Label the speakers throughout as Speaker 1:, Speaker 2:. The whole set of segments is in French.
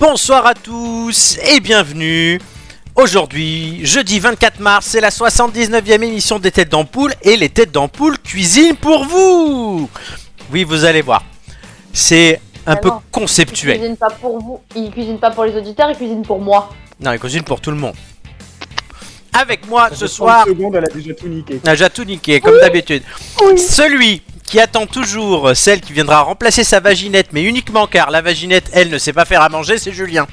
Speaker 1: Bonsoir à tous et bienvenue. Aujourd'hui, jeudi 24 mars, c'est la 79e émission des Têtes d'Ampoule et les Têtes d'Ampoule cuisinent pour vous. Oui, vous allez voir. C'est un
Speaker 2: Mais
Speaker 1: peu
Speaker 2: non. Ils
Speaker 1: conceptuel.
Speaker 2: cuisinent pas pour vous, ils cuisinent pas pour les auditeurs, ils cuisinent pour moi.
Speaker 1: Non, ils cuisinent pour tout le monde. Avec moi ce
Speaker 3: Dans
Speaker 1: soir,
Speaker 3: 30 secondes, elle a déjà tout niqué.
Speaker 1: Ah, J'ai tout niqué, comme d'habitude. Celui qui attend toujours celle qui viendra remplacer sa vaginette, mais uniquement car la vaginette, elle, ne sait pas faire à manger, c'est Julien.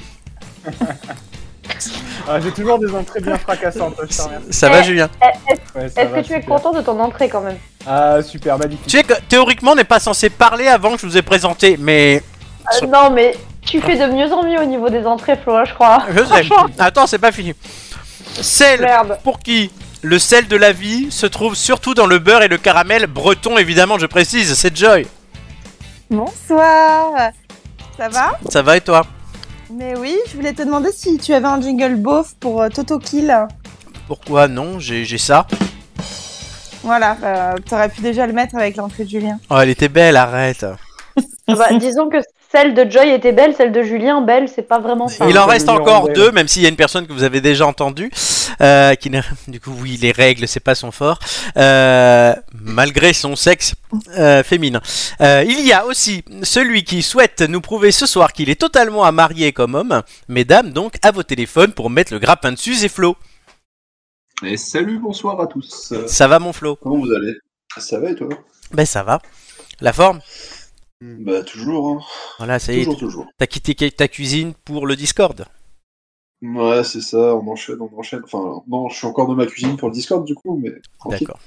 Speaker 3: Ah, J'ai toujours des entrées bien fracassantes, je te remercie.
Speaker 1: Ça va, Julien
Speaker 3: Ouais, ça
Speaker 2: Est-ce
Speaker 3: va,
Speaker 2: que tu es
Speaker 3: super.
Speaker 2: content de ton entrée quand même
Speaker 3: Ah, super, magnifique.
Speaker 1: Tu sais que théoriquement, on n'est pas censé parler avant que je vous ai présenté, mais.
Speaker 2: Euh,
Speaker 1: Sur-
Speaker 2: Non mais tu fais de mieux en mieux au niveau des entrées Flo, hein, je crois.
Speaker 1: Je sais. Attends, c'est pas fini. Celle
Speaker 2: Merde.
Speaker 1: pour qui le sel de la vie se trouve surtout dans le beurre et le caramel breton, évidemment, je précise, c'est Joy.
Speaker 4: Bonsoir Ça va
Speaker 1: Ça va et toi
Speaker 4: Mais oui, je voulais te demander si tu avais un jingle beauf pour euh, Toto Kill.
Speaker 1: Pourquoi non J'ai j'ai ça.
Speaker 4: Voilà, euh, t'aurais pu déjà le mettre avec l'entrée de Julien.
Speaker 1: Oh, elle était belle, arrête.
Speaker 2: Ah bah, disons que celle de Joy était belle, celle de Julien belle, c'est pas vraiment ça.
Speaker 1: Il en
Speaker 3: Enfin,
Speaker 1: reste
Speaker 3: le numéro
Speaker 1: encore
Speaker 3: un,
Speaker 1: deux, même s'il y a une personne que vous avez déjà entendue. euh, qui n'a- du coup, oui, les règles, c'est pas son fort. euh, malgré son sexe euh, féminin. Euh, il y a aussi celui qui souhaite nous prouver ce soir qu'il est totalement à marier comme homme. Mesdames, donc, à vos téléphones pour mettre le grappin dessus, et Flo.
Speaker 5: Et salut, bonsoir à tous. Euh,
Speaker 1: Ça va, mon Flo
Speaker 5: Comment vous allez Ça va et toi
Speaker 1: Ben, ça va. La forme
Speaker 5: Bah toujours, hein.
Speaker 1: Voilà, ça y est.
Speaker 5: toujours, toujours.
Speaker 1: T'as quitté ta cuisine pour le Discord.
Speaker 5: Ouais, c'est ça, on enchaîne, on enchaîne. Enfin, non, je suis encore dans ma cuisine pour le Discord du coup, mais tranquille.
Speaker 1: D'accord.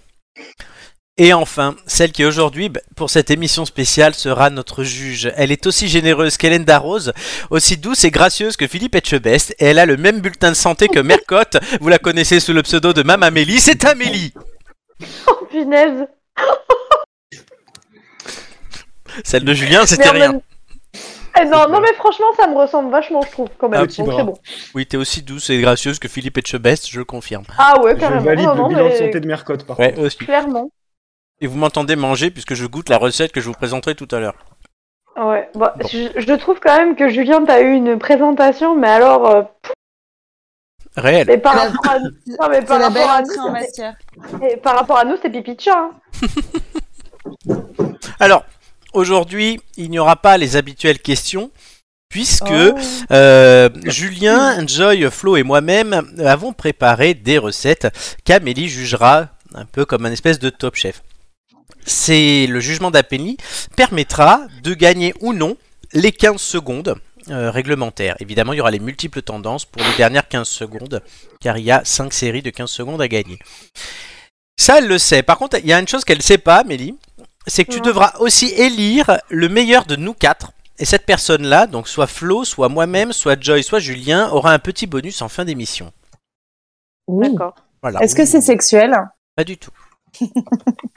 Speaker 1: Et enfin, celle qui aujourd'hui, bah, pour cette émission spéciale, sera notre juge. Elle est aussi généreuse qu'Hélène Darroze, aussi douce et gracieuse que Philippe Etchebest, et elle a le même bulletin de santé que Mercotte. Vous la connaissez sous le pseudo de Mam Amélie, c'est Amélie
Speaker 2: Oh, punaise.
Speaker 1: Celle de Julien,
Speaker 2: Mais
Speaker 1: c'était
Speaker 2: en
Speaker 1: rien.
Speaker 2: même- Eh non, non mais franchement ça me ressemble vachement je trouve quand même.
Speaker 1: Ah,
Speaker 2: Donc,
Speaker 3: petit
Speaker 2: c'est
Speaker 3: bras.
Speaker 2: bon.
Speaker 1: Oui, t'es aussi douce et gracieuse que Philippe Etchebest, je le confirme.
Speaker 2: Ah ouais
Speaker 3: Je
Speaker 2: carrément.
Speaker 3: valide
Speaker 2: non, non,
Speaker 3: le bilan de
Speaker 2: mais
Speaker 3: santé de Mercotte, par
Speaker 1: Ouais, aussi.
Speaker 2: Clairement.
Speaker 1: Et vous m'entendez manger puisque je goûte la recette que je vous présenterai tout à l'heure.
Speaker 2: Ouais. Bah,
Speaker 1: Bon.
Speaker 2: je, je trouve quand même que Julien t'as eu une présentation mais alors euh,
Speaker 1: Réel.
Speaker 2: mais par rapport à non, mais
Speaker 4: C'est
Speaker 2: par
Speaker 4: la
Speaker 2: rapport
Speaker 4: belle
Speaker 2: à
Speaker 4: entrée en
Speaker 2: nous,
Speaker 4: matière.
Speaker 2: Et par rapport à nous, c'est pipi de chat. hein.
Speaker 1: Alors, aujourd'hui, il n'y aura pas les habituelles questions, puisque
Speaker 4: Oh.
Speaker 1: Euh, Julien, Joy, Flo et moi-même avons préparé des recettes qu'Amélie jugera un peu comme un espèce de top chef. C'est le jugement d'Amélie permettra de gagner ou non les 15 secondes euh, réglementaires. Évidemment, il y aura les multiples tendances pour les dernières 15 secondes, car il y a 5 séries de 15 secondes à gagner. Ça, elle le sait. Par contre, il y a une chose qu'elle ne sait pas, Amélie, c'est que tu
Speaker 2: Non.
Speaker 1: devras aussi élire le meilleur de nous quatre. Et cette personne-là, donc soit Flo, soit moi-même, soit Joy, soit Julien, aura un petit bonus en fin d'émission.
Speaker 2: D'accord.
Speaker 1: Voilà.
Speaker 4: Oh. Est-ce que c'est sexuel
Speaker 1: Pas du tout.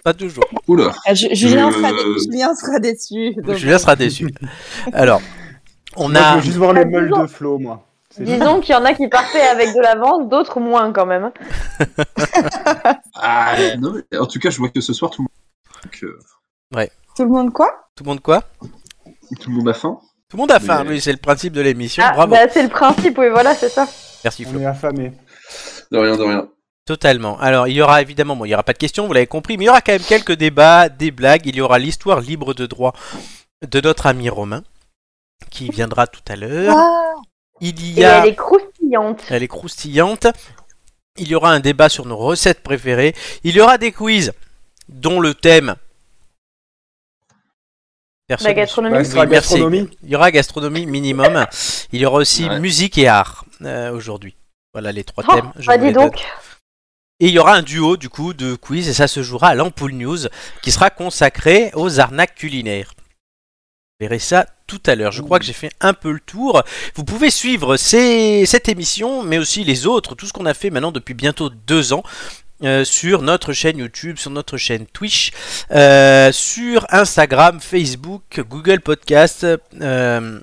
Speaker 1: pas toujours.
Speaker 5: Oula.
Speaker 4: Ah, Ju- Julien,
Speaker 5: Je-
Speaker 4: sera dé- Julien sera déçu. donc-
Speaker 1: Julien sera déçu. Alors, on
Speaker 3: Moi, je
Speaker 1: a.
Speaker 3: veux juste voir
Speaker 2: Ah,
Speaker 3: le meule
Speaker 2: disons-
Speaker 3: de Flo, moi. C'est
Speaker 2: Disons qu'il y en a qui partaient avec de l'avance, d'autres moins quand même.
Speaker 5: Ah, non, mais en tout cas, je vois que ce soir, tout le monde, donc, euh,
Speaker 4: Tout le monde quoi
Speaker 1: Tout le monde quoi
Speaker 5: tout le monde a faim.
Speaker 1: Tout le monde a faim.
Speaker 5: Mais-
Speaker 1: Oui, c'est le principe de l'émission.
Speaker 2: Ah,
Speaker 1: Bravo.
Speaker 2: bah, c'est le principe, oui, voilà, c'est ça.
Speaker 1: Merci
Speaker 3: On
Speaker 1: Flo.
Speaker 3: est affamés.
Speaker 5: De rien, de rien.
Speaker 1: Totalement. Alors, il y aura évidemment, bon, il y aura pas de questions, vous l'avez compris, mais il y aura quand même quelques débats, des blagues. Il y aura l'histoire libre de droit de notre ami Romain, qui viendra tout à l'heure.
Speaker 4: Ah,
Speaker 1: Il y
Speaker 2: Et
Speaker 1: a.
Speaker 2: elle est croustillante.
Speaker 1: Elle est croustillante. Il y aura un débat sur nos recettes préférées. Il y aura des quiz, dont le thème. Personne
Speaker 2: La
Speaker 1: ne-
Speaker 2: gastronomie.
Speaker 3: Ouais,
Speaker 1: Oui,
Speaker 3: ce sera
Speaker 1: merci.
Speaker 3: gastronomie.
Speaker 1: Il y aura gastronomie minimum. Il y aura aussi
Speaker 5: Ouais.
Speaker 1: musique et art euh, aujourd'hui. Voilà les trois
Speaker 2: Oh,
Speaker 1: thèmes. je
Speaker 2: bah,
Speaker 1: vous les
Speaker 2: dis
Speaker 1: donne.
Speaker 2: donc.
Speaker 1: Et il y aura un duo du coup de quiz et ça se jouera à l'Ampoule News qui sera consacré aux arnaques culinaires. Vous verrez ça tout à l'heure. Je crois que j'ai fait un peu le tour. Vous pouvez suivre ces- cette émission, mais aussi les autres, tout ce qu'on a fait maintenant depuis bientôt deux ans. euh, sur notre chaîne YouTube, sur notre chaîne Twitch, euh, sur Instagram, Facebook, Google Podcast, euh,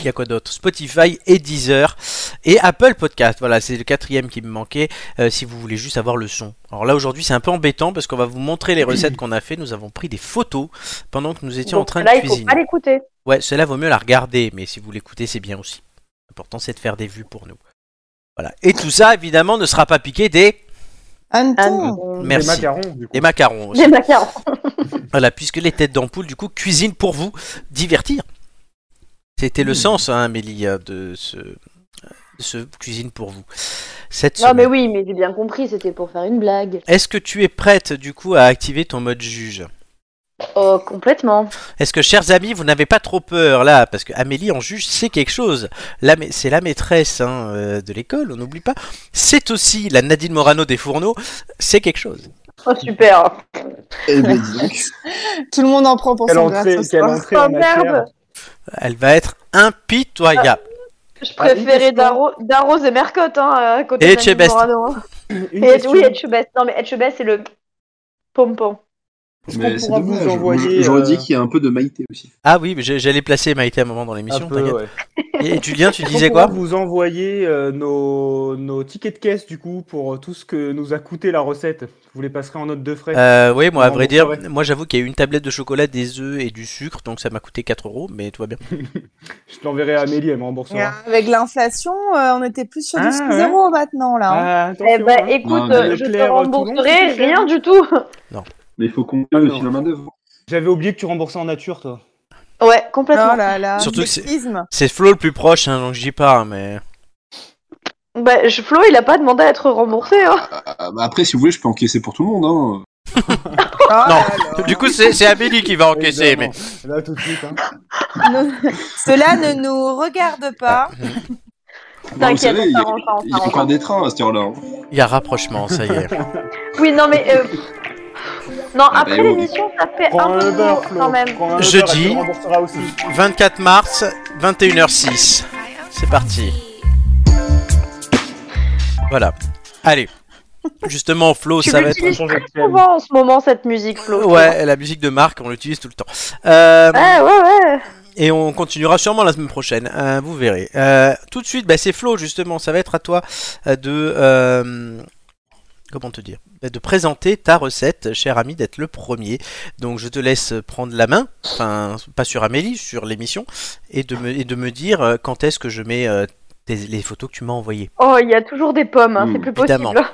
Speaker 1: il y a quoi d'autre Spotify et Deezer et Apple Podcast. Voilà, c'est le quatrième qui me manquait euh, si vous voulez juste avoir le son. Alors là aujourd'hui c'est un peu embêtant parce qu'on va vous montrer les recettes qu'on a fait. Nous avons pris des photos pendant que nous étions en
Speaker 2: Donc,
Speaker 1: train
Speaker 2: là,
Speaker 1: de
Speaker 2: il faut
Speaker 1: cuisiner.
Speaker 2: pas l'écouter.
Speaker 1: Ouais, cela vaut mieux la regarder, mais si vous l'écoutez c'est bien aussi. L'important, c'est de faire des vues pour nous. Voilà. Et tout ça, évidemment, ne sera pas piqué des,
Speaker 2: Ah,
Speaker 4: Anton.
Speaker 2: Anne.
Speaker 1: Merci.
Speaker 3: Des macarons, du coup.
Speaker 1: des macarons. aussi.
Speaker 2: Des macarons.
Speaker 1: Voilà, puisque les têtes d'ampoule, du coup, cuisinent pour vous divertir. C'était le
Speaker 2: Hmm.
Speaker 1: sens, hein, Amélie, euh, de ce, de ce cuisine pour vous. Cette
Speaker 2: Non, mais
Speaker 1: semaine.
Speaker 2: oui, mais j'ai bien compris, c'était pour faire une blague.
Speaker 1: Est-ce que tu es prête, du coup, à activer ton mode juge
Speaker 2: Oh, complètement.
Speaker 1: Est-ce que, chers amis, vous n'avez pas trop peur, là Parce que Amélie, en juge, c'est quelque chose. La ma- C'est la maîtresse hein, euh, de l'école, on n'oublie pas. C'est aussi la Nadine Morano des fourneaux, c'est quelque chose.
Speaker 2: Oh, super.
Speaker 5: Eh ben, dis donc.
Speaker 4: Tout le monde en prend pour
Speaker 3: Quelle
Speaker 4: son grade
Speaker 3: entrée,
Speaker 4: ce
Speaker 3: quelle
Speaker 4: soir.
Speaker 3: entrée en
Speaker 2: Oh, merde.
Speaker 3: matière.
Speaker 1: Elle va être impitoyable.
Speaker 2: Je
Speaker 3: Bah,
Speaker 2: préférais Daro- Darroze et Mercotte, hein, à côté
Speaker 1: Et
Speaker 2: d'Annie
Speaker 1: Etchebest.
Speaker 2: Morano, hein.
Speaker 3: Une
Speaker 2: Et
Speaker 3: question.
Speaker 2: oui, Etchebest. Non, mais Etchebest, c'est le pompon.
Speaker 4: Est-ce
Speaker 5: Mais
Speaker 4: qu'on
Speaker 5: c'est
Speaker 4: pourra vous
Speaker 5: dommage.
Speaker 4: envoyer,
Speaker 5: J'aurais
Speaker 4: euh,
Speaker 5: dit qu'il y a un peu de maïté aussi.
Speaker 1: Ah oui, mais j'ai- j'allais placer Maïté à un moment dans l'émission.
Speaker 3: Un peu,
Speaker 1: t'inquiète.
Speaker 3: ouais.
Speaker 1: Et Julien, tu
Speaker 3: Est-ce
Speaker 1: disais
Speaker 3: qu'on
Speaker 1: quoi
Speaker 3: pourra Vous envoyer euh, nos, nos tickets de caisse du coup pour euh, tout ce que nous a coûté la recette. Vous les passerez en note de frais.
Speaker 1: Euh, oui, moi, à
Speaker 3: Comment
Speaker 1: vrai
Speaker 3: vous
Speaker 1: dire,
Speaker 3: ferez
Speaker 1: moi j'avoue qu'il y a eu une tablette de chocolat, des œufs et du sucre, donc ça m'a coûté 4 euros, mais tout va bien.
Speaker 3: Je l'enverrai à Amélie, elle me remboursera.
Speaker 4: Avec l'inflation, euh, on était plus sur du
Speaker 3: Ah,
Speaker 4: 6
Speaker 3: ouais.
Speaker 4: zéro maintenant là. hein.
Speaker 3: Ah, attention,
Speaker 2: Eh ben,
Speaker 3: hein.
Speaker 2: écoute,
Speaker 5: Non, mais-
Speaker 2: euh, je te
Speaker 3: Leclerc, euh, tout le
Speaker 2: rembourserai
Speaker 3: monde, c'est
Speaker 1: hein.
Speaker 2: rien du tout.
Speaker 5: Mais il faut qu'on
Speaker 3: Ah,
Speaker 5: le
Speaker 3: non.
Speaker 5: fil à main d'œuvre.
Speaker 3: J'avais oublié que tu remboursais en nature, toi.
Speaker 2: Ouais, complètement.
Speaker 4: Oh là là.
Speaker 1: Surtout que c'est-
Speaker 4: sexisme.
Speaker 1: C'est Flo le plus proche, hein, donc je dis pas, hein, mais.
Speaker 2: Bah, je- Flo, il a pas demandé à être remboursé. Hein.
Speaker 5: Ah, bah après, si vous voulez, je peux encaisser pour tout le monde. Hein.
Speaker 4: Oh là
Speaker 1: Non.
Speaker 4: là.
Speaker 1: Du coup, c'est c'est Amélie qui va encaisser, mais.
Speaker 3: Ah, Évidemment. Là, tout de suite. hein.
Speaker 4: Oh, Ne- Cela ne nous regarde pas.
Speaker 5: Non, vous
Speaker 2: T'inquiète,
Speaker 5: savez,
Speaker 2: on
Speaker 5: il y a-
Speaker 2: s'arrange, on
Speaker 5: il y a
Speaker 2: s'arrange.
Speaker 5: encore des trains à cette heure-là. hein.
Speaker 1: Il y a rapprochement, ça y est.
Speaker 2: Oui, non, mais. euh, Non,
Speaker 5: Ah,
Speaker 2: après
Speaker 5: bah, oui.
Speaker 2: l'émission, ça fait
Speaker 3: Prends
Speaker 2: un
Speaker 3: un
Speaker 2: peu
Speaker 3: Uber,
Speaker 2: lourd,
Speaker 3: Flo.
Speaker 2: quand même.
Speaker 3: Prends un Uber,
Speaker 1: Jeudi.
Speaker 3: elle te remboursera aussi.
Speaker 1: 24 mars, 21h06. C'est parti. Voilà. Allez. Justement, Flo,
Speaker 2: Tu
Speaker 1: ça va être.
Speaker 2: l'utilises
Speaker 3: changer de thème.
Speaker 2: souvent en ce moment, cette musique, Flo. Eh,
Speaker 1: Ouais, la musique de Marc, on l'utilise tout le temps. Euh,
Speaker 2: Ouais, ouais,
Speaker 5: Hmm.
Speaker 2: ouais.
Speaker 1: Et on continuera sûrement la semaine prochaine, euh, vous verrez. Euh, tout de suite, bah, c'est Flo justement, ça va être à toi euh, de... euh, comment te dire Bah, De présenter ta recette, cher ami, d'être le premier. Donc je te laisse prendre la main, enfin pas sur Amélie, sur l'émission, et, de me- et de me dire euh, quand est-ce que je mets euh, tes- les photos que tu m'as envoyées.
Speaker 2: Oh, il y a toujours des pommes, hein,
Speaker 5: Mm,
Speaker 2: c'est plus
Speaker 1: évidemment.
Speaker 2: possible.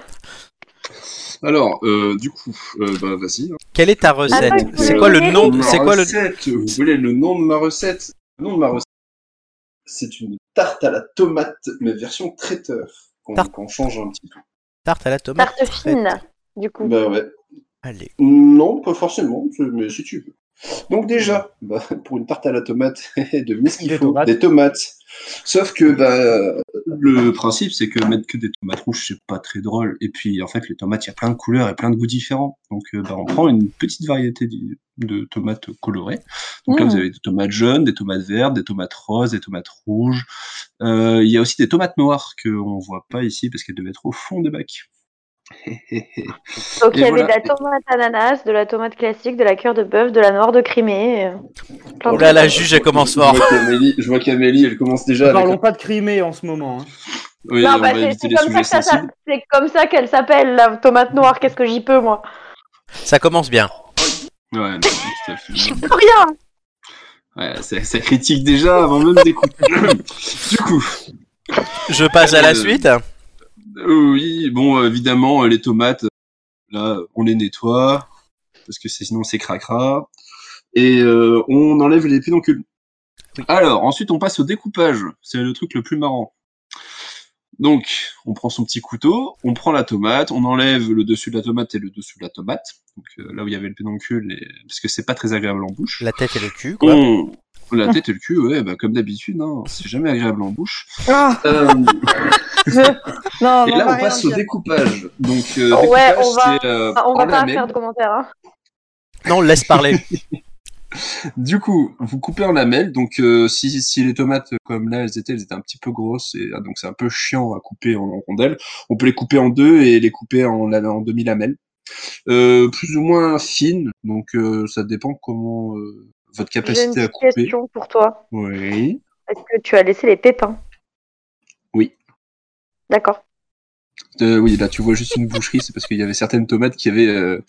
Speaker 5: Alors, euh, du coup, euh, bah, vas-y. hein.
Speaker 1: Quelle est ta recette
Speaker 2: Attends,
Speaker 1: C'est quoi le
Speaker 2: Ah, bah, je
Speaker 1: nom
Speaker 5: Ma
Speaker 1: C'est quoi le...
Speaker 5: recette, Vous voulez le nom de ma recette Le nom de ma recette, c'est une tarte à la tomate, mais version traiteur, qu'on
Speaker 1: Tarte.
Speaker 5: qu'on change un petit peu.
Speaker 1: Tarte à la tomate
Speaker 2: Tarte fine, du coup.
Speaker 5: Bah ouais.
Speaker 1: Allez.
Speaker 5: Non, pas forcément, mais si tu veux. Donc déjà, bah, pour une tarte à la tomate, devinez ce qu'il
Speaker 3: Des
Speaker 5: faut,
Speaker 3: tomates.
Speaker 5: des tomates. Sauf que bah, le principe, c'est que mettre que des tomates rouges, c'est pas très drôle. Et puis en fait, les tomates, il y a plein de couleurs et plein de goûts différents. Donc euh, bah, on prend une petite variété di- de tomates colorées. Donc là,
Speaker 4: Mm.
Speaker 5: vous avez des tomates jaunes, des tomates vertes, des tomates roses, des tomates rouges. Euh, Il y a aussi des tomates noires qu'on voit pas ici parce qu'elles devaient être au fond des bacs.
Speaker 2: Donc il y
Speaker 5: Et
Speaker 2: avait
Speaker 5: voilà.
Speaker 2: de la tomate ananas, de la tomate classique, de la cœur de bœuf, de la noire de Crimée. euh, plein de
Speaker 1: Oh là là,
Speaker 2: trucs.
Speaker 1: juge, elle commence
Speaker 5: Je vois
Speaker 1: fort.
Speaker 5: qu'Amélie- Je vois qu'Amélie, elle commence déjà. avec
Speaker 3: Parlons pas de Crimée en ce moment. hein.
Speaker 5: Oui,
Speaker 2: Non,
Speaker 5: on
Speaker 2: bah,
Speaker 5: va
Speaker 2: c'est
Speaker 5: éviter
Speaker 2: c'est
Speaker 5: les
Speaker 2: comme, ça
Speaker 5: sujets
Speaker 2: que ça- ça-
Speaker 5: sensibles.
Speaker 2: c'est comme ça qu'elle s'appelle, la tomate noire, qu'est-ce que j'y peux, moi
Speaker 1: Ça commence bien.
Speaker 5: Ouais, non, tout à fait.
Speaker 2: Pour Rien
Speaker 5: Ouais, ça, ça critique déjà avant même d'écouter. du coup,
Speaker 1: Je passe à la
Speaker 5: Euh,
Speaker 1: suite.
Speaker 5: euh, oui, bon, euh, évidemment, euh, les tomates, là, on les nettoie, parce que c'est- sinon c'est cracra. Et euh, on enlève les pédoncules. Alors, ensuite, on passe au découpage. C'est le truc le plus marrant. Donc, on prend son petit couteau, on prend la tomate, on enlève le dessus de la tomate et le dessous de la tomate. Donc, euh, là où il y avait le pédoncule, et... parce que c'est pas très agréable en bouche.
Speaker 1: La tête et le cul, quoi.
Speaker 5: On- La tête et le cul, ouais, bah, comme d'habitude, hein, c'est jamais agréable en bouche.
Speaker 4: Ah,
Speaker 5: Euh,
Speaker 4: je- Non,
Speaker 5: et
Speaker 4: non,
Speaker 5: là,
Speaker 4: pas
Speaker 5: on passe au
Speaker 4: rien.
Speaker 5: découpage. Donc, euh,
Speaker 2: Oh, ouais,
Speaker 5: découpage,
Speaker 2: on va-
Speaker 5: c'est, euh,
Speaker 2: Ah, On va
Speaker 5: en
Speaker 2: pas
Speaker 5: lamelles.
Speaker 2: faire de commentaires. Hein.
Speaker 1: Non, laisse parler.
Speaker 5: Du coup, vous coupez en lamelles. Donc, euh, si, si les tomates, euh, comme là, elles étaient, elles étaient un petit peu grosses, et ah, donc c'est un peu chiant à couper en, en rondelles. On peut les couper en deux et les couper en, la- en demi-lamelles. Euh, plus ou moins fines. Donc, euh, ça dépend comment euh, votre
Speaker 2: J'ai une
Speaker 5: capacité à
Speaker 2: petite
Speaker 5: couper.
Speaker 2: question pour toi.
Speaker 5: Oui.
Speaker 2: Est-ce que tu as laissé les pépins
Speaker 5: Oui.
Speaker 2: D'accord.
Speaker 5: Euh, oui, là tu vois juste une boucherie, c'est parce qu'il y avait certaines tomates qui avaient, euh,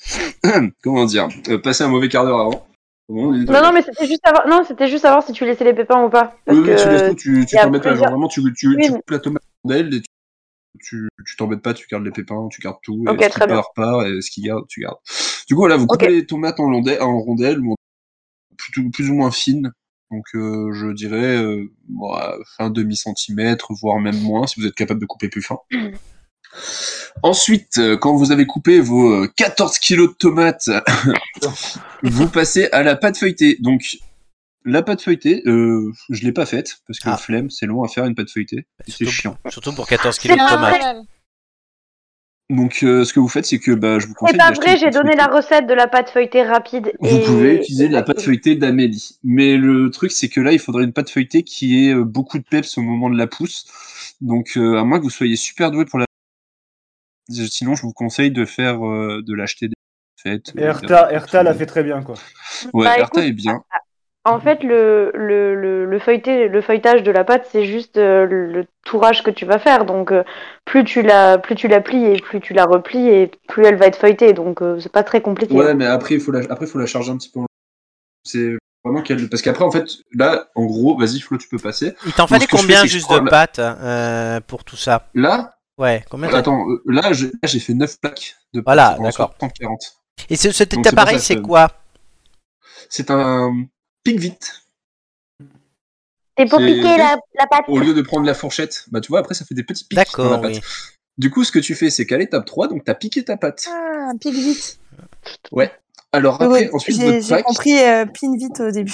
Speaker 5: comment dire, euh, passé un mauvais quart d'heure avant. Non,
Speaker 2: Non, non, mais c'était juste savoir, non, c'était juste savoir si tu laissais les pépins ou pas. Parce
Speaker 5: oui, oui, tu laisses
Speaker 2: que
Speaker 5: tout, tu, tu
Speaker 2: y a
Speaker 5: t'embêtes pas.
Speaker 2: plusieurs-
Speaker 5: Genre, vraiment, tu, tu, tu
Speaker 2: Oui, mais-
Speaker 5: coupes la tomate en rondelles et tu, tu, tu t'embêtes pas, tu gardes les pépins, tu gardes tout.
Speaker 2: Ok,
Speaker 5: et ce qui
Speaker 2: très bien.
Speaker 5: part, part, et ce qui garde, tu gardes. Du coup, voilà, vous coupez
Speaker 2: Ok.
Speaker 5: les tomates en, rondelles- en rondelles, ou en- plutôt- plus ou moins fines. Donc, euh, je dirais euh, bon, à un demi-centimètre, voire même moins, si vous êtes capable de couper plus fin. Ensuite, euh, quand vous avez coupé vos euh, 14 kilos de tomates, vous passez à la pâte feuilletée. Donc, la pâte feuilletée, euh, je l'ai pas faite parce que
Speaker 1: Ah.
Speaker 5: flemme, c'est long à faire une pâte feuilletée, et c'est
Speaker 1: Bah, surtout-
Speaker 5: chiant.
Speaker 1: Surtout pour 14 kilos de
Speaker 2: pas
Speaker 1: tomates.
Speaker 5: Donc, euh, ce que vous faites, c'est que bah, je vous conseille.
Speaker 2: C'est pas
Speaker 5: d'acheter
Speaker 2: vrai,
Speaker 5: une
Speaker 2: j'ai
Speaker 5: pâte
Speaker 2: donné la
Speaker 5: feuilletée.
Speaker 2: recette de la pâte feuilletée rapide.
Speaker 5: Vous
Speaker 2: et-
Speaker 5: pouvez utiliser la pâte feuilletée d'Amélie, mais le truc, c'est que là, il faudrait une pâte feuilletée qui ait euh, beaucoup de peps au moment de la pousse. Donc, euh, à moins que vous soyez super doué pour la, sinon, je vous conseille de faire, euh, de l'acheter des fêtes.
Speaker 3: Et Erta, Erta l'a fait très bien, quoi.
Speaker 5: Ouais,
Speaker 2: Bah,
Speaker 5: Erta
Speaker 2: écoute,
Speaker 5: est bien.
Speaker 2: En fait, le, le, le, le feuilleté, le feuilletage de la pâte, c'est juste euh, le tourage que tu vas faire. Donc, euh, plus tu la, plus tu la plies et plus tu la replies et plus elle va être feuilletée. Donc, euh, c'est pas très compliqué.
Speaker 5: Ouais, mais après, il faut la, après, faut la charger un petit peu. en- C'est vraiment qu'elle. Parce qu'après, en fait, là, en gros, vas-y, Flo, tu peux passer.
Speaker 1: Il t'en
Speaker 5: ce que
Speaker 1: fallait
Speaker 5: je fais,
Speaker 1: combien
Speaker 5: c'est que je
Speaker 1: juste
Speaker 5: prends
Speaker 1: de
Speaker 5: la-
Speaker 1: pâtes euh, pour tout ça
Speaker 5: Là,
Speaker 1: Ouais, combien t'as-
Speaker 5: attends, euh, là, j'ai là, j'ai fait 9 plaques de pâtes
Speaker 1: Voilà,
Speaker 5: en
Speaker 1: d'accord.
Speaker 5: 40.
Speaker 1: Et ce, cet
Speaker 5: Donc, c'est
Speaker 1: appareil,
Speaker 5: pour ça que-
Speaker 1: c'est quoi
Speaker 5: C'est un pic vite.
Speaker 2: C'est pour
Speaker 5: c'est-
Speaker 2: piquer la, la pâte.
Speaker 5: Au lieu de prendre la fourchette, bah tu vois, après, ça fait des petits pics. dans la
Speaker 1: D'accord,
Speaker 5: pâte.
Speaker 1: oui.
Speaker 5: Du coup, ce que tu fais, c'est qu'à l'étape 3, donc t'as piqué ta pâte.
Speaker 4: Ah, pique vite.
Speaker 5: Alors après,
Speaker 4: Ouais,
Speaker 5: ensuite,
Speaker 4: j'ai,
Speaker 5: votre
Speaker 4: j'ai
Speaker 5: plaque.
Speaker 4: compris euh, pin vite au début.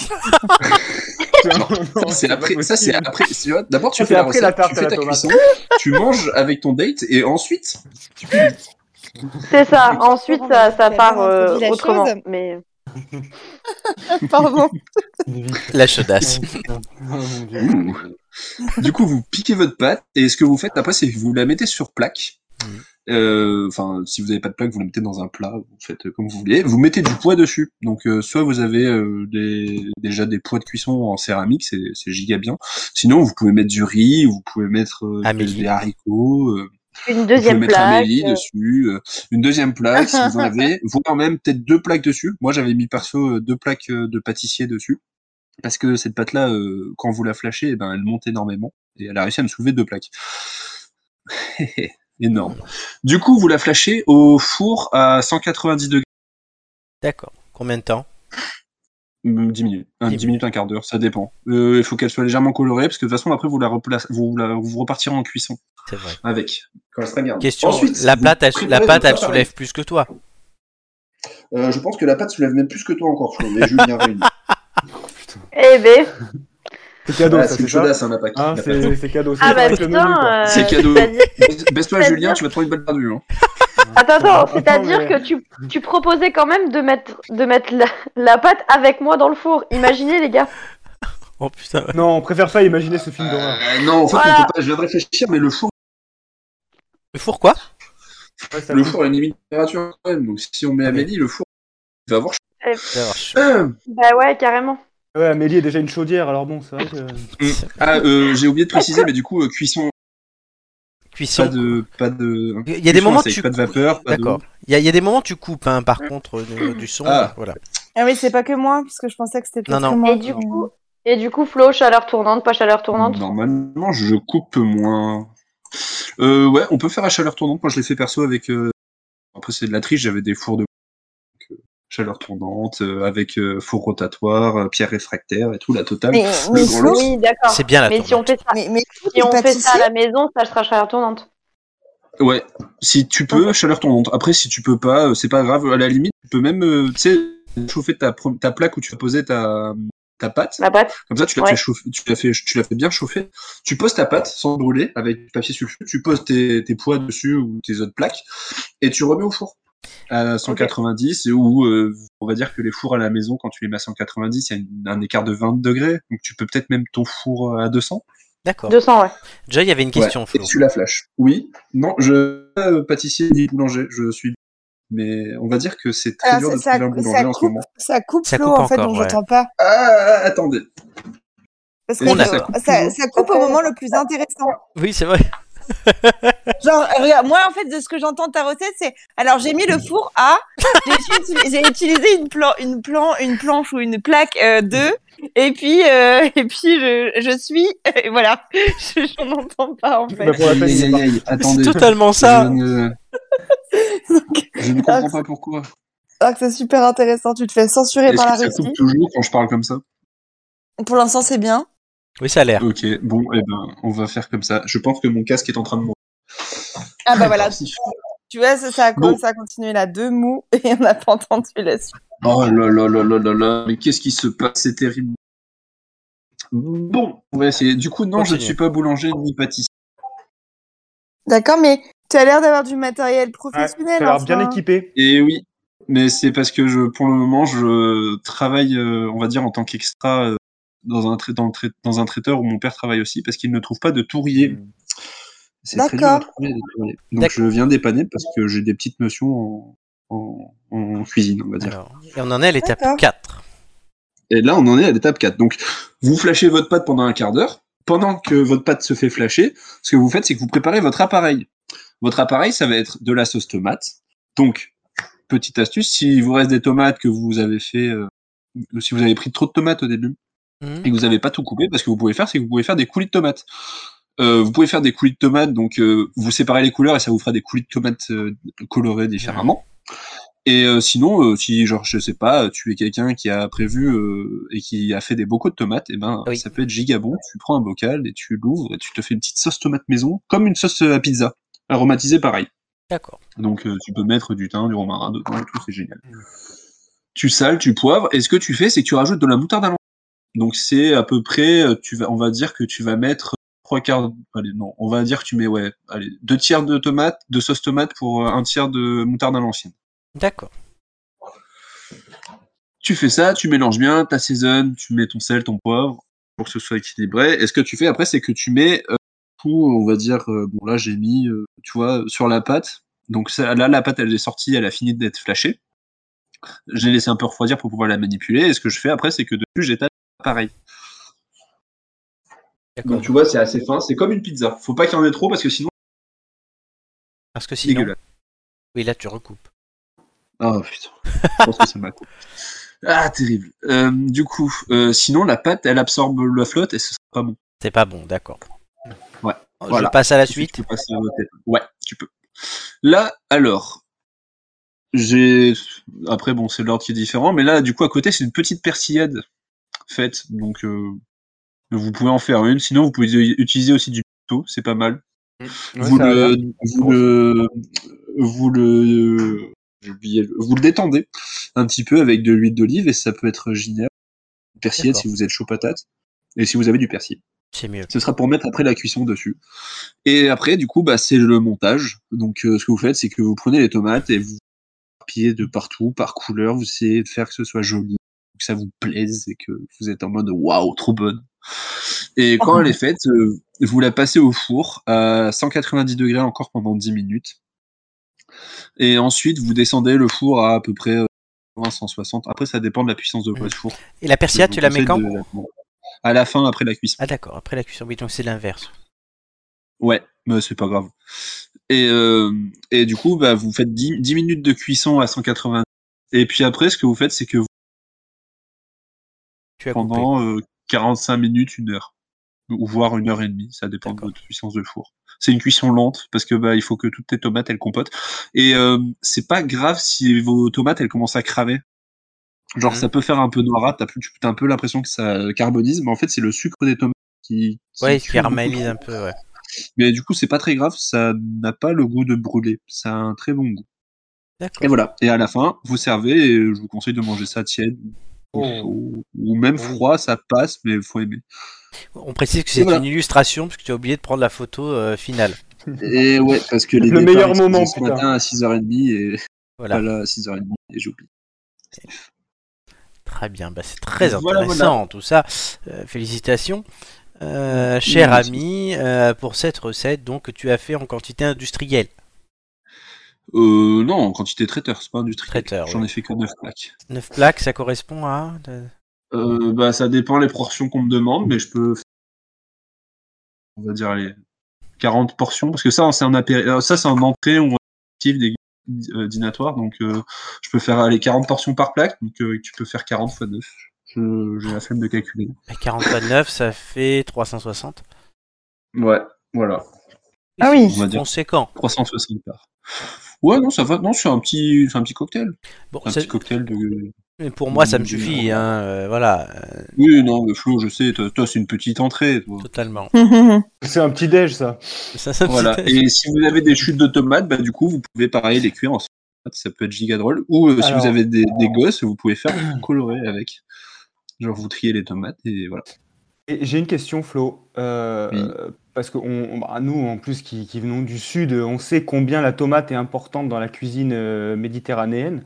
Speaker 5: Ça, c'est après, ça c'est après, tu vois, d'abord tu
Speaker 3: Ça,
Speaker 5: fais
Speaker 3: c'est
Speaker 5: la
Speaker 3: après la
Speaker 5: recette,
Speaker 3: tarte
Speaker 5: tu
Speaker 3: à
Speaker 5: fais
Speaker 3: la
Speaker 5: ta
Speaker 3: tomate.
Speaker 5: cuisson, tu manges avec ton date et ensuite
Speaker 2: C'est ça. Ensuite, ça, ça
Speaker 4: T'as
Speaker 2: part
Speaker 4: bien
Speaker 2: euh,
Speaker 4: introduit la
Speaker 2: autrement.
Speaker 4: chose.
Speaker 2: Mais
Speaker 4: Pardon.
Speaker 1: La chaudasse.
Speaker 3: Oh,
Speaker 5: Ouh. du coup, vous piquez votre pâte et ce que vous faites après, c'est que vous la mettez sur plaque. Euh, Enfin, si vous n'avez pas de plaque, vous la mettez dans un plat. Vous faites comme vous voulez. Vous mettez du poids dessus. Donc, euh, soit vous avez euh, des, déjà des poids de cuisson en céramique, c'est c'est giga bien. Sinon, vous pouvez mettre du riz, vous pouvez mettre euh,
Speaker 1: Amélie.
Speaker 5: des haricots. euh,
Speaker 2: une
Speaker 5: vous
Speaker 2: deuxième
Speaker 5: pouvez mettre
Speaker 2: plaque.
Speaker 5: Amélie
Speaker 2: euh,
Speaker 5: dessus, euh, une deuxième plaque si vous en avez, voire même peut-être deux plaques dessus. Moi j'avais mis perso euh, deux plaques euh, de pâtissier dessus parce que cette pâte là, quand vous la flashez, eh ben elle monte énormément et elle a réussi à me soulever deux plaques. Énorme. Du coup, vous la flashez au four à 190 degrés,
Speaker 1: D'accord. Combien de temps
Speaker 5: Hum, 10 minutes, Un,
Speaker 1: Dix
Speaker 5: 10 minutes, un quart d'heure, ça dépend. Euh, il faut qu'elle soit légèrement colorée parce que de toute façon après vous la replace, vous, la- vous repartirez en cuisson
Speaker 1: C'est vrai.
Speaker 5: avec. Quand elle sera garnie.
Speaker 1: Question
Speaker 5: Ensuite,
Speaker 1: la,
Speaker 5: vous
Speaker 1: pâte, elle, la
Speaker 5: préparez
Speaker 1: pâte,
Speaker 5: votre
Speaker 1: elle
Speaker 5: appareil.
Speaker 1: soulève plus que toi.
Speaker 5: Euh, je pense que la pâte soulève même plus que toi encore, Flo, mais je vais y revenir.
Speaker 2: Eh ben.
Speaker 3: C'est cadeau,
Speaker 5: Ah,
Speaker 3: ça,
Speaker 5: c'est
Speaker 3: c'est
Speaker 5: une
Speaker 3: ça.
Speaker 5: chaudasse, hein, la pâte.
Speaker 3: Hein,
Speaker 5: La pâte.
Speaker 3: c'est c'est cadeau. c'est
Speaker 2: Ah
Speaker 3: pas
Speaker 2: bah
Speaker 3: avec le menu, quoi.
Speaker 2: putain. euh,
Speaker 5: C'est cadeau.
Speaker 2: c'est-à-dire-
Speaker 5: Baisse-toi,
Speaker 2: c'est-à-dire-
Speaker 5: Julien, tu vas te prendre une balle perdue. Hein.
Speaker 2: Attends, attends,
Speaker 3: Attends,
Speaker 2: c'est-à-dire
Speaker 3: mais-
Speaker 2: que tu, tu proposais quand même de mettre, de mettre la, la pâte avec moi dans le four. Imaginez, les gars.
Speaker 1: Oh putain.
Speaker 3: Non, on préfère ça, à imaginer ce film d'horreur.
Speaker 5: Euh, non, en fait,
Speaker 2: Voilà.
Speaker 5: on peut pas. Je viens de réfléchir, mais le four,
Speaker 1: Le four quoi
Speaker 3: Ouais, ça
Speaker 5: le
Speaker 3: coûte.
Speaker 5: four a une limite de température quand même. Donc, si on met Amélie, le four il va avoir chaud.
Speaker 1: D'avoir chaud.
Speaker 5: Ah,
Speaker 2: Bah ouais, carrément.
Speaker 3: Ouais, Amélie est déjà une chaudière, alors bon, c'est vrai que.
Speaker 5: Ah, euh, j'ai oublié de préciser, mais du coup, euh, cuisson,
Speaker 1: Cuisson.
Speaker 5: pas de, pas de.
Speaker 1: Il y a des
Speaker 5: cuisson,
Speaker 1: moments
Speaker 5: c'est
Speaker 1: tu
Speaker 5: pas de vapeur, pas
Speaker 1: D'accord. Il y, a- il y a des moments tu coupes, hein, par contre, au niveau du son.
Speaker 5: Ah.
Speaker 1: Voilà.
Speaker 4: Ah oui, c'est pas que moi, parce que je pensais que c'était peut-être
Speaker 1: Non, non.
Speaker 4: que moi.
Speaker 2: Et du coup, et du coup, Flo, chaleur tournante, pas chaleur tournante.
Speaker 5: Normalement, je coupe moins. Euh, ouais, on peut faire à chaleur tournante. Moi, je l'ai fait perso avec. euh, Après, c'est de la triche. J'avais des fours de donc, euh, chaleur tournante euh, avec euh, four rotatoire, euh, pierre réfractaire et tout la totale.
Speaker 4: Mais, mais,
Speaker 5: Ah, Le grand lot.
Speaker 4: Flo,
Speaker 2: Oui, d'accord.
Speaker 1: C'est bien la
Speaker 2: Ah. Mais si on
Speaker 1: tournante.
Speaker 2: fait ça,
Speaker 4: mais, mais Flo,
Speaker 2: si
Speaker 4: t'es
Speaker 2: on fait
Speaker 4: pâtissier
Speaker 2: ça à la maison, ça sera chaleur tournante.
Speaker 5: Ouais, si tu peux, chaleur tournante. Après, si tu peux pas, euh, c'est pas grave. À la limite, tu peux même, euh, tu sais, chauffer ta, pro- ta plaque où tu vas poser ta ta pâte.
Speaker 2: La pâte.
Speaker 5: Comme ça, tu l'as
Speaker 2: Ouais.
Speaker 5: fait chauffer, tu l'as fait, tu l'as fait bien chauffer. Tu poses ta pâte sans brûler avec du papier sulfure. Tu poses tes, tes poids dessus ou tes autres plaques et tu remets au four à 190 et où euh, on va dire que les fours à la maison quand tu les mets à 190, il y a une- un écart de 20 degrés. Donc tu peux peut-être même ton four à 200.
Speaker 1: D'accord.
Speaker 2: 200, ouais.
Speaker 1: Déjà, il y avait une question,
Speaker 5: Et
Speaker 1: Flo.
Speaker 5: tu la flash. Oui. Non, je suis pas euh, pâtissier ni boulanger. Je suis. Mais on va dire que c'est très
Speaker 4: Alors,
Speaker 5: dur de
Speaker 4: Ah, ça,
Speaker 5: trouver un
Speaker 4: ça
Speaker 5: boulanger en ce
Speaker 4: coupe,
Speaker 5: moment.
Speaker 4: ça coupe
Speaker 1: Ça
Speaker 4: Flo,
Speaker 1: coupe
Speaker 4: en fait,
Speaker 1: encore,
Speaker 4: donc
Speaker 1: ouais.
Speaker 4: j'entends pas.
Speaker 5: Ah, attendez.
Speaker 4: Parce
Speaker 5: Et
Speaker 4: que
Speaker 1: on a-
Speaker 4: ça,
Speaker 5: ça
Speaker 4: coupe
Speaker 5: coupe
Speaker 4: ça,
Speaker 5: toujours.
Speaker 4: coupe au moment le plus intéressant.
Speaker 1: Oui, c'est vrai.
Speaker 4: Genre, euh, regarde, moi, en fait, de ce que j'entends de ta recette, c'est alors j'ai mis le four à, j'ai utilisé- j'ai utilisé une, plan, une, plan, une planche ou une plaque euh, de, et puis, euh, et puis je, je suis, et voilà, je j'en entends pas en fait.
Speaker 3: Bah, pour la peine,
Speaker 5: Aïe,
Speaker 3: c'est
Speaker 5: aïe,
Speaker 3: pas-
Speaker 5: aïe,
Speaker 1: C'est
Speaker 5: attendez.
Speaker 1: totalement
Speaker 5: Je
Speaker 1: ça.
Speaker 5: ne, je ne comprends pas pourquoi.
Speaker 4: Alors Ah, que c'est super intéressant, tu te fais censurer
Speaker 5: Est-ce
Speaker 4: par la
Speaker 5: que ça coupe
Speaker 4: Russie.
Speaker 5: toujours quand je parle comme ça
Speaker 4: Pour l'instant, c'est bien.
Speaker 1: Oui, ça a l'air.
Speaker 5: Ok, bon, eh ben, on va faire comme ça. Je pense que mon casque est en train de mourir.
Speaker 4: Ah bah voilà,
Speaker 5: Merci.
Speaker 4: tu vois, ça, ça a,
Speaker 5: Bon.
Speaker 4: ça a continué là, deux mots, et on n'a pas entendu la suite.
Speaker 5: Oh là là là là là là, mais qu'est-ce qui se passe C'est terrible. Bon, on va essayer. Du coup, non, je ne
Speaker 1: Continue.
Speaker 5: suis pas boulanger ni pâtissier.
Speaker 4: D'accord, mais tu as l'air d'avoir du matériel professionnel.
Speaker 3: T'as l'air
Speaker 4: enfin.
Speaker 3: bien équipé.
Speaker 5: Et oui, mais c'est parce que je, pour le moment, je travaille, euh, on va dire, en tant qu'extra euh, dans, un trai- dans, le trai- dans un traiteur où mon père travaille aussi, parce qu'il ne trouve pas de tourrier. C'est très dur à
Speaker 4: D'accord.
Speaker 5: trouver des tourriers. Donc
Speaker 1: D'accord.
Speaker 5: je viens dépanner parce que j'ai des petites notions en, en- en cuisine, on va dire.
Speaker 1: Alors, et on en est à l'étape
Speaker 4: D'accord.
Speaker 1: 4.
Speaker 5: Et là, on en est à l'étape 4. Donc, vous flashez votre pâte pendant un quart d'heure. Pendant que votre pâte se fait flasher, ce que vous faites, c'est que vous préparez votre appareil. Votre appareil, ça va être de la sauce tomate. Donc, petite astuce, si vous reste des tomates que vous avez fait, euh, ou si vous avez pris trop de tomates au début
Speaker 1: Mhm.
Speaker 5: et que vous n'avez pas tout coupé, parce que vous pouvez faire, c'est que vous pouvez faire des coulis de tomates. Euh, vous pouvez faire des coulis de tomates, donc euh, vous séparez les couleurs et ça vous fera des coulis de tomates euh, colorés différemment. Et euh, sinon, euh, si genre je sais pas, tu es quelqu'un qui a prévu euh, et qui a fait des bocaux de tomates, et ben
Speaker 1: Oui.
Speaker 5: ça peut être gigabon. Tu prends un bocal et tu l'ouvres et tu te fais une petite sauce tomate maison, comme une sauce à pizza, aromatisée pareil.
Speaker 1: D'accord.
Speaker 5: Donc euh, tu peux mettre du thym, du romarin dedans et tout, c'est génial. Tu sales, tu poivres, et ce que tu fais, c'est que tu rajoutes de la moutarde à l'entrée. Donc c'est à peu près, euh, tu vas, on va dire que tu vas mettre trois quarts, allez non, on va dire que tu mets ouais, allez, deux tiers de tomate, de sauce tomate pour euh, un tiers de moutarde à l'ancienne.
Speaker 1: D'accord.
Speaker 5: Tu fais ça, tu mélanges bien, t'assaisonnes, tu mets ton sel, ton poivre pour que ce soit équilibré. Et ce que tu fais après, c'est que tu mets euh, tout, on va dire, euh, bon là j'ai mis, euh, tu vois, sur la pâte. Donc ça, là, la pâte, elle est sortie, elle a fini d'être flashée. J'ai laissé un peu refroidir pour pouvoir la manipuler. Et ce que je fais après, c'est que dessus, j'étale pareil.
Speaker 1: D'accord.
Speaker 5: Bah, tu vois, c'est assez fin. C'est comme une pizza. Faut pas qu'il y en ait trop parce que sinon,
Speaker 1: Parce que
Speaker 5: c'est
Speaker 1: sinon,
Speaker 5: dégueulasse.
Speaker 1: oui, là tu recoupes.
Speaker 5: Ah putain, je pense que ça m'a coupé. Ah, terrible. Euh, du coup, euh, sinon, la pâte, elle absorbe la flotte et ce sera pas bon.
Speaker 1: C'est pas bon, d'accord.
Speaker 5: Ouais,
Speaker 1: Je
Speaker 5: voilà.
Speaker 1: passe à la
Speaker 5: Ensuite,
Speaker 1: suite.
Speaker 5: tu peux passer à l'hôtel. Ouais, tu peux. Là, alors, j'ai. Après, bon, c'est l'ordre qui est différent, mais là, du coup, à côté, c'est une petite persillade faite. Donc, euh, vous pouvez en faire une. Sinon, vous pouvez utiliser aussi du pito, c'est pas mal. vous,
Speaker 3: Mmh. ça a
Speaker 5: le, vous le. Vous le. J'ai oublié le- Vous le détendez un petit peu avec de l'huile d'olive et ça peut être génial. Une Persillade
Speaker 1: D'accord.
Speaker 5: si vous êtes chaud patate et si vous avez du persil.
Speaker 1: C'est mieux.
Speaker 5: Ce sera pour mettre après la cuisson dessus. Et après, du coup, bah, c'est le montage. Donc, euh, ce que vous faites, c'est que vous prenez les tomates et vous pillez de partout, par couleur. Vous essayez de faire que ce soit joli, que ça vous plaise et que vous êtes en mode waouh, trop bonne. Et quand elle est faite, euh, vous la passez au four à 190 degrés encore pendant 10 minutes. Et ensuite, vous descendez le four à à peu près euh, 120, 160. Après, ça dépend de la puissance de votre four.
Speaker 1: Et la persillade,
Speaker 5: Je vous
Speaker 1: tu la mets quand
Speaker 5: conseille de- À la fin, après la cuisson.
Speaker 1: Ah d'accord, après la cuisson. Oui, donc c'est l'inverse.
Speaker 5: Ouais, mais c'est pas grave. Et, euh, et du coup, bah, vous faites 10, 10 minutes de cuisson à 180. Et puis après, ce que vous faites, c'est que vous
Speaker 1: Tu as coupé.
Speaker 5: pendant euh, 45 minutes, une heure, ou voire une heure et demie, ça dépend de
Speaker 1: D'accord.
Speaker 5: votre puissance de four. C'est une cuisson lente parce que bah, il faut que toutes tes tomates elles compotent. Et euh, c'est pas grave si vos tomates elles commencent à cramer. Genre
Speaker 1: Mhm.
Speaker 5: ça peut faire un peu noirâtre, t'as plus- tu- t'as un peu l'impression que ça carbonise, mais en fait c'est le sucre des tomates qui, qui
Speaker 1: Ouais,
Speaker 5: cuit
Speaker 1: qui
Speaker 5: beaucoup
Speaker 1: caramélise
Speaker 5: trop.
Speaker 1: un peu, ouais.
Speaker 5: Mais du coup, c'est pas très grave, ça n'a pas le goût de brûler. Ça a un très bon goût.
Speaker 1: D'accord.
Speaker 5: Et voilà. Et à la fin, vous servez et je vous conseille de manger ça tiède ou,
Speaker 3: Oh.
Speaker 5: chaud, ou même froid, ça passe, mais faut aimer.
Speaker 1: On précise que c'est
Speaker 5: voilà.
Speaker 1: une illustration parce que tu as oublié de prendre la photo euh, finale.
Speaker 5: Et ouais, parce que les
Speaker 3: Le
Speaker 5: départs,
Speaker 3: meilleur
Speaker 5: ils sont
Speaker 3: moment,
Speaker 5: ce
Speaker 3: putain.
Speaker 5: matin à 6h30 et
Speaker 1: Voilà.
Speaker 5: voilà, à 6h30 et j'oublie.
Speaker 1: Très bien, bah, c'est très intéressant
Speaker 5: Voilà,
Speaker 1: tout ça. Euh, félicitations, euh, cher
Speaker 5: Merci.
Speaker 1: ami, euh, pour cette recette donc que tu as fait en quantité industrielle.
Speaker 5: Euh, non, en quantité traiteur, c'est pas industriel.
Speaker 1: Traiteur,
Speaker 5: J'en
Speaker 1: ouais.
Speaker 5: ai fait que 9 plaques.
Speaker 1: 9 plaques, ça correspond à. de-
Speaker 5: Euh, bah, ça dépend les portions qu'on me demande, mais je peux. On va dire les. 40 portions, parce que ça, c'est un apéri- euh, ça, c'est un entrée ou un apéritif des euh, dînatoire, donc euh, je peux faire les 40 portions par plaque, donc euh, tu peux faire 40 fois 9. Je- J'ai la flemme de calculer.
Speaker 1: Bah, 40 fois 9, ça fait 360.
Speaker 5: Ouais, voilà.
Speaker 4: Ah oui.
Speaker 5: On va
Speaker 1: C'est
Speaker 5: dire
Speaker 1: conséquent.
Speaker 5: 360 par. Ouais, non, ça va. Non, c'est un petit, c'est un petit cocktail.
Speaker 1: Bon,
Speaker 5: Un
Speaker 1: ça-
Speaker 5: petit cocktail de.
Speaker 1: mais pour moi, ça me suffit. Hein, euh, voilà, euh,
Speaker 5: Oui, non, mais Flo, je sais, toi, toi, c'est une petite entrée. toi.
Speaker 1: totalement.
Speaker 3: C'est un petit déj, ça.
Speaker 1: Ça, ça me
Speaker 5: Voilà.
Speaker 1: suffit.
Speaker 5: Et si vous avez des chutes de tomates, bah, du coup, vous pouvez pareil les cuire en sauce tomate, Ça peut être giga drôle. Ou euh, si
Speaker 3: Alors. oh.
Speaker 5: vous avez des, des gosses, vous pouvez faire colorer avec. Genre, vous triez les tomates et voilà.
Speaker 3: Et J'ai une question, Flo. euh, Parce que on- on- bah, nous, en plus, qui, qui venons du Sud, euh, on sait combien la tomate est importante dans la cuisine euh, méditerranéenne.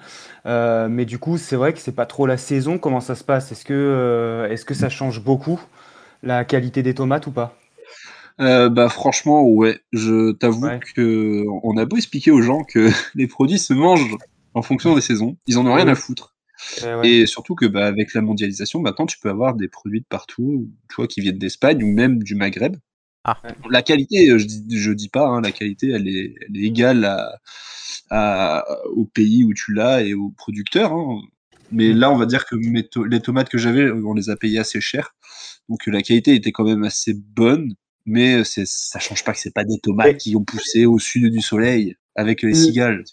Speaker 3: Euh, mais du coup, c'est vrai que c'est pas trop la saison. Comment ça se passe Est-ce que, euh, est-ce que ça change beaucoup la qualité des tomates ou pas
Speaker 5: Euh, bah franchement ouais, je t'avoue
Speaker 3: Ouais.
Speaker 5: que on a beau expliquer aux gens que les produits se mangent en fonction des saisons, ils en ont rien
Speaker 3: Oui.
Speaker 5: à foutre.
Speaker 3: Eh ouais.
Speaker 5: Et surtout que bah, avec la mondialisation, maintenant tu peux avoir des produits de partout, tu vois, qui viennent d'Espagne ou même du Maghreb.
Speaker 1: Ah.
Speaker 5: La qualité, euh, je dis, je dis pas, hein, la qualité elle est, elle est égale à, à- au pays où tu l'as et au producteur. hein.
Speaker 3: Mm.
Speaker 5: Mais là, on va dire que mes to- les tomates que j'avais, on les a payées assez cher. Donc euh, la qualité était quand même assez bonne, mais c'est, ça change pas que c'est pas des tomates
Speaker 3: Mais-
Speaker 5: qui ont poussé au sud du soleil avec les
Speaker 3: Mm.
Speaker 5: cigales.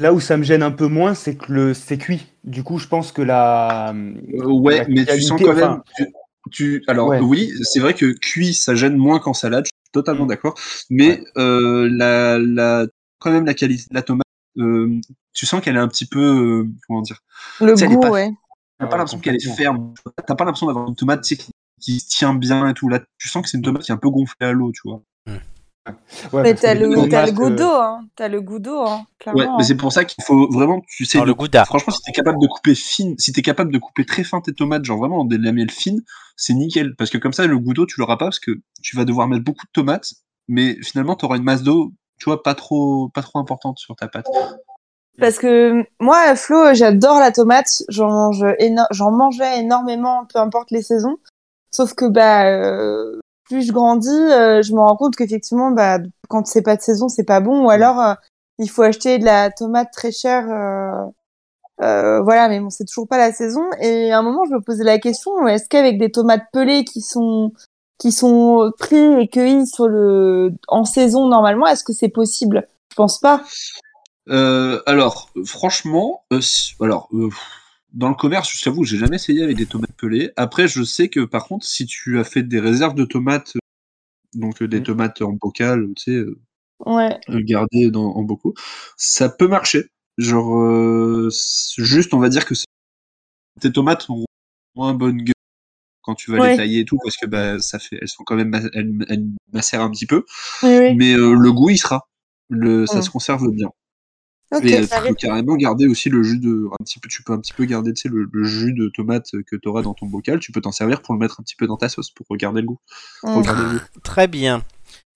Speaker 3: Là où ça me gêne un peu moins, c'est que le c'est cuit. Du coup, je pense que la.
Speaker 5: Euh, ouais,
Speaker 3: La
Speaker 5: mais tu
Speaker 3: qualité,
Speaker 5: sens quand même.
Speaker 3: enfin-
Speaker 5: Tu, tu- alors
Speaker 3: Ouais.
Speaker 5: oui, c'est vrai que cuit, ça gêne moins qu'en salade. Je suis totalement
Speaker 3: Mm.
Speaker 5: d'accord. Mais euh, la, la, quand même la qualité de la tomate, euh, tu sens qu'elle est un petit peu, euh, comment dire,
Speaker 4: Le
Speaker 5: Ça, elle est
Speaker 4: goût,
Speaker 5: pas-
Speaker 4: ouais.
Speaker 3: Ah
Speaker 5: T'as pas l'impression qu'elle est ferme. T'as pas l'impression d'avoir une tomate tu sais, qui, qui se tient bien et tout. Là, tu sens que c'est une tomate qui est un peu gonflée à l'eau, tu vois.
Speaker 3: Ouais,
Speaker 4: Mais
Speaker 3: parce que
Speaker 4: t'as
Speaker 3: les
Speaker 4: le, t'as le
Speaker 3: tomates,
Speaker 4: goût
Speaker 3: euh,
Speaker 4: d'eau, hein. T'as le goût d'eau, hein,
Speaker 5: Ouais,
Speaker 4: clairement.
Speaker 5: mais c'est pour ça qu'il faut vraiment, tu sais,
Speaker 1: Alors, le
Speaker 5: le-
Speaker 1: gouda.
Speaker 5: franchement, si t'es capable de couper fine, si t'es capable de couper très fin tes tomates, genre vraiment de la miel fine, c'est nickel. Parce que comme ça, le goût d'eau, tu l'auras pas parce que tu vas devoir mettre beaucoup de tomates, mais finalement, t'auras une masse d'eau, tu vois, pas trop, pas trop importante sur ta pâte.
Speaker 4: Parce que euh, moi, Flo, j'adore la tomate. J'en mange éno- j'en mangeais énormément, peu importe les saisons. Sauf que bah, euh, plus je grandis, euh, je me rends compte qu'effectivement, bah, quand c'est pas de saison, c'est pas bon. Ou alors, euh, il faut acheter de la tomate très chère. euh, euh, voilà, mais bon, c'est toujours pas la saison. Et à un moment, je me posais la question est-ce qu'avec des tomates pelées qui sont qui sont prises et cueillies sur le en saison normalement, est-ce que c'est possible Je pense pas.
Speaker 5: Euh, alors, euh, franchement, euh, si- alors euh, dans le commerce, je t'avoue, que j'ai jamais essayé avec des tomates pelées. Après, je sais que par contre, si tu as fait des réserves de tomates, euh, donc euh, des
Speaker 3: Mhm.
Speaker 5: tomates en bocal, tu sais, euh,
Speaker 4: Ouais.
Speaker 5: euh, gardées dans, en bocaux, ça peut marcher. Genre, euh, c'est juste, on va dire que c'est- tes tomates ont moins bonne gueule quand tu vas
Speaker 4: Ouais.
Speaker 5: les tailler et tout, parce que bah, ça fait, elles sont quand même, ma- elles, elles macèrent un petit peu,
Speaker 4: Oui, oui.
Speaker 5: mais euh, le goût il sera, le, ça
Speaker 4: Mhm.
Speaker 5: se conserve bien.
Speaker 4: Ok,
Speaker 5: Et euh,
Speaker 4: ça
Speaker 5: tu peux
Speaker 4: arrive.
Speaker 5: carrément garder aussi le jus de un petit peu tu peux un petit peu garder tu sais, le, le jus de tomate que tu auras dans ton bocal, tu peux t'en servir pour le mettre un petit peu dans ta sauce pour regarder le goût.
Speaker 6: Hmm.
Speaker 4: Mm.
Speaker 5: Pour garder le goût.
Speaker 1: Très bien.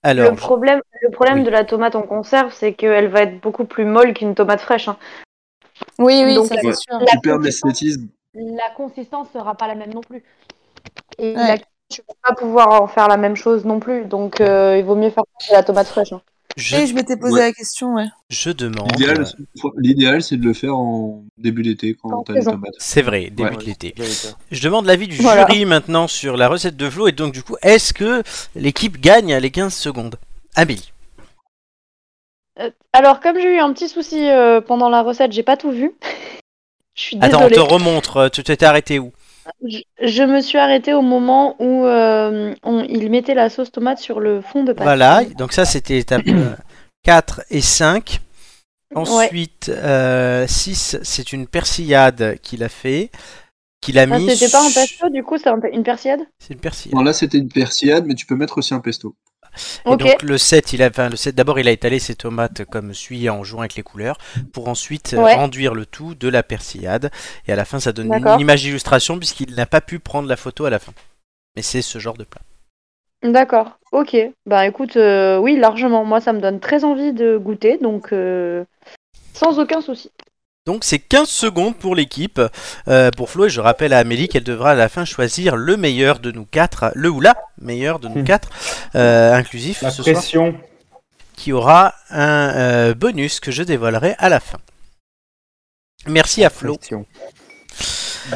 Speaker 2: le
Speaker 1: Alors,
Speaker 2: problème, le problème
Speaker 1: Oui.
Speaker 2: de la tomate en conserve, c'est qu'elle va être beaucoup plus molle qu'une tomate fraîche. hein.
Speaker 4: Oui, oui,
Speaker 2: Donc,
Speaker 4: ça
Speaker 5: ouais.
Speaker 4: c'est sûr.
Speaker 5: Tu perds
Speaker 2: consistance-
Speaker 5: de l'esthétisme.
Speaker 2: la consistance sera pas la même non plus. Et
Speaker 4: Ouais.
Speaker 2: la- tu vas pas pouvoir en faire la même chose non plus. Donc euh, il vaut mieux faire de la tomate fraîche. hein.
Speaker 1: je,
Speaker 4: Je, je m'étais posé
Speaker 5: Ouais.
Speaker 4: la question, ouais.
Speaker 1: je demande. euh,
Speaker 5: L'idéal c'est- l'idéal c'est de le faire en début d'été quand
Speaker 2: En
Speaker 5: t'as des
Speaker 2: saison.
Speaker 5: tomates.
Speaker 1: C'est vrai, début
Speaker 5: Ouais.
Speaker 1: de l'été.
Speaker 3: j'allais dire.
Speaker 1: Je demande l'avis du
Speaker 4: Voilà.
Speaker 1: jury maintenant sur la recette de Flo. Et donc, du coup, est-ce que l'équipe gagne les 15 secondes Amélie.
Speaker 2: Alors, comme j'ai eu un petit souci euh, pendant la recette, j'ai pas tout vu. Je suis
Speaker 1: Attends, on
Speaker 2: désolée.
Speaker 1: te remontre. euh, Tu t'es arrêté où
Speaker 2: Je, je me suis arrêtée au moment où euh, on- il mettait la sauce tomate sur le fond de pâte.
Speaker 1: Voilà, donc ça c'était étape euh, 4 et 5. Ensuite, 6, c'est une persillade qu'il a fait, qu'il a
Speaker 2: Ah,
Speaker 1: mis.
Speaker 2: C'était pas un
Speaker 1: su-
Speaker 2: pesto, du coup, c'est un pe- une persillade
Speaker 1: C'est une persillade.
Speaker 5: Alors là c'était une persillade mais tu peux mettre aussi un pesto.
Speaker 1: Et
Speaker 2: Ok.
Speaker 1: donc le 7, il a, enfin, le 7 d'abord il a étalé ses tomates comme suit en jouant avec les couleurs pour ensuite euh,
Speaker 2: Ouais.
Speaker 1: enduire le tout de la persillade. Et à la fin, ça donne une
Speaker 2: D'accord.
Speaker 1: image d'illustration puisqu'il n'a pas pu prendre la photo à la fin. Mais c'est ce genre de plat.
Speaker 2: D'accord. Ok. Bah écoute, euh, oui, largement. Moi, ça me donne très envie de goûter, donc euh, sans aucun souci.
Speaker 1: Donc c'est 15 secondes pour l'équipe, euh, pour Flo, et je rappelle à Amélie qu'elle devra à la fin choisir le meilleur de nous quatre, le ou la meilleure de nous
Speaker 3: Hmm.
Speaker 1: quatre, euh, inclusif
Speaker 3: La
Speaker 1: ce soir,
Speaker 3: pression.
Speaker 1: qui aura un euh, bonus que je dévoilerai à la fin. Merci à Flo.
Speaker 3: Pression.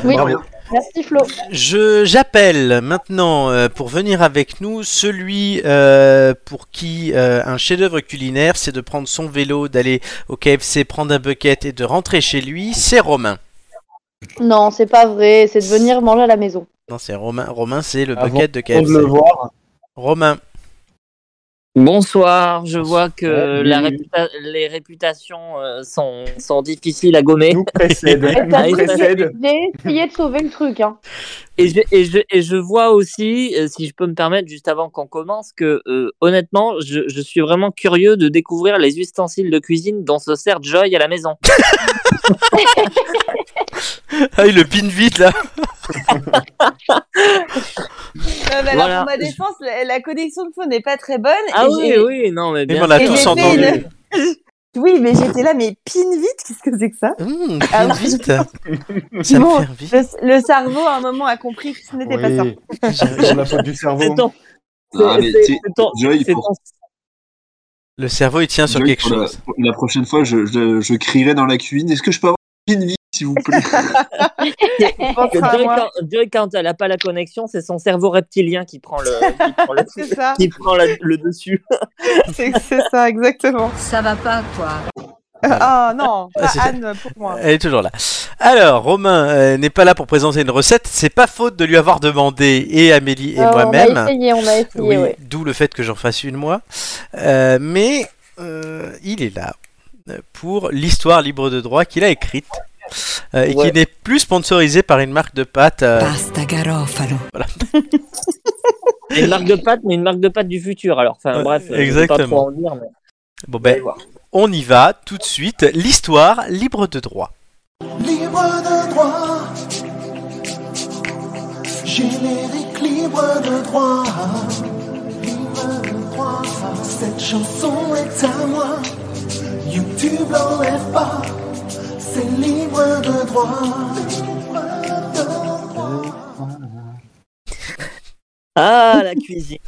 Speaker 2: Oui,
Speaker 5: Bravo.
Speaker 2: merci Flo.
Speaker 1: Je j'appelle maintenant euh, pour venir avec nous celui euh, pour qui euh, un chef-d'œuvre culinaire c'est de prendre son vélo, d'aller au KFC, prendre un bucket et de rentrer chez lui. C'est Romain.
Speaker 2: Non, c'est pas vrai, c'est de venir manger à la maison.
Speaker 1: Non, c'est Romain. Romain, c'est le
Speaker 3: Avant
Speaker 1: bucket de
Speaker 3: Ah On
Speaker 1: KFC.
Speaker 3: de le voir.
Speaker 1: Romain,
Speaker 7: Bonsoir, je vois que
Speaker 3: Salut.
Speaker 7: la réputa- les réputations euh, sont, sont difficiles à gommer.
Speaker 3: Nous précède.
Speaker 2: Et
Speaker 3: nous
Speaker 2: t'as
Speaker 7: il
Speaker 2: vu,
Speaker 3: précède.
Speaker 2: J'ai essayé de sauver le truc. Hein.
Speaker 7: Et je, et, je, et je vois aussi, euh, si je peux me permettre, juste avant qu'on commence, que euh, honnêtement, je, je suis vraiment curieux de découvrir les ustensiles de cuisine dont se sert Joy à la maison.
Speaker 1: ah, il le pine vite là.
Speaker 4: Euh, bah, alors,
Speaker 7: Voilà.
Speaker 4: pour ma défense, la, la connexion de fond n'est pas très bonne.
Speaker 7: Ah
Speaker 4: et
Speaker 7: oui,
Speaker 4: j'ai-
Speaker 7: oui, non, mais
Speaker 1: Mais
Speaker 7: bien.
Speaker 1: on l'a
Speaker 4: Et j'ai
Speaker 1: tous
Speaker 4: fait
Speaker 1: entendu.
Speaker 4: une- Oui, mais j'étais là, mais pine vite, qu'est-ce que c'est que ça
Speaker 1: Hum, pine
Speaker 4: Ah,
Speaker 1: vite. Ça me
Speaker 4: Bon,
Speaker 1: fait envie.
Speaker 4: le, le cerveau, à un moment, a compris que ce n'était pas ça.
Speaker 3: Oui. C'est la faute du cerveau.
Speaker 7: C'est ton-
Speaker 5: Ah, mais
Speaker 7: c'est-
Speaker 5: tu sais,
Speaker 7: c'est ton-
Speaker 5: Joy,
Speaker 7: c'est
Speaker 5: pour-
Speaker 7: ton-
Speaker 1: Le cerveau il tient sur
Speaker 5: Joy,
Speaker 1: quelque
Speaker 5: pour la-
Speaker 1: chose.
Speaker 5: pour La, prochaine fois, je, je, je crierai dans la cuisine. Est-ce que je peux avoir une vie, s'il vous plaît
Speaker 4: Tu penseras à
Speaker 7: Joy,
Speaker 4: moi,
Speaker 7: quand, Joy, quand elle n'a pas la connexion, c'est son cerveau reptilien qui prend le, qui prend le,
Speaker 4: C'est ça,
Speaker 7: qui prend la- le dessus.
Speaker 4: c'est c'est ça, exactement.
Speaker 8: Ça va pas, quoi.
Speaker 4: Euh, Ah non, pas
Speaker 1: c'est ça.
Speaker 4: Anne pour moi.
Speaker 1: Elle est toujours là. Alors, Romain euh, n'est pas là pour présenter une recette. C'est pas faute de lui avoir demandé et Amélie et
Speaker 2: Euh, On
Speaker 1: moi-même.
Speaker 2: a essayé, on a essayé,
Speaker 1: Oui,
Speaker 2: ouais.
Speaker 1: d'où le fait que j'en fasse une moi. Euh, mais euh, il est là euh, pour l'histoire libre de droit qu'il a écrite euh, et
Speaker 7: Ouais.
Speaker 1: qui n'est plus sponsorisée par une marque de pâtes. euh,
Speaker 8: Pasta garofalo.
Speaker 7: C'est Une marque de pâte, mais une marque de pâte du futur. Alors, enfin,
Speaker 1: Ouais,
Speaker 7: bref, euh, je vais pas
Speaker 1: exactement.
Speaker 7: trop en dire, mais-
Speaker 1: Bon ben, on y va tout de suite. L'histoire libre de droit.
Speaker 9: Libre de droit. Générique libre de droit. Libre de droit. Cette chanson est à moi. YouTube l'enlève pas. C'est libre de droit.
Speaker 7: Ah, la cuisine.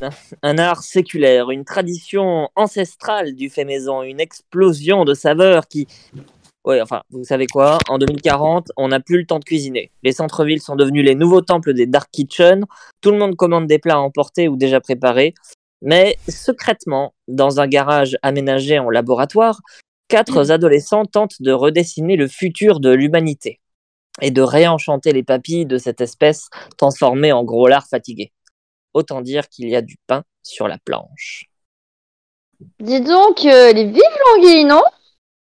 Speaker 7: Un art séculaire, une tradition ancestrale du fait maison, une explosion de saveurs qui... Ouais, enfin, vous savez quoi En 2040, on n'a plus le temps de cuisiner. Les centres-villes sont devenus les nouveaux temples des dark kitchens. Tout le monde commande des plats à emporter ou déjà préparés. Mais secrètement, dans un garage aménagé en laboratoire, quatre adolescents tentent de redessiner le futur de l'humanité et de réenchanter les papilles de cette espèce transformée en gros lard fatigué. Autant dire qu'il y a du pain sur la planche.
Speaker 2: Dis donc, euh, les vives l'anguille, non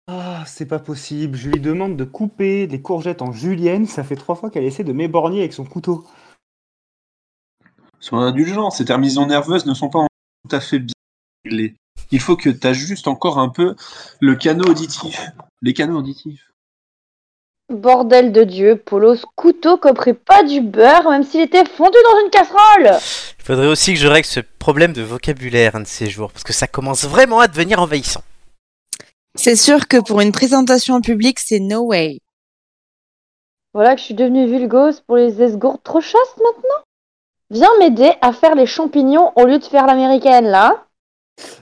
Speaker 3: Ah, c'est pas possible. Je lui demande de couper des courgettes en julienne. Ça fait trois fois qu'elle essaie de m'éborgner avec son couteau.
Speaker 5: Sois indulgent, ces terminaisons nerveuses ne sont pas tout à fait bien réglées. Il faut que tu ajustes encore un peu le canot auditif. Les canaux auditifs.
Speaker 2: Bordel de Dieu, Polos couteau coperait pas du beurre, même s'il était fondu dans une casserole
Speaker 1: Il faudrait aussi que je règle ce problème de vocabulaire un de ces jours parce que ça commence vraiment à devenir envahissant.
Speaker 6: C'est sûr que pour une présentation en public, c'est no way.
Speaker 2: Voilà que je suis devenue vulgose pour les esgourdes trop chastes maintenant Viens m'aider à faire les champignons au lieu de faire l'américaine, là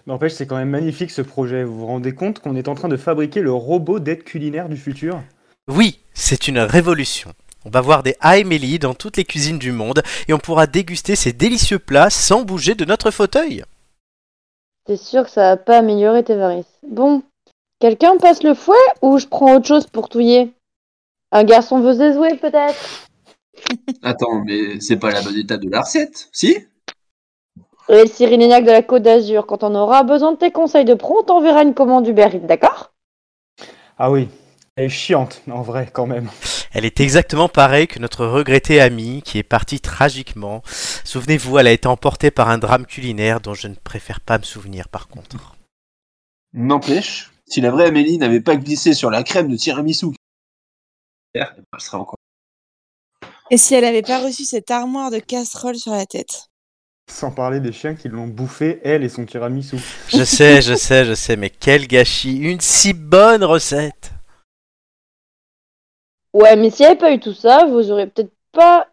Speaker 3: N'empêche, c'est quand même magnifique ce projet. Vous vous rendez compte qu'on est en train de fabriquer le robot d'aide culinaire du futur
Speaker 1: Oui, c'est une révolution. On va voir des Amélie dans toutes les cuisines du monde et on pourra déguster ces délicieux plats sans bouger de notre fauteuil.
Speaker 2: T'es sûr que ça va pas améliorer tes varices. Bon, quelqu'un passe le fouet ou je prends autre chose pour touiller Un garçon veut se zouer, peut-être
Speaker 5: Attends, mais c'est pas la bonne étape de la recette, si
Speaker 2: Et le Cyril Lignac de la Côte d'Azur, quand on aura besoin de tes conseils de pro, on t'enverra une commande du Eats, d'accord
Speaker 3: Ah oui, elle est chiante, en vrai, quand même.
Speaker 1: Elle est exactement pareille que notre regrettée amie qui est partie tragiquement. Souvenez-vous, elle a été emportée par un drame culinaire dont je ne préfère pas me souvenir par contre.
Speaker 5: N'empêche, si la vraie Amélie n'avait pas glissé sur la crème de tiramisu, elle serait encore.
Speaker 6: Et si elle n'avait pas reçu cette armoire de casserole sur la tête
Speaker 3: Sans parler des chiens qui l'ont bouffé, elle et son tiramisu.
Speaker 1: Je sais, je sais, je sais, mais quel gâchis Une si bonne recette
Speaker 10: Ouais, mais s'il n'y avait pas eu tout ça, vous aurez peut-être pas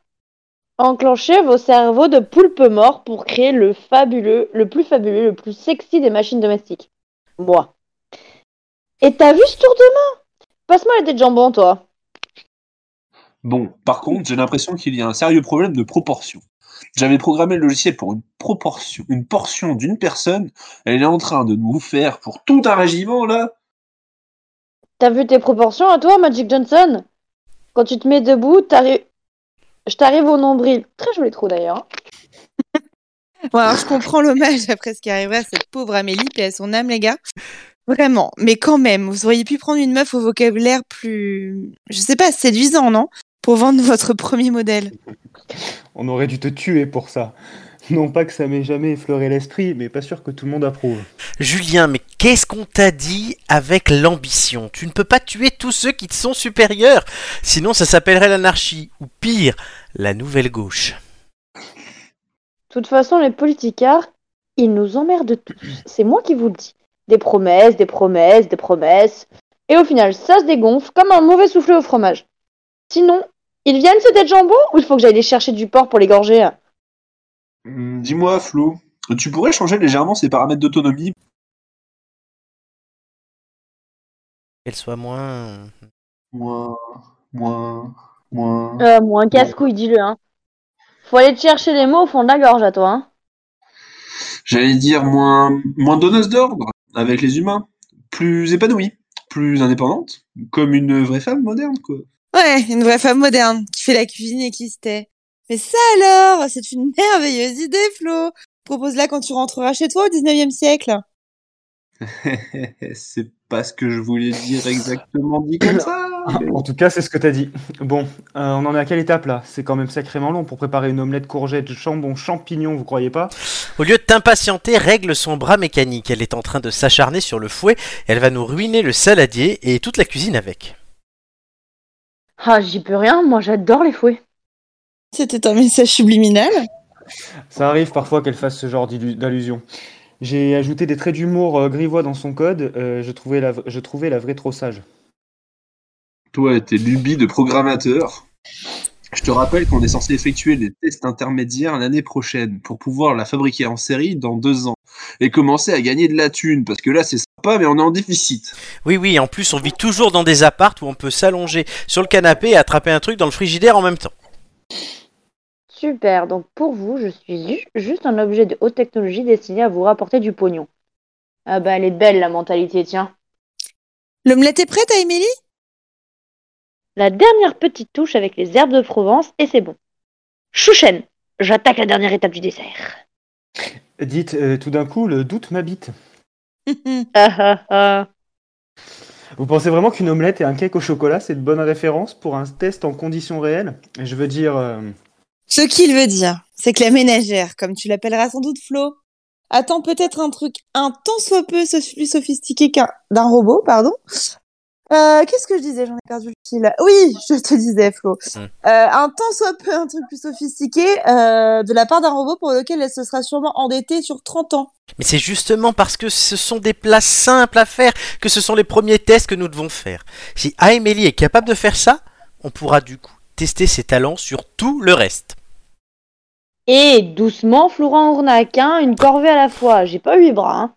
Speaker 10: enclenché vos cerveaux de poulpe mort pour créer le fabuleux, le plus fabuleux, le plus sexy des machines domestiques. Moi. Et t'as vu ce tour de main Passe-moi la tête de jambon, toi.
Speaker 5: Bon, par contre, j'ai l'impression qu'il y a un sérieux problème de proportion. J'avais programmé le logiciel pour une proportion, une portion d'une personne. Elle est en train de nous faire pour tout un régiment, là.
Speaker 10: T'as vu tes proportions à toi, Magic Johnson Quand tu te mets debout, t'arrives. Je t'arrive au nombril. Très joli trou d'ailleurs. hein.
Speaker 4: Bon, alors, je comprends l'hommage après ce qui arriverait à cette pauvre Amélie et à son âme, les gars. Vraiment, mais quand même, vous auriez pu prendre une meuf au vocabulaire plus, je sais pas, séduisant, non Pour vendre votre premier modèle.
Speaker 3: On aurait dû te tuer pour ça. Non pas que ça m'ait jamais effleuré l'esprit, mais pas sûr que tout le monde approuve.
Speaker 1: Julien, mais qu'est-ce qu'on t'a dit avec l'ambition Tu ne peux pas tuer tous ceux qui te sont supérieurs, sinon ça s'appellerait l'anarchie, ou pire, la nouvelle gauche.
Speaker 10: De toute façon, les politicards, ils nous emmerdent tous. C'est moi qui vous le dis. Des promesses, des promesses, des promesses. Et au final, ça se dégonfle comme un mauvais soufflé au fromage. Sinon, ils viennent se têtes jambon ou il faut que j'aille les chercher du porc pour les gorger hein
Speaker 5: Hum, Dis-moi, Flo, tu pourrais changer légèrement ces paramètres d'autonomie
Speaker 1: Qu'elle soit moins...
Speaker 5: Moins, moins, moins.
Speaker 10: Euh, moi, un casse-couille, dis-le. Hein. Faut aller te chercher les mots au fond de la gorge à toi. Hein.
Speaker 5: J'allais dire moins, moins donneuse d'ordre avec les humains. Plus épanouie, plus indépendante, comme une vraie femme moderne, quoi.
Speaker 4: Ouais, une vraie femme moderne qui fait la cuisine et qui se tait. Mais ça alors, c'est une merveilleuse idée, Flo. Propose-la quand tu rentreras chez toi au 19e siècle.
Speaker 5: C'est pas ce que je voulais dire exactement dit comme ça. mais-
Speaker 3: En tout cas, c'est ce que t'as dit. Bon, euh, on en est à quelle étape là C'est quand même sacrément long pour préparer une omelette courgette, jambon, champignons, vous croyez pas
Speaker 1: Au lieu de t'impatienter, règle son bras mécanique. Elle est en train de s'acharner sur le fouet, elle va nous ruiner le saladier et toute la cuisine avec.
Speaker 10: Ah, j'y peux rien, moi j'adore les fouets.
Speaker 4: C'était un message subliminal.
Speaker 3: Ça arrive parfois qu'elle fasse ce genre d'illu- d'allusion. J'ai ajouté des traits d'humour euh, grivois dans son code, euh, je, trouvais la, v- je trouvais la vraie trop sage.
Speaker 5: Toi, t'es lubies de programmateur. Je te rappelle qu'on est censé effectuer les tests intermédiaires l'année prochaine pour pouvoir la fabriquer en série dans deux ans et commencer à gagner de la thune parce que là c'est sympa mais on est en déficit.
Speaker 1: Oui, oui, en plus on vit toujours dans des appartes où on peut s'allonger sur le canapé et attraper un truc dans le frigidaire en même temps.
Speaker 10: Super, donc pour vous, je suis ju- juste un objet de haute technologie destiné à vous rapporter du pognon. Ah bah elle est belle la mentalité, tiens.
Speaker 4: L'omelette est prête à Émilie
Speaker 10: La dernière petite touche avec les herbes de Provence et c'est bon. Chouchen, j'attaque la dernière étape du dessert.
Speaker 3: Dites, euh, tout d'un coup, le doute m'habite.
Speaker 10: Ah ah ah.
Speaker 3: Vous pensez vraiment qu'une omelette et un cake au chocolat, c'est de bonnes références pour un test en conditions réelles Je veux dire... euh,
Speaker 4: Ce qu'il veut dire, c'est que la ménagère, comme tu l'appelleras sans doute Flo, attend peut-être un truc un tant soit peu so- plus sophistiqué qu'un d'un robot, pardon. Euh, Qu'est-ce que je disais J'en ai perdu le fil. Oui, je te disais Flo.
Speaker 1: Mm.
Speaker 4: Euh, un tant soit peu un truc plus sophistiqué euh, de la part d'un robot pour lequel elle se sera sûrement endettée sur 30 ans.
Speaker 1: Mais c'est justement parce que ce sont des plats simples à faire que ce sont les premiers tests que nous devons faire. Si Amélie est capable de faire ça, on pourra du coup tester ses talents sur tout le reste.
Speaker 10: Et doucement, Florent Ournac, hein, une corvée à la fois. J'ai pas huit bras. hein.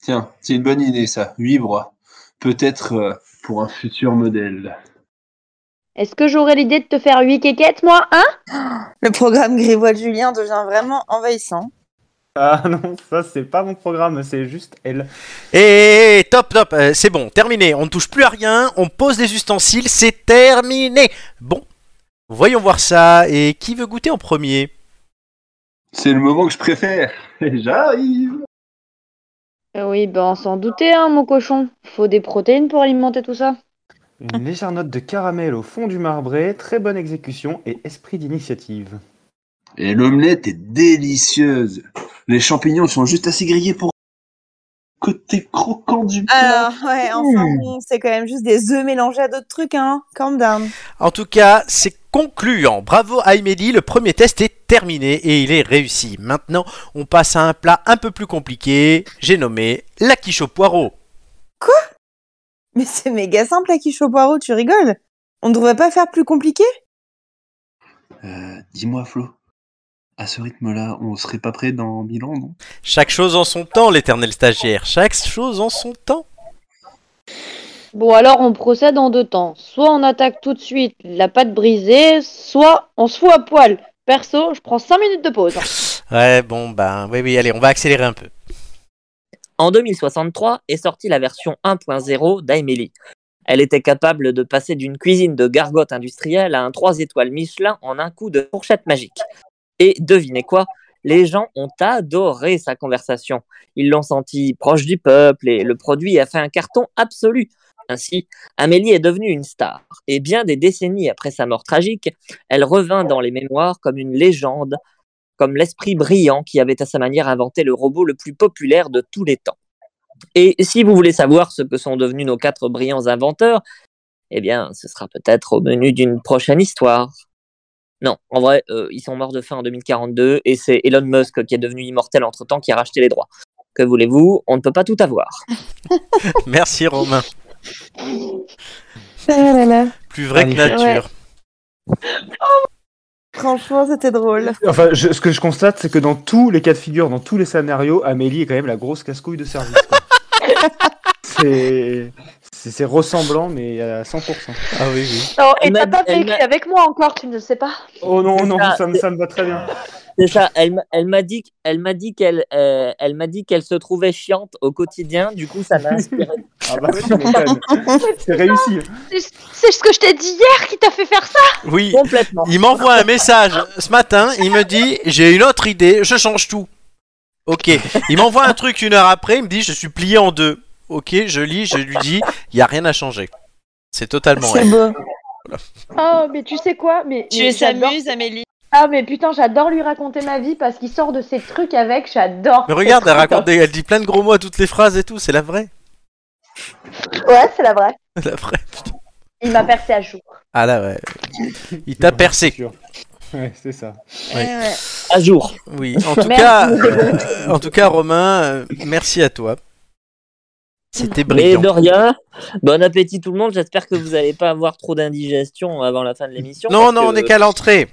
Speaker 5: Tiens, c'est une bonne idée ça, huit bras. Peut-être euh, pour un futur modèle.
Speaker 10: Est-ce que j'aurais l'idée de te faire huit quéquettes, moi, hein
Speaker 4: Le programme grivois de Julien devient vraiment envahissant.
Speaker 3: Ah non, ça c'est pas mon programme, c'est juste elle.
Speaker 1: Et top, top, euh, c'est bon, terminé. On ne touche plus à rien, on pose des ustensiles, c'est terminé. Bon, voyons voir ça. Et qui veut goûter en premier
Speaker 5: C'est le moment que je préfère. J'arrive.
Speaker 10: Eh Oui, ben on s'en doutait, hein, mon cochon. Faut des protéines pour alimenter tout ça.
Speaker 3: Une légère note de caramel au fond du marbré, très bonne exécution et esprit d'initiative.
Speaker 5: Et l'omelette est délicieuse. Les champignons sont juste assez grillés pour côté croquant du plat.
Speaker 4: Alors, Euh, ouais, enfin bon, c'est quand même juste des œufs mélangés à d'autres trucs, hein. Calm down.
Speaker 1: En tout cas, c'est concluant. Bravo à Amélie, le premier test est terminé et il est réussi. Maintenant, on passe à un plat un peu plus compliqué. J'ai nommé la quiche au poireau.
Speaker 4: Mais c'est méga simple à quiche au poireau, tu rigoles
Speaker 6: On ne devrait pas faire plus compliqué
Speaker 5: Euh, Dis-moi, Flo, à ce rythme-là, on serait pas prêt dans mille ans, non
Speaker 1: Chaque chose en son temps, l'éternel stagiaire. Chaque chose en son temps.
Speaker 10: Bon, alors on procède en deux temps. Soit on attaque tout de suite la pâte brisée, soit on se fout à poil. Perso, je prends 5 minutes de pause.
Speaker 1: Ouais, bon, ben, oui, oui, allez, on va accélérer un peu.
Speaker 7: En 2063 est sortie la version 1.0 d'Aemily. Elle était capable de passer d'une cuisine de gargote industrielle à un 3 étoiles Michelin en un coup de fourchette magique. Et devinez quoi Les gens ont adoré sa conversation. Ils l'ont sentie proche du peuple et le produit a fait un carton absolu. Ainsi, Amélie est devenue une star. Et bien des décennies après sa mort tragique, elle revint dans les mémoires comme une légende, comme l'esprit brillant qui avait à sa manière inventé le robot le plus populaire de tous les temps. Et si vous voulez savoir ce que sont devenus nos quatre brillants inventeurs, eh bien, ce sera peut-être au menu d'une prochaine histoire. Non, en vrai, euh, ils sont morts de faim en 2042 et c'est Elon Musk qui est devenu immortel entre-temps qui a racheté les droits. Que voulez-vous On ne peut pas tout avoir.
Speaker 1: Merci, Romain.
Speaker 6: Ah là là.
Speaker 1: Plus vrai que
Speaker 3: Magnifique.
Speaker 1: nature.
Speaker 6: Franchement, c'était drôle.
Speaker 3: Enfin, je- ce que je constate, c'est que dans tous les cas de figure, dans tous les scénarios, Amélie est quand même la grosse casse-couille de service. quoi. c'est c'est- c'est ressemblant, mais à 100%.
Speaker 1: Ah oui, oui.
Speaker 2: Non, et
Speaker 7: Elle m'a
Speaker 2: t'as pas
Speaker 7: dit- elle
Speaker 2: vécu
Speaker 7: m'a-
Speaker 2: avec moi encore, tu ne sais pas.
Speaker 3: Oh non, non,
Speaker 7: Ah,
Speaker 3: ça, me- ça me va très bien.
Speaker 7: C'est ça. Elle, m'a- elle m'a dit, qu'- elle m'a dit qu'elle, euh, elle m'a dit qu'elle se trouvait chiante au quotidien. Du coup, ça m'a inspiré.
Speaker 3: Ah bah oui, tu m'étonnes. C'est réussi.
Speaker 10: C'est c'est ce que je t'ai dit hier qui t'a fait faire ça
Speaker 1: Oui,
Speaker 7: complètement.
Speaker 1: il m'envoie un message ce matin, il me dit j'ai une autre idée, je change tout. Ok, il m'envoie un truc une heure après, il me dit je suis plié en deux. Ok, je lis, je lui dis il y a rien à changer. C'est totalement
Speaker 6: C'est
Speaker 1: elle.
Speaker 6: beau.
Speaker 10: Oh, mais tu sais quoi mais,
Speaker 4: Tu
Speaker 10: mais
Speaker 4: es
Speaker 10: j'adore-
Speaker 4: s'amuse, Amélie.
Speaker 10: Ah, mais putain, j'adore lui raconter ma vie parce qu'il sort de ses trucs avec, j'adore.
Speaker 1: Mais regarde, elle
Speaker 10: C'est trop
Speaker 1: raconte, des- elle dit plein de gros mots à toutes les phrases et tout, c'est la vraie.
Speaker 10: top. Ouais, c'est la vraie.
Speaker 1: La vraie. putain.
Speaker 10: Il m'a percé à jour.
Speaker 1: Ah là ouais. Il t'a percé.
Speaker 3: Ouais, c'est ça.
Speaker 1: Oui.
Speaker 6: Eh ouais.
Speaker 7: À jour.
Speaker 1: Oui, en tout
Speaker 10: Merci,
Speaker 1: cas,
Speaker 10: c'est bon.
Speaker 1: euh, en tout cas, Romain, euh, merci à toi. C'était
Speaker 7: Mais
Speaker 1: brillant.
Speaker 7: de rien. Bon appétit tout le monde. J'espère que vous n'allez pas avoir trop d'indigestion avant la fin de l'émission.
Speaker 1: Non,
Speaker 7: parce
Speaker 1: non, on
Speaker 7: que-
Speaker 1: est qu'à l'entrée.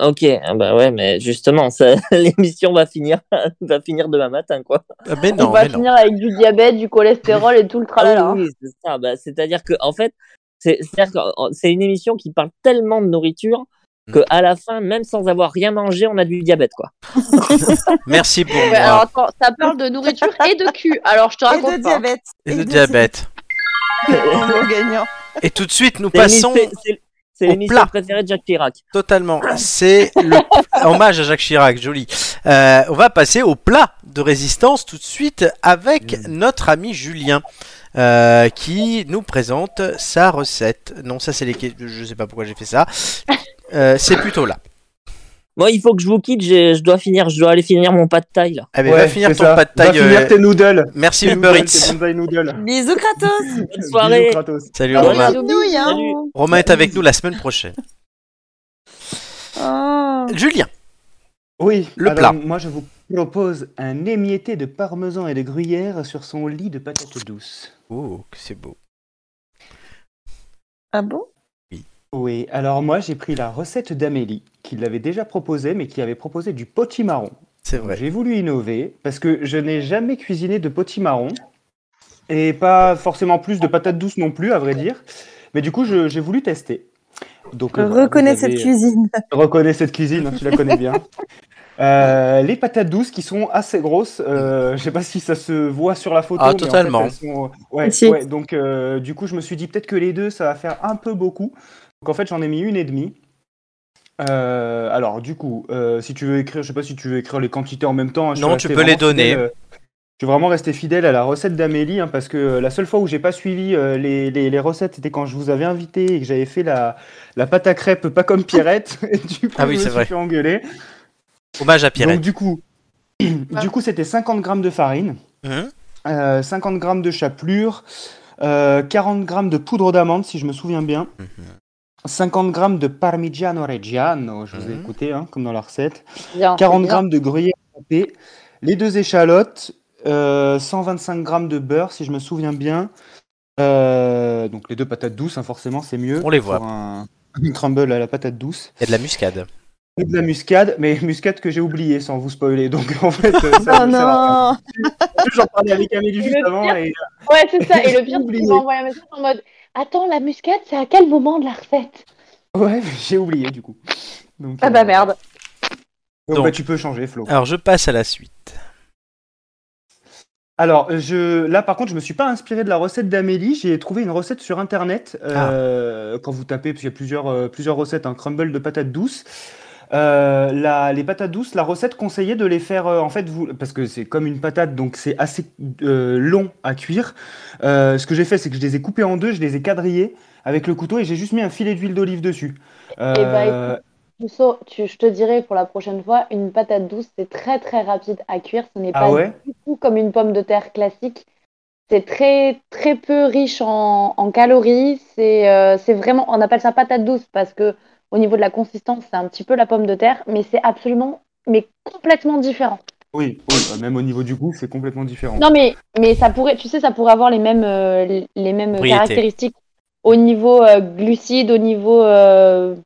Speaker 7: Ok. ah Bah ouais, mais justement, ça- l'émission va finir, va finir demain matin, quoi.
Speaker 1: Ah, Mais
Speaker 10: On
Speaker 1: non,
Speaker 10: va
Speaker 1: mais non.
Speaker 10: finir avec du diabète, du cholestérol et tout le tralala.
Speaker 7: Ah oui, oui, c'est ça. Bah, c'est-à-dire que, en fait, c'est, c'est-à-dire que, en- c'est une émission qui parle tellement de nourriture
Speaker 1: Mm.
Speaker 7: que à la fin, même sans avoir rien mangé, on a du diabète, quoi.
Speaker 1: Merci pour
Speaker 10: hein. Ouais, alors
Speaker 1: moi.
Speaker 10: attends, ça parle de nourriture et de cul, alors je te
Speaker 6: Et de
Speaker 10: raconte pas.
Speaker 6: diabète.
Speaker 1: Et le diabète.
Speaker 6: Bonjour gagnant.
Speaker 1: Et tout de suite, nous
Speaker 7: C'est
Speaker 1: passons
Speaker 7: l'émission- c'est- c'est
Speaker 1: au
Speaker 7: l'émission
Speaker 1: plat.
Speaker 7: préférée de Jacques Chirac.
Speaker 1: totalement. C'est le hommage à Jacques Chirac, joli. Euh, on va passer au plat de résistance tout de suite avec notre ami Julien. euh, qui nous présente sa recette. Non, ça c'est les. que- Je sais pas pourquoi j'ai fait ça. Euh, c'est plutôt là.
Speaker 7: Moi, il faut que je vous quitte. j'ai- Je dois finir. Je dois aller finir mon pas de taille là.
Speaker 1: Ah, mais
Speaker 3: Ouais,
Speaker 1: va finir
Speaker 3: c'est
Speaker 1: ton
Speaker 3: ça.
Speaker 1: pas de taille.
Speaker 3: Va finir
Speaker 1: euh,
Speaker 3: tes noodles.
Speaker 1: Merci
Speaker 3: Tes
Speaker 1: Uber
Speaker 3: noodles,
Speaker 1: Eats.
Speaker 3: tes bonsaï noodles.
Speaker 6: Bisous Kratos.
Speaker 7: Bonne soirée.
Speaker 3: Bisous, Kratos.
Speaker 1: Salut
Speaker 10: Ah ouais,
Speaker 1: Romain.
Speaker 10: j'ai oublié.
Speaker 6: Nouilles, hein.
Speaker 7: Salut.
Speaker 1: Romain est avec nous la semaine prochaine.
Speaker 6: Oh.
Speaker 1: Julien,
Speaker 3: Oui,
Speaker 1: Le plat.
Speaker 3: alors moi je vous propose un émietté de parmesan et de gruyère sur son lit de patates douces.
Speaker 1: oh que c'est beau.
Speaker 6: Ah bon
Speaker 3: Oui, alors moi j'ai pris la recette d'Amélie, qui l'avait déjà proposée, mais qui avait proposé du potimarron.
Speaker 1: C'est
Speaker 3: Donc,
Speaker 1: vrai.
Speaker 3: J'ai voulu innover, parce que je n'ai jamais cuisiné de potimarron, et pas forcément plus de patates douces non plus, à vrai dire. Mais du coup, je- j'ai voulu tester. Donc, euh, voilà, vous
Speaker 6: Reconnais cette
Speaker 3: avez-
Speaker 6: cuisine.
Speaker 3: reconnais cette cuisine, hein, tu la connais bien. Euh, les patates douces qui sont assez grosses, euh, je sais pas si ça se voit sur la photo.
Speaker 1: Ah,
Speaker 3: mais en fait,
Speaker 1: totalement.
Speaker 3: elles sont- ouais,
Speaker 6: Si.
Speaker 3: ouais, donc euh, du coup, je me suis dit peut-être que les deux, ça va faire un peu beaucoup. Donc en fait, j'en ai mis une et demie. Euh, alors du coup, euh, si tu veux écrire, je sais pas si tu veux écrire les quantités en même temps. hein, je
Speaker 1: Non, tu
Speaker 3: suis resté
Speaker 1: peux les
Speaker 3: vraiment
Speaker 1: donner.
Speaker 3: fidèle, euh, je suis vraiment resté fidèle à la recette d'Amélie hein, parce que euh, la seule fois où j'ai pas suivi euh, les, les- les recettes, c'était quand je vous avais invité et que j'avais fait la, la pâte à crêpes pas comme Pierrette. Et du coup,
Speaker 1: Ah oui,
Speaker 3: je
Speaker 1: c'est
Speaker 3: me
Speaker 1: vrai.
Speaker 3: suis fait engueuler.
Speaker 1: Hommage à Pierrette.
Speaker 3: Donc du coup, du coup, c'était 50 grammes de farine,
Speaker 1: Hein
Speaker 3: euh, 50 grammes de chapelure, euh, 40 grammes de poudre d'amande, si je me souviens bien.
Speaker 1: Mhm.
Speaker 3: 50 grammes de parmigiano reggiano, je vous ai
Speaker 1: Mhm.
Speaker 3: écouté, hein, comme dans la recette.
Speaker 10: Bien,
Speaker 3: 40
Speaker 10: bien.
Speaker 3: grammes de gruyère râpée, les deux échalotes, euh, 125 grammes de beurre, si je me souviens bien, Euh, donc les deux patates douces, hein, forcément, c'est mieux.
Speaker 1: On les voit.
Speaker 3: Pour un, un crumble à la patate douce.
Speaker 1: Il y a de la muscade.
Speaker 3: Et de la muscade, mais muscade que j'ai oubliée sans vous spoiler. Donc en fait, euh, ça,
Speaker 6: Oh
Speaker 3: ça va.
Speaker 6: non
Speaker 3: j'en parlais avec Amélie juste
Speaker 10: Et le
Speaker 3: avant.
Speaker 10: pire-
Speaker 3: Et...
Speaker 10: Ouais, c'est ça. Et le
Speaker 3: J'ai
Speaker 10: pire, c'est
Speaker 3: oublié.
Speaker 10: qu'il m'a envoyé un message en mode Attends, la muscade, c'est à quel moment de la recette
Speaker 3: euh, Ouais, j'ai oublié du coup. Donc,
Speaker 10: Ah
Speaker 3: euh,
Speaker 10: bah merde.
Speaker 3: donc,
Speaker 1: Donc.
Speaker 3: bah, tu peux changer, Flo.
Speaker 1: Alors je passe à la suite.
Speaker 3: Alors, euh, je... là par contre, je me suis pas inspiré de la recette d'Amélie. J'ai trouvé une recette sur internet. euh, Quand vous tapez, parce qu'il y a plusieurs, euh, plusieurs recettes, un crumble de patates douces. Euh, la- les patates douces, la recette conseillait de les faire euh, en fait, vous, parce que c'est comme une patate, donc c'est assez euh, long à cuire. Euh, ce que j'ai fait, c'est que je les ai coupées en deux, je les ai quadrillées avec le couteau et j'ai juste mis un filet d'huile d'olive dessus. Euh,
Speaker 10: écoute, Rousseau, tu- je te dirai pour la prochaine fois, une patate douce, c'est très très rapide à cuire. Ce n'est
Speaker 3: Ah
Speaker 10: pas
Speaker 3: ouais
Speaker 10: du tout comme une pomme de terre classique. C'est très très peu riche en, en calories. C'est euh, c'est vraiment, on appelle ça patate douce parce que au niveau de la consistance, c'est un petit peu la pomme de terre, mais c'est absolument, mais complètement différent.
Speaker 3: oui, oui, bah, même au niveau du goût, c'est complètement différent.
Speaker 10: Non, mais, mais ça pourrait, tu sais, ça pourrait avoir les mêmes, euh, les mêmes
Speaker 1: Propriétés.
Speaker 10: caractéristiques au niveau euh, glucides, au niveau, euh,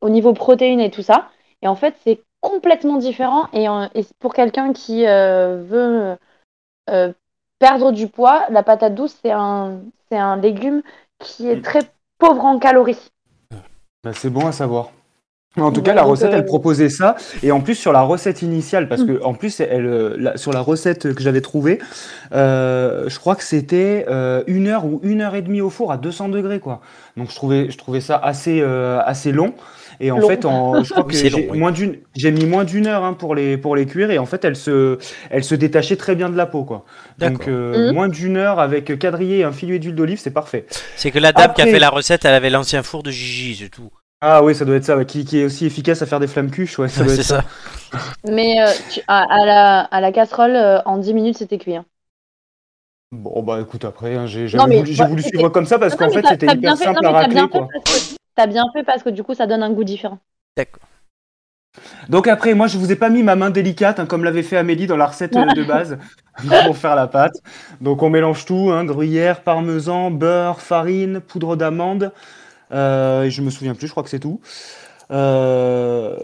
Speaker 10: au niveau protéines et tout ça. Et en fait, c'est complètement différent. Et, en- et pour quelqu'un qui euh, veut euh, perdre du poids, la patate douce, c'est un, c'est un légume qui est très pauvre en calories.
Speaker 3: Bah, c'est bon à savoir. En tout
Speaker 10: Bah,
Speaker 3: cas, la
Speaker 10: donc,
Speaker 3: recette,
Speaker 10: euh,
Speaker 3: elle proposait ça. Et en plus, sur la recette initiale, parce que en plus, elle, euh, la- sur la recette que j'avais trouvée, euh, je crois que c'était euh, une heure ou une heure et demie au four à 200 degrés, quoi. Donc, je trouvais, je trouvais ça assez, euh, assez long. Et en
Speaker 10: Long.
Speaker 3: fait, en, je crois
Speaker 1: Oui,
Speaker 3: que
Speaker 1: c'est
Speaker 3: j'ai
Speaker 1: long, oui.
Speaker 3: moins d'une- j'ai mis moins d'une heure hein, pour les pour les cuire. Et en fait, elle se, elle se détachait très bien de la peau, quoi.
Speaker 1: D'accord.
Speaker 3: Donc, euh,
Speaker 10: Mhm.
Speaker 3: moins d'une heure avec quadrillé et un filet d'huile d'olive, c'est parfait.
Speaker 1: C'est que la dame qui a
Speaker 3: Après-
Speaker 1: fait la recette, elle avait l'ancien four de Gigi, c'est tout.
Speaker 3: Ah oui, ça doit être ça, ouais, qui, qui est aussi efficace à faire des flammes cuches, ouais, ça doit
Speaker 1: c'est
Speaker 3: être ça.
Speaker 1: ça.
Speaker 10: Mais euh, tu- à, à la, à la casserole, euh, en 10 minutes, c'était cuit. hein.
Speaker 3: Bon, bah écoute, après, hein, j'ai j'avais
Speaker 10: Non, mais-
Speaker 3: voulu, j'ai
Speaker 10: bah,
Speaker 3: voulu
Speaker 10: c'était-
Speaker 3: suivre comme ça parce
Speaker 10: Non,
Speaker 3: qu'en
Speaker 10: mais
Speaker 3: fait,
Speaker 10: t'as-
Speaker 3: c'était
Speaker 10: t'as
Speaker 3: hyper
Speaker 10: bien fait-
Speaker 3: simple
Speaker 10: non,
Speaker 3: à
Speaker 10: mais t'as bien
Speaker 3: racler,
Speaker 10: fait
Speaker 3: quoi.
Speaker 10: parce que- T'as bien fait parce que du coup, ça donne un goût différent.
Speaker 1: D'accord.
Speaker 3: Donc après, moi, je vous ai pas mis ma main délicate, hein, comme l'avait fait Amélie dans la recette euh, de base, pour faire la pâte. Donc on mélange tout, hein, gruyère, parmesan, beurre, farine, poudre d'amande, euh, et je me souviens plus, je crois que c'est tout. Euh,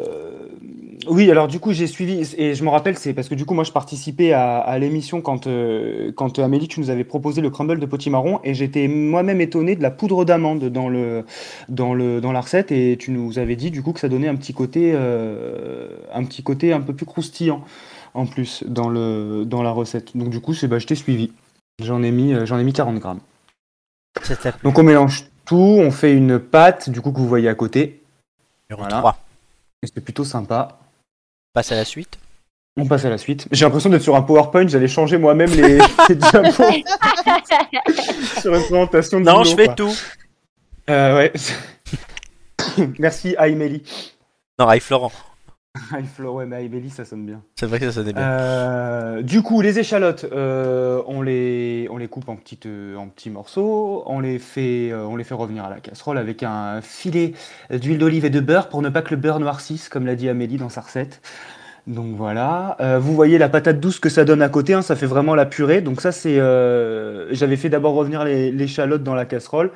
Speaker 3: Oui, alors du coup, j'ai suivi, et je me rappelle, c'est parce que du coup, moi, je participais à, à l'émission quand, euh, quand euh, Amélie, tu nous avais proposé le crumble de potimarron, et j'étais moi-même étonné de la poudre d'amande dans, le, dans, le, dans la recette, et tu nous avais dit du coup que ça donnait un petit côté, euh, un, petit côté un peu plus croustillant en plus dans, le, dans la recette. Donc du coup, c'est bah, je t'ai suivi. J'en ai, mis, euh, j'en ai mis 40 grammes.
Speaker 1: Ça t'a plu.
Speaker 3: Donc on mélange tout, on fait une pâte, du coup, que vous voyez à côté,
Speaker 1: Numéro
Speaker 3: voilà.
Speaker 1: 3.
Speaker 3: et c'est plutôt sympa.
Speaker 1: Passe à la suite.
Speaker 3: On passe à la suite. J'ai l'impression d'être sur un PowerPoint, j'allais changer moi-même les, les diapos sur une présentation de
Speaker 1: Non,
Speaker 3: boulot,
Speaker 1: je fais
Speaker 3: quoi.
Speaker 1: tout.
Speaker 3: Euh, ouais. Merci Aïmélie.
Speaker 1: Non, avec Florent.
Speaker 3: Aïflo, ouais, mais Aïmélie, ça sonne bien.
Speaker 1: C'est vrai que ça sonnait bien.
Speaker 3: Euh, du coup, les échalotes, euh, on, les, on les coupe en, petites, euh, en petits morceaux, on les, fait, euh, on les fait revenir à la casserole avec un filet d'huile d'olive et de beurre pour ne pas que le beurre noircisse, comme l'a dit Amélie dans sa recette. Donc voilà, Euh, vous voyez la patate douce que ça donne à côté, hein, ça fait vraiment la purée. Donc ça c'est, euh, j'avais fait d'abord revenir les- l'échalote dans la casserole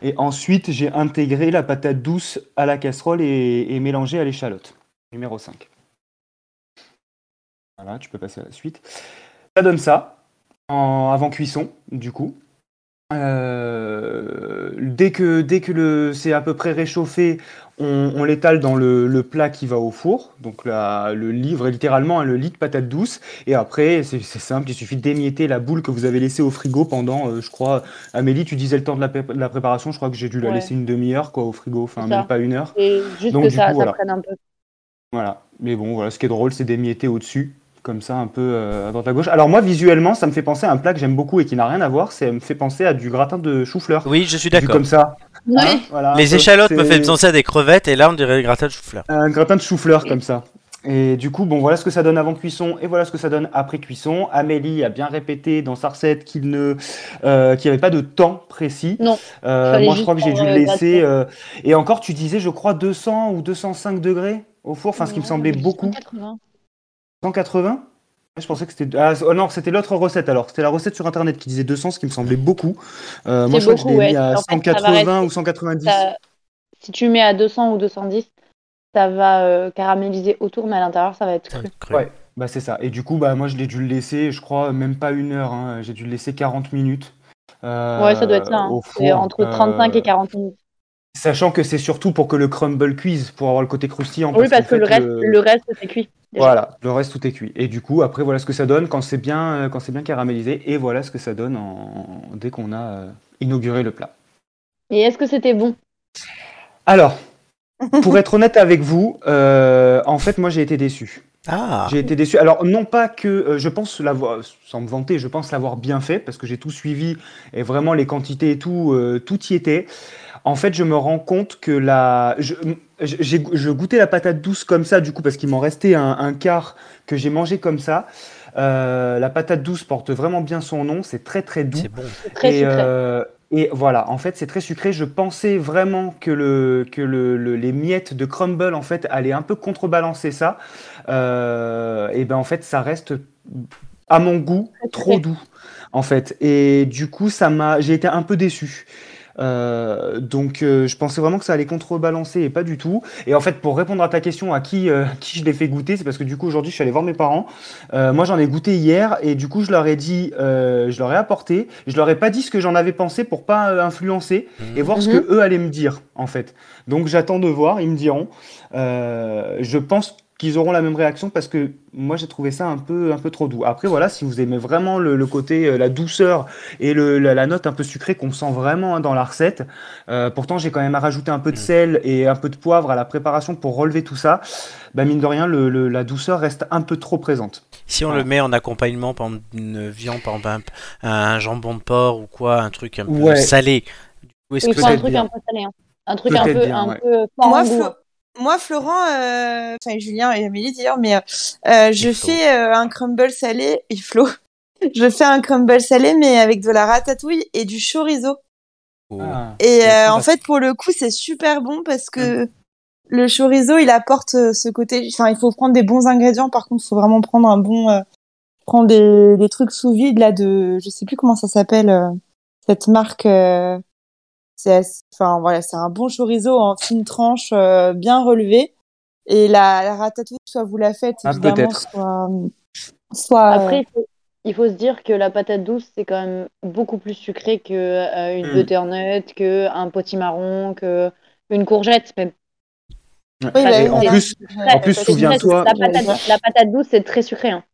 Speaker 3: et ensuite j'ai intégré la patate douce à la casserole et, et mélangé à l'échalote. Numéro 5. Voilà, tu peux passer à la suite. Ça donne ça, en avant cuisson, du coup. Euh, dès que, dès que le, c'est à peu près réchauffé, on, on l'étale dans le, le plat qui va au four. Donc la- le livre est littéralement hein, le lit de patates douces. Et après, c'est c'est simple, il suffit d'émietter la boule que vous avez laissée au frigo pendant, euh, je crois, Amélie, tu disais le temps de la, pré- de la préparation, je crois que j'ai dû la
Speaker 10: Ouais.
Speaker 3: laisser une demi-heure quoi, au frigo, enfin
Speaker 10: C'est ça.
Speaker 3: même pas une heure.
Speaker 10: Et juste
Speaker 3: Donc,
Speaker 10: que
Speaker 3: du
Speaker 10: ça,
Speaker 3: coup,
Speaker 10: ça
Speaker 3: voilà.
Speaker 10: prenne un peu.
Speaker 3: Voilà. Mais bon, voilà, ce qui est drôle, c'est d'émietter au-dessus, comme ça, un peu euh, à droite à gauche. Alors moi, visuellement, ça me fait penser à un plat que j'aime beaucoup et qui n'a rien à voir. C'est me fait penser à du gratin de chou-fleur.
Speaker 1: Oui, je suis
Speaker 3: Vu
Speaker 1: d'accord.
Speaker 3: comme ça. Hein, voilà, un
Speaker 1: Les
Speaker 3: peu.
Speaker 1: échalotes me
Speaker 3: C'est
Speaker 1: fait penser à des crevettes et là on dirait le gratin de chou-fleur.
Speaker 3: Un gratin de chou-fleur comme ça. Et du coup, bon, voilà ce que ça donne avant cuisson et voilà ce que ça donne après cuisson. Amélie a bien répété dans sa recette qu'il ne, euh, qu'il n'y avait pas de temps précis.
Speaker 10: Non.
Speaker 3: Euh,
Speaker 10: Fallait
Speaker 3: moi, je
Speaker 10: juste
Speaker 3: crois que j'ai dû
Speaker 10: prendre,
Speaker 3: le
Speaker 10: euh,
Speaker 3: laisser.
Speaker 10: gratin.
Speaker 3: euh, et encore, tu disais, je crois, 200 ou 205 degrés au four. Enfin, ce qui me semblait beaucoup.
Speaker 10: 180.
Speaker 3: 180 Je pensais que c'était. Ah, oh non, c'était l'autre recette alors. C'était la recette sur internet qui disait 200, ce qui me semblait beaucoup. Euh, moi, je crois que je l'ai
Speaker 10: beaucoup,
Speaker 3: mis
Speaker 10: ouais.
Speaker 3: à
Speaker 10: En fait, ça va
Speaker 3: 180
Speaker 10: rester-
Speaker 3: ou 190.
Speaker 10: ça- si tu mets à 200 ou 210, ça va euh, caraméliser autour, mais à l'intérieur, ça va être cru.
Speaker 3: Ouais, bah c'est ça. Et du coup, bah moi je l'ai dû le laisser, je crois, même pas une heure. hein. J'ai dû le laisser 40 minutes. euh,
Speaker 10: ouais, ça doit être ça. hein.
Speaker 3: au
Speaker 10: C'est
Speaker 3: four.
Speaker 10: entre 35
Speaker 3: Euh,
Speaker 10: et 40 minutes.
Speaker 3: Sachant que c'est surtout pour que le crumble cuise, pour avoir le côté croustillant.
Speaker 10: Oui, parce que
Speaker 3: qu'en
Speaker 10: le
Speaker 3: fait, euh,
Speaker 10: reste, le reste c'est cuit. déjà.
Speaker 3: Voilà, le reste tout est cuit. Et du coup, après, voilà ce que ça donne quand c'est bien, euh, quand c'est bien caramélisé. Et voilà ce que ça donne en- dès qu'on a euh, inauguré le plat.
Speaker 10: Et est-ce que c'était bon
Speaker 3: Alors, pour être honnête avec vous, euh, en fait, moi, j'ai été déçu.
Speaker 1: Ah.
Speaker 3: J'ai été déçu. Alors, non pas que euh, je pense l'avoir, sans me vanter, je pense l'avoir bien fait parce que j'ai tout suivi et vraiment les quantités et tout, euh, tout y était. En fait, je me rends compte que la. Je, je- j'ai- je goûtais la patate douce comme ça, du coup, parce qu'il m'en restait un, un quart que j'ai mangé comme ça. Euh, la patate douce porte vraiment bien son nom, c'est très très doux.
Speaker 10: C'est très
Speaker 3: et,
Speaker 10: sucré.
Speaker 3: euh, et voilà, en fait, c'est très sucré. Je pensais vraiment que, le, que le, le- les miettes de crumble, en fait, allaient un peu contrebalancer ça. Euh, et ben, en fait, ça reste, à mon goût, trop doux, en fait. Et du coup, ça m'a, j'ai été un peu déçu. Euh, donc, euh, je pensais vraiment que ça allait contrebalancer et pas du tout. Et en fait, pour répondre à ta question, à qui, euh, qui je l'ai fait goûter, c'est parce que du coup, aujourd'hui, je suis allé voir mes parents. Euh, moi, j'en ai goûté hier et du coup, je leur ai dit, euh, je leur ai apporté. Je leur ai pas dit ce que j'en avais pensé pour pas euh, influencer et voir ce
Speaker 10: Mhm.
Speaker 3: que eux allaient me dire, en fait. Donc, j'attends de voir, ils me diront. Euh, je pense qu'ils auront la même réaction parce que moi j'ai trouvé ça un peu un peu trop doux. Après voilà, si vous aimez vraiment le, le côté euh, la douceur et le, la, la note un peu sucrée qu'on sent vraiment hein, dans la recette. euh, pourtant j'ai quand même rajouté un peu de sel et un peu de poivre à la préparation pour relever tout ça. Bah mine de rien, le- le- la douceur reste un peu trop présente.
Speaker 1: Si on le met en accompagnement, par exemple, d'une viande, par exemple, un, un jambon de porc ou quoi, un truc un peu
Speaker 3: Ouais.
Speaker 1: salé. Du coup, est-ce
Speaker 10: Il
Speaker 1: que
Speaker 10: faut un
Speaker 1: ça-
Speaker 10: truc un peu salé. hein. Un truc un
Speaker 1: Peut-être
Speaker 10: peu,
Speaker 1: bien,
Speaker 10: un
Speaker 1: ouais.
Speaker 10: peu fort
Speaker 4: Moi,
Speaker 10: en goût,
Speaker 4: Flo-
Speaker 10: hein.
Speaker 4: Moi, Florent, euh, enfin Julien et Amélie d'ailleurs, mais euh, euh, je fais euh, un crumble salé et Flo, je fais un crumble salé mais avec de la ratatouille et du chorizo. Et euh, en fait, pour le coup, c'est super bon parce
Speaker 3: Mm.
Speaker 4: que le chorizo, il apporte euh, ce côté. Enfin, il faut prendre des bons ingrédients. Par contre, il faut vraiment prendre un bon. euh, prendre des, des trucs sous vide là de. Je sais plus comment ça s'appelle euh, cette marque. euh, c'est assez- enfin voilà, c'est un bon chorizo en fine tranche, euh, bien relevé. Et la, la ratatouille, soit vous la faites,
Speaker 3: Ah,
Speaker 4: évidemment,
Speaker 3: peut-être.
Speaker 4: soit, soit.
Speaker 10: Après,
Speaker 4: euh,
Speaker 10: il faut, il faut se dire que la patate douce, c'est quand même beaucoup plus sucré que euh, une
Speaker 3: Mm.
Speaker 10: butternut, que un potimarron, que une courgette. Mais
Speaker 4: Oui, bah,
Speaker 3: Et en
Speaker 4: voilà.
Speaker 3: plus, en plus
Speaker 10: c'est très-
Speaker 3: souviens-toi,
Speaker 10: la patate, la patate douce, c'est très sucré. hein.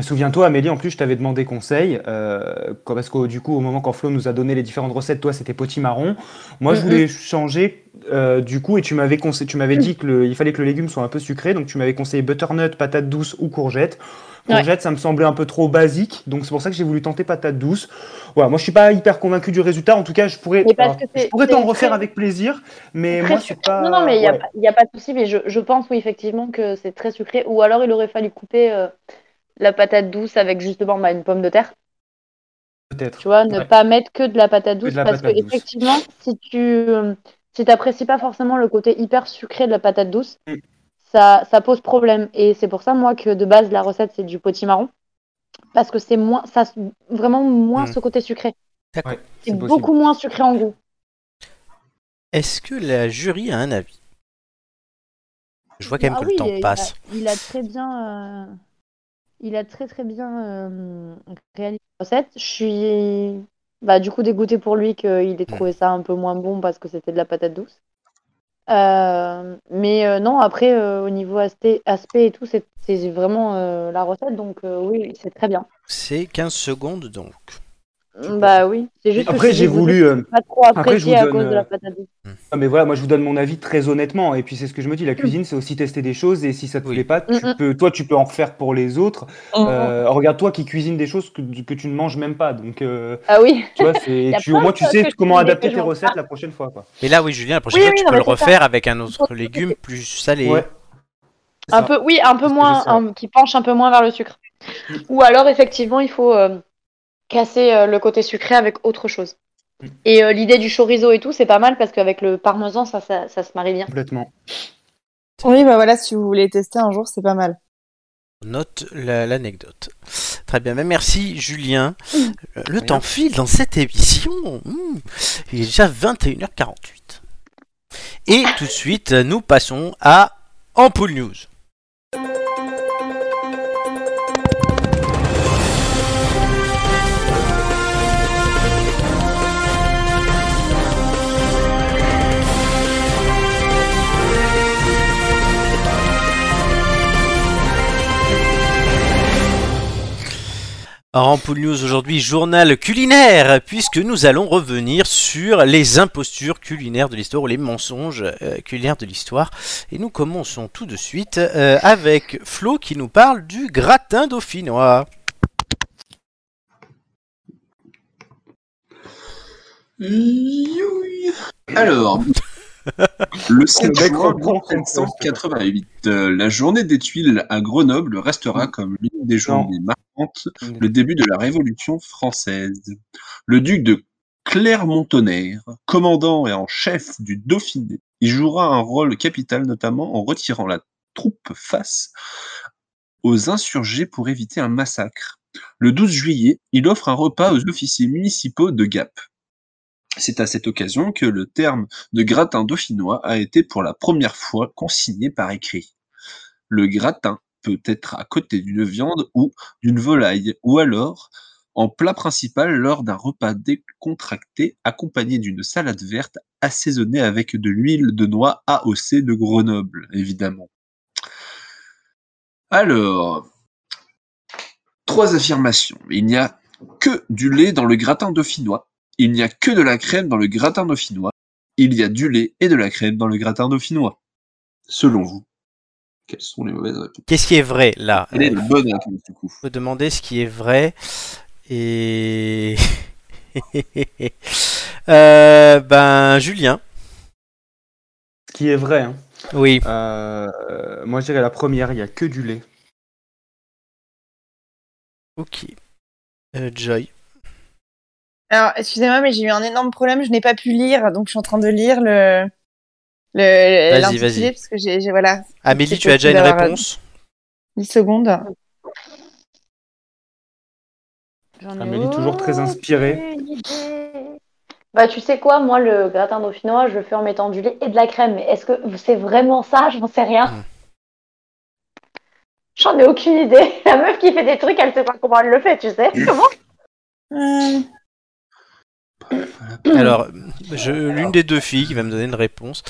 Speaker 3: Souviens-toi, Amélie, en plus, je t'avais demandé conseil, euh, quand- parce que du coup, au moment quand Flo nous a donné les différentes recettes, toi, c'était potimarron. Moi, je
Speaker 10: Mhm.
Speaker 3: voulais changer, euh, du coup, et tu m'avais conseillé, tu
Speaker 10: Mm.
Speaker 3: m'avais dit que le- il fallait que le légume soit un peu sucré, donc tu m'avais conseillé butternut, patate douce ou courgette.
Speaker 10: Ouais.
Speaker 3: Courgette, ça me semblait un peu trop basique, donc c'est pour ça que j'ai voulu tenter patate douce. Voilà, moi, je suis pas hyper convaincu du résultat. En tout cas, je pourrais,
Speaker 10: Mais parce
Speaker 3: alors,
Speaker 10: que
Speaker 3: je
Speaker 10: c'est-
Speaker 3: pourrais t'en
Speaker 10: c'est
Speaker 3: refaire
Speaker 10: très-
Speaker 3: avec plaisir, mais
Speaker 10: Très
Speaker 3: moi, je suis
Speaker 10: sucré.
Speaker 3: pas.
Speaker 10: Non, non, mais il n'y a,
Speaker 3: ouais.
Speaker 10: pas- il y a pas de souci, mais je, je pense, oui, effectivement, que c'est très sucré. Ou alors, il aurait fallu couper euh, la patate douce avec justement bah, une pomme de terre.
Speaker 3: Peut-être.
Speaker 10: Tu vois, ne
Speaker 3: Ouais.
Speaker 10: pas mettre que de la patate
Speaker 3: Que de
Speaker 10: douce
Speaker 3: la
Speaker 10: parce que,
Speaker 3: patate douce.
Speaker 10: effectivement, si tu euh, si t'apprécies pas forcément le côté hyper sucré de la patate douce,
Speaker 3: Mm.
Speaker 10: ça, ça pose problème. Et c'est pour ça, moi, que de base, la recette, c'est du potimarron. Parce que c'est moins, ça, s- vraiment moins
Speaker 1: Mm.
Speaker 10: ce côté sucré.
Speaker 1: D'accord.
Speaker 10: C'est
Speaker 3: C'est possible.
Speaker 10: beaucoup moins sucré en goût.
Speaker 1: Est-ce que la jury a un avis Je vois quand même
Speaker 10: Ah
Speaker 1: que
Speaker 10: oui,
Speaker 1: le temps
Speaker 10: il a-
Speaker 1: passe.
Speaker 10: Il a, très bien, euh, il a très très bien euh, réalisé la recette. Je suis, bah, du coup dégoûtée pour lui qu'il
Speaker 1: Hmm.
Speaker 10: ait trouvé ça un peu moins bon parce que c'était de la patate douce. Euh, mais euh, non, après euh, au niveau aspect, aspect et tout, c'est c'est vraiment euh, la recette, donc euh, oui, c'est très bien.
Speaker 1: C'est 15 secondes donc.
Speaker 10: Bah oui, c'est juste. que je
Speaker 3: Après,
Speaker 10: suis
Speaker 3: j'ai
Speaker 10: dégoûtée
Speaker 3: voulu,
Speaker 10: de
Speaker 3: euh,
Speaker 10: Pas trop
Speaker 3: après, je
Speaker 10: apprécié
Speaker 3: vous
Speaker 10: à
Speaker 3: donne,
Speaker 10: cause de
Speaker 3: euh,
Speaker 10: la patate douce.
Speaker 3: Ah, mais voilà, moi je vous donne mon avis très honnêtement. Et puis c'est ce que je me dis, la cuisine c'est aussi tester des choses. Et si ça te plaît pas, tu
Speaker 10: Mm, mm.
Speaker 3: peux, toi tu peux en refaire pour les autres.
Speaker 4: Mm.
Speaker 3: Euh, Regarde-toi qui cuisine des choses que, que tu ne manges même pas. Donc euh,
Speaker 10: Ah oui.
Speaker 3: tu vois,
Speaker 10: Il
Speaker 3: c'est,
Speaker 10: y a
Speaker 3: tu,
Speaker 10: plein
Speaker 3: au moins
Speaker 10: de
Speaker 3: tu
Speaker 10: choses
Speaker 3: sais
Speaker 10: que je
Speaker 3: comment
Speaker 10: cuisine et que
Speaker 3: adapter
Speaker 10: je
Speaker 3: tes
Speaker 10: mange
Speaker 3: recettes
Speaker 10: pas.
Speaker 3: la prochaine fois. Quoi.
Speaker 1: Mais là, oui, Julien, la prochaine
Speaker 10: Oui,
Speaker 1: fois,
Speaker 10: oui,
Speaker 1: tu
Speaker 10: non,
Speaker 1: peux
Speaker 10: mais
Speaker 1: le
Speaker 10: c'est ça.
Speaker 1: refaire avec un autre légume plus salé.
Speaker 3: Ouais. C'est
Speaker 10: Un
Speaker 3: ça.
Speaker 10: peu, oui, un peu
Speaker 3: C'est ce que
Speaker 10: moins,
Speaker 3: j'essaie, ouais. Mm.
Speaker 10: un- qui penche un peu moins vers le sucre. Ou alors, effectivement, il faut euh, casser euh, le côté sucré avec autre chose.
Speaker 3: Mm.
Speaker 10: Et euh, l'idée du chorizo et tout, c'est pas mal parce qu'avec le parmesan, ça, ça, ça se marie bien.
Speaker 3: Complètement.
Speaker 4: Oui, bah voilà, si vous voulez tester un jour, c'est pas mal.
Speaker 1: Note la- l'anecdote. Très bien, mais merci Julien.
Speaker 10: Mm.
Speaker 1: Euh, Le temps file dans cette émission. Mmh. Il est déjà 21h48. Et tout de suite, nous passons à Ampoule News. Alors, Ampoule News aujourd'hui, journal culinaire, puisque nous allons revenir sur les impostures culinaires de l'histoire ou les mensonges euh, culinaires de l'histoire. Et nous commençons tout de suite euh, avec Flo qui nous parle du gratin dauphinois.
Speaker 5: Youï. Alors, le 7 juin 1788, euh, la journée des Tuiles à Grenoble restera comme l'une des journées marquantes le début de la Révolution française. Le duc de Clermont-Tonnerre, commandant et en chef du Dauphiné, y jouera un rôle capital notamment en retirant la troupe face aux insurgés pour éviter un massacre. Le 12 juillet, il offre un repas aux officiers municipaux de Gap. C'est à cette occasion que le terme de gratin dauphinois a été pour la première fois consigné par écrit. Le gratin peut être à côté d'une viande ou d'une volaille, ou alors en plat principal lors d'un repas décontracté accompagné d'une salade verte assaisonnée avec de l'huile de noix AOC de Grenoble, évidemment. Alors, trois affirmations. Il n'y a que du lait dans le gratin dauphinois. Il n'y a que de la crème dans le gratin dauphinois. Il y a du lait et de la crème dans le gratin dauphinois. Selon vous, quelles sont les mauvaises réponses
Speaker 1: Qu'est-ce qui est vrai là
Speaker 5: Quelle est
Speaker 1: Euh,
Speaker 5: la bonne réponse du coup
Speaker 1: faut demander ce qui est vrai. Et. Euh, ben, Julien.
Speaker 3: Ce qui est vrai. hein.
Speaker 1: Oui.
Speaker 3: Euh, euh, moi, je dirais la première, il n'y a que du lait.
Speaker 1: Ok. Euh, Joy.
Speaker 4: Alors, excusez-moi, mais j'ai eu un énorme problème. Je n'ai pas pu lire, donc je suis en train de lire le. le
Speaker 1: Vas-y,
Speaker 4: l'intitulé,
Speaker 1: vas-y.
Speaker 4: Parce que j'ai. j'ai- Voilà.
Speaker 1: Amélie,
Speaker 4: C'est
Speaker 1: tu as déjà
Speaker 4: possible
Speaker 1: une
Speaker 4: d'avoir, euh,
Speaker 1: réponse
Speaker 4: 10 secondes.
Speaker 3: Amélie, toujours très inspirée.
Speaker 10: Bah, tu sais quoi, moi, le gratin dauphinois, je le fais en mettant du lait et de la crème. Mais est-ce que c'est vraiment ça J'en sais rien.
Speaker 3: Mm.
Speaker 10: J'en ai aucune idée. La meuf qui fait des trucs, elle sait pas comment elle le fait, tu sais.
Speaker 3: Mm.
Speaker 10: Comment
Speaker 4: Euh, Mmh.
Speaker 1: Alors, je- l'une des deux filles qui va me donner une réponse.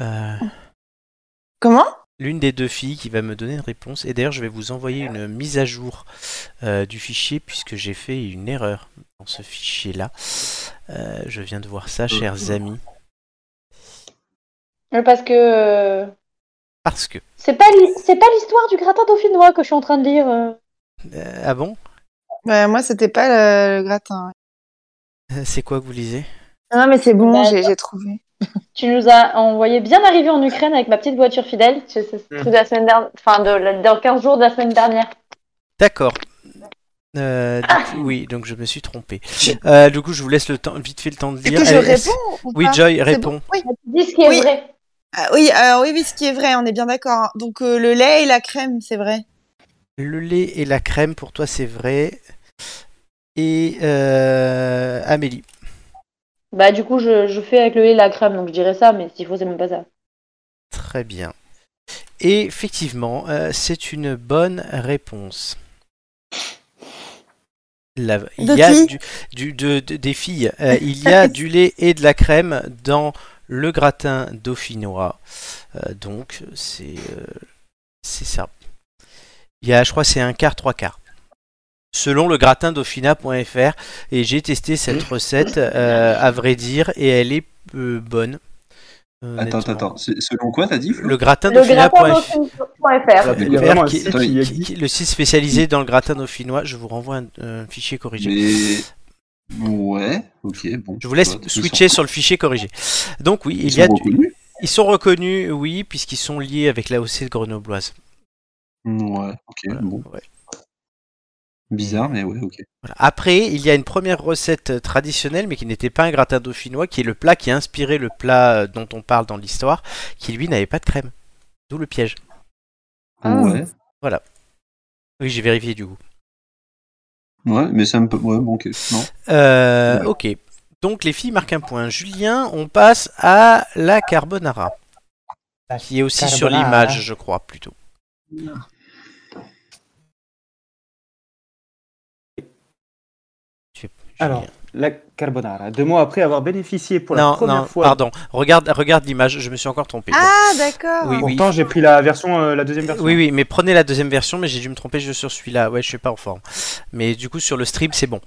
Speaker 1: euh,
Speaker 4: Comment
Speaker 1: L'une des deux filles qui va me donner une réponse. Et d'ailleurs, je vais vous envoyer une mise à jour euh, du fichier puisque j'ai fait une erreur dans ce fichier-là. Euh, je viens de voir
Speaker 4: Mmh.
Speaker 1: ça, chers amis.
Speaker 10: Mais Parce que euh,
Speaker 1: Parce que.
Speaker 10: c'est pas l'hi- c'est pas l'histoire du gratin dauphinois que je suis en train de lire. euh.
Speaker 1: Euh, ah bon
Speaker 4: Bah, moi, c'était pas le, le gratin.
Speaker 1: Euh, C'est quoi que vous lisez
Speaker 4: Non, mais c'est bon,
Speaker 10: Bah,
Speaker 4: j'ai j'ai trouvé.
Speaker 10: Tu nous as envoyé bien arrivé en Ukraine avec ma petite voiture fidèle. Tu sais, C'est le truc de la semaine dernière, enfin de la- dans 15 jours de la semaine dernière.
Speaker 1: D'accord. Euh, du coup, oui, donc je me suis trompé. Euh, du coup, je vous laisse le temps, vite fait le temps de
Speaker 4: Est-ce
Speaker 1: lire.
Speaker 4: que je
Speaker 1: Allez, est-ce-
Speaker 4: réponds ou
Speaker 1: Oui,
Speaker 4: pas
Speaker 1: Joy,
Speaker 4: C'est
Speaker 1: réponds.
Speaker 4: bon Oui.
Speaker 10: Dis ce qui est
Speaker 4: Oui.
Speaker 10: vrai.
Speaker 4: Ah, oui, euh, oui, oui, ce qui est vrai, on est bien d'accord. hein. Donc, euh, le lait et la crème, c'est vrai.
Speaker 1: Le lait et la crème, pour toi, c'est vrai. Et euh, Amélie.
Speaker 10: Bah du coup, je, je fais avec le lait et la crème, donc je dirais ça, mais s'il faut, c'est même pas ça.
Speaker 1: Très bien. Et effectivement, euh, c'est une bonne réponse. La- il
Speaker 4: De
Speaker 1: y a
Speaker 4: qui
Speaker 1: du, du- de- de- des filles. Euh, il y a du lait et de la crème dans le gratin dauphinois. Euh, donc, c'est euh, c'est ça. Il y a, je crois, c'est un quart, trois quarts. Selon le gratin dauphina.fr. Et j'ai testé cette
Speaker 5: Mmh.
Speaker 1: recette, euh, à vrai dire, et elle est euh, bonne.
Speaker 5: Attends,
Speaker 1: honnêtement.
Speaker 5: attends, c'est- selon quoi t'as dit Flo
Speaker 1: Le gratin
Speaker 10: Le
Speaker 1: dauphinois.fr.
Speaker 10: gratin dauphinois.fr.
Speaker 3: Il y a vraiment un
Speaker 1: qui-
Speaker 3: site
Speaker 5: Attends,
Speaker 3: Oh. qui
Speaker 5: il-
Speaker 3: existe.
Speaker 1: qui- le site spécialisé dans le gratin dauphinois. Je vous renvoie un, un fichier corrigé.
Speaker 5: Mais. Ouais, ok, bon.
Speaker 1: Je vous laisse
Speaker 5: Ils sont-
Speaker 1: switcher sur le fichier corrigé. Donc oui,
Speaker 5: ils
Speaker 1: il
Speaker 5: sont
Speaker 1: y a du-
Speaker 5: reconnus
Speaker 1: ils sont reconnus, oui, puisqu'ils sont liés avec la haussée grenobloise.
Speaker 5: Ouais, ok,
Speaker 1: Voilà,
Speaker 5: bon.
Speaker 1: ouais.
Speaker 5: Bizarre, mais ouais, ok.
Speaker 1: Voilà. Après, il y a une première recette traditionnelle, mais qui n'était pas un gratin dauphinois, qui est le plat qui a inspiré le plat euh, dont on parle dans l'histoire,
Speaker 10: Ah.
Speaker 1: qui lui n'avait pas de crème. D'où le piège.
Speaker 5: Ouais.
Speaker 1: Voilà. Oui, j'ai vérifié du coup.
Speaker 5: Ouais, mais ça me peut. Ouais, bon, ok. Non.
Speaker 1: Euh, Ok. Donc les filles marquent un point. Julien, on passe à la carbonara. Qui est aussi sur
Speaker 3: carbonara.
Speaker 1: l'image, je crois, plutôt.
Speaker 3: Alors, la carbonara. Deux mois après avoir bénéficié pour la
Speaker 1: non,
Speaker 3: première
Speaker 1: non,
Speaker 3: fois.
Speaker 1: pardon. Regarde, regarde l'image, je me suis encore trompé.
Speaker 4: Ah, d'accord.
Speaker 1: Oui, oui.
Speaker 3: Pourtant, j'ai pris la version, euh, la deuxième version.
Speaker 1: Oui, oui, mais prenez la deuxième version, mais j'ai dû me tromper je- sur celui-là. Ouais, je suis pas en forme. Mais du coup, sur le stream, c'est bon.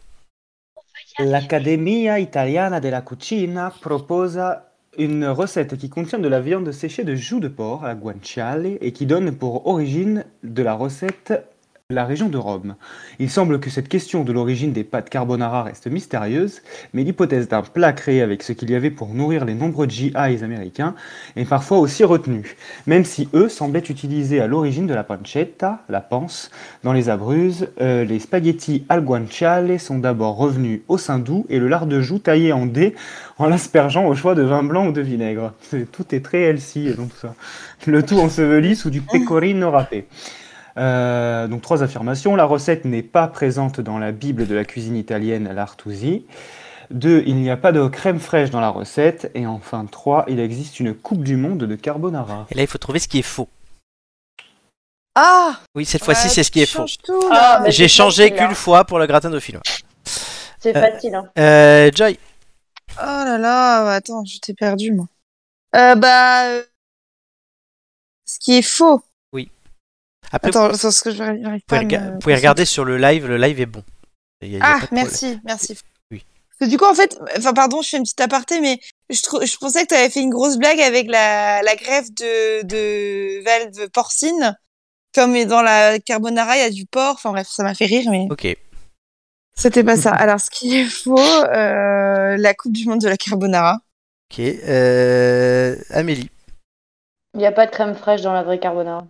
Speaker 3: L'Accademia Italiana della Cucina proposa une recette qui contient de la viande séchée de joues de porc à la guanciale et qui donne pour origine de la recette la région de Rome. Il semble que cette question de l'origine des pâtes carbonara reste mystérieuse, mais l'hypothèse d'un plat créé avec ce qu'il y avait pour nourrir les nombreux GIs américains est parfois aussi retenue, même si eux semblaient utiliser à l'origine de la pancetta, la panse, dans les abruzzes, euh, les spaghettis al guanciale sont d'abord revenus au sein doux et le lard de joue taillé en dés en l'aspergeant au choix de vin blanc ou de vinaigre. C'est- Tout est très healthy et donc ça. Le tout enseveli sous du pecorino râpé. Euh, donc trois affirmations. La recette n'est pas présente dans la Bible de la cuisine italienne, l'Artusi. Deux, il n'y a pas de crème fraîche dans la recette. Et enfin trois, il existe une coupe du monde de carbonara.
Speaker 1: Et là, il faut trouver ce qui est faux.
Speaker 4: Ah
Speaker 1: Oui, cette fois-ci,
Speaker 4: Ouais,
Speaker 1: c'est ce qui
Speaker 4: tu
Speaker 1: est faux.
Speaker 4: changes tout,
Speaker 10: Ah,
Speaker 4: là.
Speaker 10: mais
Speaker 1: J'ai
Speaker 10: c'est
Speaker 1: changé
Speaker 10: facile, hein.
Speaker 1: qu'une fois pour le gratin dauphinois.
Speaker 10: C'est
Speaker 1: Euh,
Speaker 10: facile. hein.
Speaker 1: Euh, Joy,
Speaker 4: Oh là là, attends, je t'ai perdu, moi. Euh, bah. euh, Ce qui est faux.
Speaker 1: après,
Speaker 4: Attends, c'est ce que je n'arrive
Speaker 1: vous
Speaker 4: pas à
Speaker 1: pouvez, rega-
Speaker 4: me-
Speaker 1: vous pouvez regarder sur le live, le live est bon. Il y a- il y a
Speaker 4: Ah,
Speaker 1: pas de problème.
Speaker 4: merci, merci.
Speaker 1: Oui.
Speaker 4: Parce que du coup, en fait, enfin, pardon, je fais une petite aparté, mais je, trou- je pensais que tu avais fait une grosse blague avec la, la grève de, de valve porcine. Comme dans la carbonara, il y a du porc. Enfin bref, ça m'a fait rire, mais
Speaker 1: Ok.
Speaker 4: c'était pas ça. Alors, ce qui est faux, euh, la Coupe du Monde de la carbonara.
Speaker 1: Ok. Euh, Amélie,
Speaker 10: Il n'y a pas de crème fraîche dans la vraie carbonara.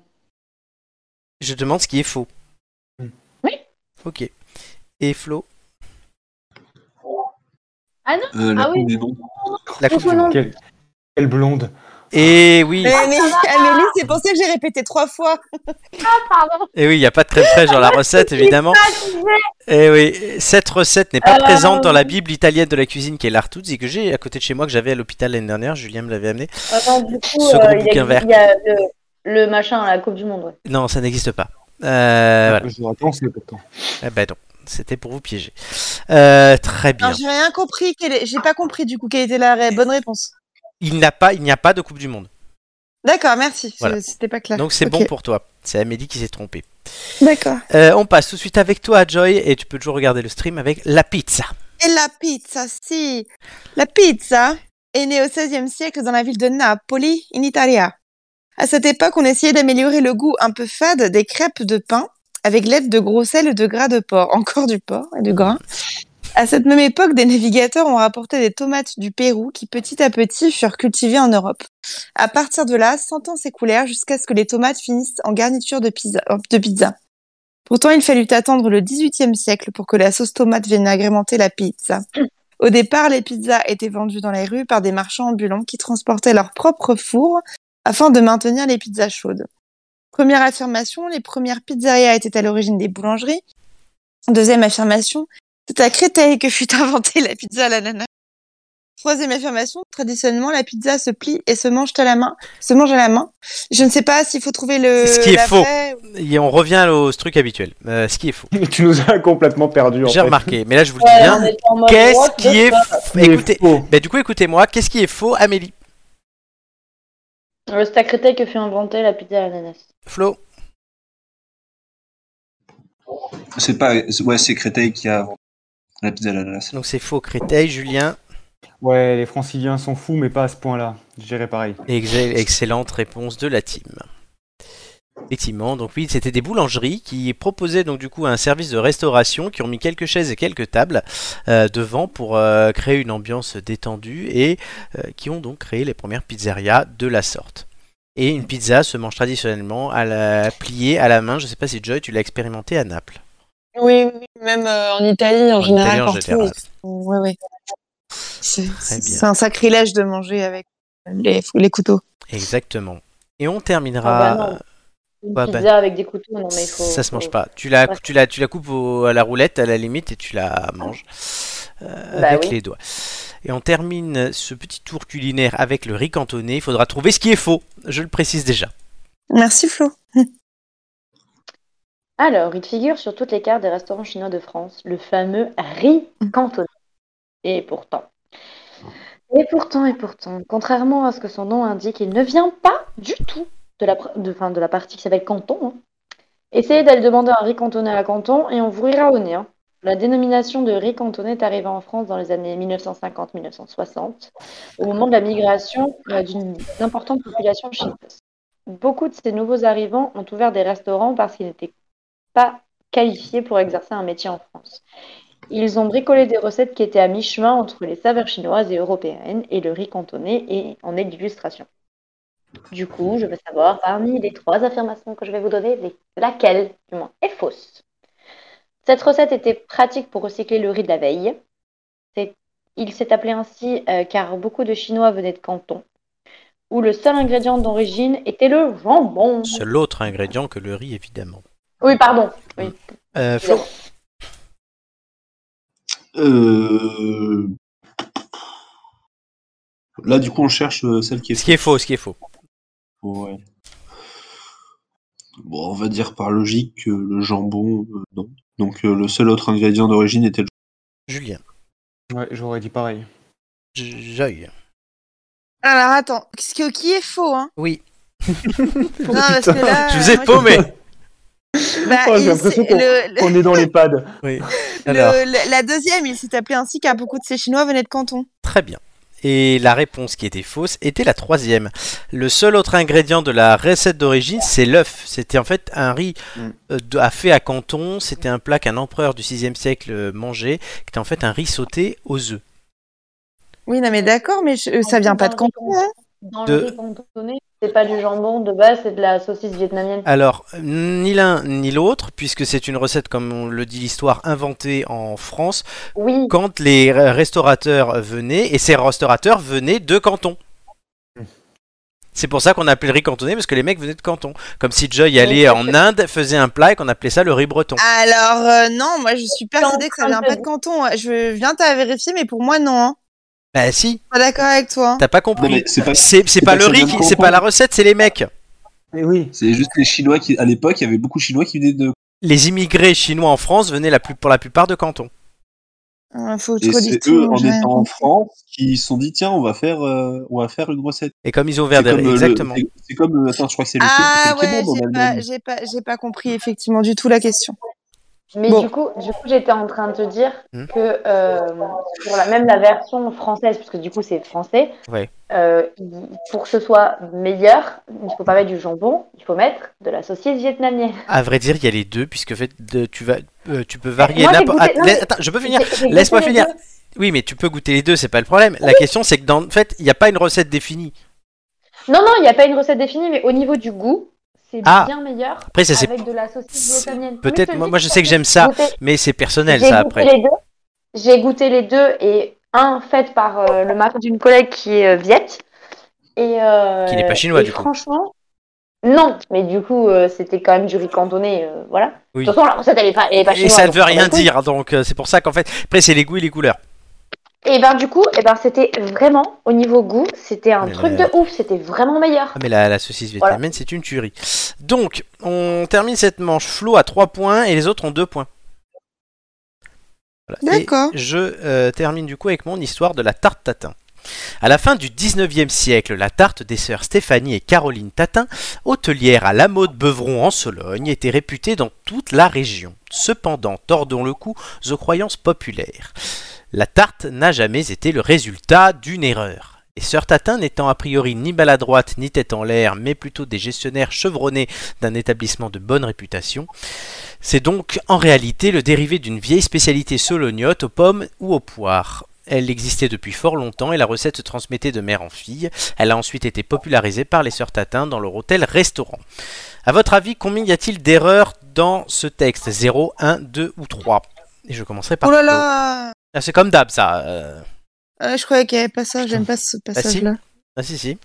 Speaker 1: je demande ce qui est faux.
Speaker 10: Oui.
Speaker 1: Ok. Et Flo,
Speaker 10: Ah non
Speaker 5: Euh, la
Speaker 10: Ah oui.
Speaker 5: coupe du monde.
Speaker 1: la coupe
Speaker 10: Coupe
Speaker 1: du
Speaker 10: au nom
Speaker 1: monde.
Speaker 3: Quelle, quelle blonde
Speaker 1: Et oui,
Speaker 4: Mais, mais, Amélie, c'est pour ça que j'ai répété trois fois.
Speaker 10: Pardon.
Speaker 1: et eh oui, il n'y a pas de crème fraîche dans la recette, évidemment. Et oui, cette recette n'est pas
Speaker 10: Euh,
Speaker 1: présente dans la Bible italienne de la cuisine qui est l'Artuzzi que j'ai à côté de chez moi que j'avais à l'hôpital l'année dernière. Julien me l'avait amené.
Speaker 10: Ah non, du coup,
Speaker 1: Ce
Speaker 10: euh,
Speaker 1: gros
Speaker 10: il, y
Speaker 1: bouquin
Speaker 10: a,
Speaker 1: vert.
Speaker 10: il y a le, le machin à la Coupe du Monde. ouais.
Speaker 1: Non, ça n'existe pas. Euh, voilà.
Speaker 3: Je vous réponds, c'est pourtant.
Speaker 1: Eh ben non, c'était pour vous piéger. Euh, très bien.
Speaker 4: Alors, j'ai rien compris. quelle est- J'ai pas compris du coup quelle était la ré- bonne réponse.
Speaker 1: Il n'a pas, il n'y a pas de Coupe du Monde.
Speaker 4: D'accord, merci. je-
Speaker 1: Voilà.
Speaker 4: C'était pas clair.
Speaker 1: Donc c'est
Speaker 4: Ok,
Speaker 1: bon pour toi. C'est Amélie qui s'est trompée.
Speaker 4: D'accord.
Speaker 1: Euh, on passe tout de suite avec toi, Joy, et tu peux toujours regarder le stream avec la pizza.
Speaker 4: Et la pizza, si. La pizza est née au XVIe siècle dans la ville de Napoli, in Italia. À cette époque, on essayait d'améliorer le goût un peu fade des crêpes de pain avec l'aide de gros sel et de gras de porc, encore du porc et du gras. À cette même époque, des navigateurs ont rapporté des tomates du Pérou qui petit à petit furent cultivées en Europe. À partir de là, 100 ans s'écoulèrent jusqu'à ce que les tomates finissent en garniture de pizza. De pizza. Pourtant, il fallut attendre le XVIIIe siècle pour que la sauce tomate vienne agrémenter la pizza. Au départ, les pizzas étaient vendues dans les rues par des marchands ambulants qui transportaient leurs propres fours afin de maintenir les pizzas chaudes. Première affirmation, les premières pizzerias étaient à l'origine des boulangeries. Deuxième affirmation, c'est à Créteil que fut inventée la pizza à l'ananas. Troisième affirmation, traditionnellement, la pizza se plie et se mange à la main. Se mange à la main. Je ne sais pas s'il faut trouver le.
Speaker 1: Ce qui est
Speaker 4: la
Speaker 1: faux.
Speaker 4: vraie ou-
Speaker 1: Et on revient au ce truc habituel, Euh, ce qui est faux.
Speaker 3: tu nous as complètement perdu en
Speaker 1: J'ai
Speaker 3: fait.
Speaker 1: remarqué, mais là je vous le dis
Speaker 10: Ouais,
Speaker 1: bien.
Speaker 10: on était en mode
Speaker 1: Qu'est-ce
Speaker 10: what the
Speaker 1: qui est
Speaker 10: fuck
Speaker 1: faux
Speaker 3: Mais
Speaker 1: Écoutez,
Speaker 3: faux.
Speaker 1: ben, du coup écoutez-moi, qu'est-ce qui est faux, Amélie,
Speaker 10: Euh, C'est à Créteil que fut inventée la pizza à l'ananas.
Speaker 1: Flo
Speaker 5: C'est pas. Ouais, c'est Créteil qui a inventé la pizza à l'ananas.
Speaker 1: Donc c'est faux, Créteil, Julien.
Speaker 3: Ouais, les franciliens sont fous, mais pas à ce point-là. J'irai pareil.
Speaker 1: Ex- excellente réponse de la team. Effectivement, donc oui, c'était des boulangeries qui proposaient donc du coup un service de restauration qui ont mis quelques chaises et quelques tables euh, devant pour euh, créer une ambiance détendue et euh, qui ont donc créé les premières pizzerias de la sorte. Et une pizza se mange traditionnellement à la pliée à la main. Je sais pas si Joy tu l'as expérimenté à Naples.
Speaker 6: Oui, oui, oui, même euh, en Italie, en,
Speaker 1: En
Speaker 6: général,
Speaker 1: Italie, en
Speaker 6: partout.
Speaker 1: général.
Speaker 4: Oui, oui. C'est c'est-
Speaker 1: bien.
Speaker 4: c'est un sacrilège de manger avec les, les couteaux.
Speaker 1: Exactement. Et on terminera.
Speaker 10: Ah bah non. Une
Speaker 1: Ouais,
Speaker 10: pizza
Speaker 1: bah,
Speaker 10: avec des couteaux, non mais il faut.
Speaker 1: ça se mange
Speaker 10: faut-
Speaker 1: pas. Tu la,
Speaker 10: Ouais.
Speaker 1: tu la, tu la coupes au- à la roulette à la limite et tu la manges euh,
Speaker 10: Bah
Speaker 1: avec
Speaker 10: oui.
Speaker 1: les doigts. Et on termine ce petit tour culinaire avec le riz cantonné. Il faudra trouver ce qui est faux. Je le précise déjà.
Speaker 6: Merci Flo.
Speaker 10: Alors, il figure sur toutes les cartes des restaurants chinois de France, le fameux riz cantonais. Et pourtant, et pourtant, et pourtant, contrairement à ce que son nom indique, il ne vient pas du tout de la, pr- de, enfin, de la partie qui s'appelle Canton. hein. Essayez d'aller demander un riz cantonais à Canton et on vous rira au nez. hein. La dénomination de riz cantonais est arrivée en France dans les années 1950-1960, au moment de la migration euh, d'une importante population chinoise. Beaucoup de ces nouveaux arrivants ont ouvert des restaurants parce qu'ils n'étaient pas qualifiés pour exercer un métier en France. Ils ont bricolé des recettes qui étaient à mi-chemin entre les saveurs chinoises et européennes, et le riz cantonais et en est l'illustration. Du coup, je veux savoir, parmi les trois affirmations que je vais vous donner, les- laquelle, du moins, est fausse. Cette recette était pratique pour recycler le riz de la veille. C'est- Il s'est appelé ainsi euh, car beaucoup de Chinois venaient de Canton, où le seul ingrédient d'origine était le jambon.
Speaker 1: C'est l'autre ingrédient que le riz évidemment.
Speaker 10: Oui, pardon. Oui.
Speaker 1: Euh, Flo,
Speaker 5: Euh... Là, du coup, on cherche euh, celle qui est.
Speaker 1: ce qui est faux, ce qui est faux.
Speaker 5: Ouais. Bon, on va dire par logique que le jambon, euh, non. Donc, euh, le seul autre ingrédient d'origine était le
Speaker 1: Julien,
Speaker 3: Ouais, j'aurais dit pareil.
Speaker 1: J- Joy.
Speaker 6: Alors attends, ce qui qui est faux, hein
Speaker 1: Oui.
Speaker 6: Non, parce que là,
Speaker 1: Je vous ai
Speaker 6: moi,
Speaker 1: paumé.
Speaker 6: Bah,
Speaker 3: Oh, j'ai
Speaker 6: il
Speaker 3: l'impression
Speaker 6: s'est-
Speaker 3: qu'on
Speaker 6: le- le-
Speaker 3: qu'on est dans les pads.
Speaker 1: Oui.
Speaker 6: le-
Speaker 1: Alors,
Speaker 6: le- la deuxième, il s'est appelé ainsi car beaucoup de ces Chinois venaient de Canton.
Speaker 1: très bien. Et la réponse qui était fausse était la troisième. Le seul autre ingrédient de la recette d'origine, c'est l'œuf. C'était en fait un riz
Speaker 3: Mm.
Speaker 1: euh, de- à fait à Canton. C'était un plat qu'un empereur du 6e siècle euh, mangeait, qui était en fait un riz sauté aux œufs.
Speaker 6: Oui, non mais d'accord, mais je- euh, ça vient pas de Canton. hein.
Speaker 10: Dans
Speaker 1: De-
Speaker 10: le riz cantonais, c'est pas du jambon de base, c'est de la saucisse vietnamienne.
Speaker 1: Alors, euh, ni l'un ni l'autre, puisque c'est une recette, comme on le dit l'histoire, inventée en France,
Speaker 10: Oui,
Speaker 1: quand les euh, restaurateurs venaient, et ces restaurateurs venaient de Canton. C'est pour ça qu'on appelait le riz cantonais, parce que les mecs venaient de Canton. Comme si Joy allait en Inde, faisait un plat et qu'on appelait ça le riz breton.
Speaker 5: Ah.
Speaker 6: Alors euh, non, moi je suis persuadée que ça
Speaker 10: train
Speaker 6: vient
Speaker 10: de
Speaker 6: pas
Speaker 10: te-
Speaker 6: de Canton. Je viens t'as vérifié, mais pour moi non. hein.
Speaker 1: Bah si,
Speaker 6: Pas d'accord avec toi. hein.
Speaker 1: t'as pas
Speaker 5: jambon. Non, mais
Speaker 1: compris.
Speaker 5: c'est pas.
Speaker 1: C'est c'est
Speaker 5: c'est
Speaker 1: pas
Speaker 5: pas
Speaker 1: le
Speaker 5: que ça
Speaker 1: riz,
Speaker 5: vient de
Speaker 1: qui- c'est
Speaker 5: Canton.
Speaker 1: pas la recette, c'est les mecs.
Speaker 3: Et oui.
Speaker 5: C'est juste les Chinois qui, à l'époque, il y avait beaucoup de Chinois qui venaient de.
Speaker 1: Les immigrés chinois en France venaient la plus, pour la plupart de Canton.
Speaker 6: Euh, faut que je
Speaker 5: Et
Speaker 6: redise
Speaker 5: c'est
Speaker 6: tout.
Speaker 5: eux, en
Speaker 6: j'ai rien
Speaker 5: étant en
Speaker 6: compris.
Speaker 5: France, qui se sont dit tiens, on va faire, euh, on va faire une recette.
Speaker 1: Et comme ils ont ouvert des
Speaker 5: C'est comme, euh,
Speaker 1: riz,
Speaker 5: le-
Speaker 1: exactement.
Speaker 5: c'est- c'est comme, euh, attends, je crois que c'est le, c'est
Speaker 6: Ah
Speaker 5: le
Speaker 6: ouais,
Speaker 5: kebab en
Speaker 6: j'ai
Speaker 5: Allemagne.
Speaker 6: pas, j'ai pas, j'ai pas compris effectivement du tout la question.
Speaker 10: mais
Speaker 6: Bon.
Speaker 10: du coup, du coup j'étais en train de te dire
Speaker 1: Hmm.
Speaker 10: que euh, sur la, même la version française, puisque du coup c'est français,
Speaker 1: Ouais.
Speaker 10: euh, il- pour que ce soit meilleur, il faut pas mettre du jambon, il faut mettre de la saucisse vietnamienne.
Speaker 1: À vrai dire, il y a les deux, puisque en fait, de- tu, vas, euh, tu peux varier
Speaker 10: Moi, j'ai
Speaker 1: n'importe.
Speaker 10: goûté-
Speaker 1: Att-
Speaker 10: non, mais-
Speaker 1: Attends, je peux finir.
Speaker 10: J'ai- j'ai
Speaker 1: Laisse-moi
Speaker 10: goûté les
Speaker 1: finir.
Speaker 10: deux.
Speaker 1: Oui, mais tu peux goûter les deux, c'est pas le problème. La question, c'est que dans en fait, il n'y a pas une recette définie.
Speaker 10: Non, non, il n'y a pas une recette définie, mais au niveau du goût, c'est
Speaker 1: Ah.
Speaker 10: bien meilleur
Speaker 1: Après, ça, c'est
Speaker 10: avec de la saucisse
Speaker 1: c'est-
Speaker 10: vietnamienne.
Speaker 1: peut-être- moi- moi, je sais que j'aime ça. mais c'est personnel
Speaker 10: J'ai
Speaker 1: ça
Speaker 10: goûté
Speaker 1: après.
Speaker 10: les deux. J'ai goûté les deux et un fait par euh, le mari d'une collègue qui est euh, viette et euh,
Speaker 1: Qui n'est pas chinois,
Speaker 10: et
Speaker 1: du coup.
Speaker 10: Franchement, non. Mais du coup, euh, c'était quand même du riz cantonais, euh, voilà.
Speaker 1: Oui.
Speaker 10: De toute façon, la recette elle est pas, bah, elle est pas
Speaker 1: Et
Speaker 10: chinoise.
Speaker 1: ça ne
Speaker 10: donc
Speaker 1: veut
Speaker 10: on s'en
Speaker 1: rien
Speaker 10: bat les
Speaker 1: dire, donc euh, c'est pour ça qu'en fait, après c'est les goûts et les couleurs.
Speaker 10: couilles. Et ben du coup, et ben c'était vraiment au niveau goût, c'était un
Speaker 1: Mais
Speaker 10: truc
Speaker 1: la-
Speaker 10: de ouf, c'était vraiment meilleur.
Speaker 1: Ah, mais la, la saucisse
Speaker 10: Voilà.
Speaker 1: vietnamienne, c'est une tuerie. Donc, on termine cette manche. Flo à 3 points et les autres ont 2 points. Voilà. Et
Speaker 6: D'accord.
Speaker 1: Je euh, termine du coup avec mon histoire de la tarte tatin. À la fin du 19e siècle, la tarte des sœurs Stéphanie et Caroline Tatin, hôtelières à l'Ameau de Beuvron en Sologne, était réputée dans toute la région. Cependant, tordons le cou aux croyances populaires. La tarte n'a jamais été le résultat d'une erreur. Les sœurs Tatin n'étant a priori ni maladroites ni tête en l'air, mais plutôt des gestionnaires chevronnés d'un établissement de bonne réputation, c'est donc en réalité le dérivé d'une vieille spécialité solognote aux pommes ou aux poires. Elle existait depuis fort longtemps et la recette se transmettait de mère en fille. Elle a ensuite été popularisée par les sœurs Tatin dans leur hôtel-restaurant. À votre avis, combien y a-t-il d'erreurs dans ce texte 0, 1, 2 ou 3 Et je commencerai par
Speaker 6: Oh là
Speaker 1: Flo.
Speaker 6: là,
Speaker 1: Ah, c'est comme d'hab, ça. euh.
Speaker 6: Euh, je croyais qu'il y avait pas ça. J'aime pas ce
Speaker 1: si.
Speaker 6: passage-là.
Speaker 1: Ah, si, si.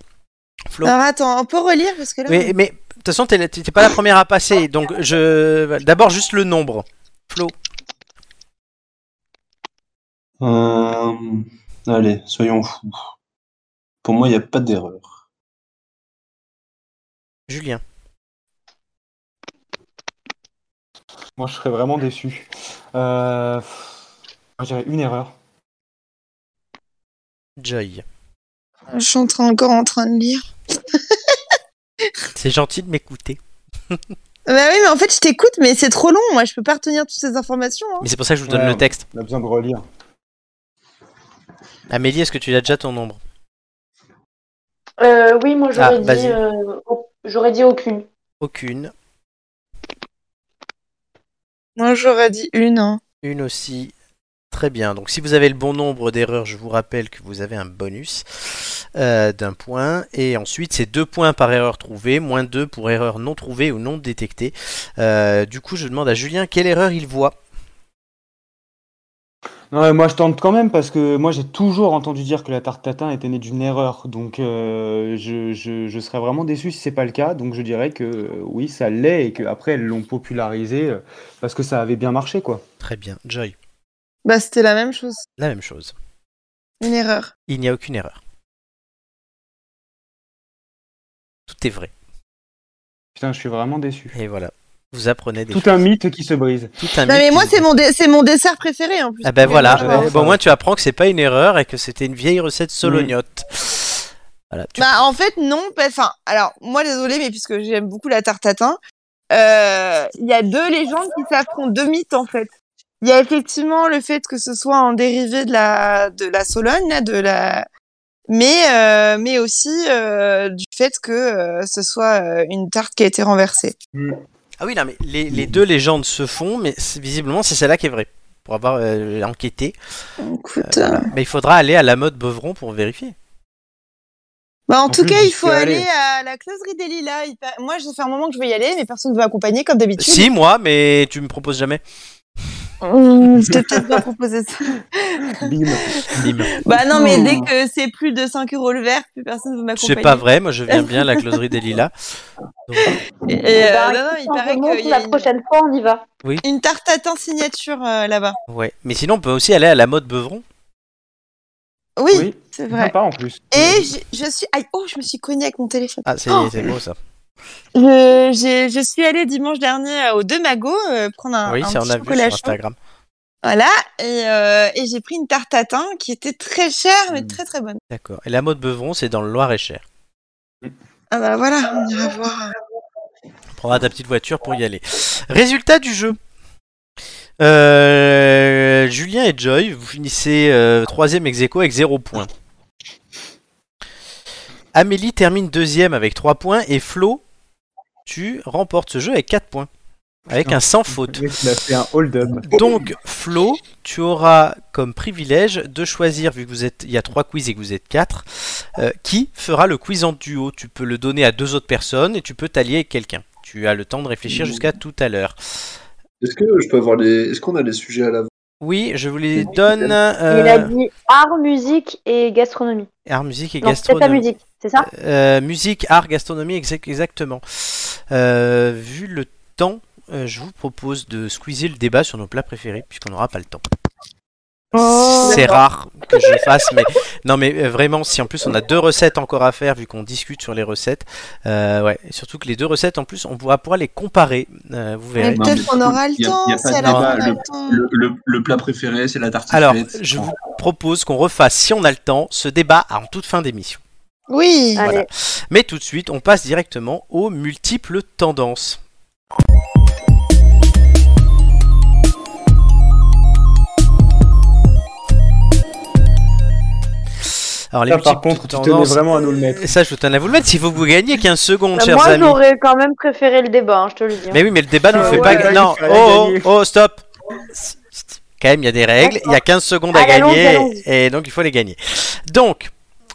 Speaker 1: Flo.
Speaker 6: Alors attends, on peut relire parce que là.
Speaker 1: Oui, mais toute façon, t'es t'es- t'es pas la première à passer. Donc, je. D'abord, juste le nombre. Flo.
Speaker 5: Euh, Allez, soyons fous. Pour moi, il n'y a pas d'erreur.
Speaker 1: Julien.
Speaker 3: Moi, je serais vraiment déçu. Euh, pff, moi, je dirais une erreur.
Speaker 1: Joy.
Speaker 4: Je suis en train- encore en train de lire.
Speaker 1: C'est gentil de m'écouter.
Speaker 4: Bah oui, mais en fait, je t'écoute, mais c'est trop long. Moi, je peux pas retenir toutes ces informations. hein.
Speaker 1: Mais c'est pour ça que je vous donne
Speaker 3: Ouais,
Speaker 1: le texte.
Speaker 3: On a besoin de relire.
Speaker 1: Amélie, est-ce que tu as déjà ton nombre
Speaker 10: Euh, oui, moi j'aurais
Speaker 1: Ah, vas-y.
Speaker 10: dit, euh, au- j'aurais dit aucune.
Speaker 1: Aucune.
Speaker 4: Moi, j'aurais dit une. hein.
Speaker 1: Une aussi. Très bien. Donc, si vous avez le bon nombre d'erreurs, je vous rappelle que vous avez un bonus euh, d'un point. Et ensuite, c'est deux points par erreur trouvée, moins deux pour erreur non trouvée ou non détectée. Euh, du coup, je demande à Julien quelle erreur il voit.
Speaker 3: Non, mais moi, je tente quand même parce que moi, j'ai toujours entendu dire que la tarte tatin était née d'une erreur. Donc, euh, je, je- je serais vraiment déçu si c'est pas le cas. Donc, je dirais que euh, oui, ça l'est et qu'après, elles l'ont popularisé euh, parce que ça avait bien marché, quoi.
Speaker 1: Très bien. Joy.
Speaker 4: Bah, c'était la même chose.
Speaker 1: La même chose.
Speaker 4: Une erreur.
Speaker 1: Il n'y a aucune erreur. Tout est vrai.
Speaker 3: Putain, je suis vraiment déçu.
Speaker 1: Et voilà. Vous apprenez des
Speaker 3: Tout
Speaker 1: choses.
Speaker 3: un mythe qui se brise.
Speaker 1: Tout un
Speaker 4: Non, mais
Speaker 1: mythe
Speaker 4: moi,
Speaker 1: qui-
Speaker 4: c'est mon, dé- c'est mon dessert préféré en plus.
Speaker 1: Ah ben voilà,
Speaker 3: moi, j'adore
Speaker 1: Bon,
Speaker 3: ça.
Speaker 1: au moins tu apprends que c'est pas une erreur et que c'était une vieille recette solognote. Voilà, tu-
Speaker 4: Bah, en fait, non. pas- Enfin, alors, moi, désolé, mais puisque j'aime beaucoup la tarte tatin, euh, il y a deux légendes qui s'affrontent, deux mythes, en fait. Il y a effectivement le fait que ce soit un dérivé de la, de la Sologne, là, de la. Mais, euh, mais aussi euh, du fait que euh, ce soit euh, une tarte qui a été renversée.
Speaker 1: Ah oui, non, mais les, les deux légendes se font, mais c'est- visiblement c'est celle-là qui est vraie, pour avoir euh, enquêté.
Speaker 4: Écoute,
Speaker 1: Euh,
Speaker 4: euh,
Speaker 1: voilà. Mais il faudra aller à la mode Beuvron pour vérifier.
Speaker 4: Bah, en,
Speaker 3: En
Speaker 4: tout
Speaker 3: plus,
Speaker 4: cas,
Speaker 3: j'y
Speaker 4: il faut
Speaker 3: suis
Speaker 4: aller
Speaker 3: allé.
Speaker 4: à la closerie des Lilas. Il pa- Moi, ça fait un moment que je veux y aller, mais personne ne veut accompagner comme d'habitude.
Speaker 1: Si, moi, mais tu me proposes jamais.
Speaker 4: Mmh, je t'ai peut-être pas proposé ça.
Speaker 3: Bim.
Speaker 1: Bim.
Speaker 4: Bah non, mais
Speaker 5: Hmm.
Speaker 4: dès que c'est plus de 5 euros le verre, plus personne ne veut m'accompagner.
Speaker 1: C'est pas vrai, moi je viens bien à la closerie des Lilas. Donc,
Speaker 4: Et, et, euh,
Speaker 10: Bah,
Speaker 4: non, non, il
Speaker 10: on
Speaker 4: paraît
Speaker 10: remonte
Speaker 4: qu'il y a
Speaker 10: la
Speaker 4: une,
Speaker 10: prochaine fois, on y va.
Speaker 4: une tarte tatin signature euh, là-bas.
Speaker 1: ouais. Mais sinon, on peut aussi aller à la mode Beuvron.
Speaker 4: Oui,
Speaker 3: Oui,
Speaker 4: c'est vrai.
Speaker 3: sympa en plus.
Speaker 4: Et j'ai- je suis... Aïe, oh, je me suis cognée avec mon téléphone.
Speaker 1: Ah, c'est
Speaker 4: Oh.
Speaker 1: c'est beau ça.
Speaker 4: Je, j'ai- je suis allée dimanche dernier euh, au Deux Magots euh, prendre un,
Speaker 1: oui,
Speaker 4: un
Speaker 1: c'est on
Speaker 4: petit
Speaker 1: a vu sur
Speaker 4: chocolat chaud.
Speaker 1: Instagram.
Speaker 4: Voilà, et, euh, et j'ai pris une tarte tatin qui était très chère,
Speaker 1: Mm.
Speaker 4: mais
Speaker 3: Hmm.
Speaker 4: très très bonne.
Speaker 1: D'accord. Et la mode Beuvron, c'est dans le Loir-et-Cher.
Speaker 4: Ah bah voilà, on ira voir. euh.
Speaker 1: On prendra ta petite voiture pour y aller. Résultat du jeu. Euh, Julien et Joy, vous finissez euh, troisième ex aequo avec 0 points. Amélie termine deuxième avec 3 points et Flo, tu remportes ce jeu avec 4 points. Avec un sans faute.
Speaker 3: Le mec, Il a fait un hold-up.
Speaker 1: Donc, Flo, tu auras comme privilège de choisir, vu que vous êtes, il y a trois quiz et que vous êtes quatre, euh, qui fera le quiz en duo. Tu peux le donner à deux autres personnes et tu peux t'allier avec quelqu'un. Tu as le temps de réfléchir jusqu'à tout à l'heure.
Speaker 5: Mmh. Est-ce que je peux avoir les. Est-ce qu'on a les sujets à l'avant
Speaker 1: Oui, je vous les donne.
Speaker 10: Il a
Speaker 1: Euh,
Speaker 10: dit art, musique et gastronomie.
Speaker 1: art, musique et
Speaker 10: Non, c'est ta
Speaker 1: gastronomie.
Speaker 10: musique, c'est ça
Speaker 1: Euh, musique, art, gastronomie, exac- exactement. Euh, vu le temps, euh, je vous propose de squeezer le débat sur nos plats préférés, puisqu'on n'aura pas le temps. C'est rare que je le fasse, mais non, mais euh, vraiment, si en plus on a deux recettes encore à faire, vu qu'on discute sur les recettes, euh, ouais, et surtout que les deux recettes en plus, on pourra, pourra les comparer, euh, vous verrez.
Speaker 4: Mais
Speaker 5: Non,
Speaker 4: peut-être
Speaker 5: mais
Speaker 4: qu'on aura le
Speaker 5: y a-
Speaker 4: temps,
Speaker 5: y a pas
Speaker 4: si
Speaker 5: de
Speaker 4: à la fin
Speaker 5: débat,
Speaker 4: on a le
Speaker 6: Hmm.
Speaker 4: temps.
Speaker 5: le, le- le plat préféré, c'est la tartiflette.
Speaker 1: Alors, je vous propose qu'on refasse, si on a le temps, ce débat en toute fin d'émission.
Speaker 4: Oui.
Speaker 1: Voilà.
Speaker 10: Allez.
Speaker 1: Mais tout de suite, on passe directement aux multiples tendances. Alors les
Speaker 3: Ça, par
Speaker 1: multiples
Speaker 3: contre, tu tenais
Speaker 1: tendances,
Speaker 3: vraiment à nous le mettre.
Speaker 1: ça je tenais à vous le mettre, s'il faut que vous gagniez 15 secondes,
Speaker 10: Bah,
Speaker 1: chers
Speaker 10: moi
Speaker 1: amis.
Speaker 10: j'aurais quand même préféré le débat, hein, je te le dis. hein.
Speaker 1: Mais oui, mais le débat ne
Speaker 3: Ah
Speaker 1: fait
Speaker 3: ouais,
Speaker 1: pas...
Speaker 3: là,
Speaker 1: ga-
Speaker 3: il
Speaker 1: Non,
Speaker 3: fallait
Speaker 1: oh,
Speaker 3: gagner.
Speaker 1: oh, oh, stop Quand même, il y a des règles, il y a 15 secondes à
Speaker 10: Allez, allons-y,
Speaker 1: gagner,
Speaker 10: allons-y.
Speaker 1: et donc il faut les gagner. Donc,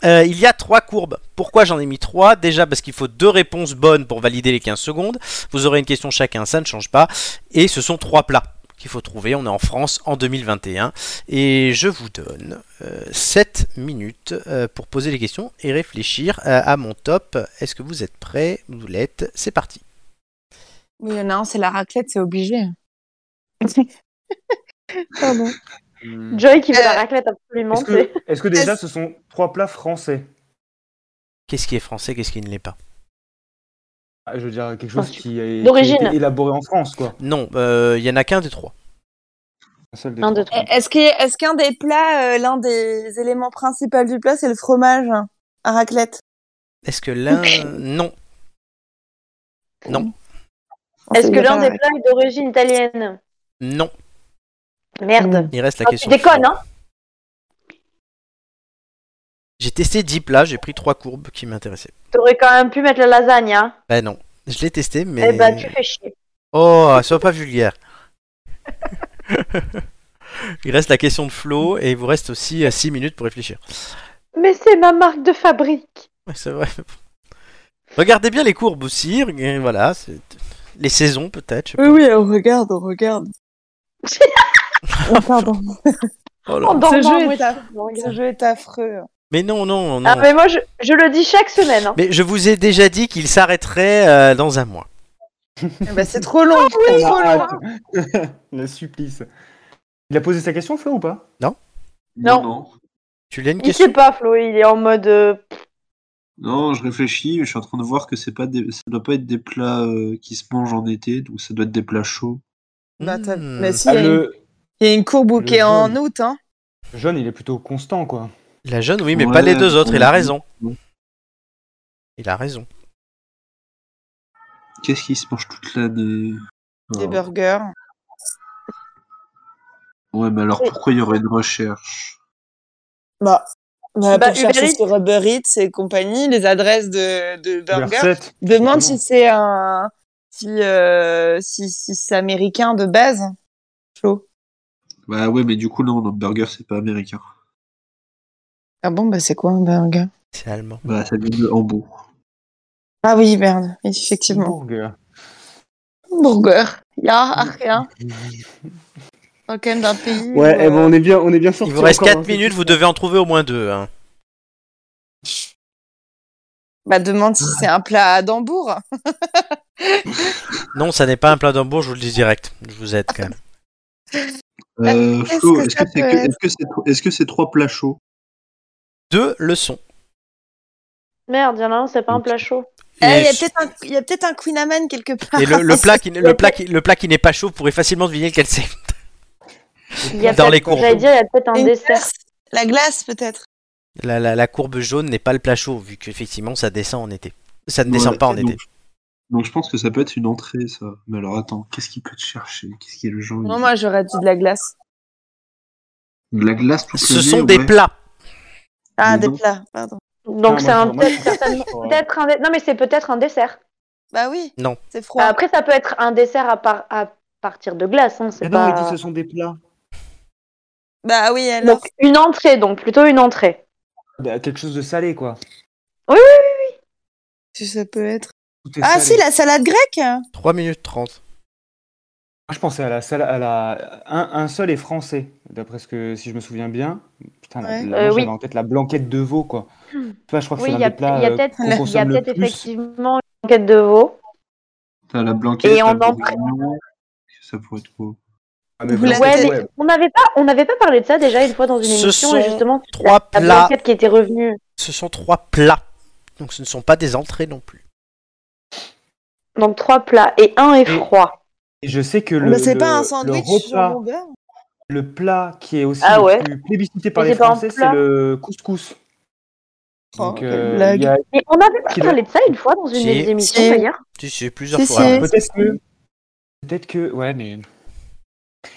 Speaker 1: euh, il y a trois courbes. Pourquoi j'en ai mis trois Déjà parce qu'il faut deux réponses bonnes pour valider les 15 secondes. Vous aurez une question chacun, ça ne change pas. Et ce sont trois plats qu'il faut trouver. On est en France en 2021. Et je vous donne 7 minutes euh, pour poser les questions et réfléchir euh, à mon top. Est-ce que vous êtes prêts Vous l'êtes. C'est parti.
Speaker 4: Oui, il y en a un, c'est la raclette, c'est obligé. Pardon.
Speaker 1: Hum.
Speaker 10: Joy qui veut la raclette absolument.
Speaker 3: Euh, Est-ce que, est-ce que déjà ce sont trois plats français
Speaker 1: Qu'est-ce qui est français Qu'est-ce qui ne l'est pas
Speaker 3: Ah, Je veux dire quelque chose qui est
Speaker 10: D'origine.
Speaker 3: qui a été élaboré en France, quoi.
Speaker 1: Non, euh, il y en a qu'un des trois.
Speaker 3: Un seul des
Speaker 10: Un, deux,
Speaker 3: trois.
Speaker 10: trois.
Speaker 4: Est-ce qu'il y a- est-ce qu'un des plats, euh, l'un des éléments principaux du plat, c'est le fromage à raclette
Speaker 1: Est-ce que l'un. Non. Non.
Speaker 10: Est-ce que l'un
Speaker 4: l'un
Speaker 10: des plats est d'origine italienne
Speaker 1: Non.
Speaker 10: Merde.
Speaker 1: Il reste la
Speaker 10: Ah, tu
Speaker 1: question.
Speaker 10: déconnes,
Speaker 1: suivante.
Speaker 10: hein
Speaker 1: J'ai testé 10 plats, j'ai pris trois courbes qui m'intéressaient.
Speaker 3: Mm.
Speaker 10: T'aurais quand même pu mettre la lasagne, hein
Speaker 1: Ben non. Je l'ai testé, mais.
Speaker 10: Eh ben, tu fais chier.
Speaker 1: Oh, sois pas vulgaire. Il reste la question de Flo et il vous reste aussi 6 minutes pour réfléchir.
Speaker 10: Mais c'est ma marque de fabrique.
Speaker 1: Ouais, C'est vrai. Regardez bien les courbes aussi. reg- Voilà. c'est- Les saisons peut-être. je sais
Speaker 10: Euh,
Speaker 4: Oui, oui, on regarde, on regarde. Oh, pardon.
Speaker 1: pas. Oh là là.
Speaker 10: En
Speaker 4: Ce
Speaker 10: dormant,
Speaker 4: jeu,
Speaker 10: moi,
Speaker 4: est affreux.
Speaker 10: je regarde.
Speaker 4: Ce jeu est affreux.
Speaker 1: Mais non, non, non.
Speaker 10: Ah, mais moi, je, je le dis chaque semaine. hein.
Speaker 1: Mais je vous ai déjà dit qu'il s'arrêterait euh, dans un mois.
Speaker 4: Eh ben, c'est trop long.
Speaker 3: On a
Speaker 4: trop long.
Speaker 3: hâte. Ah, Le supplice. Il a posé sa question, Flo, ou pas
Speaker 10: Non.
Speaker 5: non.
Speaker 1: Tu l'as une
Speaker 10: Il
Speaker 1: question
Speaker 10: sait pas, Flo, il est en mode. euh,
Speaker 5: Non, je réfléchis, je suis en train de voir que c'est pas des... ça doit pas être des plats euh, qui se mangent en été, donc ça doit être des plats chauds.
Speaker 4: Bah, t'as-
Speaker 1: Hmm.
Speaker 4: Mais si, il y, a une-
Speaker 3: Ah, Le
Speaker 4: il y a une courbe
Speaker 3: le
Speaker 4: qui est en
Speaker 3: jaune.
Speaker 4: août. Hein.
Speaker 3: jeune, il est plutôt constant, quoi.
Speaker 1: La jeune, oui, mais pas les
Speaker 5: Ouais,
Speaker 1: deux autres. Il a
Speaker 5: ouais.
Speaker 1: raison.
Speaker 5: Ouais.
Speaker 1: Il a raison.
Speaker 5: Qu'est-ce qui se mange toute l'année
Speaker 4: Des
Speaker 1: Ah.
Speaker 3: Ah.
Speaker 5: Alors,
Speaker 4: burgers.
Speaker 5: Ouais, mais alors pourquoi il y aurait une recherche
Speaker 4: Bah, bah,
Speaker 10: Bah,
Speaker 4: pour chercher
Speaker 10: Uber Eats.
Speaker 4: sur Uber Eats et compagnie, les adresses de, de burgers.
Speaker 3: Verset.
Speaker 4: Demande
Speaker 3: Exactement.
Speaker 4: si c'est un. Si, euh, si, si c'est américain de base. Flo.
Speaker 5: Bah ouais, mais du coup, non, le burger, c'est pas américain.
Speaker 4: Ah bon, bah c'est quoi un burger
Speaker 1: C'est allemand.
Speaker 5: Bah, ça vient de Hambourg.
Speaker 4: Ah oui, merde, effectivement.
Speaker 3: Burger.
Speaker 4: Burger. Ja, ach ja. Dans quel d'un pays
Speaker 3: Ouais,
Speaker 4: où,
Speaker 3: eh ben,
Speaker 4: euh,
Speaker 3: on est bien, on est bien sorti. hein.
Speaker 1: Il vous reste 4 minutes, vous devez en trouver au moins deux. hein.
Speaker 4: Bah demande si c'est un plat d'Hambourg.
Speaker 1: Non, ça n'est pas un plat d'Hambourg, je vous le dis direct. Je vous aide quand même.
Speaker 5: Euh,
Speaker 4: Qu'est-ce
Speaker 5: Flo,
Speaker 4: que
Speaker 5: est-ce
Speaker 4: ça
Speaker 5: que c'est
Speaker 4: peut
Speaker 5: que-
Speaker 4: être
Speaker 5: est-ce que c'est est-ce que c'est trois plats chauds
Speaker 1: Deux leçons.
Speaker 10: Merde, il y en a un, c'est pas un plat chaud.
Speaker 4: Eh, Il
Speaker 1: Et
Speaker 4: y a
Speaker 1: je-
Speaker 4: peut-être un, il y a peut-être un Queen Amman quelque part.
Speaker 1: Et le, le plat qui, le, plat qui, le plat qui n'est pas chaud, vous pourrez facilement deviner lequel c'est.
Speaker 10: Il y a
Speaker 1: Dans
Speaker 10: peut-être-
Speaker 1: les courbes.
Speaker 10: J'allais dire, il y a peut-être un
Speaker 4: Une
Speaker 10: dessert.
Speaker 4: glace. La glace peut-être.
Speaker 1: La, la- la courbe jaune n'est pas le plat chaud, vu qu'effectivement ça descend en été. Ça ne descend
Speaker 5: Ouais,
Speaker 1: pas en
Speaker 5: donc-
Speaker 1: été.
Speaker 5: Donc je pense que ça peut être une entrée, ça. Mais alors attends, qu'est-ce qu'il peut te chercher Qu'est-ce qu'il y a le genre
Speaker 3: Mm.
Speaker 4: Non, moi j'aurais dit de la glace.
Speaker 5: De la glace toute
Speaker 1: Ce
Speaker 5: l'année,
Speaker 1: sont des
Speaker 5: ouais.
Speaker 1: plats.
Speaker 4: Ah,
Speaker 5: Mais
Speaker 4: des
Speaker 5: non.
Speaker 4: plats, pardon.
Speaker 10: Donc, c'est un. peut-être-
Speaker 3: peut-être.
Speaker 10: peut-être un dé- Non, mais
Speaker 3: hein.
Speaker 10: c'est peut-être un dessert.
Speaker 4: Bah oui.
Speaker 1: Non.
Speaker 4: C'est froid.
Speaker 10: Bah, Après, ça peut être un dessert à, par- à partir de glace. Hein, c'est
Speaker 3: Mais non, il dit
Speaker 10: pas...
Speaker 3: que ce sont des plats.
Speaker 4: Bah oui, alors.
Speaker 10: Donc, une entrée, donc plutôt une entrée.
Speaker 3: Bah, quelque chose de salé, quoi.
Speaker 4: Si ça peut être.
Speaker 3: Tout est
Speaker 4: Ah
Speaker 3: salé.
Speaker 4: si, la salade grecque
Speaker 1: 3 minutes 30.
Speaker 3: Ah, Je pensais à la salade, à la un, un seul est français, d'après ce que si je me souviens bien. Putain, la-
Speaker 4: Ouais.
Speaker 3: la-
Speaker 10: Euh,
Speaker 3: moi,
Speaker 10: oui.
Speaker 3: j'avais en tête la blanquette de veau, quoi. Enfin, je crois que
Speaker 10: Oui, il
Speaker 3: c'est l'un
Speaker 10: y a,
Speaker 3: des plats
Speaker 10: il y a
Speaker 3: euh,
Speaker 10: peut-être
Speaker 3: qu'on
Speaker 10: il y a
Speaker 3: consomme le
Speaker 10: peut-être
Speaker 3: plus.
Speaker 10: effectivement une enquête de veau.
Speaker 5: T'as la blanquette,
Speaker 10: Et
Speaker 5: t'as
Speaker 10: on
Speaker 5: le
Speaker 10: en
Speaker 5: bourguignon. Ça pourrait être quoi
Speaker 3: Ah, mais
Speaker 4: Vous la-
Speaker 3: blanquette,
Speaker 10: Ouais, mais
Speaker 3: ouais.
Speaker 10: on n'avait pas on n'avait pas parlé de ça déjà une fois dans une
Speaker 1: Ce
Speaker 10: émission et
Speaker 1: sont
Speaker 10: justement c'est
Speaker 1: trois plats.
Speaker 10: la,
Speaker 4: Ah
Speaker 10: la blanquette qui était revenue.
Speaker 1: Ce sont trois plats. Donc ce ne sont pas des entrées non plus.
Speaker 10: Donc trois plats et un est
Speaker 3: Et-
Speaker 10: froid.
Speaker 3: Et je sais que le,
Speaker 4: Ah, Mais Bah, c'est
Speaker 3: le-
Speaker 4: pas un
Speaker 3: le
Speaker 4: sandwich
Speaker 3: repas,
Speaker 4: jambon beurre
Speaker 3: le plat qui est aussi
Speaker 10: Ah
Speaker 3: le
Speaker 10: ouais.
Speaker 3: plus plébiscité par
Speaker 10: Mais
Speaker 3: les
Speaker 10: c'est pas un
Speaker 3: Français, c'est
Speaker 10: plat.
Speaker 3: le couscous. Donc,
Speaker 4: Oh, quelle
Speaker 3: euh,
Speaker 4: blague.
Speaker 3: il y a-
Speaker 10: Et on n'avait pas
Speaker 3: Qui
Speaker 10: parlé de ça une fois dans une
Speaker 1: Si.
Speaker 10: des émissions
Speaker 4: Si.
Speaker 10: d'ailleurs.
Speaker 1: Tu sais, plusieurs
Speaker 4: Si,
Speaker 1: fois.
Speaker 4: si.
Speaker 1: Alors,
Speaker 3: peut-être que, peut-être que, ouais, mais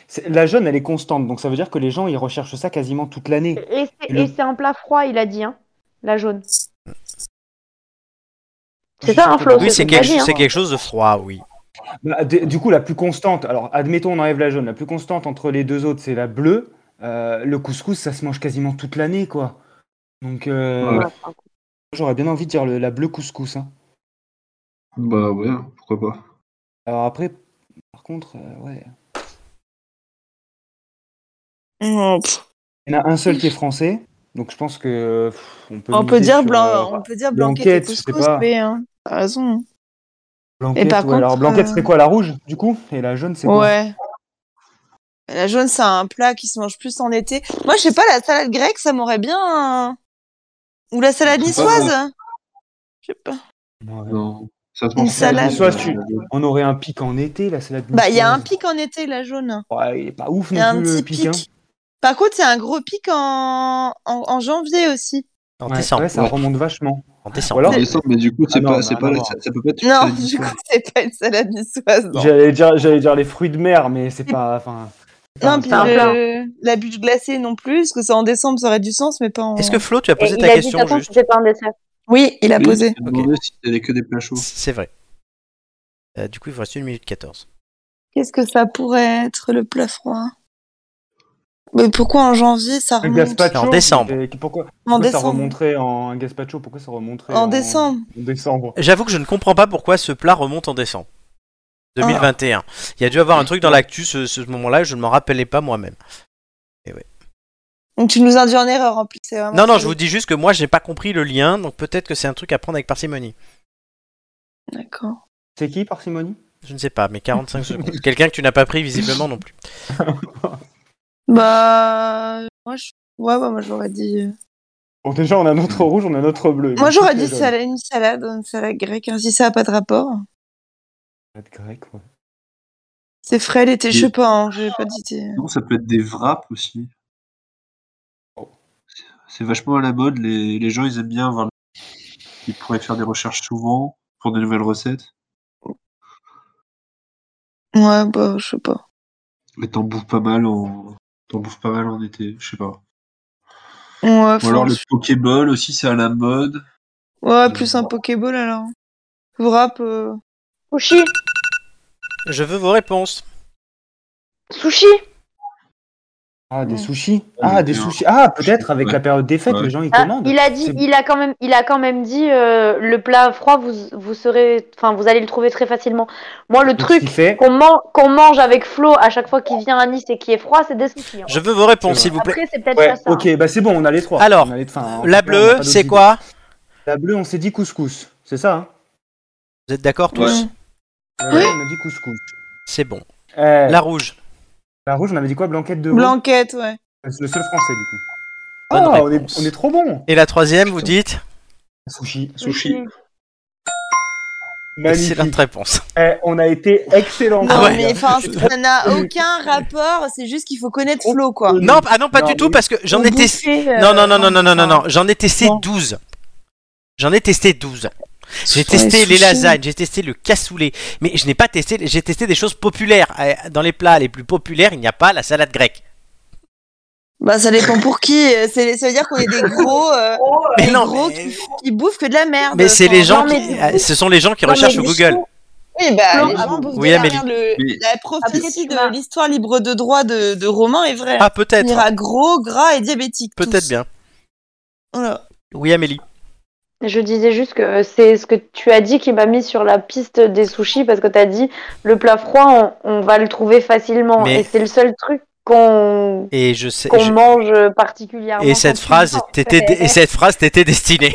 Speaker 3: C'est- la jeune, elle est constante, donc ça veut dire que les gens, ils recherchent ça quasiment toute l'année.
Speaker 10: Et c'est
Speaker 3: Le-
Speaker 10: et c'est un plat froid, il a dit hein, la jaune.
Speaker 3: Je
Speaker 10: C'est ça
Speaker 3: sais
Speaker 10: un
Speaker 3: que-
Speaker 10: Flo,
Speaker 1: Ah Oui, c'est
Speaker 10: que
Speaker 1: quelque,
Speaker 10: t'as dit, hein.
Speaker 1: c'est quelque chose de froid, oui.
Speaker 3: Bah, d- Du coup, la plus constante, alors admettons, on enlève la jaune, la plus constante entre les deux autres, c'est la bleue. Euh, le couscous, ça se mange quasiment toute l'année, quoi. Donc, euh,
Speaker 5: Ouais.
Speaker 3: j'aurais bien envie de dire le- la bleue couscous. hein.
Speaker 5: Bah ouais, pourquoi pas.
Speaker 3: Alors après, par contre, euh, ouais.
Speaker 4: Oh,
Speaker 3: Il y en a un seul qui est français, donc je pense que pff, on peut.
Speaker 4: On peut
Speaker 3: miser
Speaker 4: dire
Speaker 3: sur,
Speaker 4: blanc,
Speaker 3: euh,
Speaker 4: on peut dire
Speaker 3: Blanquette,
Speaker 4: Blanquette et
Speaker 3: je sais
Speaker 4: couscous,
Speaker 3: pas.
Speaker 4: mais, hein, t'as raison.
Speaker 3: Blanquette,
Speaker 4: par
Speaker 3: ouais, alors
Speaker 4: contre,
Speaker 3: Blanquette
Speaker 4: euh,
Speaker 3: serait quoi la rouge du coup Et la jaune c'est quoi
Speaker 4: Ouais. La jaune, c'est un plat qui se mange plus en été. Moi, je sais pas, la salade grecque, ça m'aurait bien. hein. Ou la salade
Speaker 5: C'est pas
Speaker 4: niçoise. Je sais pas.
Speaker 5: Non. Ça se
Speaker 4: Une
Speaker 5: mange pas.
Speaker 4: salade.
Speaker 3: Soit tu- On aurait un pic en été, la salade.
Speaker 4: Bah, il y a un
Speaker 3: niçoise.
Speaker 4: pic en été, la jaune.
Speaker 3: Ouais, il est pas ouf
Speaker 4: Il y a euh,
Speaker 3: non
Speaker 4: un
Speaker 3: plus le
Speaker 4: petit
Speaker 3: pic. hein.
Speaker 4: pic. Par contre, c'est un gros pic en, en, en janvier aussi.
Speaker 1: En
Speaker 3: Ouais,
Speaker 1: décembre.
Speaker 3: ouais, ça
Speaker 5: Ouais.
Speaker 3: remonte vachement.
Speaker 1: En
Speaker 3: Ou
Speaker 1: décembre.
Speaker 3: alors,
Speaker 5: En décembre, mais du coup, c'est
Speaker 3: Ah non,
Speaker 5: pas,
Speaker 3: bah,
Speaker 5: c'est
Speaker 3: rien
Speaker 5: pas,
Speaker 3: à
Speaker 5: la-
Speaker 3: voir.
Speaker 5: ça, ça peut pas être.
Speaker 4: Non,
Speaker 5: ça-
Speaker 4: du coup, c'est pas une salade niçoise. non.
Speaker 3: j'allais dire, j'allais dire les fruits de mer, mais c'est pas, enfin. c'est pas
Speaker 4: Non,
Speaker 3: un
Speaker 4: puis
Speaker 3: plat.
Speaker 10: le-
Speaker 4: le- la bûche glacée non plus, parce que ça en décembre, ça aurait du sens, mais pas en.
Speaker 1: Est-ce que Flo, tu as
Speaker 10: Et
Speaker 1: posé
Speaker 10: il
Speaker 1: ta
Speaker 10: a dit,
Speaker 1: question
Speaker 10: attention,
Speaker 1: juste
Speaker 10: c'est pas un dessert.
Speaker 4: Oui, il a
Speaker 5: Oui,
Speaker 4: posé.
Speaker 5: je me demandais si t'avais que des plats chauds.
Speaker 1: C'est vrai. Euh, du coup, il vous reste 1 minute 14.
Speaker 4: Qu'est-ce que ça pourrait être le plat froid Mais pourquoi en janvier ça
Speaker 3: Un
Speaker 4: remonte
Speaker 3: gazpacho.
Speaker 1: en
Speaker 3: qui
Speaker 1: décembre.
Speaker 3: fait- qui- pourquoi,
Speaker 4: En
Speaker 3: pourquoi ça
Speaker 4: décembre.
Speaker 3: remonterait en un gazpacho Pourquoi ça remonterait
Speaker 4: En décembre.
Speaker 3: En décembre.
Speaker 1: J'avoue que je ne comprends pas pourquoi ce plat remonte en décembre 2021. Il y a dû avoir un truc dans l'actu ce, ce moment-là, je ne m'en rappelais pas moi-même.
Speaker 4: Donc tu nous induis en erreur en plus.
Speaker 10: Ah,
Speaker 4: c'est vraiment
Speaker 1: Non, non,
Speaker 4: terrible.
Speaker 1: je vous dis juste que moi, j'ai pas compris le lien, donc peut-être que c'est un truc à prendre avec parcimonie.
Speaker 4: D'accord.
Speaker 3: C'est qui parcimonie
Speaker 1: Je ne sais pas, mais 45 secondes. Quelqu'un que tu n'as pas pris visiblement non plus.
Speaker 4: Bah. Moi, je... ouais, ouais, moi j'aurais dit. euh,
Speaker 3: Bon, déjà, on a notre rouge, on a notre bleu. euh,
Speaker 4: Moi j'aurais dit
Speaker 3: ça.
Speaker 4: salade, une salade, une salade grecque, hein, si ça n'a pas de rapport.
Speaker 3: grec, ouais.
Speaker 4: C'est frais l'été, je
Speaker 5: Oui.
Speaker 4: sais pas, hein, j'ai pas d'idée.
Speaker 5: Non, ça peut être des wraps aussi. C'est vachement à la mode. Les, les gens, ils aiment bien avoir. Ils pourraient faire des recherches souvent pour des nouvelles recettes.
Speaker 4: Ouais, bah, je sais pas.
Speaker 5: Mais t'en bouffes pas mal en. T'en bouffes pas mal en été, je sais pas.
Speaker 4: Ouais,
Speaker 5: Ou
Speaker 4: faut-
Speaker 5: alors le Pokéball aussi, c'est à la mode.
Speaker 4: ouais plus un Pokéball alors. Wrap. euh,
Speaker 10: Sushi
Speaker 1: Je veux vos réponses.
Speaker 10: Sushi
Speaker 3: Ah, des
Speaker 4: Ouais.
Speaker 3: sushis
Speaker 5: Ah,
Speaker 3: Ah, des
Speaker 5: bien.
Speaker 3: sushis Ah, peut-être avec
Speaker 5: Ouais.
Speaker 3: la période des fêtes,
Speaker 5: Ouais.
Speaker 3: les gens ils
Speaker 10: Ah,
Speaker 3: commandent.
Speaker 10: il a dit,
Speaker 3: C'est-
Speaker 10: il a quand même, il a quand même dit euh, le plat froid, vous, vous serez, enfin, vous allez le trouver très facilement. Moi, le
Speaker 3: Donc, ce
Speaker 10: truc
Speaker 3: qu'il fait,
Speaker 10: qu'on man- qu'on mange avec Flo à chaque fois qu'il vient à Nice et qui est froid, c'est des sushis. hein.
Speaker 1: Je veux vos réponses, s'il vous plaît.
Speaker 10: Après, c'est peut-être
Speaker 3: Ouais,
Speaker 10: pas ça. hein.
Speaker 3: ok, bah c'est bon, on a les trois.
Speaker 1: Alors,
Speaker 3: On a les- enfin, en
Speaker 1: La
Speaker 3: tout cas, on a pas
Speaker 1: bleue,
Speaker 3: d'autres
Speaker 1: c'est
Speaker 3: idées.
Speaker 1: quoi
Speaker 3: La bleue, on s'est dit couscous, c'est ça hein
Speaker 1: Vous êtes d'accord tous
Speaker 5: Ouais.
Speaker 3: La bleue, on a dit couscous.
Speaker 1: C'est bon.
Speaker 3: Eh,
Speaker 1: La rouge.
Speaker 3: La rouge, on avait dit quoi Blanquette de veau
Speaker 4: Blanquette, ouais.
Speaker 3: Ah, C'est le seul français du coup.
Speaker 1: Bonne
Speaker 3: Ah, on
Speaker 1: réponse.
Speaker 3: est, on est trop bon
Speaker 1: Et la troisième, vous dites
Speaker 3: Sushi.
Speaker 5: Sushi.
Speaker 1: C'est
Speaker 3: Magnifique.
Speaker 1: notre réponse.
Speaker 3: Eh, on a été excellent.
Speaker 1: Ah
Speaker 4: Non, mais enfin, ça n'a aucun rapport, c'est juste qu'il faut connaître Flo, quoi.
Speaker 1: Non, ah non, pas
Speaker 3: Non,
Speaker 1: du tout,
Speaker 3: mais-
Speaker 1: parce que j'en
Speaker 4: On
Speaker 1: ai testé.
Speaker 4: bouffait, euh,
Speaker 1: Non, non, non, non, non, non, non, non.
Speaker 4: enfin,
Speaker 1: J'en ai testé
Speaker 4: Non.
Speaker 1: 12. J'en ai testé 12. J'ai
Speaker 4: sont les
Speaker 1: testé les
Speaker 4: sushis.
Speaker 1: lasagnes, j'ai testé le cassoulet, mais je n'ai pas testé, j'ai testé des choses populaires. Euh, Dans les plats les plus populaires, il n'y a pas la salade grecque.
Speaker 4: Bah, ça dépend pour qui. euh, c'est- Ça veut dire qu'on est des gros, euh,
Speaker 1: Mais
Speaker 4: des
Speaker 1: non,
Speaker 4: gros
Speaker 1: mais-
Speaker 4: qui, qui bouffent que de la merde.
Speaker 1: Mais c'est
Speaker 4: Enfin,
Speaker 1: les gens
Speaker 10: non, mais
Speaker 1: qui,
Speaker 10: du coup-
Speaker 1: euh, ce sont les gens qui
Speaker 10: Non, mais
Speaker 1: recherchent sur
Speaker 10: du
Speaker 1: Google.
Speaker 10: coup,
Speaker 4: Oui, bah,
Speaker 10: Non,
Speaker 4: les gens
Speaker 5: mais-
Speaker 4: bouffent
Speaker 1: Oui,
Speaker 4: de
Speaker 1: Amélie.
Speaker 4: la merde. Le-
Speaker 5: Mais-
Speaker 4: La prophétie
Speaker 10: Après, tu
Speaker 4: de
Speaker 10: vas-
Speaker 4: l'histoire libre de droit de, de Romain est vraie.
Speaker 1: Ah
Speaker 4: On
Speaker 1: peut-être,
Speaker 4: ira gros, gras et diabétique.
Speaker 1: peut-être bien.
Speaker 4: Voilà.
Speaker 1: Oui Amélie.
Speaker 10: Je disais juste que c'est ce que tu as dit qui m'a mis sur la piste des sushis parce que tu as dit le plat froid, on, on va le trouver facilement.
Speaker 1: Mais-
Speaker 10: Et c'est le seul truc qu'on
Speaker 1: Et je sais.
Speaker 10: qu'on
Speaker 1: je-
Speaker 10: mange particulièrement.
Speaker 1: Et cette
Speaker 10: quand tu oh,
Speaker 1: phrase
Speaker 10: dors.
Speaker 1: t'était et cette phrase t'était destinée.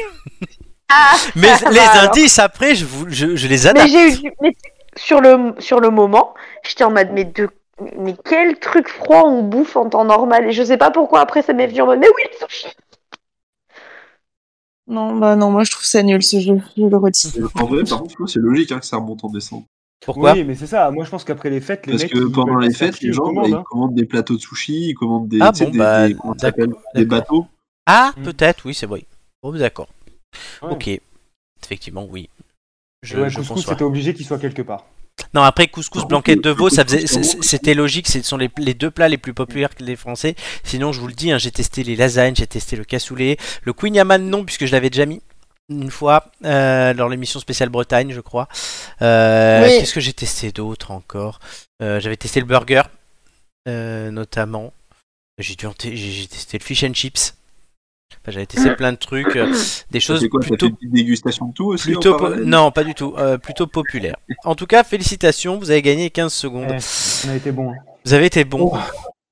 Speaker 10: Ah,
Speaker 1: Mais
Speaker 10: bah
Speaker 1: les
Speaker 10: alors.
Speaker 1: indices après, je, vous, je, je les
Speaker 10: Mais
Speaker 1: adapte.
Speaker 10: j'ai eu. mais sur le, sur le moment, j'étais en mode, mais, de, mais quel truc froid on bouffe en temps normal Et je sais pas pourquoi après ça m'est venu en mode, mais oui, les sushis
Speaker 4: Non, bah non, moi je trouve ça nul ce jeu. Je le retire.
Speaker 5: En vrai, par contre, c'est logique hein, que ça remonte en décembre.
Speaker 1: Pourquoi
Speaker 3: Oui, mais c'est ça. Moi, je pense qu'après les fêtes, les
Speaker 5: Parce
Speaker 3: mecs,
Speaker 5: que
Speaker 3: ils
Speaker 5: pendant
Speaker 3: veulent
Speaker 5: les
Speaker 3: pas faire
Speaker 5: fêtes,
Speaker 3: chier,
Speaker 5: les
Speaker 3: ils
Speaker 5: gens, bah,
Speaker 3: commandent,
Speaker 5: ils
Speaker 3: hein.
Speaker 5: commandent des plateaux de sushi, ils commandent des,
Speaker 1: Ah
Speaker 5: tu sais,
Speaker 1: bon,
Speaker 5: des,
Speaker 1: bah,
Speaker 5: des- comment ça
Speaker 1: d'accord,
Speaker 5: s'appelle des
Speaker 1: d'accord.
Speaker 5: bateaux.
Speaker 1: Ah
Speaker 3: Mm.
Speaker 1: peut-être, oui c'est vrai. Bon d'accord.
Speaker 3: Ouais.
Speaker 1: Ok. Effectivement oui. Je,
Speaker 3: Ouais,
Speaker 1: je
Speaker 3: couscous,
Speaker 1: conçois.
Speaker 3: c'était obligé qu'il soit quelque part.
Speaker 1: Non, après couscous,
Speaker 5: Par
Speaker 1: blanquette
Speaker 5: contre,
Speaker 1: de
Speaker 5: le
Speaker 1: veau, ça
Speaker 5: couscous,
Speaker 1: faisait,
Speaker 5: c'est
Speaker 1: c'est-
Speaker 5: bon.
Speaker 1: c'était logique. Ce sont les, les deux plats les plus populaires que les Français. Sinon, je vous le dis, hein, j'ai testé les lasagnes, j'ai testé le cassoulet, le queen yaman non, puisque je l'avais déjà mis une fois euh, dans l'émission spéciale Bretagne, je crois. Euh,
Speaker 4: Oui.
Speaker 1: Qu'est-ce que j'ai testé d'autre encore Euh, J'avais testé le burger, euh, notamment. J'ai dû en te- j'ai j'ai testé le fish and chips. Enfin, j'avais testé plein de trucs, euh, des
Speaker 5: Hein Ça
Speaker 1: choses
Speaker 5: fait quoi T'as fait
Speaker 1: plutôt
Speaker 5: une petite dégustation de tout aussi en
Speaker 1: Plutôt po-
Speaker 5: parallèle
Speaker 1: non, pas du tout. euh, plutôt populaire. En tout cas, félicitations, vous avez gagné 15 secondes.
Speaker 3: On a été bon. hein.
Speaker 1: Vous avez été bon.